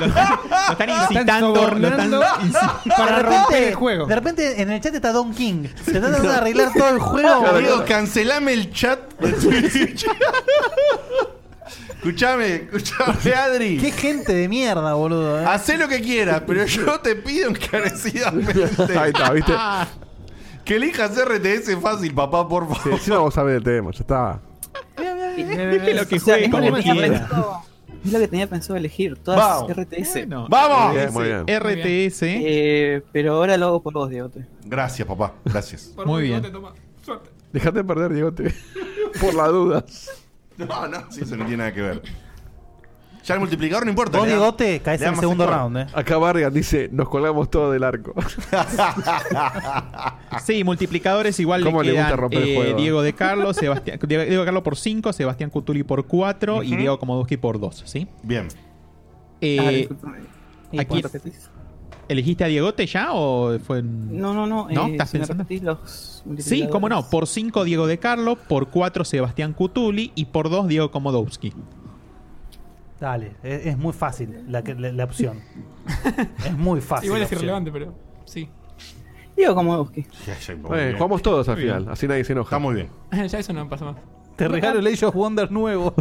Speaker 6: Lo están incitando. lo están inci-
Speaker 5: de repente- De repente en el chat está Don King. Se está tratando de arreglar todo el juego.
Speaker 2: Claro,
Speaker 5: boludo.
Speaker 2: Diego, cancelame el chat. de Twitch. escuchame, escuchame, Adri.
Speaker 5: Qué gente de mierda, boludo. eh.
Speaker 2: Hacé lo que quieras, pero yo te pido encarecidamente.
Speaker 7: Ahí está, ¿viste?
Speaker 2: Que elijas RTS fácil, papá, por favor.
Speaker 7: Sí, sí, vamos a ver el tema, ya está.
Speaker 6: Déjelo que
Speaker 8: O sea,
Speaker 6: juegue
Speaker 8: es
Speaker 6: como
Speaker 8: lo que tenía
Speaker 6: quiera.
Speaker 8: pensado- Es lo que tenía pensado elegir, todas
Speaker 6: Vamos.
Speaker 8: RTS.
Speaker 6: Bueno. ¡Vamos!
Speaker 8: RTS,
Speaker 6: Muy bien, muy bien. RTS.
Speaker 8: Eh, pero ahora lo hago por vos, Diote.
Speaker 2: Gracias, papá. Gracias.
Speaker 6: Muy bien.
Speaker 7: Dejate perder, Diego, por las dudas.
Speaker 2: No, no, sí, eso no tiene nada que ver. Ya el multiplicador no importa.
Speaker 7: Vos,
Speaker 2: le da-
Speaker 7: Diegote,
Speaker 5: caes
Speaker 2: le da más score.
Speaker 5: eh.
Speaker 7: Acá Vargas dice, nos colgamos todo del arco.
Speaker 2: Ah.
Speaker 6: Sí, multiplicadores igual le
Speaker 7: ¿Cómo le gusta
Speaker 6: quedan,
Speaker 7: romper el
Speaker 6: eh,
Speaker 7: juego?
Speaker 6: Diego de Carlos, Sebastián, Diego de Carlos por 5, Sebastián Cutuli por 4 y Diego Komodowski por 2, ¿sí?
Speaker 2: Bien.
Speaker 8: Ah,
Speaker 6: Eh,
Speaker 8: discúlpame. ¿Me
Speaker 6: aquí,
Speaker 8: repetís?
Speaker 6: ¿Elegiste a Diegote ya o fue en-
Speaker 8: No, no, no.
Speaker 6: ¿No?
Speaker 8: eh,
Speaker 6: ¿Estás
Speaker 8: si me
Speaker 6: pensando?
Speaker 8: repetís los
Speaker 6: Sí,
Speaker 8: multiplicadores.
Speaker 6: cómo no. Por 5 Diego de Carlos, por 4 Sebastián Cutuli y por 2 Diego Komodowski.
Speaker 5: Dale, es, es muy fácil la, que- la- la opción. es muy fácil.
Speaker 4: Igual
Speaker 5: la
Speaker 4: es
Speaker 5: opción.
Speaker 4: irrelevante, pero sí.
Speaker 8: Diego Komodowski.
Speaker 7: Eh, jugamos todos al final, así nadie se enoja. Está
Speaker 2: muy bien.
Speaker 4: ya eso no me pasa más.
Speaker 5: Te regalo el Age of Wonder nuevo.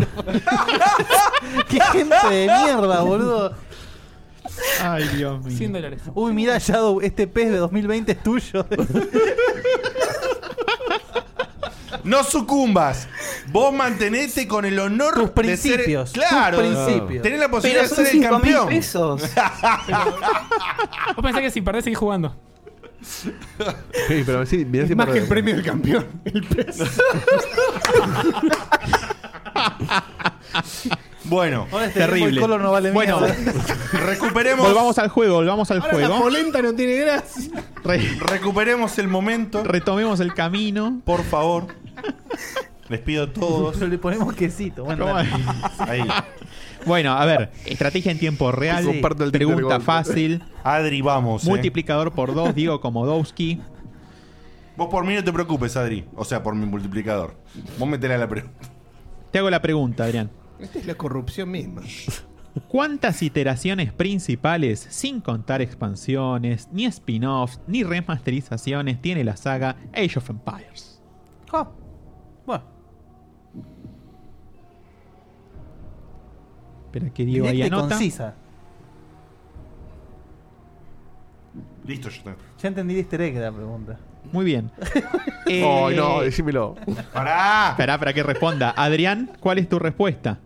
Speaker 5: Qué gente de mierda, boludo.
Speaker 6: Ay, Dios
Speaker 4: 100 dólares.
Speaker 5: Uy, mira, Shadow, este pez de 2020 es tuyo.
Speaker 2: No sucumbas. Vos mantenete con el honor tus
Speaker 5: principios,
Speaker 2: De ser, claro.
Speaker 5: tus principios.
Speaker 2: Tenés la posibilidad de
Speaker 4: Pero son
Speaker 2: ser el
Speaker 4: 5.000
Speaker 2: campeón.
Speaker 4: pesos. Vos pensás que si perdés seguís jugando.
Speaker 7: Sí, pero sí, mirá si
Speaker 4: más
Speaker 7: perdés.
Speaker 4: que el premio del campeón,
Speaker 3: el peso.
Speaker 2: Bueno,
Speaker 6: terrible. bueno,
Speaker 2: recuperemos.
Speaker 6: volvamos al juego, volvamos al
Speaker 3: La
Speaker 6: juego.
Speaker 3: polenta no tiene gracia.
Speaker 2: Recuperemos el momento.
Speaker 6: Retomemos el camino.
Speaker 2: Por favor. Les pido a todos.
Speaker 5: Pero le ponemos quesito. Bueno,
Speaker 6: ¿Cómo
Speaker 5: dale.
Speaker 2: Ahí.
Speaker 6: Bueno, a ver, estrategia en tiempo real,
Speaker 2: Sí. Comparto el Tinder
Speaker 6: pregunta
Speaker 2: Gold.
Speaker 6: fácil.
Speaker 2: Adri, vamos. eh.
Speaker 6: Multiplicador por 2, Diego Komodowski.
Speaker 2: Vos por mí no te preocupes, Adri. O sea, por mi multiplicador. Vos metela la pregunta.
Speaker 6: Te hago la pregunta, Adrián.
Speaker 17: Esta es la corrupción misma.
Speaker 6: ¿Cuántas iteraciones principales, sin contar expansiones, ni spin-offs, ni remasterizaciones, tiene la saga Age of Empires?
Speaker 5: Ah, bueno.
Speaker 6: Espera que Diego ahí
Speaker 5: Directa y
Speaker 6: anota.
Speaker 5: concisa.
Speaker 2: Listo, yo también.
Speaker 5: Ya entendí el easter egg de la pregunta.
Speaker 6: Muy bien.
Speaker 7: Ay,
Speaker 6: Eh,
Speaker 7: no, decímelo.
Speaker 2: ¡Pará!
Speaker 6: Esperá para que responda. Adrián, ¿cuál es tu respuesta?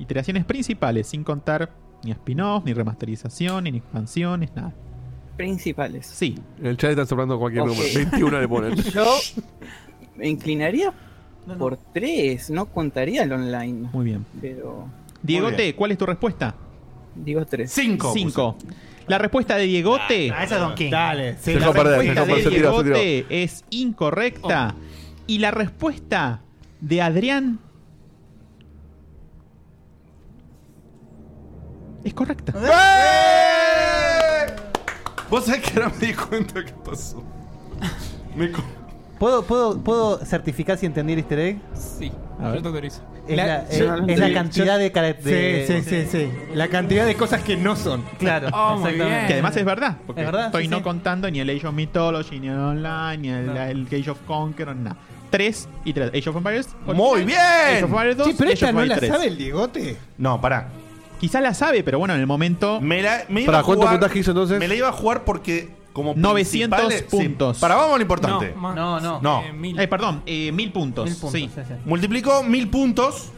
Speaker 6: Iteraciones principales, sin contar ni spin-offs, ni remasterizaciones, ni expansiones, nada.
Speaker 8: Principales.
Speaker 6: Sí.
Speaker 7: En el chat están soplando cualquier
Speaker 8: Ok.
Speaker 7: número. 21 le ponen.
Speaker 8: Yo me inclinaría por tres, no contaría el online.
Speaker 6: Muy bien.
Speaker 8: Pero.
Speaker 6: Diegote, ¿cuál es tu respuesta?
Speaker 8: Digo tres.
Speaker 6: Cinco. Cinco. La respuesta de Diegote.
Speaker 8: Ah, esa es Don King. Dale, sí.
Speaker 6: La
Speaker 8: Se fue a perder,
Speaker 6: respuesta
Speaker 8: se fue,
Speaker 6: de
Speaker 8: se tiró, se tiró.
Speaker 6: Diegote es incorrecta. Y la respuesta de Adrián. Es correcta.
Speaker 2: ¡Eh! Vos sabés que ahora me di cuenta que pasó. Me co-
Speaker 5: ¿Puedo, puedo, ¿Puedo certificar si entendí el easter egg?
Speaker 4: Sí,
Speaker 5: A ver.
Speaker 4: yo te autorizo.
Speaker 5: Es la, es-
Speaker 3: eh,
Speaker 5: es la cantidad de caracteres.
Speaker 3: Sí, sí, sí, sí. La cantidad de cosas que no son.
Speaker 5: Claro.
Speaker 2: Oh,
Speaker 6: Oh, Que además es verdad. Porque
Speaker 3: Es verdad,
Speaker 6: estoy
Speaker 3: sí,
Speaker 6: no
Speaker 3: sí.
Speaker 6: contando ni el Age of Mythology, ni el Online, ni el, el Age of Conqueror, nada. Tres y tres. Age of Empires.
Speaker 2: ¡Muy bien!
Speaker 6: Age of Empires 2,
Speaker 2: Sí, pero
Speaker 6: Age
Speaker 2: esta
Speaker 6: of
Speaker 2: no
Speaker 6: Empires
Speaker 2: la
Speaker 6: 3.
Speaker 2: sabe el
Speaker 3: Diegote.
Speaker 2: No, pará.
Speaker 6: Quizás la sabe, pero bueno, en el momento.
Speaker 2: Me la, me iba
Speaker 6: ¿Para
Speaker 2: a
Speaker 6: cuánto
Speaker 2: jugar-
Speaker 6: puntaje hizo entonces?
Speaker 2: Me la iba a jugar porque como
Speaker 6: 900
Speaker 2: principales- sí.
Speaker 6: puntos.
Speaker 2: Para vamos a lo importante.
Speaker 6: No, más.
Speaker 5: No, no.
Speaker 2: No.
Speaker 5: Eh,
Speaker 6: Eh, perdón, eh, mil puntos.
Speaker 5: Mil puntos,
Speaker 6: sí.
Speaker 5: sí, sí.
Speaker 2: Multiplicó mil puntos.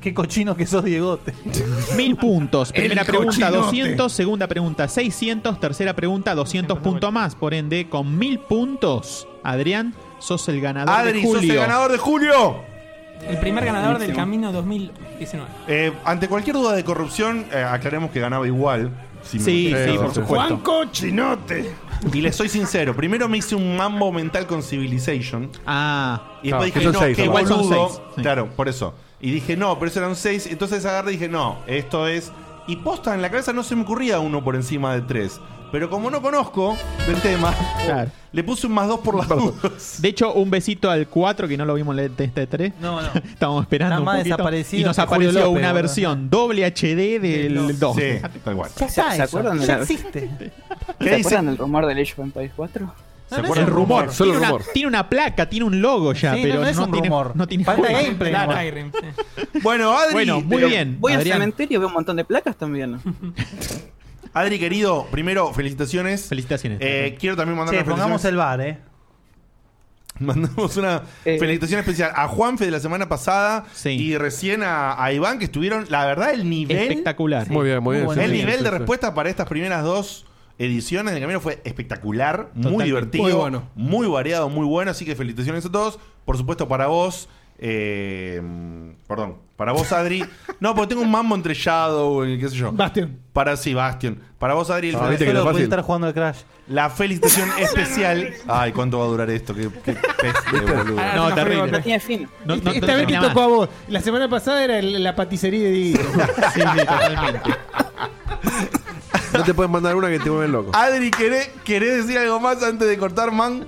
Speaker 5: Qué cochino que sos, Diegote.
Speaker 6: Mil
Speaker 4: Eh,
Speaker 6: puntos. Primera
Speaker 5: El
Speaker 6: pregunta,
Speaker 5: cochinote.
Speaker 6: 200. Segunda pregunta, 600. Tercera pregunta, 200 puntos más. Por ende, con mil puntos, Adrián, sos el ganador de
Speaker 2: Adri,
Speaker 6: julio.
Speaker 2: sos el ganador de julio.
Speaker 4: El primer ganador del
Speaker 2: Buenísimo.
Speaker 4: camino 2019.
Speaker 2: Eh, ante cualquier duda de corrupción, eh, aclaremos que ganaba igual. si me
Speaker 6: Sí,
Speaker 2: creo.
Speaker 6: sí, por supuesto.
Speaker 3: Juanco Chinote.
Speaker 2: Y les soy sincero, primero me hice un mambo mental con Civilization.
Speaker 6: Ah.
Speaker 2: Y
Speaker 6: Claro,
Speaker 2: después
Speaker 6: que
Speaker 2: dije,
Speaker 6: son
Speaker 2: no,
Speaker 6: seis,
Speaker 2: qué
Speaker 6: igual son
Speaker 2: boludo.
Speaker 6: seis, sí.
Speaker 2: Claro, por eso. Y dije, no, pero eso eran seis. Entonces agarré y dije, no, esto es. Y posta en la cabeza no se me ocurría uno por encima de tres. Pero como no conozco del tema,
Speaker 6: Claro.
Speaker 2: le puse un más dos por las dudas.
Speaker 6: De hecho, un besito al 4 que no lo vimos en el test de 3.
Speaker 5: No, no.
Speaker 6: Estábamos esperando
Speaker 5: Está
Speaker 6: un
Speaker 5: más
Speaker 6: poquito.
Speaker 5: desaparecido
Speaker 6: y nos
Speaker 5: que Julio
Speaker 6: apareció
Speaker 5: López,
Speaker 6: una
Speaker 5: boludo.
Speaker 6: versión doble HD del 2.
Speaker 2: Sí, tal cual.
Speaker 5: Ya está
Speaker 8: ¿Se
Speaker 5: eso,
Speaker 8: acuerdan de
Speaker 5: ya
Speaker 8: la-
Speaker 5: existe.
Speaker 8: ¿Se
Speaker 6: dice? Ah,
Speaker 8: acuerdan del rumor del Age of Empires 4?
Speaker 6: ¿Se acuerdan? el rumor,
Speaker 8: Solo
Speaker 6: tiene,
Speaker 8: rumor.
Speaker 6: Una, tiene una placa, tiene un logo ya,
Speaker 8: Sí, no,
Speaker 6: pero no,
Speaker 8: no es un
Speaker 6: tiene
Speaker 8: rumor.
Speaker 6: No tiene
Speaker 8: Falta
Speaker 6: juego.
Speaker 8: gameplay,
Speaker 6: Claro.
Speaker 8: nomás.
Speaker 2: Bueno, Adri.
Speaker 6: Bueno, muy
Speaker 2: te-
Speaker 6: bien.
Speaker 8: Voy
Speaker 6: Adrián.
Speaker 8: al cementerio y veo un montón de placas también.
Speaker 2: Adri, querido, primero, felicitaciones.
Speaker 6: Felicitaciones.
Speaker 2: Eh, quiero también mandar
Speaker 5: Che,
Speaker 2: unas
Speaker 5: pongamos
Speaker 2: felicitaciones.
Speaker 5: el bar, eh.
Speaker 7: Ah,
Speaker 2: Mandamos una felicitación especial a Juanfe de la semana pasada y recién a, a Iván, que estuvieron, la verdad, el nivel.
Speaker 6: Espectacular.
Speaker 2: Sí.
Speaker 6: Muy bien, muy bien, sí,
Speaker 2: el
Speaker 6: sí,
Speaker 2: nivel
Speaker 6: sí,
Speaker 2: de
Speaker 6: sí.
Speaker 2: respuesta para estas primeras dos ediciones del camino fue espectacular, muy
Speaker 6: Totalmente.
Speaker 2: divertido, muy,
Speaker 6: Muy bueno.
Speaker 2: variado, muy bueno. Así que felicitaciones a todos. Por supuesto, para vos. eh, perdón, para vos, Adri. no, porque tengo un mambo entre Shadow y qué sé yo. Bastion. Para sí, Bastion. Para vos, Adri, el
Speaker 6: Ah,
Speaker 5: Ahora
Speaker 2: felicitación-
Speaker 5: solo voy a estar jugando al Crash.
Speaker 2: la felicitación especial. Ay, ¿cuánto va a durar esto? Qué, qué peste, boludo.
Speaker 3: Ah,
Speaker 6: No, terrible.
Speaker 8: No tiene fin.
Speaker 6: No, no,
Speaker 3: Esta
Speaker 6: no
Speaker 3: vez te
Speaker 6: termina
Speaker 3: tocó
Speaker 6: más.
Speaker 3: a vos. La semana pasada era el- la paticería de Dieguito.
Speaker 6: Sí, sí, totalmente.
Speaker 7: No te pueden mandar una que te vuelven loco.
Speaker 8: Ah,
Speaker 2: Adri, ¿querés, querés decir algo más antes de cortar, man?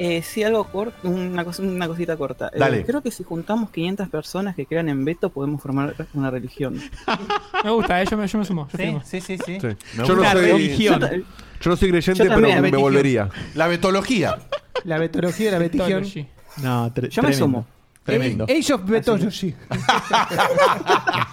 Speaker 8: Eh, sí, algo corto, una, cosa- una cosita corta. Eh,
Speaker 2: Dale.
Speaker 8: creo que si juntamos 500 personas que crean en Beto, podemos formar una religión.
Speaker 4: Me gusta, eh, yo me, yo me sumo. Yo firmo.
Speaker 5: Sí, sí, sí.
Speaker 7: Sí. Yo no soy Yo no soy creyente,
Speaker 8: Yo
Speaker 7: pero
Speaker 8: también,
Speaker 7: me
Speaker 8: Betigio.
Speaker 7: volvería.
Speaker 2: La betología.
Speaker 3: La betología, la betigión.
Speaker 4: Betology.
Speaker 6: No, tre-
Speaker 3: Yo me
Speaker 6: tremendo.
Speaker 3: sumo. Eh,
Speaker 6: Tremendo.
Speaker 3: Age of Betology.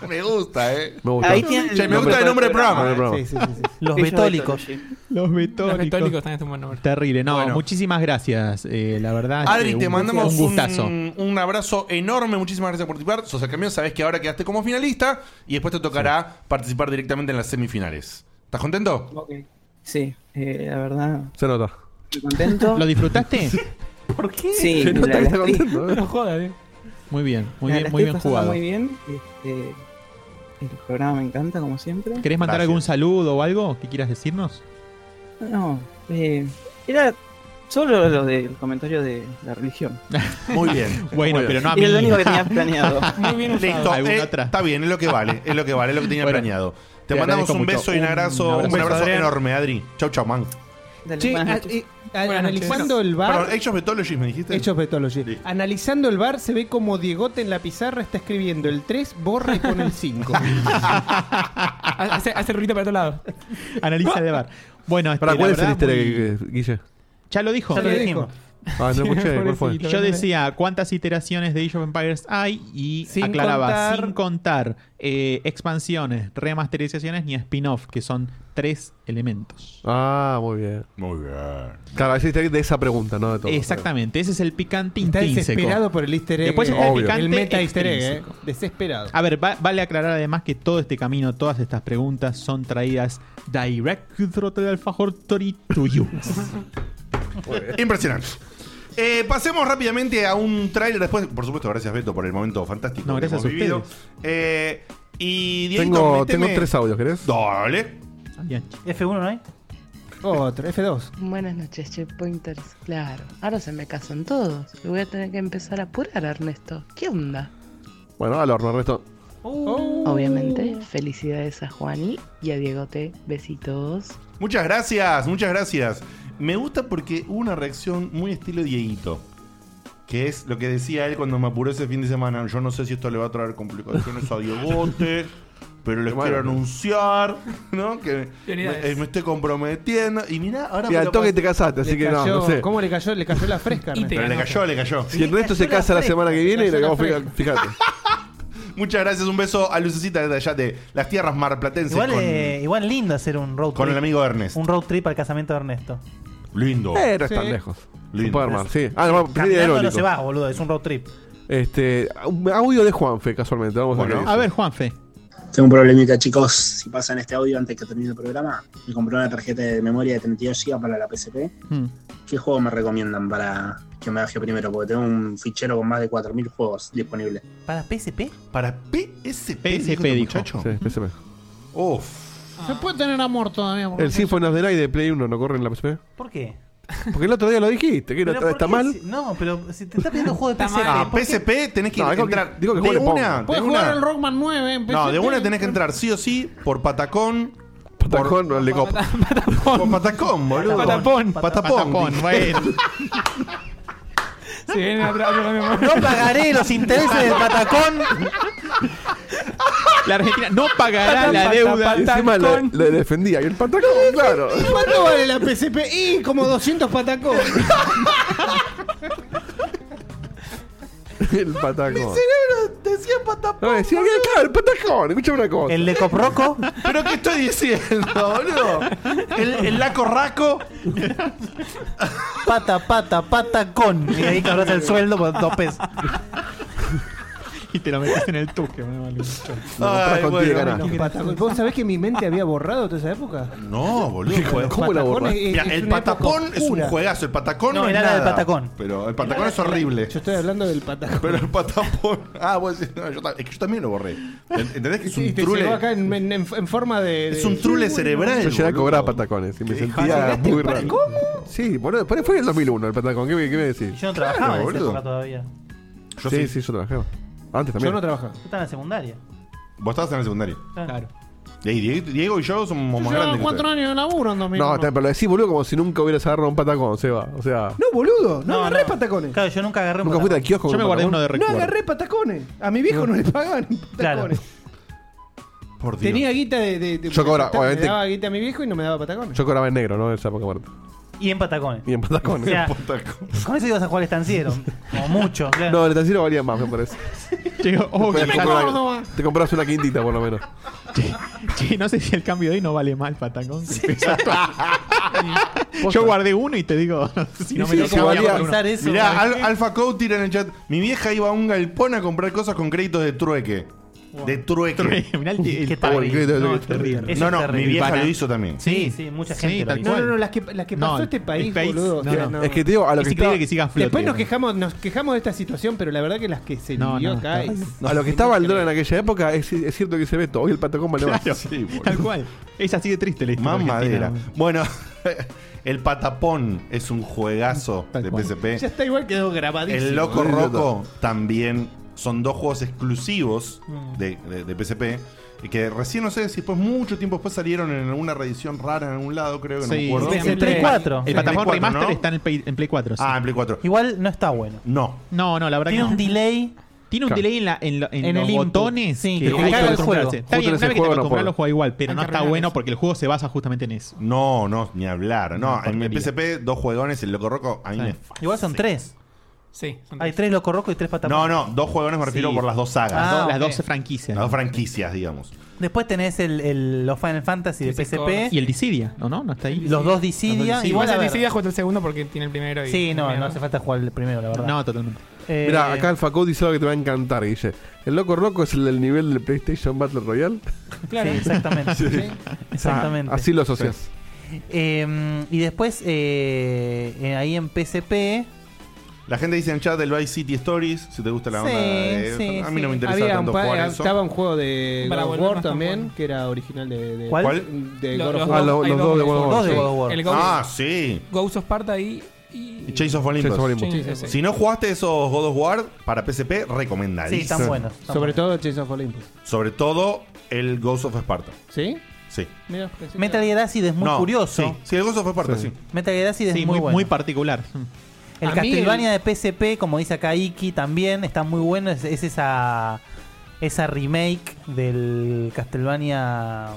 Speaker 2: Me gusta, eh.
Speaker 7: Me
Speaker 3: gusta. Ahí tiene el
Speaker 2: Che, me gusta el nombre del programa. eh.
Speaker 6: Sí, sí, sí, sí.
Speaker 5: Los
Speaker 6: Ellos
Speaker 5: betólicos.
Speaker 6: eh. Los betólicos.
Speaker 4: Los betólicos también es un buen nombre.
Speaker 6: Terrible. No, muchísimas gracias. eh, la verdad.
Speaker 2: Adri,
Speaker 6: eh,
Speaker 2: te
Speaker 6: un-
Speaker 2: mandamos
Speaker 6: un gustazo.
Speaker 2: Un, un abrazo enorme. Muchísimas gracias por participar. Sos el camión, sabés que ahora quedaste como finalista y después te tocará participar directamente en las semifinales. ¿Estás contento?
Speaker 8: Sí, eh, la verdad.
Speaker 7: Se nota.
Speaker 8: Estoy contento.
Speaker 6: ¿Lo disfrutaste?
Speaker 5: ¿Por qué?
Speaker 8: Sí,
Speaker 6: Se nota
Speaker 8: la-
Speaker 6: que está
Speaker 8: la estoy-
Speaker 6: contento, eh.
Speaker 4: No jodas, eh.
Speaker 6: Muy bien, muy
Speaker 8: la
Speaker 6: bien,
Speaker 8: estoy
Speaker 6: muy bien
Speaker 8: pasando
Speaker 6: jugado.
Speaker 8: Muy bien. Este, el programa me encanta, como siempre.
Speaker 6: ¿Querés mandar algún saludo o algo que quieras decirnos?
Speaker 8: No, eh, era solo lo del comentario de la religión.
Speaker 2: Muy bien.
Speaker 6: Bueno, pero no a
Speaker 8: Era lo
Speaker 6: mí.
Speaker 8: único que tenía planeado.
Speaker 2: Listo.
Speaker 6: ¿Alguna
Speaker 2: eh,
Speaker 6: otra?
Speaker 2: Está bien, es lo que vale. Es lo que vale, es lo que tenía
Speaker 6: Bueno,
Speaker 2: planeado. Te,
Speaker 6: te
Speaker 2: mandamos
Speaker 6: agradezco
Speaker 2: un
Speaker 6: mucho.
Speaker 2: beso y un
Speaker 6: Un
Speaker 2: abrazo, un
Speaker 6: abrazo.
Speaker 2: abrazo,
Speaker 6: Un beso, Adrián.
Speaker 2: enorme, Adri. Chau, chau, man.
Speaker 3: Che, a- eh, a- analizando el bar.
Speaker 2: Perdón, Age of Mythology me dijiste.
Speaker 3: Age of Mythology. Analizando el bar se ve como Diegote en la pizarra está escribiendo el 3, borra y pone el 5.
Speaker 4: Hace, hace el ruido para otro lado.
Speaker 6: Analiza de bar. Bueno, este,
Speaker 7: ¿Para
Speaker 6: la
Speaker 7: cuál es el
Speaker 6: verdad,
Speaker 7: easter
Speaker 6: muy-
Speaker 7: egg, eh, Guille?
Speaker 6: Ya lo dijo.
Speaker 7: Ya lo Ya lo dijimos. Ah, no escuché, ¿cuál fue?
Speaker 6: Yo decía cuántas iteraciones de Age of Empires hay y
Speaker 3: Sin
Speaker 6: aclaraba,
Speaker 3: contar-
Speaker 6: sin contar eh, expansiones, remasterizaciones ni spin-off, que son tres elementos.
Speaker 7: Ah, muy bien.
Speaker 2: Muy bien.
Speaker 7: Claro, ese easter egg de esa pregunta, no de todo.
Speaker 6: Exactamente, ese es el picante
Speaker 3: Está
Speaker 6: intrínseco.
Speaker 3: desesperado por el easter egg.
Speaker 6: Después
Speaker 3: eh,
Speaker 6: está el
Speaker 3: obvio.
Speaker 6: picante
Speaker 3: El meta easter egg, eh.
Speaker 6: extrínseco.
Speaker 3: Desesperado.
Speaker 6: A ver, va- vale aclarar además que todo este camino, todas estas preguntas son traídas direct del alfajor Tori to you.
Speaker 2: Impresionante. Eh, pasemos rápidamente a un tráiler después. Por supuesto, gracias Beto por el momento fantástico.
Speaker 6: No,
Speaker 2: que
Speaker 6: gracias
Speaker 2: hemos
Speaker 6: a
Speaker 2: vivido. Eh, Y este
Speaker 7: Tengo- tengo tres audios, ¿querés?
Speaker 2: Dale.
Speaker 5: F1 no hay.
Speaker 3: Otro, F2.
Speaker 18: Buenas noches, checkpointers. Claro, ahora se me casan todos. Y voy a tener que empezar a apurar, Ernesto. ¿Qué onda?
Speaker 7: Bueno, al horno, Ernesto.
Speaker 6: Oh.
Speaker 18: Obviamente, felicidades a Juani y a Diegote. Besitos.
Speaker 2: Muchas gracias, muchas gracias. Me gusta porque hubo una reacción muy estilo Dieguito. Que es lo que decía él cuando me apuró ese fin de semana. Yo no sé si esto le va a traer complicaciones a Diegote, pero les
Speaker 7: Bueno.
Speaker 2: quiero anunciar, ¿no? Que
Speaker 3: Prioridades.
Speaker 2: me, eh, me estoy comprometiendo. Y mirá, ahora.
Speaker 7: Mira,
Speaker 2: me
Speaker 7: al
Speaker 2: lo
Speaker 7: toque
Speaker 2: pas-
Speaker 7: te casaste, así que no, no sé.
Speaker 3: ¿Cómo le cayó? Le cayó la fresca.
Speaker 2: Y te Pero le ganó. cayó, le cayó.
Speaker 7: Si el resto se
Speaker 2: Cayó la
Speaker 7: casa la
Speaker 2: fresca,
Speaker 7: semana que viene,
Speaker 2: cayó
Speaker 7: lo
Speaker 2: la
Speaker 7: acabamos de fijar- fíjate.
Speaker 2: Muchas gracias, un beso a Lucecita desde allá de las tierras marplatenses.
Speaker 5: Igual,
Speaker 2: con-
Speaker 5: eh, igual lindo hacer un road trip.
Speaker 2: Con el amigo Ernesto.
Speaker 5: Un road trip al casamiento de Ernesto.
Speaker 2: Lindo.
Speaker 7: Eh, no es tan
Speaker 5: Sí.
Speaker 7: lejos.
Speaker 2: Lindo.
Speaker 7: Se puede armar, sí. Ah, no,
Speaker 5: Caminando
Speaker 7: prendí
Speaker 5: no
Speaker 7: aeróbico.
Speaker 5: se va, boludo, es un road trip.
Speaker 7: Este, un audio de Juanfe, casualmente. Vamos a ver.
Speaker 6: A ver, Juanfe.
Speaker 10: Tengo un problemica, chicos. Si pasan este audio antes que termine el programa, me compré una tarjeta de memoria de 32 GB para la PSP.
Speaker 3: Hmm.
Speaker 10: ¿Qué juego me recomiendan para que me baje primero? Porque tengo un fichero con más de 4.000 juegos disponibles.
Speaker 5: ¿Para PSP?
Speaker 2: Para PSP.
Speaker 7: dijo. Sí, PSP.
Speaker 2: Uf.
Speaker 3: Se puede tener amor todavía. por
Speaker 7: El
Speaker 3: favor.
Speaker 7: Symphony of the Night de Play 1 no corre en la PSP.
Speaker 5: ¿Por qué?
Speaker 7: Porque el otro día lo dijiste, que
Speaker 5: Pero
Speaker 7: no-
Speaker 5: ¿por
Speaker 7: está
Speaker 5: qué
Speaker 7: mal.
Speaker 5: si- no, pero si te está pidiendo juego de PSP.
Speaker 2: Ah,
Speaker 5: ¿por qué?
Speaker 2: PSP tenés que
Speaker 7: No, digo que-
Speaker 2: entrar.
Speaker 7: digo que
Speaker 2: de
Speaker 7: juegue poco.
Speaker 2: una, de
Speaker 3: Puedes
Speaker 2: una.
Speaker 3: jugar al Rockman 9 en
Speaker 2: No, de
Speaker 3: PSP.
Speaker 2: una tenés que entrar sí o sí por Patacón. Patacón,
Speaker 7: no le copo.
Speaker 2: Patacón. Patacón, boludo.
Speaker 4: Patapón.
Speaker 2: Patapón.
Speaker 4: Patapón,
Speaker 2: dije.
Speaker 4: bueno. Si viene atrás, yo también voy.
Speaker 5: No pagaré los intereses del patacón.
Speaker 6: La Argentina no pagará la deuda.
Speaker 7: Encima le, le defendía. Y el patacón, claro.
Speaker 3: ¿Y cuánto vale la PSP? Y como 200 patacos.
Speaker 7: El patacón.
Speaker 3: cerebro decía patapón.
Speaker 7: No, decía que claro, el patacón. Escuchame una cosa.
Speaker 5: ¿El de Coproco?
Speaker 2: ¿Pero qué estoy diciendo, boludo? El, el laco raco.
Speaker 5: Pata, pata, patacón. Y ahí cobras el sueldo por dos pesos.
Speaker 6: Y te lo metes en el tuque, me vale.
Speaker 5: Ah.
Speaker 7: Ay, con bueno, ganas.
Speaker 3: Los patacos. ¿Vos sabés que mi mente había borrado toda esa época?
Speaker 2: No, boludo. juega-
Speaker 3: ¿Cómo la
Speaker 2: Patacón
Speaker 3: borras?
Speaker 2: es-
Speaker 3: Mira,
Speaker 2: el
Speaker 3: es una
Speaker 2: patapón
Speaker 3: época
Speaker 2: es un
Speaker 3: oscura.
Speaker 2: juegazo. El patacón no,
Speaker 3: No,
Speaker 2: es
Speaker 3: era la del
Speaker 2: nada.
Speaker 3: patacón.
Speaker 2: Pero el patacón es horrible.
Speaker 3: Yo estoy hablando del patacón.
Speaker 2: Pero el patapón. Ah, vos decís, no, yo, ta- es que yo también lo borré. ¿Ent- ¿Entendés que es
Speaker 3: Sí,
Speaker 2: un
Speaker 3: te
Speaker 2: trule?
Speaker 3: llegó acá en, en- en- en forma de,
Speaker 2: Es un trule cerebral,
Speaker 7: Yo llegué a
Speaker 2: boludo.
Speaker 7: cobrar patacones y me sentía
Speaker 2: ¿Pagaste
Speaker 7: muy
Speaker 2: el
Speaker 7: raro. ¿Cómo? Sí, boludo, pero fue en el 2001 el patacón. ¿Qué, me- qué me decís?
Speaker 5: Yo no trabajaba en esa
Speaker 7: boludo.
Speaker 5: época todavía.
Speaker 2: Yo
Speaker 7: sí,
Speaker 2: sí.
Speaker 7: sí, yo trabajaba. Antes también.
Speaker 3: trabajaba.
Speaker 5: Yo estaba en la secundaria.
Speaker 2: Vos estabas en el secundario.
Speaker 5: Claro.
Speaker 2: Y ahí Diego, Diego y yo somos más
Speaker 3: Yo
Speaker 2: grandes. que
Speaker 3: cuatro
Speaker 2: ustedes.
Speaker 3: años de laburo en 2001.
Speaker 7: No, está bien, pero lo decís, boludo, como si nunca hubieras agarrado un patacón, Seba. O sea,
Speaker 3: No, boludo, no,
Speaker 5: No,
Speaker 3: agarré
Speaker 5: no.
Speaker 3: patacones.
Speaker 5: Claro, yo nunca agarré un
Speaker 7: nunca fuiste al kiosco. con un patacón?
Speaker 3: No agarré patacones. A mi viejo no, le pagaban patacones.
Speaker 2: Por Dios.
Speaker 3: Tenía guita de. de, de-
Speaker 7: Yo cobraba,
Speaker 3: me
Speaker 7: obviamente.
Speaker 3: daba guita a mi viejo y no me daba patacones.
Speaker 7: Yo cobraba en negro, ¿no? En esa época muerta.
Speaker 5: Y en patacones.
Speaker 7: Y en patacones.
Speaker 5: O sea,
Speaker 7: En
Speaker 5: Con eso ibas a jugar al estanciero. Como mucho. claro.
Speaker 7: No, el estanciero valía más, me parece. Te comprabas- te compras una quintita, por lo menos.
Speaker 6: Che, no sé si el cambio de hoy no vale mal, patacón. que el peso actual. Yo guardé uno y te digo, si no me lo cambian por uno.
Speaker 2: Mirá, Al- Alpha Code tira en el chat. Mi vieja iba a un galpón a comprar cosas con créditos de trueque. De trueque.
Speaker 6: Trueque, mirá el- el- Qué
Speaker 2: pago.
Speaker 6: terrible.
Speaker 2: Crédito de
Speaker 6: No,
Speaker 2: trueque.
Speaker 6: es terrible. Eso
Speaker 2: No,
Speaker 6: es
Speaker 2: no, mi
Speaker 6: terrible.
Speaker 2: vieja
Speaker 6: Pana.
Speaker 2: lo hizo también.
Speaker 6: Sí, sí, mucha gente lo
Speaker 3: tal
Speaker 6: hizo.
Speaker 3: cual. No, no, no, las que, las que pasó
Speaker 6: No,
Speaker 3: este país,
Speaker 6: el país,
Speaker 3: boludo.
Speaker 6: no,
Speaker 3: o sea,
Speaker 6: no.
Speaker 3: no.
Speaker 6: Es que te digo, a lo Es que increíble estaba- que siga flote,
Speaker 3: Después nos
Speaker 6: ¿no?
Speaker 3: quejamos, nos quejamos de esta situación, pero la verdad que las que se
Speaker 7: No,
Speaker 3: vivió
Speaker 7: no,
Speaker 3: acá
Speaker 7: está-
Speaker 3: es.
Speaker 7: A lo que estaba el dólar en aquella época, es, es cierto que se ve todo. Hoy el patacón vale más.
Speaker 2: Claro, sí, boludo.
Speaker 6: Tal cual. Es así de triste la historia.
Speaker 2: Más
Speaker 6: argentina.
Speaker 2: madera. Bueno, el patapón es un juegazo de
Speaker 3: Ya
Speaker 2: PSP.
Speaker 3: está igual, quedó grabadísimo.
Speaker 2: El loco
Speaker 3: boludo.
Speaker 2: roco también son dos juegos exclusivos de, de- de PSP. y eh, Que recién, no sé si después, mucho tiempo después salieron en alguna reedición rara en algún lado, creo que no me
Speaker 6: Sí,
Speaker 2: acuerdo.
Speaker 6: sí, sí, Play- El Patacón Remaster está en, el Play, en Play 4.
Speaker 2: Ah, en Play 4.
Speaker 5: Igual no está bueno.
Speaker 2: No.
Speaker 6: No, no, la verdad
Speaker 5: Tiene
Speaker 6: que
Speaker 5: un
Speaker 6: no.
Speaker 5: delay.
Speaker 6: Tiene un
Speaker 5: Claro.
Speaker 6: delay en, la, en, lo- en
Speaker 5: En
Speaker 6: los
Speaker 5: el input.
Speaker 6: botones
Speaker 5: Sí,
Speaker 6: que
Speaker 5: que
Speaker 6: hay
Speaker 5: te
Speaker 6: que
Speaker 5: caga el
Speaker 6: acostumbrarse.
Speaker 5: juego.
Speaker 6: Está
Speaker 5: Justo
Speaker 6: bien,
Speaker 5: en
Speaker 6: una
Speaker 5: ese
Speaker 6: vez que te
Speaker 5: juego Ah, no
Speaker 6: acostumbras
Speaker 5: puedo.
Speaker 6: lo juega igual, pero
Speaker 5: Hay
Speaker 6: no
Speaker 5: que
Speaker 6: está
Speaker 5: arreglar
Speaker 6: bueno porque el juego se basa justamente en eso.
Speaker 2: No, no, ni hablar. No, en el PSP, dos juegones, el loco roco, a mí me
Speaker 5: Igual son tres.
Speaker 4: Sí.
Speaker 5: Hay tres loco roco y tres patapón.
Speaker 2: No, no, dos juegones me refiero
Speaker 5: Sí.
Speaker 2: por las dos sagas.
Speaker 5: Ah, Las do- ok.
Speaker 2: dos
Speaker 6: franquicias.
Speaker 2: Las dos franquicias, digamos.
Speaker 5: Después tenés el, el- los Final Fantasy de PSP.
Speaker 6: Y el Dissidia, ¿no? ¿No? ¿No está ahí?
Speaker 5: Los dos Dissidia.
Speaker 4: Igual
Speaker 5: Igual a
Speaker 4: el
Speaker 5: ver.
Speaker 4: Dissidia juega el segundo porque tiene el primero. Y
Speaker 5: Sí, no, no hace falta jugar el primero, la verdad.
Speaker 6: No, totalmente.
Speaker 5: Eh,
Speaker 7: Mira, acá el Facó dice algo que te va a encantar, Guille. El loco roco es el del nivel del PlayStation Battle Royale.
Speaker 5: Claro. Sí, exactamente.
Speaker 7: Sí.
Speaker 5: Sí, exactamente. Em,
Speaker 7: Ah, así lo asocias.
Speaker 5: Eh, y después, eh, eh, ahí en PSP,
Speaker 2: La gente dice en chat del Vice City Stories, si te gusta la
Speaker 3: Sí,
Speaker 2: onda. de-
Speaker 3: sí,
Speaker 2: a mí no
Speaker 3: sí.
Speaker 2: me interesa
Speaker 3: Había
Speaker 2: tanto
Speaker 3: un par-
Speaker 2: jugar eso.
Speaker 3: estaba
Speaker 17: un juego de
Speaker 3: Para
Speaker 17: God of
Speaker 3: volver
Speaker 17: War
Speaker 3: más tan
Speaker 17: también, que era original de. de-
Speaker 3: ¿Cuál?
Speaker 17: De
Speaker 4: Lo-
Speaker 17: God
Speaker 4: los
Speaker 17: of
Speaker 4: dos-
Speaker 17: War.
Speaker 2: Ah, War. Sí.
Speaker 4: hay sí. El Ghost-
Speaker 2: Ah, sí.
Speaker 4: Ghost of Sparta y. y-
Speaker 2: Y Chase of Olympus.
Speaker 4: Chase of Olympus. Chase of Olympus.
Speaker 2: Si no jugaste esos God of War para PSP, recomendadísimo.
Speaker 17: Sobre todo Chase of Olympus.
Speaker 2: Sobre todo el Ghost of Sparta.
Speaker 17: ¿Sí?
Speaker 2: Sí.
Speaker 17: Mira,
Speaker 5: Metal Gear Acid es muy
Speaker 2: No,
Speaker 5: curioso.
Speaker 2: sí. Sí, el Ghost of Sparta, sí.
Speaker 5: Metal Gear Acid es
Speaker 6: Sí,
Speaker 5: muy,
Speaker 6: muy,
Speaker 5: bueno.
Speaker 6: muy particular.
Speaker 5: El
Speaker 6: A mí
Speaker 5: Castlevania de PSP, como dice acá Iki, también está muy bueno. Es, es esa esa remake del Castlevania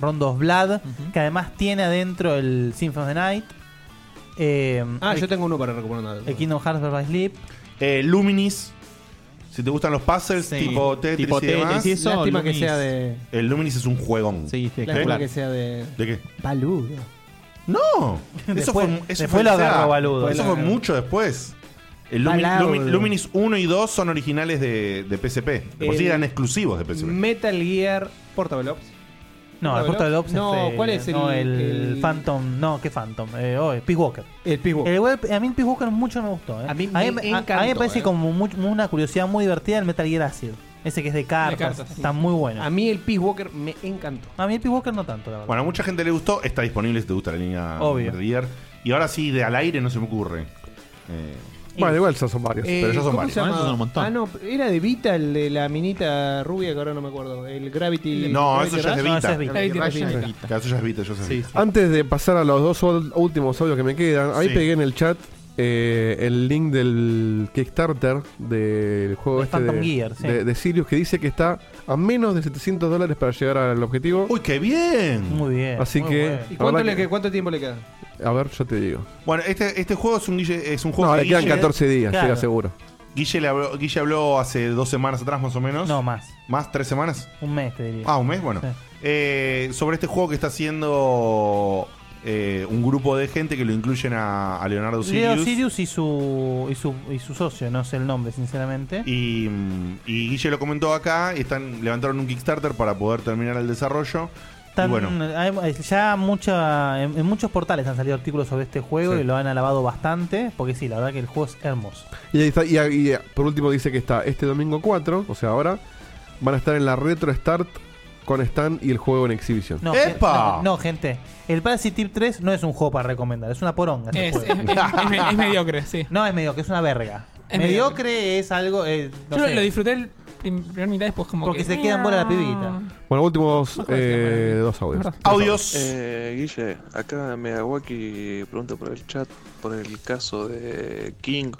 Speaker 5: Rondos Blood, que además tiene adentro el Symphony of the Night. Eh,
Speaker 17: Ah,
Speaker 5: el-
Speaker 17: yo tengo uno para recomendar.
Speaker 5: El Kingdom Hearts by Sleep.
Speaker 2: Eh, Luminis. Si te gustan los puzzles tipo Tetris
Speaker 17: Tipo
Speaker 2: y demás,
Speaker 17: Tetris y eso, Lástima que Luminis. sea de-
Speaker 2: El Luminis es un juegón. Sí,
Speaker 17: Lástima espectacular. que sea de-
Speaker 2: ¿De qué?
Speaker 17: Paludo.
Speaker 2: No. eso
Speaker 17: Después-
Speaker 2: fue, eso
Speaker 17: después
Speaker 2: fue,
Speaker 17: lo
Speaker 2: o sea,
Speaker 17: agarró Baludo.
Speaker 2: Eso fue mucho después. El Lumi-
Speaker 17: Baludo.
Speaker 2: Lumi- Luminis 1 y 2 son originales de, de PSP. De por sí
Speaker 17: El- Mm.
Speaker 2: eran exclusivos de PSP.
Speaker 17: Metal Gear Portable Ops.
Speaker 5: No, el Portal Ops
Speaker 17: No,
Speaker 5: eh,
Speaker 17: ¿cuál es el,
Speaker 5: no, el,
Speaker 17: el-
Speaker 5: Phantom? No, ¿qué Phantom? Eh, oh, el Peace Walker.
Speaker 17: El Peace Walker.
Speaker 5: a mí el Peace Walker mucho me gustó. eh. A, mí,
Speaker 17: me
Speaker 5: me- a- a mí me
Speaker 17: encantó,
Speaker 5: parece
Speaker 17: eh.
Speaker 5: como mu- una curiosidad muy divertida el Metal Gear Acid. Ese que es de cartas.
Speaker 17: cartas, sí.
Speaker 5: está muy bueno.
Speaker 17: A mí el Peace Walker me encantó.
Speaker 5: A mí el Peace Walker no tanto, la verdad.
Speaker 2: Bueno, a mucha gente le gustó. Está disponible si te gusta la línea
Speaker 5: Obvio.
Speaker 2: Metal Gear. Y ahora sí, de al aire no se me ocurre. Eh,
Speaker 7: Bueno, igual ya son varios.
Speaker 2: pero ya son
Speaker 17: eh, ¿cómo
Speaker 2: varios.
Speaker 17: se llama? Ah, no, era de Vita el de la minita rubia que ahora no me acuerdo. El Ah, Gravity.
Speaker 2: No,
Speaker 17: Gravity
Speaker 2: eso ya es de
Speaker 17: Rush.
Speaker 2: Vita.
Speaker 17: Gravity Rush es de Vita.
Speaker 2: Claro, eso ya es Vita, yo sé Vita.
Speaker 7: Antes de pasar a los dos ol- últimos audios que me quedan, ahí
Speaker 2: Sí.
Speaker 7: pegué en el chat eh, el link del Kickstarter del juego
Speaker 5: Del
Speaker 7: este
Speaker 5: Phantom
Speaker 7: de,
Speaker 5: Gear, sí.
Speaker 7: de- de Sirius que dice que está a menos de 700 dólares para llegar al objetivo.
Speaker 2: ¡Uy, qué bien!
Speaker 5: Muy bien.
Speaker 7: Así que,
Speaker 17: ¿Y
Speaker 7: la
Speaker 17: cuánto,
Speaker 7: verdad
Speaker 17: le- cuánto tiempo le queda?
Speaker 7: que- A ver, yo te digo.
Speaker 2: Bueno, este, este juego es un, Guille- es un juego
Speaker 7: No,
Speaker 2: que
Speaker 7: le quedan
Speaker 2: Guille-
Speaker 7: 14 días, llega seguro.
Speaker 2: Guille, le habló, Guille habló hace dos semanas atrás, más o menos. No,
Speaker 5: más.
Speaker 2: ¿Más? ¿Tres semanas?
Speaker 5: Un mes, te diría.
Speaker 2: Ah, un mes, bueno.
Speaker 5: Sí.
Speaker 2: Eh, sobre este juego que está haciendo eh, un grupo de gente que lo incluyen a, a Leonardo Sirius.
Speaker 5: Leo Sirius y su, y, su, y su socio, no sé el nombre, sinceramente.
Speaker 2: Y, mm, y Guille lo comentó acá. y Están, levantaron un Kickstarter para poder terminar el desarrollo.
Speaker 5: Están-
Speaker 2: y bueno,
Speaker 5: hay- ya mucha, en, en muchos portales han salido artículos sobre este juego
Speaker 7: Sí.
Speaker 5: y lo han alabado bastante, porque sí, la verdad que el juego es hermoso.
Speaker 7: Y, ahí está- y- y por último dice que está este domingo 4, o sea, ahora, van a estar en la Retro Start con Stan y el juego en exhibición.
Speaker 5: No, gen- No, no, gente, el Parasite Tip 3 no es un juego para recomendar, es una poronga. ese
Speaker 4: Es-
Speaker 5: juego.
Speaker 4: es- es- es me- es mediocre, sí.
Speaker 5: No, es mediocre, es una verga.
Speaker 4: Es
Speaker 5: mediocre, es algo... eh, no
Speaker 4: Yo
Speaker 5: sé.
Speaker 4: lo disfruté el prim- primer mitad después como
Speaker 5: Porque
Speaker 4: que-
Speaker 5: se quedan bola la pibita.
Speaker 7: Bueno, últimos eh, dos audios.
Speaker 1: Eh, Guille, acá Megawaki pregunta por el chat por el caso de King,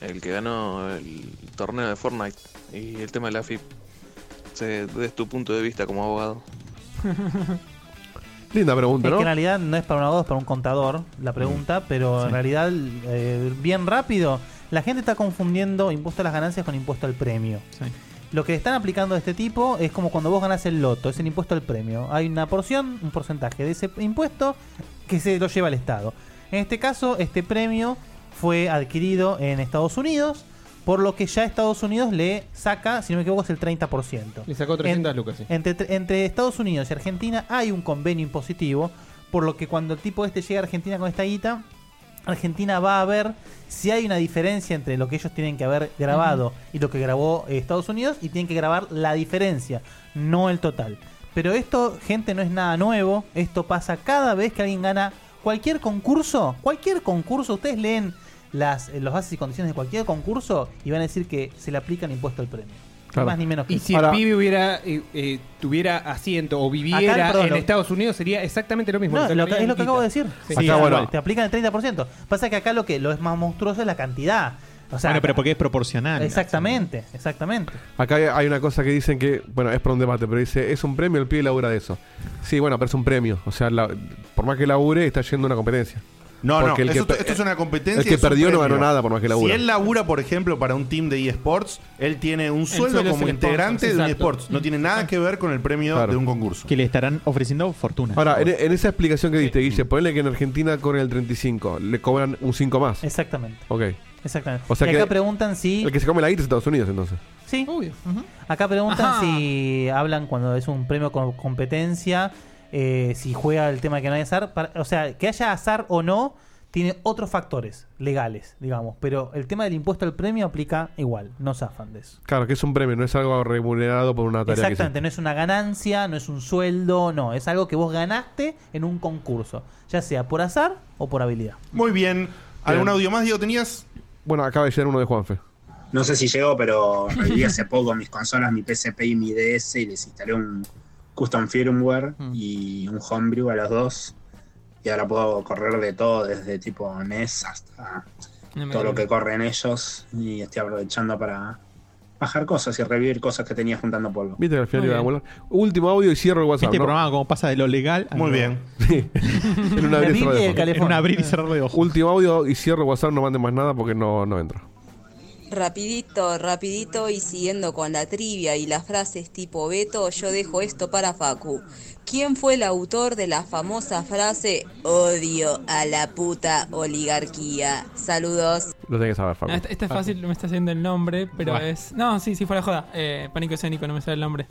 Speaker 1: el que ganó el torneo de Fortnite y el tema de la FIP. Se- Desde tu punto de vista como abogado.
Speaker 7: Linda pregunta,
Speaker 5: Es
Speaker 7: ¿no?
Speaker 5: que en realidad no es para un abogado, es para un contador la pregunta, pero en realidad, eh, bien rápido, la gente está confundiendo impuesto a las ganancias con impuesto al premio. Lo que están aplicando a este tipo es como cuando vos ganás el loto, es el impuesto al premio. Hay una porción, un porcentaje de ese impuesto que se lo lleva el Estado. En este caso, este premio fue adquirido en Estados Unidos, por lo que ya Estados Unidos le saca, si no me equivoco, es el 30%.
Speaker 17: Le sacó 300
Speaker 5: En-
Speaker 17: lucas, sí.
Speaker 5: entre, entre Estados Unidos y Argentina hay un convenio impositivo, por lo que cuando el tipo este llega a Argentina con esta guita, Argentina va a ver si hay una diferencia entre lo que ellos tienen que haber grabado y lo que grabó eh, Estados Unidos y tienen que grabar la diferencia, no el total. Pero esto, gente, no es nada nuevo. Esto pasa cada vez que alguien gana cualquier concurso. Cualquier concurso. Ustedes leen las, eh, los bases y condiciones de cualquier concurso y van a decir que se le aplica el impuesto al premio. Ni
Speaker 17: Claro.
Speaker 5: más ni menos que
Speaker 17: Y
Speaker 5: eso.
Speaker 17: si el pibe hubiera, eh, eh, tuviera asiento o viviera
Speaker 5: Acá, perdón,
Speaker 17: en
Speaker 5: lo-
Speaker 17: Estados Unidos sería exactamente lo mismo.
Speaker 5: No,
Speaker 17: Le
Speaker 5: es lo que-
Speaker 17: sacarían
Speaker 5: es lo
Speaker 17: guita.
Speaker 5: que acabo de decir.
Speaker 17: Sí.
Speaker 5: Acá,
Speaker 17: Sí, tal
Speaker 5: bueno,
Speaker 17: cual.
Speaker 5: te aplican el 30%. Pasa que acá lo que lo es más monstruoso es la cantidad. O sea,
Speaker 6: bueno, pero porque es proporcional.
Speaker 5: exactamente, exactamente.
Speaker 7: Acá hay- hay una cosa que dicen que, bueno, es para un debate, pero dice, es un premio, el pibe labura de eso. Sí, bueno, pero es un premio. O sea, la- por más que labure, está yendo a una competencia.
Speaker 2: No,
Speaker 7: Porque
Speaker 2: no,
Speaker 7: el que
Speaker 2: esto,
Speaker 7: pe-
Speaker 2: esto es una competencia.
Speaker 7: El que
Speaker 2: es un
Speaker 7: perdió no
Speaker 2: premio.
Speaker 7: ganó nada por más que labure.
Speaker 2: Si él labura, por ejemplo, para un team de eSports, él tiene un
Speaker 6: sueldo
Speaker 2: sueldo
Speaker 6: es
Speaker 2: como
Speaker 6: el sponsor,
Speaker 2: integrante de un
Speaker 6: exacto.
Speaker 2: eSports. No tiene nada que ver con el premio de un concurso.
Speaker 6: Que le estarán ofreciendo fortuna.
Speaker 7: Ahora, en, en esa explicación que diste, Guille, ponle que en Argentina cobran el 35, le cobran un 5 más.
Speaker 5: Exactamente.
Speaker 7: Ok.
Speaker 5: Exactamente.
Speaker 7: O sea
Speaker 5: y
Speaker 7: que-
Speaker 5: acá preguntan si
Speaker 7: El que se come la guita es Estados Unidos, entonces.
Speaker 5: Sí. Acá preguntan si hablan cuando es un premio con competencia, eh, si juega el tema de que no hay azar. Para- o sea, que haya azar o no, tiene otros factores legales, digamos. Pero el tema del impuesto al premio aplica igual, no zafan de eso.
Speaker 7: Claro, que es un premio, no es algo remunerado por una tarea. que
Speaker 5: Exactamente, no es una ganancia, no es un sueldo, no, es algo que vos ganaste en un concurso, ya sea por azar o por habilidad.
Speaker 2: Muy bien. ¿Algún audio más, Diego, tenías?
Speaker 7: Bueno, acaba de llegar uno de Juanfe.
Speaker 10: No sé si llegó, pero reviví hace poco mis consolas, mi PSP y mi DS y les instalé un custom firmware y un homebrew a los dos. Y ahora puedo correr de todo, desde tipo NES hasta
Speaker 4: No me
Speaker 10: todo lo
Speaker 4: creo.
Speaker 10: que corren ellos. Y estoy aprovechando para bajar cosas y revivir cosas que tenía juntando polvo.
Speaker 7: Viste que al final
Speaker 10: Muy
Speaker 7: iba a
Speaker 10: bien.
Speaker 7: volar. Último audio y cierro el WhatsApp.
Speaker 10: Este programa
Speaker 6: como pasa de lo legal
Speaker 7: Muy bien. en un
Speaker 6: La
Speaker 7: abrir y
Speaker 6: Biblia
Speaker 7: cerrar
Speaker 6: y
Speaker 7: de
Speaker 6: el
Speaker 7: ojos.
Speaker 6: calefón. En un abrir y cerrar de ojos.
Speaker 7: Último audio y cierro el WhatsApp, no manden más nada porque no, no entra.
Speaker 19: Rapidito, rapidito y siguiendo con la trivia y las frases tipo Beto, yo dejo esto para Facu. ¿Quién fue el autor de la famosa frase odio a la puta oligarquía? Saludos.
Speaker 7: Lo tenés que saber, Facu.
Speaker 4: No, esta, esta es fácil, no me está haciendo el nombre, pero
Speaker 7: Bueno.
Speaker 4: es. No, sí, sí, fuera de joda. Eh, pánico escénico, no me sale el nombre.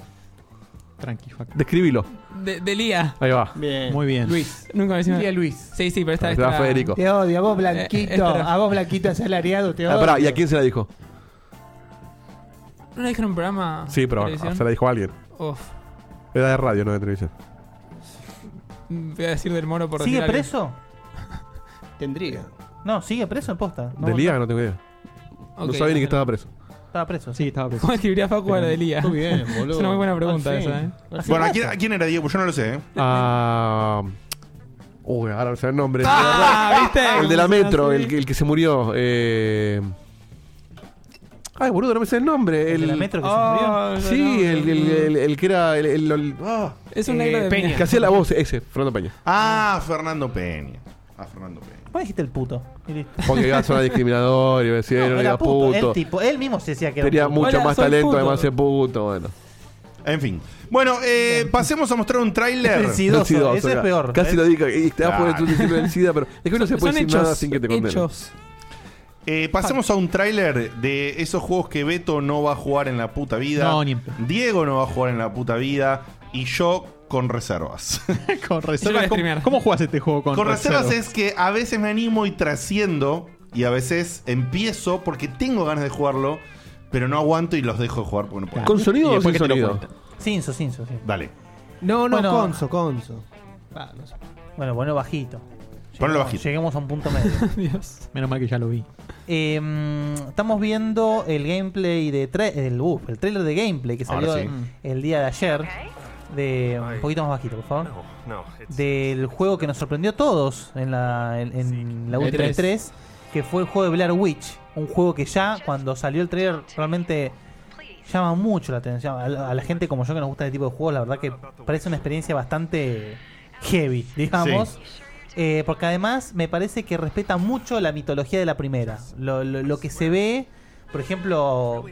Speaker 6: Tranqui, Facu.
Speaker 7: Describilo.
Speaker 4: De, de Lía.
Speaker 7: Ahí va.
Speaker 6: Bien. Muy bien.
Speaker 4: Luis. Nunca me decía.
Speaker 17: Lía Luis.
Speaker 4: Sí, sí, pero esta.
Speaker 7: Te va
Speaker 4: esta-
Speaker 7: Federico.
Speaker 17: Te odio, a vos
Speaker 4: Eh,
Speaker 17: blanquito,
Speaker 4: esta era-
Speaker 17: a vos blanquito asalariado, te
Speaker 7: Ah,
Speaker 17: odio.
Speaker 7: pará, ¿y a quién se la dijo?
Speaker 4: ¿No la dijeron en un programa?
Speaker 7: Sí, pero
Speaker 4: de Ah, televisión?
Speaker 7: se la dijo a alguien.
Speaker 4: Uf,
Speaker 7: Era de radio, no de televisión.
Speaker 4: voy a decir del moro por
Speaker 5: ¿Sigue
Speaker 4: decir algo.
Speaker 5: preso?
Speaker 8: Tendría.
Speaker 5: No, sigue preso en posta. No,
Speaker 7: ¿De Liga? No tengo idea. no
Speaker 4: Ok,
Speaker 7: sabía ni que
Speaker 4: no
Speaker 7: estaba preso.
Speaker 5: Estaba preso.
Speaker 6: Sí, estaba preso.
Speaker 4: ¿Cómo escribiría Facu a la de Lía?
Speaker 6: Muy bien,
Speaker 4: Es
Speaker 6: boludo.
Speaker 4: una muy buena pregunta
Speaker 6: Al fin.
Speaker 4: esa, ¿eh?
Speaker 2: Bueno, ¿a quién, a quién era Diego? Yo no lo sé. ¿eh?
Speaker 7: Ah. Uy, ahora no sé el nombre.
Speaker 4: Ah, ¿viste?
Speaker 7: El de la
Speaker 4: ¿Cómo se
Speaker 7: metro,
Speaker 4: hace?
Speaker 7: el, que- el que se murió. Eh... Ay, boludo, no me sé el nombre. ¿El, Ah,
Speaker 4: de la metro que se murió?
Speaker 7: Sí, el, el, el- el que era. El, el- el- ah.
Speaker 4: Es
Speaker 5: Eh,
Speaker 4: un negro de Peña.
Speaker 7: Que hacía la voz, ese, Fernando Peña.
Speaker 2: Ah, Fernando Peña. Ah, Fernando Peña.
Speaker 5: ¿Vos dijiste el puto? Y listo.
Speaker 7: Porque iba a sonar discriminador, iba a decir, no,
Speaker 5: Era
Speaker 7: era
Speaker 5: puto,
Speaker 7: puto.
Speaker 5: El tipo, él mismo se decía que era
Speaker 7: Tenía
Speaker 5: un puto.
Speaker 7: mucho más talento, además de puto, bueno.
Speaker 2: En fin. Bueno, eh, pasemos a mostrar un tráiler.
Speaker 7: Es sidoso, Sidoso, ese es claro. peor. Casi lo dije, y te vas a poner tú diciendo el SIDA, pero es que no se puede decir nada sin que te condenen.
Speaker 2: Eh, pasemos a un tráiler de esos juegos que Beto no va a jugar en la puta vida.
Speaker 6: No, ni en
Speaker 2: Diego no va a jugar en la puta vida. Y yo con reservas.
Speaker 6: con reservas. ¿Cómo, cómo juegas este juego con,
Speaker 2: Con, reservas es que a veces me animo y trasciendo. Y a veces empiezo porque tengo ganas de jugarlo. Pero no aguanto y los dejo de jugar porque no puedo.
Speaker 7: ¿Con sonido o sin sonido?
Speaker 5: Cinzo, cinzo, sí.
Speaker 2: Dale.
Speaker 17: No, no,
Speaker 5: Bueno.
Speaker 17: Conso, Conso.
Speaker 5: Ah, Bueno, bueno, bajito.
Speaker 6: Ponlo
Speaker 5: Llegamos-
Speaker 6: bajito.
Speaker 5: Lleguemos a un punto medio.
Speaker 4: Dios.
Speaker 6: Menos mal que ya lo vi.
Speaker 5: Eh, mm, estamos viendo el gameplay de tra- el, uh, el trailer de gameplay que
Speaker 6: Ahora sí.
Speaker 5: salió el, el día de ayer de un poquito más bajito, por favor.
Speaker 20: no,
Speaker 5: del juego que nos sorprendió a todos en la en, en la última
Speaker 20: E3.
Speaker 5: 3 que fue el juego de Blair Witch, un juego que ya cuando salió el trailer realmente llama mucho la atención a la, a la gente como yo que nos gusta este tipo de juegos, la verdad que parece una experiencia bastante heavy, digamos.
Speaker 21: Sí.
Speaker 5: Eh, porque además me parece que respeta mucho la mitología de la primera. Lo, lo- lo que se ve, por ejemplo,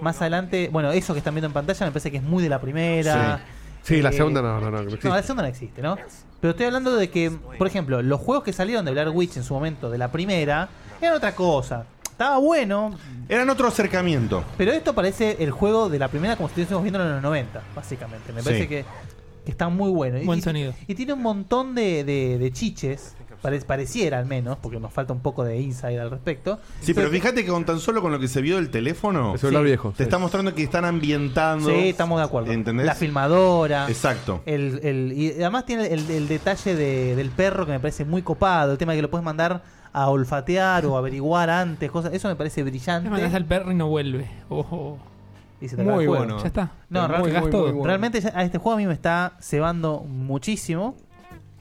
Speaker 5: más adelante, bueno, eso que están viendo en pantalla me parece que es muy de la primera.
Speaker 7: Sí, la
Speaker 5: Eh,
Speaker 7: segunda no, no, no. no existe.
Speaker 5: no, la segunda no existe, ¿no? Pero estoy hablando de que, por ejemplo, los juegos que salieron de Blair Witch en su momento, de la primera, eran otra cosa. Estaba bueno.
Speaker 2: Eran otro acercamiento.
Speaker 5: Pero esto parece el juego de la primera como si estuviésemos viéndolo en los 90, básicamente. Me parece
Speaker 2: Sí.
Speaker 5: que, que está muy bueno. Y-
Speaker 4: Buen
Speaker 5: y,
Speaker 4: sonido.
Speaker 5: Y tiene un montón de, de- de chiches, pare- pareciera al menos, porque nos falta un poco de insight al respecto.
Speaker 2: Sí, pero fíjate que con tan solo con lo que se vio del teléfono,
Speaker 5: El celular
Speaker 2: Sí.
Speaker 5: viejo,
Speaker 2: te
Speaker 5: sí.
Speaker 2: está mostrando que están ambientando.
Speaker 5: Sí, estamos de acuerdo.
Speaker 2: ¿Entendés?
Speaker 5: La filmadora. eh,
Speaker 2: Exacto.
Speaker 5: El, el- y además tiene el, el detalle de- del perro que me parece muy copado. El tema de que lo puedes mandar a olfatear o averiguar antes, cosas. Eso me parece brillante.
Speaker 4: Le mandas al perro y no vuelve. Ojo.
Speaker 5: Y se te acaba el juego.
Speaker 4: Ya está.
Speaker 5: No,
Speaker 4: Pero muy
Speaker 5: realmente,
Speaker 4: gasto.
Speaker 5: realmente ya- a este juego a mí me está cebando muchísimo.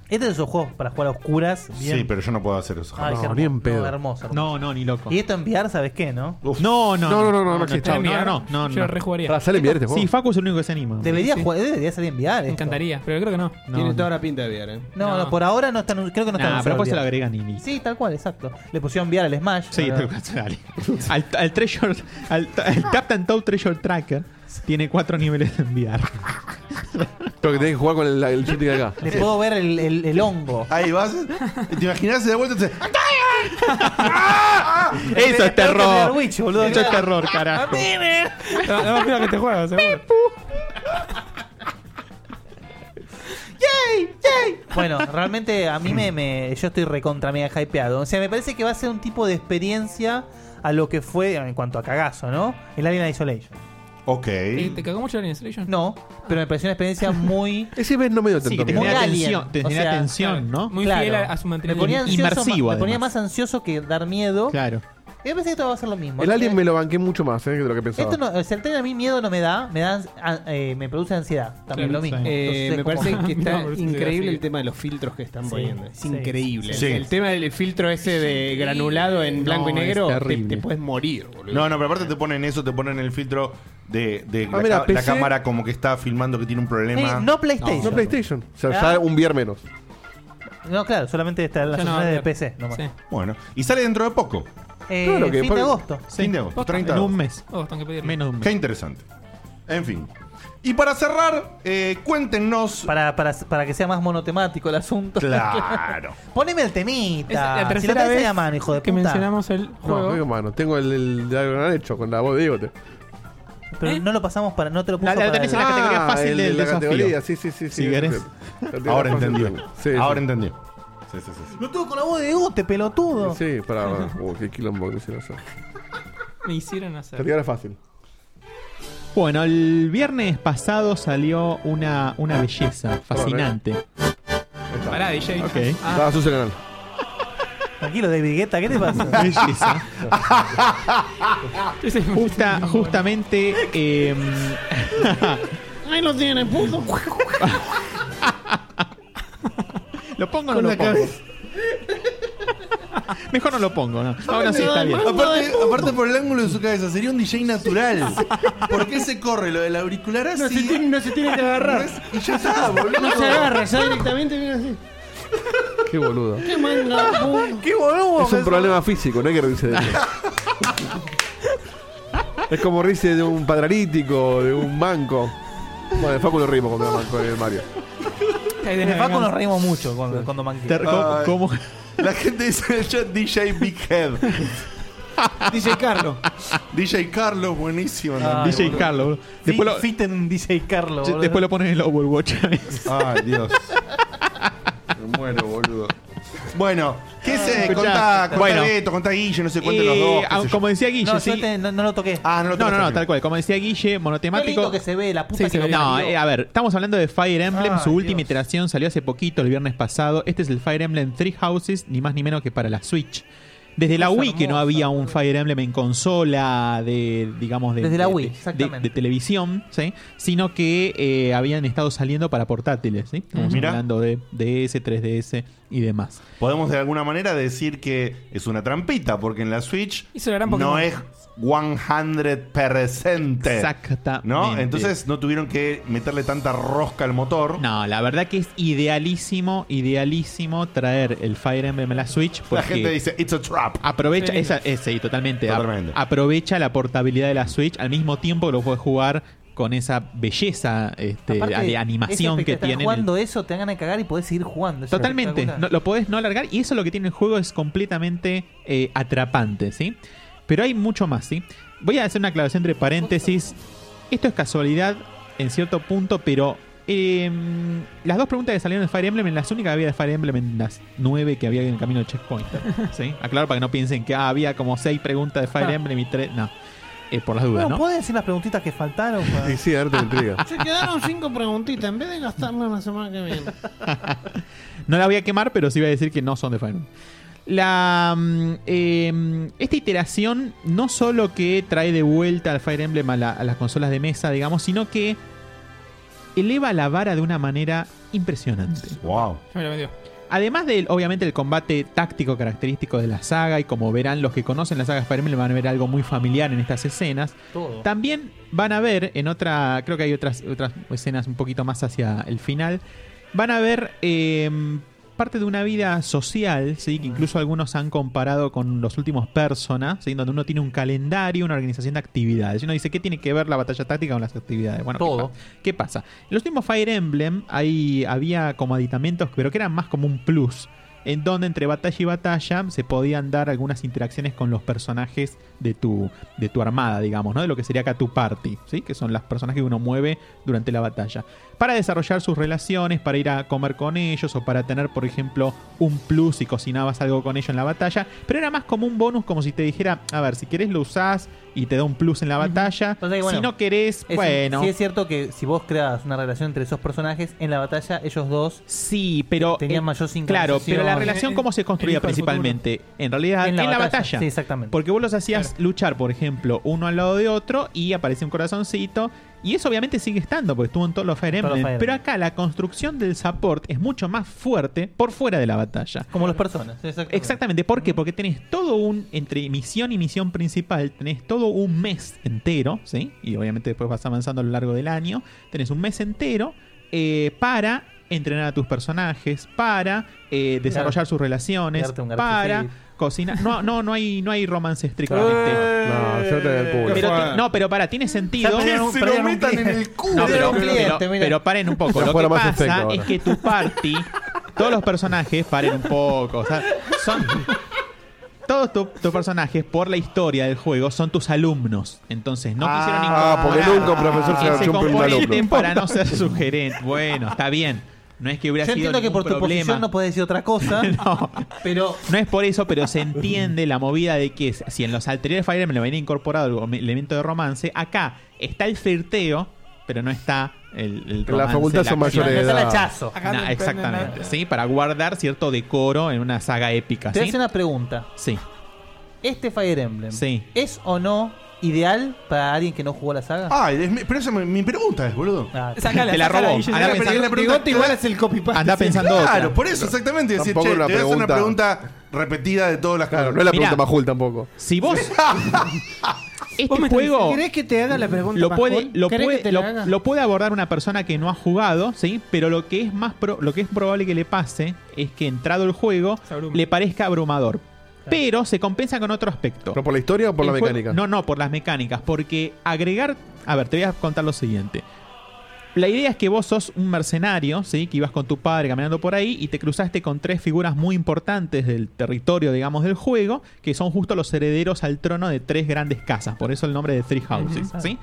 Speaker 5: Este es esos juegos para jugar a oscuras. Bien.
Speaker 2: Sí, pero yo no puedo hacer eso.
Speaker 5: Ay, qué hermoso. No, hermoso, hermoso.
Speaker 6: No, no, ni loco.
Speaker 5: Y esto enviar, ¿sabes qué, no?
Speaker 6: No, no, no, no, no, no,
Speaker 5: existe.
Speaker 6: chao, no, no, no, no. Para
Speaker 5: salir
Speaker 6: salir bien este juego. Sí, Facu es el único que se anima.
Speaker 5: Debería, jugar- debería salir enviar. Me
Speaker 4: encantaría, pero creo que no.
Speaker 6: Tiene toda
Speaker 5: la
Speaker 17: pinta de enviar, ¿eh?
Speaker 5: No, no, por ahora no están, creo que no
Speaker 6: Nah, pero
Speaker 5: están. por
Speaker 6: después se lo agregan y listo.
Speaker 5: Sí, tal cual, exacto. Le pusieron enviar al Smash.
Speaker 6: Sí, tal
Speaker 5: pero-
Speaker 6: cual, dale. Al, al treasure, al, al Captain Toad Treasure Tracker tiene cuatro niveles de enviar.
Speaker 7: Creo que tenés que jugar con el, el shooting acá.
Speaker 5: Le puedo ver el, el- el hongo.
Speaker 2: Ahí vas. ¿Te imaginas de vuelta?
Speaker 6: Eso es terror. Eso es terror, carajo.
Speaker 4: No, no, mira que te juegas, seguro.
Speaker 5: ¡Yay! Bueno, realmente a mí me, me- yo estoy recontra mega hypeado. O sea, me parece que va a ser un tipo de experiencia a lo que fue en cuanto a cagazo, ¿no? El Alien Isolation.
Speaker 2: Ok.
Speaker 4: ¿Te, te cagó mucho la Isolation?
Speaker 5: No, pero me pareció una experiencia muy.
Speaker 7: Ese mes no me dio
Speaker 4: Sí, que te
Speaker 5: muy
Speaker 4: genera
Speaker 5: alien.
Speaker 4: tensión, te
Speaker 5: O
Speaker 4: genera
Speaker 5: sea,
Speaker 4: tensión, ¿no? Muy fiel a- a su
Speaker 5: me
Speaker 4: material
Speaker 5: ponía ansioso,
Speaker 7: inmersivo,
Speaker 5: Me ponía
Speaker 7: además.
Speaker 5: más ansioso que dar miedo.
Speaker 7: Claro.
Speaker 5: Y me parece que todo va a ser lo mismo.
Speaker 7: El
Speaker 5: Así que-
Speaker 7: alien me lo banqué mucho más eh, de lo que pensaba.
Speaker 5: Esto no, o sea, el trailer a mí miedo no me da, me da, ans- a- eh, me produce ansiedad, también lo mismo.
Speaker 17: Eh,
Speaker 5: Entonces,
Speaker 17: me
Speaker 5: como-
Speaker 17: parece que está
Speaker 5: No, pero sí,
Speaker 17: increíble
Speaker 5: sí.
Speaker 17: el tema de los filtros que están
Speaker 5: Sí,
Speaker 17: poniendo. Es
Speaker 5: sí,
Speaker 17: increíble.
Speaker 2: sí.
Speaker 17: El tema del filtro ese de granulado en blanco y
Speaker 2: No, es
Speaker 17: negro, te,
Speaker 2: terrible.
Speaker 17: te puedes morir, boludo.
Speaker 2: No, no, pero aparte te ponen eso, te ponen el filtro de, de la,
Speaker 7: mira,
Speaker 2: ca- la
Speaker 7: PC.
Speaker 2: cámara como que está filmando que tiene un problema.
Speaker 5: Eh, no PlayStation.
Speaker 7: No PlayStation. O sea,
Speaker 5: Ah.
Speaker 7: ya un viernes menos.
Speaker 5: No, claro, solamente está en las
Speaker 2: Ya no,
Speaker 5: opciones de
Speaker 2: claro.
Speaker 5: PC nomás.
Speaker 2: Sí. Bueno, y sale dentro de poco.
Speaker 5: Eh, Claro que fin de por- agosto.
Speaker 2: Fin de agosto,
Speaker 4: Posta,
Speaker 2: 30
Speaker 4: en
Speaker 2: de
Speaker 4: un
Speaker 2: agosto.
Speaker 4: mes. Oh, tengo que pedirlo.
Speaker 2: Qué interesante. En fin. Y para cerrar, eh, cuéntenos.
Speaker 5: Para, para, para que sea más monotemático el asunto.
Speaker 2: Claro.
Speaker 5: Poneme el temita.
Speaker 4: Es la
Speaker 5: si lo
Speaker 4: tercera
Speaker 5: tenés ahí
Speaker 4: vez
Speaker 5: a mano, hijo de
Speaker 4: que
Speaker 5: puta.
Speaker 4: mencionamos el
Speaker 7: No, no
Speaker 5: juego.
Speaker 7: tengo mano. Tengo el, el de Iron Man hecho con la voz de Digote.
Speaker 5: Pero
Speaker 4: ¿Eh?
Speaker 5: no lo pasamos para. No te lo puso para el-
Speaker 7: Ah, el de la categoría, sí, sí, sí. sí, sí. La categoría
Speaker 2: Ahora
Speaker 7: fácil.
Speaker 2: entendió.
Speaker 7: Sí, sí.
Speaker 2: Ahora entendió. Sí, sí, sí. sí.
Speaker 5: Lo tuvo con la voz de Gote, pelotudo.
Speaker 7: Sí, pará, pará. Uh, qué quilombo que hicieron hacer.
Speaker 4: Me hicieron hacer.
Speaker 7: Categoría fácil.
Speaker 6: Bueno, el viernes pasado salió una, una belleza fascinante.
Speaker 4: Pará, DJ.
Speaker 6: Ok.
Speaker 4: Ah,
Speaker 7: su canal.
Speaker 5: Tranquilo, David Guetta, ¿qué te pasa?
Speaker 6: Belleza. Justa- justamente. em,
Speaker 3: Ahí lo tiene, puto.
Speaker 6: ¿Lo pongo o no
Speaker 3: Con
Speaker 6: lo
Speaker 3: la
Speaker 6: pongo?
Speaker 3: cabeza.
Speaker 6: Mejor no lo pongo, ¿no? No, no, sí, está bien.
Speaker 2: Aparte, aparte por el ángulo de su cabeza, sería un DJ natural. ¿Por qué se corre lo del auricular así? No se tiene,
Speaker 3: que agarrar.
Speaker 2: y ya
Speaker 17: Ah,
Speaker 2: está, boludo.
Speaker 3: No se agarra, ya directamente viene así.
Speaker 7: Qué boludo.
Speaker 3: Qué manga, puto.
Speaker 2: Qué boludo.
Speaker 7: Es un problema físico, no hay que reírse de eso. es como reírse de un padrarítico, de un manco. Bueno, el Facu lo rimos con el manco en el Mario.
Speaker 5: En el Facu nos reímos mucho cuando, cuando manqué.
Speaker 2: Ay, La gente dice en el chat DJ Big Head.
Speaker 5: DJ Carlos.
Speaker 2: DJ Carlos, buenísimo.
Speaker 6: Ay, DJ boludo. Carlos, boludo. Después lo-
Speaker 5: Fit en DJ Carlos. boludo.
Speaker 6: Después lo pones en el Overwatch.
Speaker 2: Ay, Dios. Me muero, boludo. Bueno, ¿qué se
Speaker 6: Escuchá,
Speaker 2: contá? Contá
Speaker 6: bueno.
Speaker 2: Beto, contá Guille, no sé, cuenten
Speaker 6: Eh,
Speaker 2: los dos. qué
Speaker 6: ah,
Speaker 2: sé yo.
Speaker 6: como decía Guille,
Speaker 2: No,
Speaker 6: sí.
Speaker 2: yo te-
Speaker 5: no, no lo toqué.
Speaker 2: Ah, no lo
Speaker 6: No,
Speaker 2: toqué.
Speaker 6: no, no, tal cual. Como decía Guille,
Speaker 5: Qué lindo
Speaker 6: monotemático.
Speaker 5: que se ve, la puta
Speaker 6: Sí,
Speaker 5: que
Speaker 6: se
Speaker 5: lo
Speaker 6: ve. no,
Speaker 5: parió.
Speaker 6: eh, a ver, estamos hablando de Fire Emblem.
Speaker 5: Ay,
Speaker 6: su última iteración salió hace poquito, el viernes pasado. Este es el Fire Emblem Three Houses, ni más ni menos que para la Switch. Desde la
Speaker 5: Cosa
Speaker 6: Wii que no había un Fire Emblem en consola de, digamos, de,
Speaker 5: Desde la
Speaker 6: de-
Speaker 5: Wii,
Speaker 6: de-
Speaker 5: exactamente.
Speaker 6: de televisión, ¿sí? sino que eh, habían estado saliendo para portátiles. ¿sí? Estamos
Speaker 2: Mira.
Speaker 6: hablando de DS, 3DS y demás.
Speaker 2: Podemos de alguna manera decir que es una trampita, porque en la Switch
Speaker 4: Hizo la gran
Speaker 2: no
Speaker 4: Pokémon.
Speaker 2: es 100%.
Speaker 6: Exactamente.
Speaker 2: ¿No? Entonces no tuvieron que meterle tanta rosca al motor.
Speaker 6: No, la verdad que es idealísimo, idealísimo traer el Fire Emblem a la Switch.
Speaker 2: La
Speaker 6: Porque
Speaker 2: gente dice, it's a trap.
Speaker 6: Aprovecha,
Speaker 2: Sí.
Speaker 6: esa, esa- sí, totalmente. A-
Speaker 2: Totalmente.
Speaker 6: Aprovecha la portabilidad de la Switch al mismo tiempo que lo puedes jugar con esa belleza este,
Speaker 5: Aparte,
Speaker 6: de
Speaker 5: es
Speaker 6: animación que
Speaker 5: espectacular.
Speaker 6: tiene. en el-
Speaker 5: jugando eso, te dan ganas de cagar y podés seguir jugando. Es
Speaker 6: Totalmente.
Speaker 5: espectacular.
Speaker 6: No- lo podés no alargar y eso lo que tiene el juego es completamente eh, atrapante, ¿sí? Pero hay mucho más, ¿sí? Voy a hacer una aclaración entre paréntesis. Esto es casualidad en cierto punto, pero eh, las dos preguntas que salieron de Fire Emblem, las únicas que había de Fire Emblem en las nueve que había en el camino de Checkpoint. ¿sí? Aclaro para que no piensen que ah, había como seis preguntas de Fire
Speaker 5: Ah.
Speaker 6: Emblem y tres. No, Eh, por las dudas,
Speaker 5: Bueno,
Speaker 6: ¿no?
Speaker 5: ¿podés decir las preguntitas que faltaron? pues. pa?
Speaker 7: Sí, sí, a ver, te intriga.
Speaker 3: Se quedaron cinco preguntitas en vez de gastarlas la semana que viene.
Speaker 6: No la voy a quemar, pero sí voy a decir que no son de Fire Emblem. La, mm, eh, esta iteración no solo que trae de vuelta al Fire Emblem a, la- a las consolas de mesa, digamos, sino que eleva la vara de una manera impresionante.
Speaker 2: ¡Wow!
Speaker 4: Ya me la vendió.
Speaker 6: Además del, obviamente, el combate táctico característico de la saga, y como verán los que conocen la saga de Fire Emblem, van a ver algo muy familiar en estas escenas.
Speaker 5: Todo.
Speaker 6: También van a ver en otra, creo que hay otras, otras escenas un poquito más hacia el final, van a ver eh, parte de una vida social, ¿sí? que incluso algunos han comparado con los últimos personas, ¿sí? donde uno tiene un calendario, una organización de actividades. Y uno dice, ¿qué tiene que ver la batalla táctica con las actividades? Bueno, ¿qué
Speaker 5: Todo.
Speaker 6: pa- ¿qué pasa? En los últimos Fire Emblem ahí había como aditamentos, pero que eran más como un plus. en donde entre batalla y batalla se podían dar algunas interacciones con los personajes de tu, de tu armada, digamos, ¿no? De lo que sería acá tu party, ¿sí? Que son las personas que uno mueve durante la batalla. Para desarrollar sus relaciones, para ir a comer con ellos o para tener, por ejemplo, un plus si cocinabas algo con ellos en la batalla. Pero era más como un bonus, como si te dijera, a ver, si querés lo usás y te da un plus en la batalla.
Speaker 5: Entonces, bueno,
Speaker 6: si no querés,
Speaker 5: es-
Speaker 6: bueno.
Speaker 5: Sí, es cierto que si vos creas una relación entre esos personajes, en la batalla ellos dos
Speaker 6: sí, pero
Speaker 5: tenían
Speaker 6: eh,
Speaker 5: mayor sincronización.
Speaker 6: Claro, pero la relación cómo se construía principalmente. En realidad, en la, batalla.
Speaker 5: Sí, exactamente.
Speaker 6: Porque vos los hacías luchar, por ejemplo, uno al lado de otro y aparece un corazoncito. Y eso obviamente sigue estando, porque estuvo en todos los Fire
Speaker 5: Todos los
Speaker 6: Emblem.
Speaker 5: Fire
Speaker 6: Pero acá la construcción del support es mucho más fuerte por fuera de la batalla.
Speaker 5: Como las personas. Exactamente.
Speaker 6: ¿Por qué? Porque tenés todo un, entre misión y misión principal, tenés todo un mes entero, ¿sí? Y obviamente después vas avanzando a lo largo del año, tenés un mes entero eh, para entrenar a tus personajes, para eh, desarrollar
Speaker 5: Claro.
Speaker 6: sus relaciones,
Speaker 5: Darte un garche,
Speaker 6: para
Speaker 5: sí.
Speaker 6: cocinar. No, no, no hay, no hay romance estrictamente.
Speaker 7: No, se trata del público.
Speaker 6: Pero,
Speaker 7: Fue-
Speaker 6: ti- no, pero para, tiene sentido.
Speaker 7: Ya perdieron un- Que se lo perdieron un metan cliente. en el culo.
Speaker 6: No, pero,
Speaker 7: Perdieron un
Speaker 6: pero-
Speaker 7: cliente,
Speaker 6: pero-
Speaker 7: mira.
Speaker 6: pero paren un poco.
Speaker 7: La
Speaker 6: Lo que
Speaker 7: fuera más
Speaker 6: pasa
Speaker 7: efecto
Speaker 6: es
Speaker 7: ahora.
Speaker 6: que tu party, todos los personajes, paren un poco. o sea, son. Todos tu- tus personajes, por la historia del juego, son tus alumnos. Entonces, no quisieron
Speaker 7: Ah, porque
Speaker 6: incorporar
Speaker 7: nunca un profesor se
Speaker 6: ese
Speaker 7: garchó un primer
Speaker 6: componente
Speaker 7: alumno.
Speaker 6: para no ser sugerente. Bueno, está bien. No es que hubiera
Speaker 5: Yo
Speaker 6: sido
Speaker 5: entiendo que
Speaker 6: ningún
Speaker 5: por tu
Speaker 6: problema.
Speaker 5: posición no podés decir otra cosa. pero
Speaker 6: No es por eso, pero se entiende la movida de que si en los anteriores Fire Emblem habían incorporado el elemento de romance, acá está el flirteo, pero no está el, el romance.
Speaker 7: En la facultad son
Speaker 6: cuestión.
Speaker 7: mayores de No está el edad. hachazo.
Speaker 6: No,
Speaker 5: Acá no
Speaker 6: exactamente,
Speaker 5: depende nada.
Speaker 6: sí, para guardar cierto decoro en una saga épica.
Speaker 5: te
Speaker 6: ¿sí?
Speaker 5: hace una pregunta.
Speaker 6: Sí.
Speaker 5: ¿Este Fire Emblem
Speaker 6: Sí.
Speaker 5: es o no ideal para alguien que no jugó la saga?
Speaker 2: Ah, es mi- pero esa mi, mi pregunta es, boludo.
Speaker 7: Ah,
Speaker 5: Sácala,
Speaker 6: Te la
Speaker 5: sácala,
Speaker 6: robó.
Speaker 5: Guille,
Speaker 6: Andá
Speaker 5: sácala,
Speaker 6: pensando-
Speaker 5: porque Bigote igual es el copy-paste.
Speaker 6: Andá pensando
Speaker 2: Claro,
Speaker 6: otra.
Speaker 2: por eso exactamente decir,
Speaker 7: Tampoco
Speaker 2: che, te
Speaker 7: una
Speaker 2: voy a hacer una
Speaker 7: pregunta-
Speaker 2: pregunta repetida de todas las
Speaker 7: Claro, no es la
Speaker 6: Mirá.
Speaker 7: pregunta Majul tampoco.
Speaker 6: Si vos. este juego.
Speaker 17: ¿Querés que te haga la pregunta?
Speaker 6: lo
Speaker 17: más
Speaker 6: puede,
Speaker 17: cool?
Speaker 6: lo,
Speaker 17: ¿Querés que
Speaker 6: puede,
Speaker 17: te la
Speaker 6: lo-
Speaker 17: haga?
Speaker 6: lo puede abordar una persona que no ha jugado, ¿sí? Pero lo que es más pro- lo que es probable que le pase es que entrado el juego le parezca abrumador. Pero se compensa con otro aspecto.
Speaker 7: ¿Pero por la historia o por
Speaker 6: El
Speaker 7: la
Speaker 6: juego-
Speaker 7: mecánica?
Speaker 6: No, no, por las mecánicas. Porque agregar. A ver, te voy a contar lo siguiente. La idea es que vos sos un mercenario, ¿sí? Que ibas con tu padre caminando por ahí y te cruzaste con tres figuras muy importantes del territorio, digamos, del juego, que son justo los herederos al trono de tres grandes casas. Por eso el nombre de Three Houses,
Speaker 5: Ujú.
Speaker 6: ¿sí?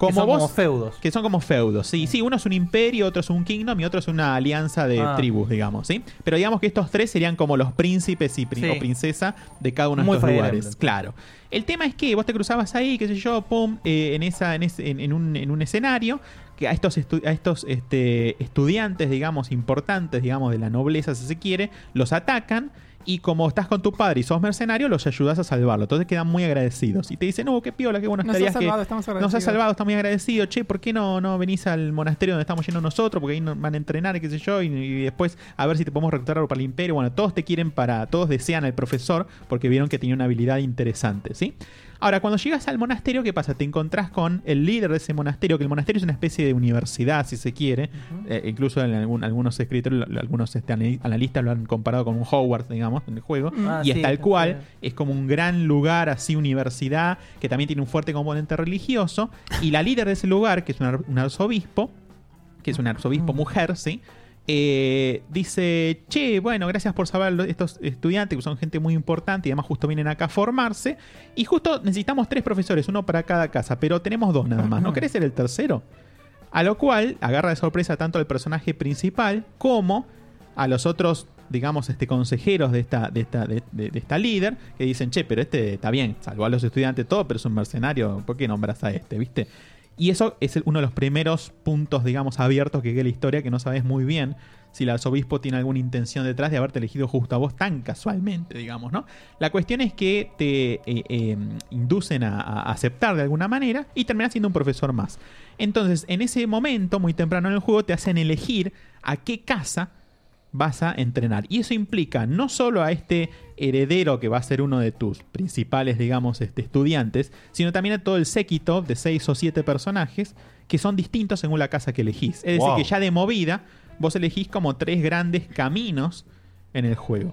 Speaker 5: Que son como feudos.
Speaker 6: Que son como feudos, sí. Sí, uno es un imperio, otro es un kingdom y otro es una alianza de
Speaker 5: Ah.
Speaker 6: tribus, digamos, ¿sí? Pero digamos que estos tres serían como los príncipes y prin-
Speaker 5: Sí.
Speaker 6: o princesa de cada uno de
Speaker 5: Muy
Speaker 6: estos
Speaker 5: Fire
Speaker 6: lugares.
Speaker 5: Emblem.
Speaker 6: Claro. El tema es que vos te cruzabas ahí, qué sé yo, pum, eh, en, esa, en, ese- en- en un, en un escenario, que a estos, estu- a estos este, estudiantes, digamos, importantes, digamos, de la nobleza, si se quiere, los atacan. Y como estás con tu padre y sos mercenario, los ayudas a salvarlo. Entonces quedan muy agradecidos. Y te dicen, no, qué piola, qué bueno
Speaker 4: Nos
Speaker 6: estarías
Speaker 4: has
Speaker 6: que-
Speaker 4: salvado, estamos
Speaker 6: Nos has
Speaker 4: agradecidos".
Speaker 6: salvado, estamos muy agradecidos. Che, ¿por qué no, no venís al monasterio donde estamos yendo nosotros? Porque ahí nos van a entrenar, y qué sé yo. Y, y después a ver si te podemos reclutar para el imperio. Bueno, todos te quieren para... Todos desean al profesor porque vieron que tenía una habilidad interesante, ¿sí? Ahora, cuando llegas al monasterio, ¿qué pasa? Te encontrás con el líder de ese monasterio, que el monasterio es una especie de universidad, si se quiere. Eh, incluso en algún- algunos escritores, lo- algunos este, anali- analistas lo han comparado con un Hogwarts, digamos, en el juego.
Speaker 5: Ah,
Speaker 6: y es
Speaker 5: sí,
Speaker 6: tal
Speaker 5: sí.
Speaker 6: cual, es como un gran lugar, así, universidad, que también tiene un fuerte componente religioso. Y la líder de ese lugar, que es un ar- un arzobispo, que es un arzobispo mujer, ¿sí? Eh, dice, che, bueno, gracias por saber lo- estos estudiantes, que son gente muy importante y además justo vienen acá a formarse. Y justo necesitamos tres profesores, uno para cada casa, pero tenemos dos nada más. ¿No querés ser el tercero? A lo cual agarra de sorpresa tanto al personaje principal como a los otros, digamos, este, consejeros de esta, de esta, de, de- de esta líder, que dicen, che, pero este está bien, salvó a los estudiantes todo, pero es un mercenario, ¿por qué nombras a este? ¿Viste? Y eso es el- uno de los primeros puntos, digamos, abiertos que queda en la historia, que no sabes muy bien si el arzobispo tiene alguna intención detrás de haberte elegido justo a vos tan casualmente, digamos, ¿no? La cuestión es que te eh, eh, inducen a, a aceptar de alguna manera y terminas siendo un profesor más. Entonces, en ese momento, muy temprano en el juego, te hacen elegir a qué casa vas a entrenar. Y eso implica no solo a este heredero que va a ser uno de tus principales, digamos, este, estudiantes, sino también a todo el séquito de seis o siete personajes que son distintos según la casa que elegís. Es decir,
Speaker 2: Wow.
Speaker 6: que ya de movida vos elegís como tres grandes caminos en el juego.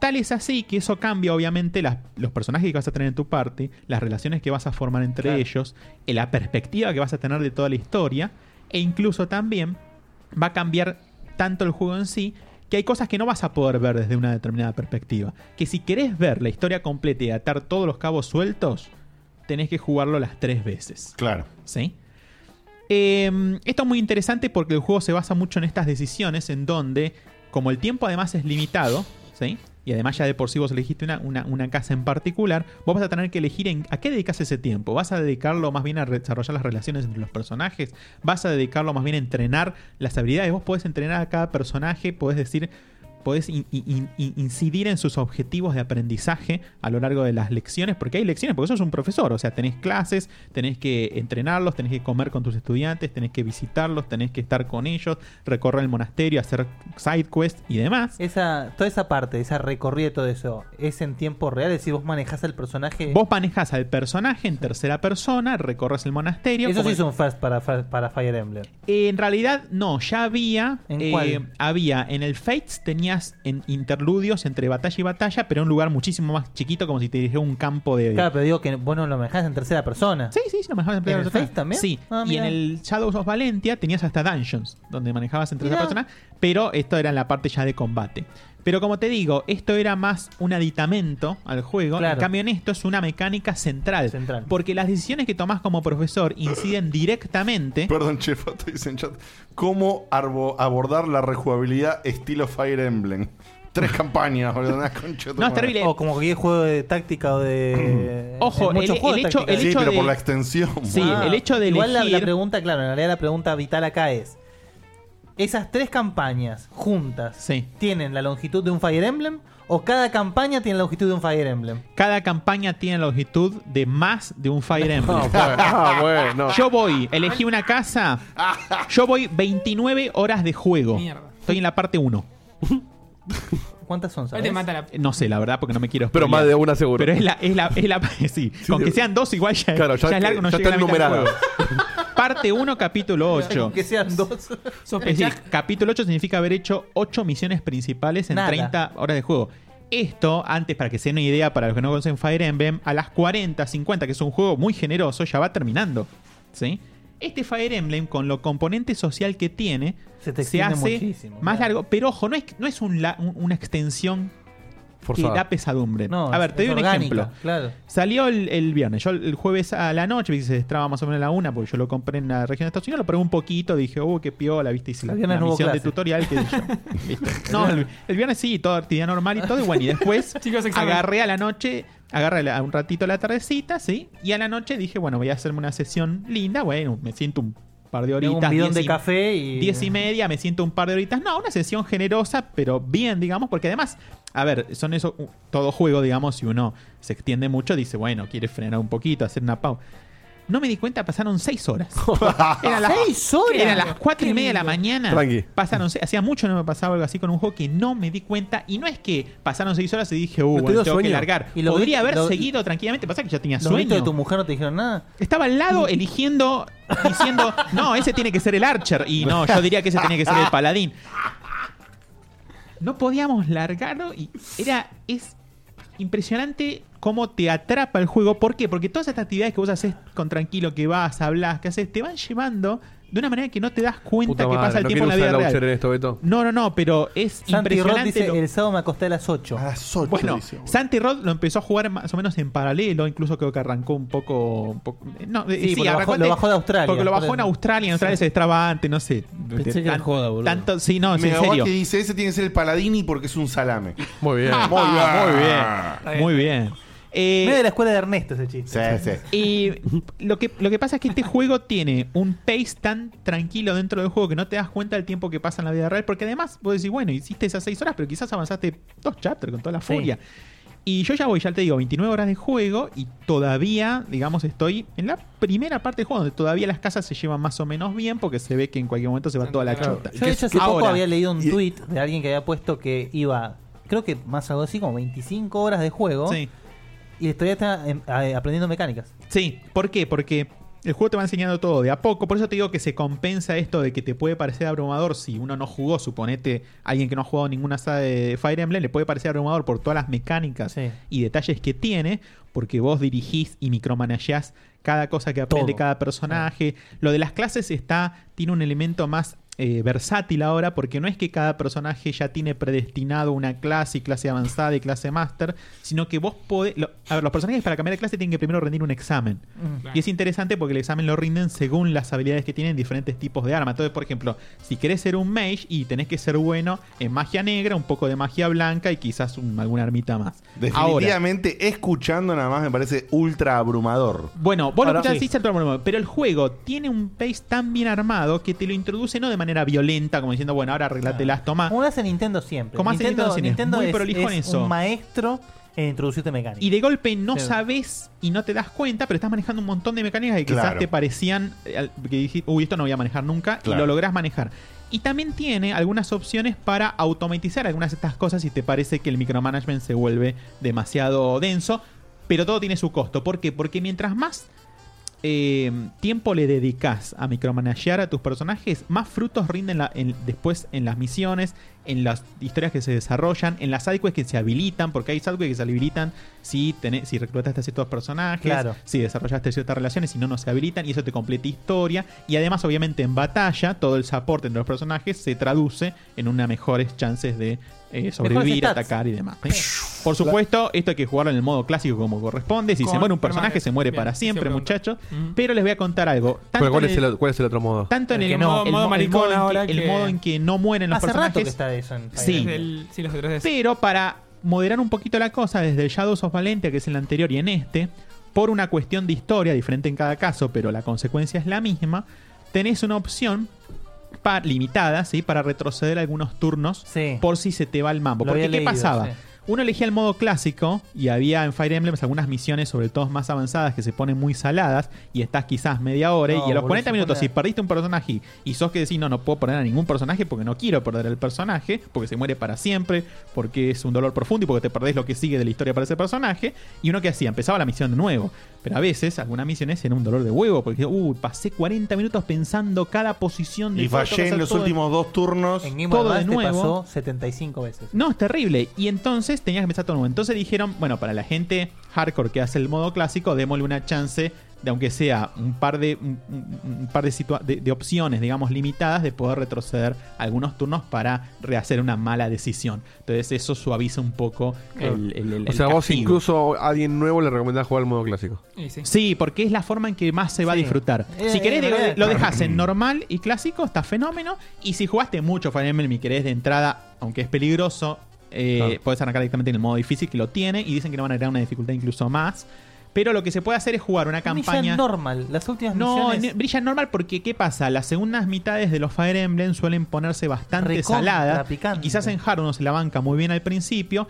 Speaker 6: Tal es así que eso cambia obviamente las- los personajes que vas a tener en tu party, las relaciones que vas a formar entre ellos, eh, la perspectiva que vas a tener de toda la historia e incluso también va a cambiar tanto el juego en sí que hay cosas que no vas a poder ver desde una determinada perspectiva. Que si querés ver la historia completa y atar todos los cabos sueltos, tenés que jugarlo las tres veces.
Speaker 2: Claro.
Speaker 6: ¿Sí? Eh, esto es muy interesante porque el juego se basa mucho en estas decisiones en donde, como el tiempo además es limitado, ¿sí? y además ya de por sí vos elegiste una, una- una casa en particular, vos vas a tener que elegir en, a qué dedicas ese tiempo. ¿Vas a dedicarlo más bien a re- desarrollar las relaciones entre los personajes? ¿Vas a dedicarlo más bien a entrenar las habilidades? Vos podés entrenar a cada personaje, podés decir... Podés in- in- in- incidir en sus objetivos de aprendizaje a lo largo de las lecciones, porque hay lecciones, porque sos un profesor, o sea, tenés clases, tenés que entrenarlos, tenés que comer con tus estudiantes, tenés que visitarlos, tenés que estar con ellos, recorrer el monasterio, hacer side quests y demás.
Speaker 5: Esa, toda esa parte, esa recorrida y todo eso, ¿es en tiempo real? Es decir, vos manejás al personaje.
Speaker 6: Vos manejas al personaje en tercera persona, recorres el monasterio.
Speaker 5: Eso
Speaker 6: como
Speaker 5: sí es un first para, para Fire Emblem.
Speaker 6: En realidad, no, ya había.
Speaker 5: ¿En
Speaker 6: eh,
Speaker 5: cuál?
Speaker 6: Había. En el Fates tenías en- interludios entre batalla y batalla, pero en un lugar muchísimo más chiquito, como si te dijera un campo de.
Speaker 5: Claro, pero digo que vos no lo manejás en tercera persona.
Speaker 6: Sí, sí, lo manejás en
Speaker 5: tercera
Speaker 6: tercera
Speaker 5: persona. ¿En el
Speaker 6: persona. Sí.
Speaker 5: Face también? Ah,
Speaker 6: y en
Speaker 5: mirá.
Speaker 6: el Shadows of Valentia tenías hasta dungeons, donde manejabas en tercera
Speaker 5: Mirá.
Speaker 6: persona, pero esto era en la parte ya de combate. Pero como te digo, esto era más un aditamento al juego.
Speaker 5: Claro.
Speaker 6: En cambio, en esto es una mecánica central. Porque las decisiones que tomás como profesor inciden directamente.
Speaker 2: Perdón, Chefa, te dice en chat. ¿Cómo arbo- abordar la rejugabilidad estilo Fire Emblem? Tres campañas, boludo. una concha de tu
Speaker 6: No, es
Speaker 2: madre.
Speaker 6: terrible.
Speaker 5: O Oh, como cualquier juego de táctica o de.
Speaker 6: Ojo,
Speaker 5: hay muchos
Speaker 6: el-
Speaker 5: juegos
Speaker 6: el
Speaker 5: de
Speaker 6: hecho-
Speaker 5: táctica.
Speaker 6: el Sí, hecho pero de- por la
Speaker 2: extensión.
Speaker 6: Sí, el hecho de
Speaker 5: Ah. Igual la- la,
Speaker 6: elegir-
Speaker 5: pregunta, claro, en realidad la pregunta vital acá es: ¿esas tres campañas juntas tienen la longitud de un Fire Emblem? ¿O cada campaña tiene la longitud de un Fire Emblem?
Speaker 6: Cada campaña tiene la longitud de más de un Fire Emblem.
Speaker 7: Ah,
Speaker 5: No, bueno, no, bueno.
Speaker 6: Yo voy, elegí una casa. Yo voy 29 horas de juego.
Speaker 4: Mierda.
Speaker 6: Estoy en la parte 1.
Speaker 5: ¿Cuántas son?
Speaker 4: ¿Cuál
Speaker 5: sabes?
Speaker 4: te mata la...
Speaker 6: No sé, la verdad, porque no me quiero.
Speaker 7: Pero más de una seguro.
Speaker 6: Pero es la. Es la, es la sí, con que sean dos, igual ya,
Speaker 7: Claro, ya-
Speaker 6: es largo, no
Speaker 7: ya
Speaker 6: llega
Speaker 7: están
Speaker 6: a la mitad del
Speaker 7: numeradas.
Speaker 6: juego. Parte 1, capítulo 8.
Speaker 5: Que sean dos.
Speaker 6: Es decir, capítulo 8 significa haber hecho 8 misiones principales en
Speaker 5: Nada.
Speaker 6: 30 horas de juego. Esto, antes, para que se den una idea, para los que no conocen Fire Emblem, a las 40, 50, que es un juego muy generoso, ya va terminando. ¿Sí? Este Fire Emblem, con lo componente social que tiene,
Speaker 5: se,
Speaker 6: te
Speaker 5: extiende
Speaker 6: hace
Speaker 5: muchísimo,
Speaker 6: más largo. Pero ojo, no es, no es un la- un- una extensión
Speaker 5: Forzada.
Speaker 6: que da pesadumbre.
Speaker 5: No,
Speaker 6: a ver,
Speaker 5: es-
Speaker 6: te doy
Speaker 5: es
Speaker 6: un
Speaker 5: orgánica,
Speaker 6: ejemplo.
Speaker 5: Claro.
Speaker 6: Salió el, el viernes. Yo el el jueves a la noche, viste, estaba más o menos a la una, porque yo lo compré en la región de Estados Unidos, lo probé un poquito, dije, uh, qué piola, viste, hice
Speaker 5: El
Speaker 6: la
Speaker 5: viernes no hubo
Speaker 6: misión de
Speaker 5: clase.
Speaker 6: tutorial que yo. ¿Viste? No, el, el viernes sí, toda actividad normal y todo, y bueno, y después
Speaker 4: examen.
Speaker 6: agarré a la noche, agarré a la- un ratito a la tardecita, sí, y a la noche dije, bueno, voy a hacerme una sesión linda, bueno, me siento un par de
Speaker 5: Tengo
Speaker 6: horitas.
Speaker 5: un bidón
Speaker 6: diez
Speaker 5: de
Speaker 6: y-
Speaker 5: café y.
Speaker 6: Diez y media, me siento un par de horitas. No, una sesión generosa, pero bien, digamos, porque además, a ver, son eso, u- todo juego, digamos, si uno se extiende mucho, dice, bueno, quiere frenar un poquito, hacer una pausa. No me di cuenta, pasaron seis horas. Eran las,
Speaker 5: ¿Seis horas?
Speaker 6: Eran las cuatro y
Speaker 5: Qué
Speaker 6: media de la
Speaker 5: lindo.
Speaker 6: mañana.
Speaker 7: Tranqui.
Speaker 6: Pasaron, se- hacía mucho no me pasaba algo así con un juego que no me di cuenta. Y no es que pasaron seis horas y dije, uh,
Speaker 5: ¿No te
Speaker 6: bueno,
Speaker 5: dio
Speaker 6: tengo que
Speaker 5: sueño?
Speaker 6: largar.
Speaker 5: ¿Y lo
Speaker 6: Podría
Speaker 5: vi-
Speaker 6: haber
Speaker 5: lo-
Speaker 6: seguido tranquilamente. Pasa que ya tenía
Speaker 5: ¿Los gritos
Speaker 6: sueño.
Speaker 5: de tu mujer no te dijeron nada?
Speaker 6: Estaba al lado eligiendo, diciendo, no, ese tiene que ser el Archer. Y no, yo diría que ese tiene que ser el Paladín. No podíamos largarlo y era. Es impresionante cómo te atrapa el juego. ¿Por qué? Porque todas estas actividades que vos haces con tranquilo, que vas, hablas, que haces, te van llevando de una manera que no te das cuenta
Speaker 7: Puta
Speaker 6: que
Speaker 7: madre,
Speaker 6: pasa el
Speaker 7: no
Speaker 6: tiempo en la vida
Speaker 7: quiero usar
Speaker 6: real.
Speaker 7: el voucher en esto, Beto.
Speaker 6: No, no, no, pero es
Speaker 5: Santi Rod
Speaker 6: impresionante.
Speaker 5: dice:
Speaker 6: lo-
Speaker 5: el sábado me acosté a las 8. A
Speaker 2: las 8.
Speaker 6: bueno, Santi Rod lo empezó a jugar más o menos en paralelo, incluso creo que arrancó un poco. un poco- no, eh,
Speaker 5: Sí,
Speaker 6: sí,
Speaker 5: porque
Speaker 6: arrancó
Speaker 5: lo bajó- lo
Speaker 6: antes-
Speaker 5: bajó de Australia.
Speaker 6: Porque lo bajó
Speaker 5: Por
Speaker 6: en
Speaker 5: eso.
Speaker 6: Australia, en Australia
Speaker 5: Sí.
Speaker 6: se destraba antes, no sé.
Speaker 2: Pensé que era
Speaker 6: Tan-
Speaker 2: joda, boludo.
Speaker 6: Tanto, sí, no, es en
Speaker 2: Megawaki
Speaker 6: serio.
Speaker 2: dice, ese tiene que ser el Paladini porque es un salame.
Speaker 7: Muy bien.
Speaker 2: muy bien.
Speaker 6: Muy bien. Muy bien. Eh,
Speaker 5: Medio de la escuela de Ernesto ese chiste.
Speaker 2: Sí, sí.
Speaker 6: Y lo que, lo que pasa es que este juego tiene un pace tan tranquilo dentro del juego que no te das cuenta del tiempo que pasa en la vida real. Porque además vos decís, bueno, hiciste esas 6 horas, pero quizás avanzaste dos chapters con toda la furia. Y yo ya voy, ya te digo, 29 horas de juego y todavía, digamos, estoy en la primera parte del juego donde todavía las casas se llevan más o menos bien porque se ve que en cualquier momento se va toda la chota.
Speaker 5: Yo, de hecho, hace poco
Speaker 6: Ahora,
Speaker 5: había leído un tweet de alguien que había puesto que iba, creo que más algo así, como 25 horas de juego.
Speaker 6: Sí.
Speaker 5: Y todavía está em, a- aprendiendo mecánicas.
Speaker 6: Sí, ¿por qué? Porque el juego te va enseñando todo de a poco. Por eso te digo que se compensa esto de que te puede parecer abrumador si uno no jugó. Suponete, alguien que no ha jugado ninguna saga de Fire Emblem le puede parecer abrumador por todas las mecánicas y detalles que tiene, porque vos dirigís y micromanageás cada cosa que aprende cada personaje. Lo de las clases está tiene un elemento más eh, versátil ahora porque no es que cada personaje ya tiene predestinado una clase y clase avanzada y clase máster, sino que vos podés... lo- a ver, los personajes para cambiar de clase tienen que primero rendir un examen. Y es interesante porque el examen lo rinden según las habilidades que tienen diferentes tipos de arma. Entonces, por ejemplo, si querés ser un mage y tenés que ser bueno en magia negra, un poco de magia blanca y quizás un- alguna armita más. Ahora,
Speaker 2: Definitivamente, escuchando nada más me parece ultra abrumador.
Speaker 6: bueno, vos
Speaker 2: Ahora-
Speaker 6: lo escuchás
Speaker 2: Sí.
Speaker 6: así, saltó al momento, pero el juego tiene un pace tan bien armado que te lo introduce no de manera violenta, como diciendo, bueno, ahora arreglatelas, tomá.
Speaker 5: Como lo hace Nintendo siempre.
Speaker 6: Como hace Nintendo
Speaker 5: Nintendo,
Speaker 6: siempre, es
Speaker 5: Nintendo
Speaker 6: muy
Speaker 5: es,
Speaker 6: prolijo en
Speaker 5: es
Speaker 6: eso.
Speaker 5: un maestro en introducirte mecánica.
Speaker 6: Y de golpe no
Speaker 5: Sí.
Speaker 6: sabes y no te das cuenta, pero estás manejando un montón de mecánicas que quizás
Speaker 5: Claro.
Speaker 6: te parecían eh, al- que dijiste, uy, esto no voy a manejar nunca, y
Speaker 2: Claro.
Speaker 6: lo lográs manejar. Y también tiene algunas opciones para automatizar algunas de estas cosas si te parece que el micromanagement se vuelve demasiado denso, pero todo tiene su costo. ¿Por qué? Porque mientras más eh, tiempo le dedicas a micromanagear a tus personajes, más frutos rinden la- en- después en las misiones, en las historias que se desarrollan, en las sidequests que se habilitan, porque hay sidequests que se habilitan si, tenés, si reclutaste a ciertos personajes,
Speaker 5: Claro.
Speaker 6: si desarrollaste ciertas relaciones, si no, no se habilitan, y eso te completa historia. Y además, obviamente, en batalla, todo el soporte entre los personajes se traduce en unas mejores chances de eh, sobrevivir,
Speaker 5: stats.
Speaker 6: atacar y demás. ¿eh? Por supuesto, esto hay que jugarlo en el modo clásico como corresponde. Si se
Speaker 4: Con
Speaker 6: muere un
Speaker 4: permanes.
Speaker 6: personaje, se muere
Speaker 4: Bien,
Speaker 6: para
Speaker 4: se
Speaker 6: siempre,
Speaker 4: pregunta.
Speaker 6: muchachos. Este Pero les voy a contar algo. Tanto
Speaker 7: Pero ¿cuál
Speaker 6: en
Speaker 7: es, el, o- ¿cuál es el otro modo?
Speaker 6: tanto en
Speaker 4: El
Speaker 6: el,
Speaker 4: que no,
Speaker 6: modo,
Speaker 4: el
Speaker 6: el,
Speaker 4: mo- el
Speaker 6: modo
Speaker 4: modo
Speaker 6: en
Speaker 4: ahora
Speaker 6: que, el
Speaker 4: que-
Speaker 6: modo en que no mueren los
Speaker 4: Hace rato
Speaker 6: personajes.
Speaker 4: que está eso en Fire
Speaker 6: sí.
Speaker 4: Emblem. El- sí, los otros días.
Speaker 6: Pero para moderar un poquito la cosa, desde el Shadows of Valentia, que es el anterior y en este, por una cuestión de historia, diferente en cada caso, pero la consecuencia es la misma, tenés una opción pa- limitada, ¿sí? Para retroceder algunos turnos por si se te va el mambo.
Speaker 5: Lo
Speaker 6: Porque, ¿qué
Speaker 5: había leído,
Speaker 6: pasaba?
Speaker 5: sí.
Speaker 6: Uno elegía el modo clásico y había en Fire Emblem algunas misiones, sobre todo más avanzadas, que se ponen muy saladas y estás quizás media hora
Speaker 5: No,
Speaker 6: y a los
Speaker 5: boludo,
Speaker 6: 40
Speaker 5: se
Speaker 6: minutos,
Speaker 5: pone-
Speaker 6: si perdiste un personaje y sos que decís, no, no puedo poner a ningún personaje porque no quiero perder el personaje, porque se muere para siempre, porque es un dolor profundo y porque te perdés lo que sigue de la historia para ese personaje. Y uno que hacía, empezaba la misión de nuevo. Pero a veces, algunas misiones eran un dolor de huevo, porque, uh, pasé 40 minutos pensando cada posición de
Speaker 2: Y
Speaker 6: cuál
Speaker 2: fallé
Speaker 6: toca
Speaker 2: en
Speaker 6: hacer
Speaker 2: los
Speaker 6: todo.
Speaker 2: últimos dos turnos.
Speaker 5: En Game Boy
Speaker 6: todo de
Speaker 5: Advance te
Speaker 6: nuevo.
Speaker 5: pasó 75 veces.
Speaker 6: No, es terrible. Y entonces tenías que empezar todo nuevo. Entonces dijeron, bueno, para la gente hardcore que hace el modo clásico, démosle una chance de aunque sea un par de un, un- un par de, situa- de- de opciones, digamos, limitadas, de poder retroceder algunos turnos para rehacer una mala decisión. Entonces eso suaviza un poco el, el- el-
Speaker 7: o sea,
Speaker 6: el
Speaker 7: vos
Speaker 6: castigo.
Speaker 7: incluso a alguien nuevo le recomendás jugar al modo clásico.
Speaker 6: Sí. porque es la forma en que más se va a
Speaker 7: Sí.
Speaker 6: disfrutar.
Speaker 7: Eh,
Speaker 6: si querés,
Speaker 7: eh,
Speaker 6: digo,
Speaker 7: eh.
Speaker 6: lo dejas en normal y clásico, está fenómeno. Y si jugaste mucho Fire Emblem y querés de entrada, aunque es peligroso, eh,
Speaker 7: Claro.
Speaker 6: podés arrancar directamente en el modo difícil que lo tiene. Y dicen que no van a agregar una dificultad incluso más. Pero lo que se puede hacer es jugar una campaña.
Speaker 5: Brilla normal. Las últimas
Speaker 6: No,
Speaker 5: misiones.
Speaker 6: en- brilla normal porque ¿qué pasa? Las segundas mitades de los Fire Emblem suelen ponerse bastante
Speaker 5: Recontra
Speaker 6: saladas. Y quizás en Hard uno se la banca muy bien al principio,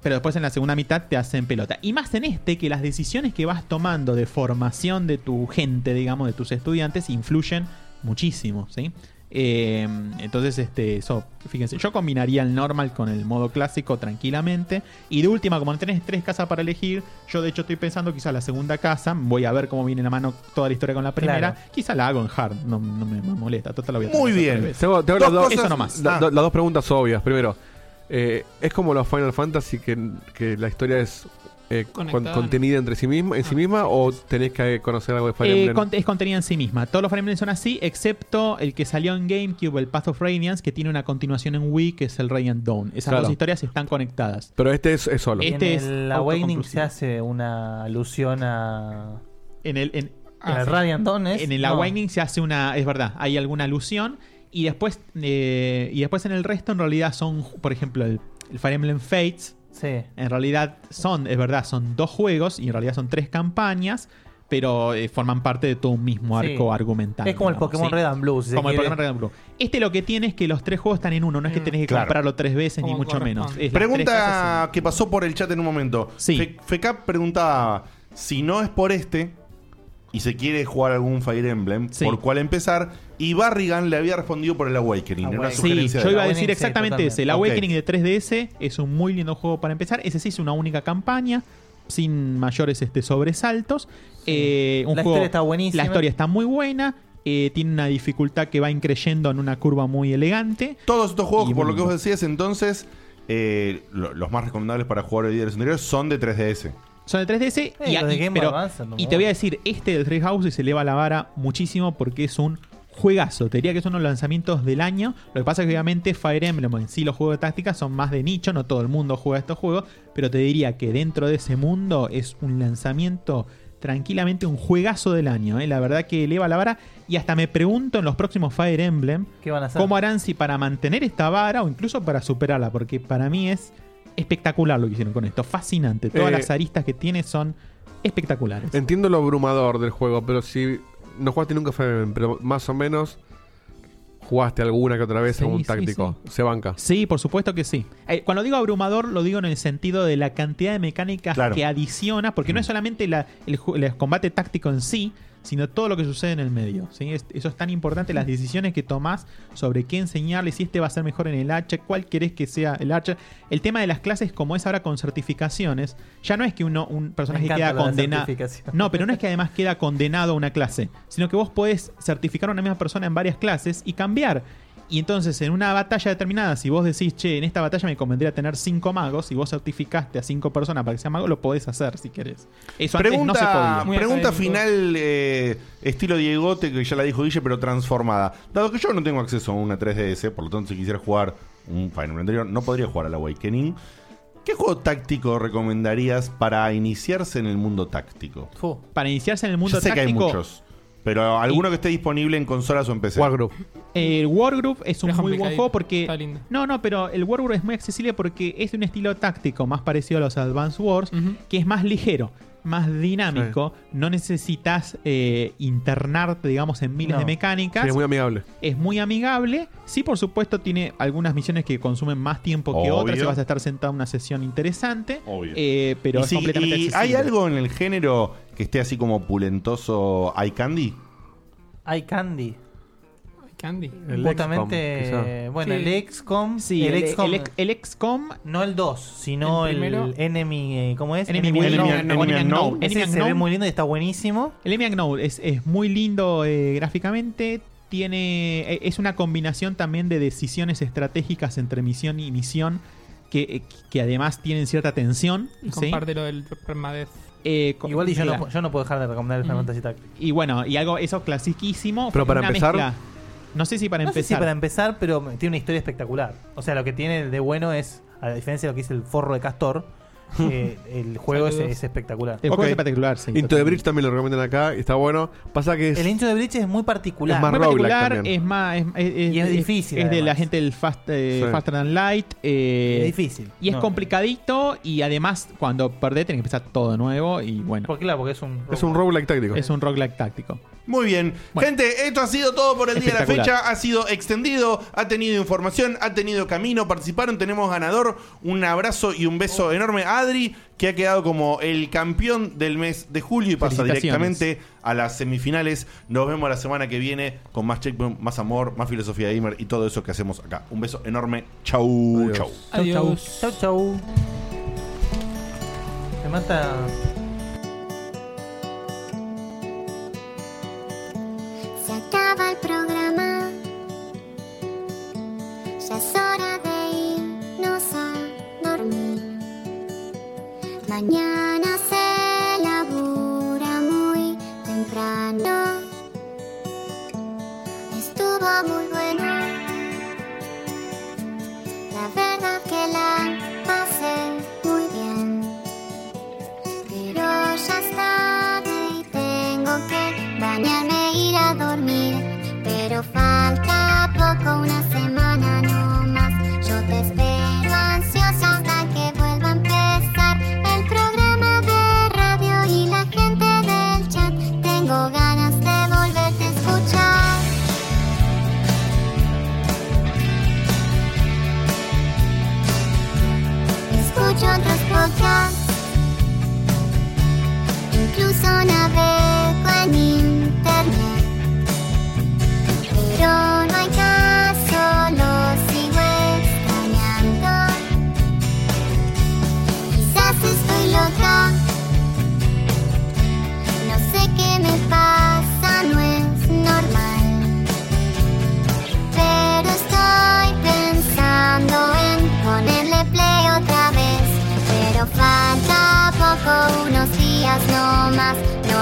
Speaker 6: pero después en la segunda mitad te hacen pelota. Y más en este que las decisiones que vas tomando de formación de tu gente, digamos, de tus estudiantes, influyen muchísimo, ¿sí? Eh, entonces, este, eso, fíjense, yo combinaría el normal con el modo clásico tranquilamente. Y de última, como tenés tres casas para elegir, yo de hecho estoy pensando quizás la segunda casa, voy a ver cómo viene la mano toda la historia con la primera.
Speaker 5: Claro.
Speaker 6: Quizá la hago en hard, no, no me molesta, total la voy a
Speaker 2: Muy
Speaker 6: tener que hacer
Speaker 2: bien.
Speaker 6: tres veces.
Speaker 7: Tengo, tengo
Speaker 6: Dos
Speaker 7: las, dos,
Speaker 6: cosas- Eso nomás.
Speaker 7: la-
Speaker 6: Ah.
Speaker 7: do- las dos preguntas obvias. Primero, eh, es como los Final Fantasy que, que la historia es eh, con-
Speaker 6: Conectada, Ah,
Speaker 7: contenida entre sí misma, en sí misma o tenés que conocer algo de Fire
Speaker 6: Eh,
Speaker 7: Emblem.
Speaker 6: con- es contenido en sí misma. Todos los Fire Emblem son así, excepto el que salió en GameCube, el Path of Radiance, que tiene una continuación en Wii, que es el Radiant Dawn. Esas
Speaker 7: Claro.
Speaker 6: dos historias están conectadas.
Speaker 7: Pero este es, es solo.
Speaker 5: En
Speaker 6: Este es
Speaker 5: el Awakening
Speaker 6: autoconclusivo.
Speaker 5: se hace una alusión a.
Speaker 6: En el, en,
Speaker 5: Ah,
Speaker 6: en-
Speaker 5: sí. Radiant Dawn es-
Speaker 6: En el
Speaker 5: no.
Speaker 6: Awakening se hace una. Es verdad, hay alguna alusión. Y después, eh, y después en el resto, en realidad son, ju- por ejemplo, el, el Fire Emblem Fates. En realidad son, es verdad, son dos juegos y en realidad son tres campañas. Pero eh, forman parte de todo un mismo
Speaker 5: Sí.
Speaker 6: arco argumental.
Speaker 5: Es como el
Speaker 6: digamos,
Speaker 5: Pokémon
Speaker 6: ¿sí?
Speaker 5: Red and Blue. si se
Speaker 6: Como el
Speaker 5: quiere. Mm.
Speaker 6: Pokémon Red and Blue. Este lo que tiene es que los tres juegos están en uno, no es que tenés que
Speaker 2: Claro.
Speaker 6: comprarlo tres veces, ni mucho menos. Es las tres casas
Speaker 2: Pregunta que pasó por el chat en un momento. Fe- Fecap preguntaba: si no es por este y se quiere jugar algún Fire Emblem, ¿por cuál empezar? Y Barrigan le había respondido por el Awakening.
Speaker 5: Ah,
Speaker 2: era una
Speaker 6: Sí,
Speaker 2: sugerencia
Speaker 6: yo
Speaker 2: de-
Speaker 6: iba a decir exactamente ese. El
Speaker 2: Ok.
Speaker 6: Awakening de 3DS es un muy lindo juego para empezar. Ese sí es una única campaña, sin mayores este, sobresaltos. Eh, un
Speaker 5: La
Speaker 6: juego-
Speaker 5: historia está buenísima.
Speaker 6: La historia está muy buena. eh, tiene una dificultad que va increyendo en una curva muy elegante.
Speaker 2: Todos estos juegos,
Speaker 6: Y
Speaker 2: por lo que
Speaker 6: bonito.
Speaker 2: vos decías entonces, eh, lo- los más recomendables para jugar hoy día de los anteriores son de 3DS.
Speaker 6: Son de 3DS y,
Speaker 5: los de
Speaker 6: y-
Speaker 5: Game Boy
Speaker 6: pero-
Speaker 5: Advance, no
Speaker 6: y
Speaker 5: me
Speaker 6: te voy a decir, este del Three Houses se eleva la vara muchísimo porque es un Juegazo, te diría que son los lanzamientos del año. Lo que pasa es que obviamente Fire Emblem en sí los juegos de táctica son más de nicho, no todo el mundo juega estos juegos, pero te diría que dentro de ese mundo es un lanzamiento tranquilamente un juegazo del año. ¿eh? La verdad que eleva la vara y hasta me pregunto en los próximos Fire Emblem
Speaker 5: ¿Qué van a hacer?
Speaker 6: cómo harán si para mantener esta vara o incluso para superarla, porque para mí es espectacular lo que hicieron con esto, fascinante. Todas
Speaker 7: Eh,
Speaker 6: las aristas que tiene son espectaculares.
Speaker 7: Entiendo lo abrumador del juego, pero si no jugaste nunca Fire Emblem, pero más o menos jugaste alguna que otra vez
Speaker 6: Sí,
Speaker 7: algún
Speaker 6: sí,
Speaker 7: táctico. Se banca.
Speaker 6: Sí, por supuesto que sí. Eh, cuando digo abrumador, lo digo en el sentido de la cantidad de mecánicas
Speaker 7: Claro.
Speaker 6: que adicionas, porque no es solamente la- el, ju- el combate táctico en sí, sino todo lo que sucede en el medio. ¿sí? Es- eso es tan importante, las decisiones que tomás sobre qué enseñarle, si este va a ser mejor en el hacha, cuál querés que sea el hacha. El tema de las clases, como es ahora con certificaciones, ya no es que uno, un personaje
Speaker 5: encanta
Speaker 6: queda
Speaker 5: lo de
Speaker 6: condenado.
Speaker 5: certificación.
Speaker 6: No, pero no es que además queda condenado a una clase, sino que vos podés certificar a una misma persona en varias clases y cambiar. Y entonces, en una batalla determinada, si vos decís, che, en esta batalla me convendría tener cinco magos, y vos certificaste a cinco personas para que sean magos, lo podés hacer si querés. Eso
Speaker 2: pregunta
Speaker 6: antes no se podía.
Speaker 2: pregunta final, eh, estilo Diegote, que ya la dijo Guille, pero transformada. Dado que yo no tengo acceso a una 3DS, por lo tanto, si quisiera jugar un Fire Emblem anterior, no podría jugar al Awakening. ¿Qué juego táctico recomendarías para iniciarse en el mundo táctico?
Speaker 6: Para iniciarse en el mundo
Speaker 2: Yo sé que hay
Speaker 6: táctico,
Speaker 2: muchos, pero alguno que esté disponible en consolas o en PC.
Speaker 7: Wargroup.
Speaker 6: El Wargroup es un
Speaker 4: Deja
Speaker 6: muy buen
Speaker 4: picadito.
Speaker 6: juego porque.
Speaker 4: Está lindo.
Speaker 6: No, no, pero el Wargroup es muy accesible porque es de un estilo táctico más parecido a los Advanced Wars, que es más ligero, más dinámico. No necesitas eh, internarte, digamos, en miles
Speaker 7: No.
Speaker 6: de mecánicas.
Speaker 7: Sí, es muy amigable.
Speaker 6: Es muy amigable. Sí, por supuesto, tiene algunas misiones que consumen más tiempo que
Speaker 2: Obvio.
Speaker 6: otras. y vas a estar sentado en una sesión interesante.
Speaker 2: Obvio.
Speaker 6: Eh, pero
Speaker 2: ¿Y
Speaker 6: es
Speaker 2: si-
Speaker 6: completamente
Speaker 2: y
Speaker 6: accesible.
Speaker 2: ¿Hay algo en el género que esté así como pulentoso Eye Candy?
Speaker 5: Hay Candy.
Speaker 4: Candy.
Speaker 5: Justamente, bueno, el XCOM.
Speaker 6: Sí, el,
Speaker 5: el
Speaker 6: el,
Speaker 5: XCOM.
Speaker 6: el XCOM.
Speaker 5: No el 2, sino
Speaker 6: El
Speaker 5: el,
Speaker 6: primero.
Speaker 5: Enemy. eh, ¿Cómo es?
Speaker 6: Enemy Unknown. Enemy Unknown.
Speaker 5: Ese
Speaker 6: Enemy
Speaker 5: se ve
Speaker 6: Unknown.
Speaker 5: muy lindo y está buenísimo.
Speaker 6: El Enemy Unknown es, es muy lindo eh, gráficamente. Tiene. eh, Es una combinación también de decisiones estratégicas entre misión y misión. Que, eh, que además tienen cierta tensión.
Speaker 4: Y
Speaker 6: ¿sí?
Speaker 4: comparte lo del permadez.
Speaker 6: Eh, co-
Speaker 5: Igual y yo,
Speaker 6: la-
Speaker 5: no, yo no puedo dejar de recomendar el Final
Speaker 6: Ujú.
Speaker 5: Fantasy Tactics.
Speaker 6: Y bueno, y algo, eso clasiquísimo.
Speaker 5: Pero para
Speaker 6: una
Speaker 5: empezar-
Speaker 6: mezcla. No sé si para
Speaker 5: No sé
Speaker 6: empezar.
Speaker 5: si para empezar, pero me- tiene una historia espectacular. O sea, lo que tiene de bueno es, a la diferencia de lo que dice el forro de Castor, eh, el juego es,
Speaker 7: Saludos.
Speaker 5: es espectacular.
Speaker 7: Ok. Into the Bridge también lo recomiendan acá. Está bueno. Pasa que es.
Speaker 5: El hincho de Breach es muy particular.
Speaker 7: Es más
Speaker 6: Muy
Speaker 7: roguelike
Speaker 6: particular,
Speaker 7: también.
Speaker 6: es más. Es,
Speaker 5: Y es difícil,
Speaker 6: Es de la
Speaker 5: además.
Speaker 6: gente del fast, eh,
Speaker 5: Sí.
Speaker 6: Faster and Light. eh,
Speaker 5: Es difícil.
Speaker 6: Y es
Speaker 5: No.
Speaker 6: complicadito. Y además, cuando perdés, tenés que empezar todo de nuevo. Y bueno.
Speaker 5: Porque claro, porque es un.
Speaker 6: Es un
Speaker 7: roguelike táctico.
Speaker 6: Es un roguelike táctico.
Speaker 2: Muy bien. Gente, esto ha sido todo por el día de la
Speaker 6: Espectacular.
Speaker 2: fecha. Ha sido extendido, ha tenido información, ha tenido camino, participaron, tenemos ganador. Un abrazo y un beso enorme a Adri, que ha quedado como el campeón del mes de julio y pasa
Speaker 6: Felicitaciones.
Speaker 2: directamente a las semifinales. Nos vemos la semana que viene con más checkpoint, más amor, más filosofía gamer y todo eso que hacemos acá. Un beso enorme. Chau, chau.
Speaker 5: Adiós. Chau, chau. Se mata.
Speaker 22: Se acaba el programa. Ya es hora de irnos a dormir. Mañana se labura muy temprano. Estuvo muy bueno. La verdad que la pasé muy bien. Pero ya es tarde y tengo que bañarme e ir a dormir. Pero falta poco, una semana no más. Yo te espero ansiosa hasta que vuelva a empezar el programa de radio y la gente del chat. Tengo ganas de volverte a escuchar.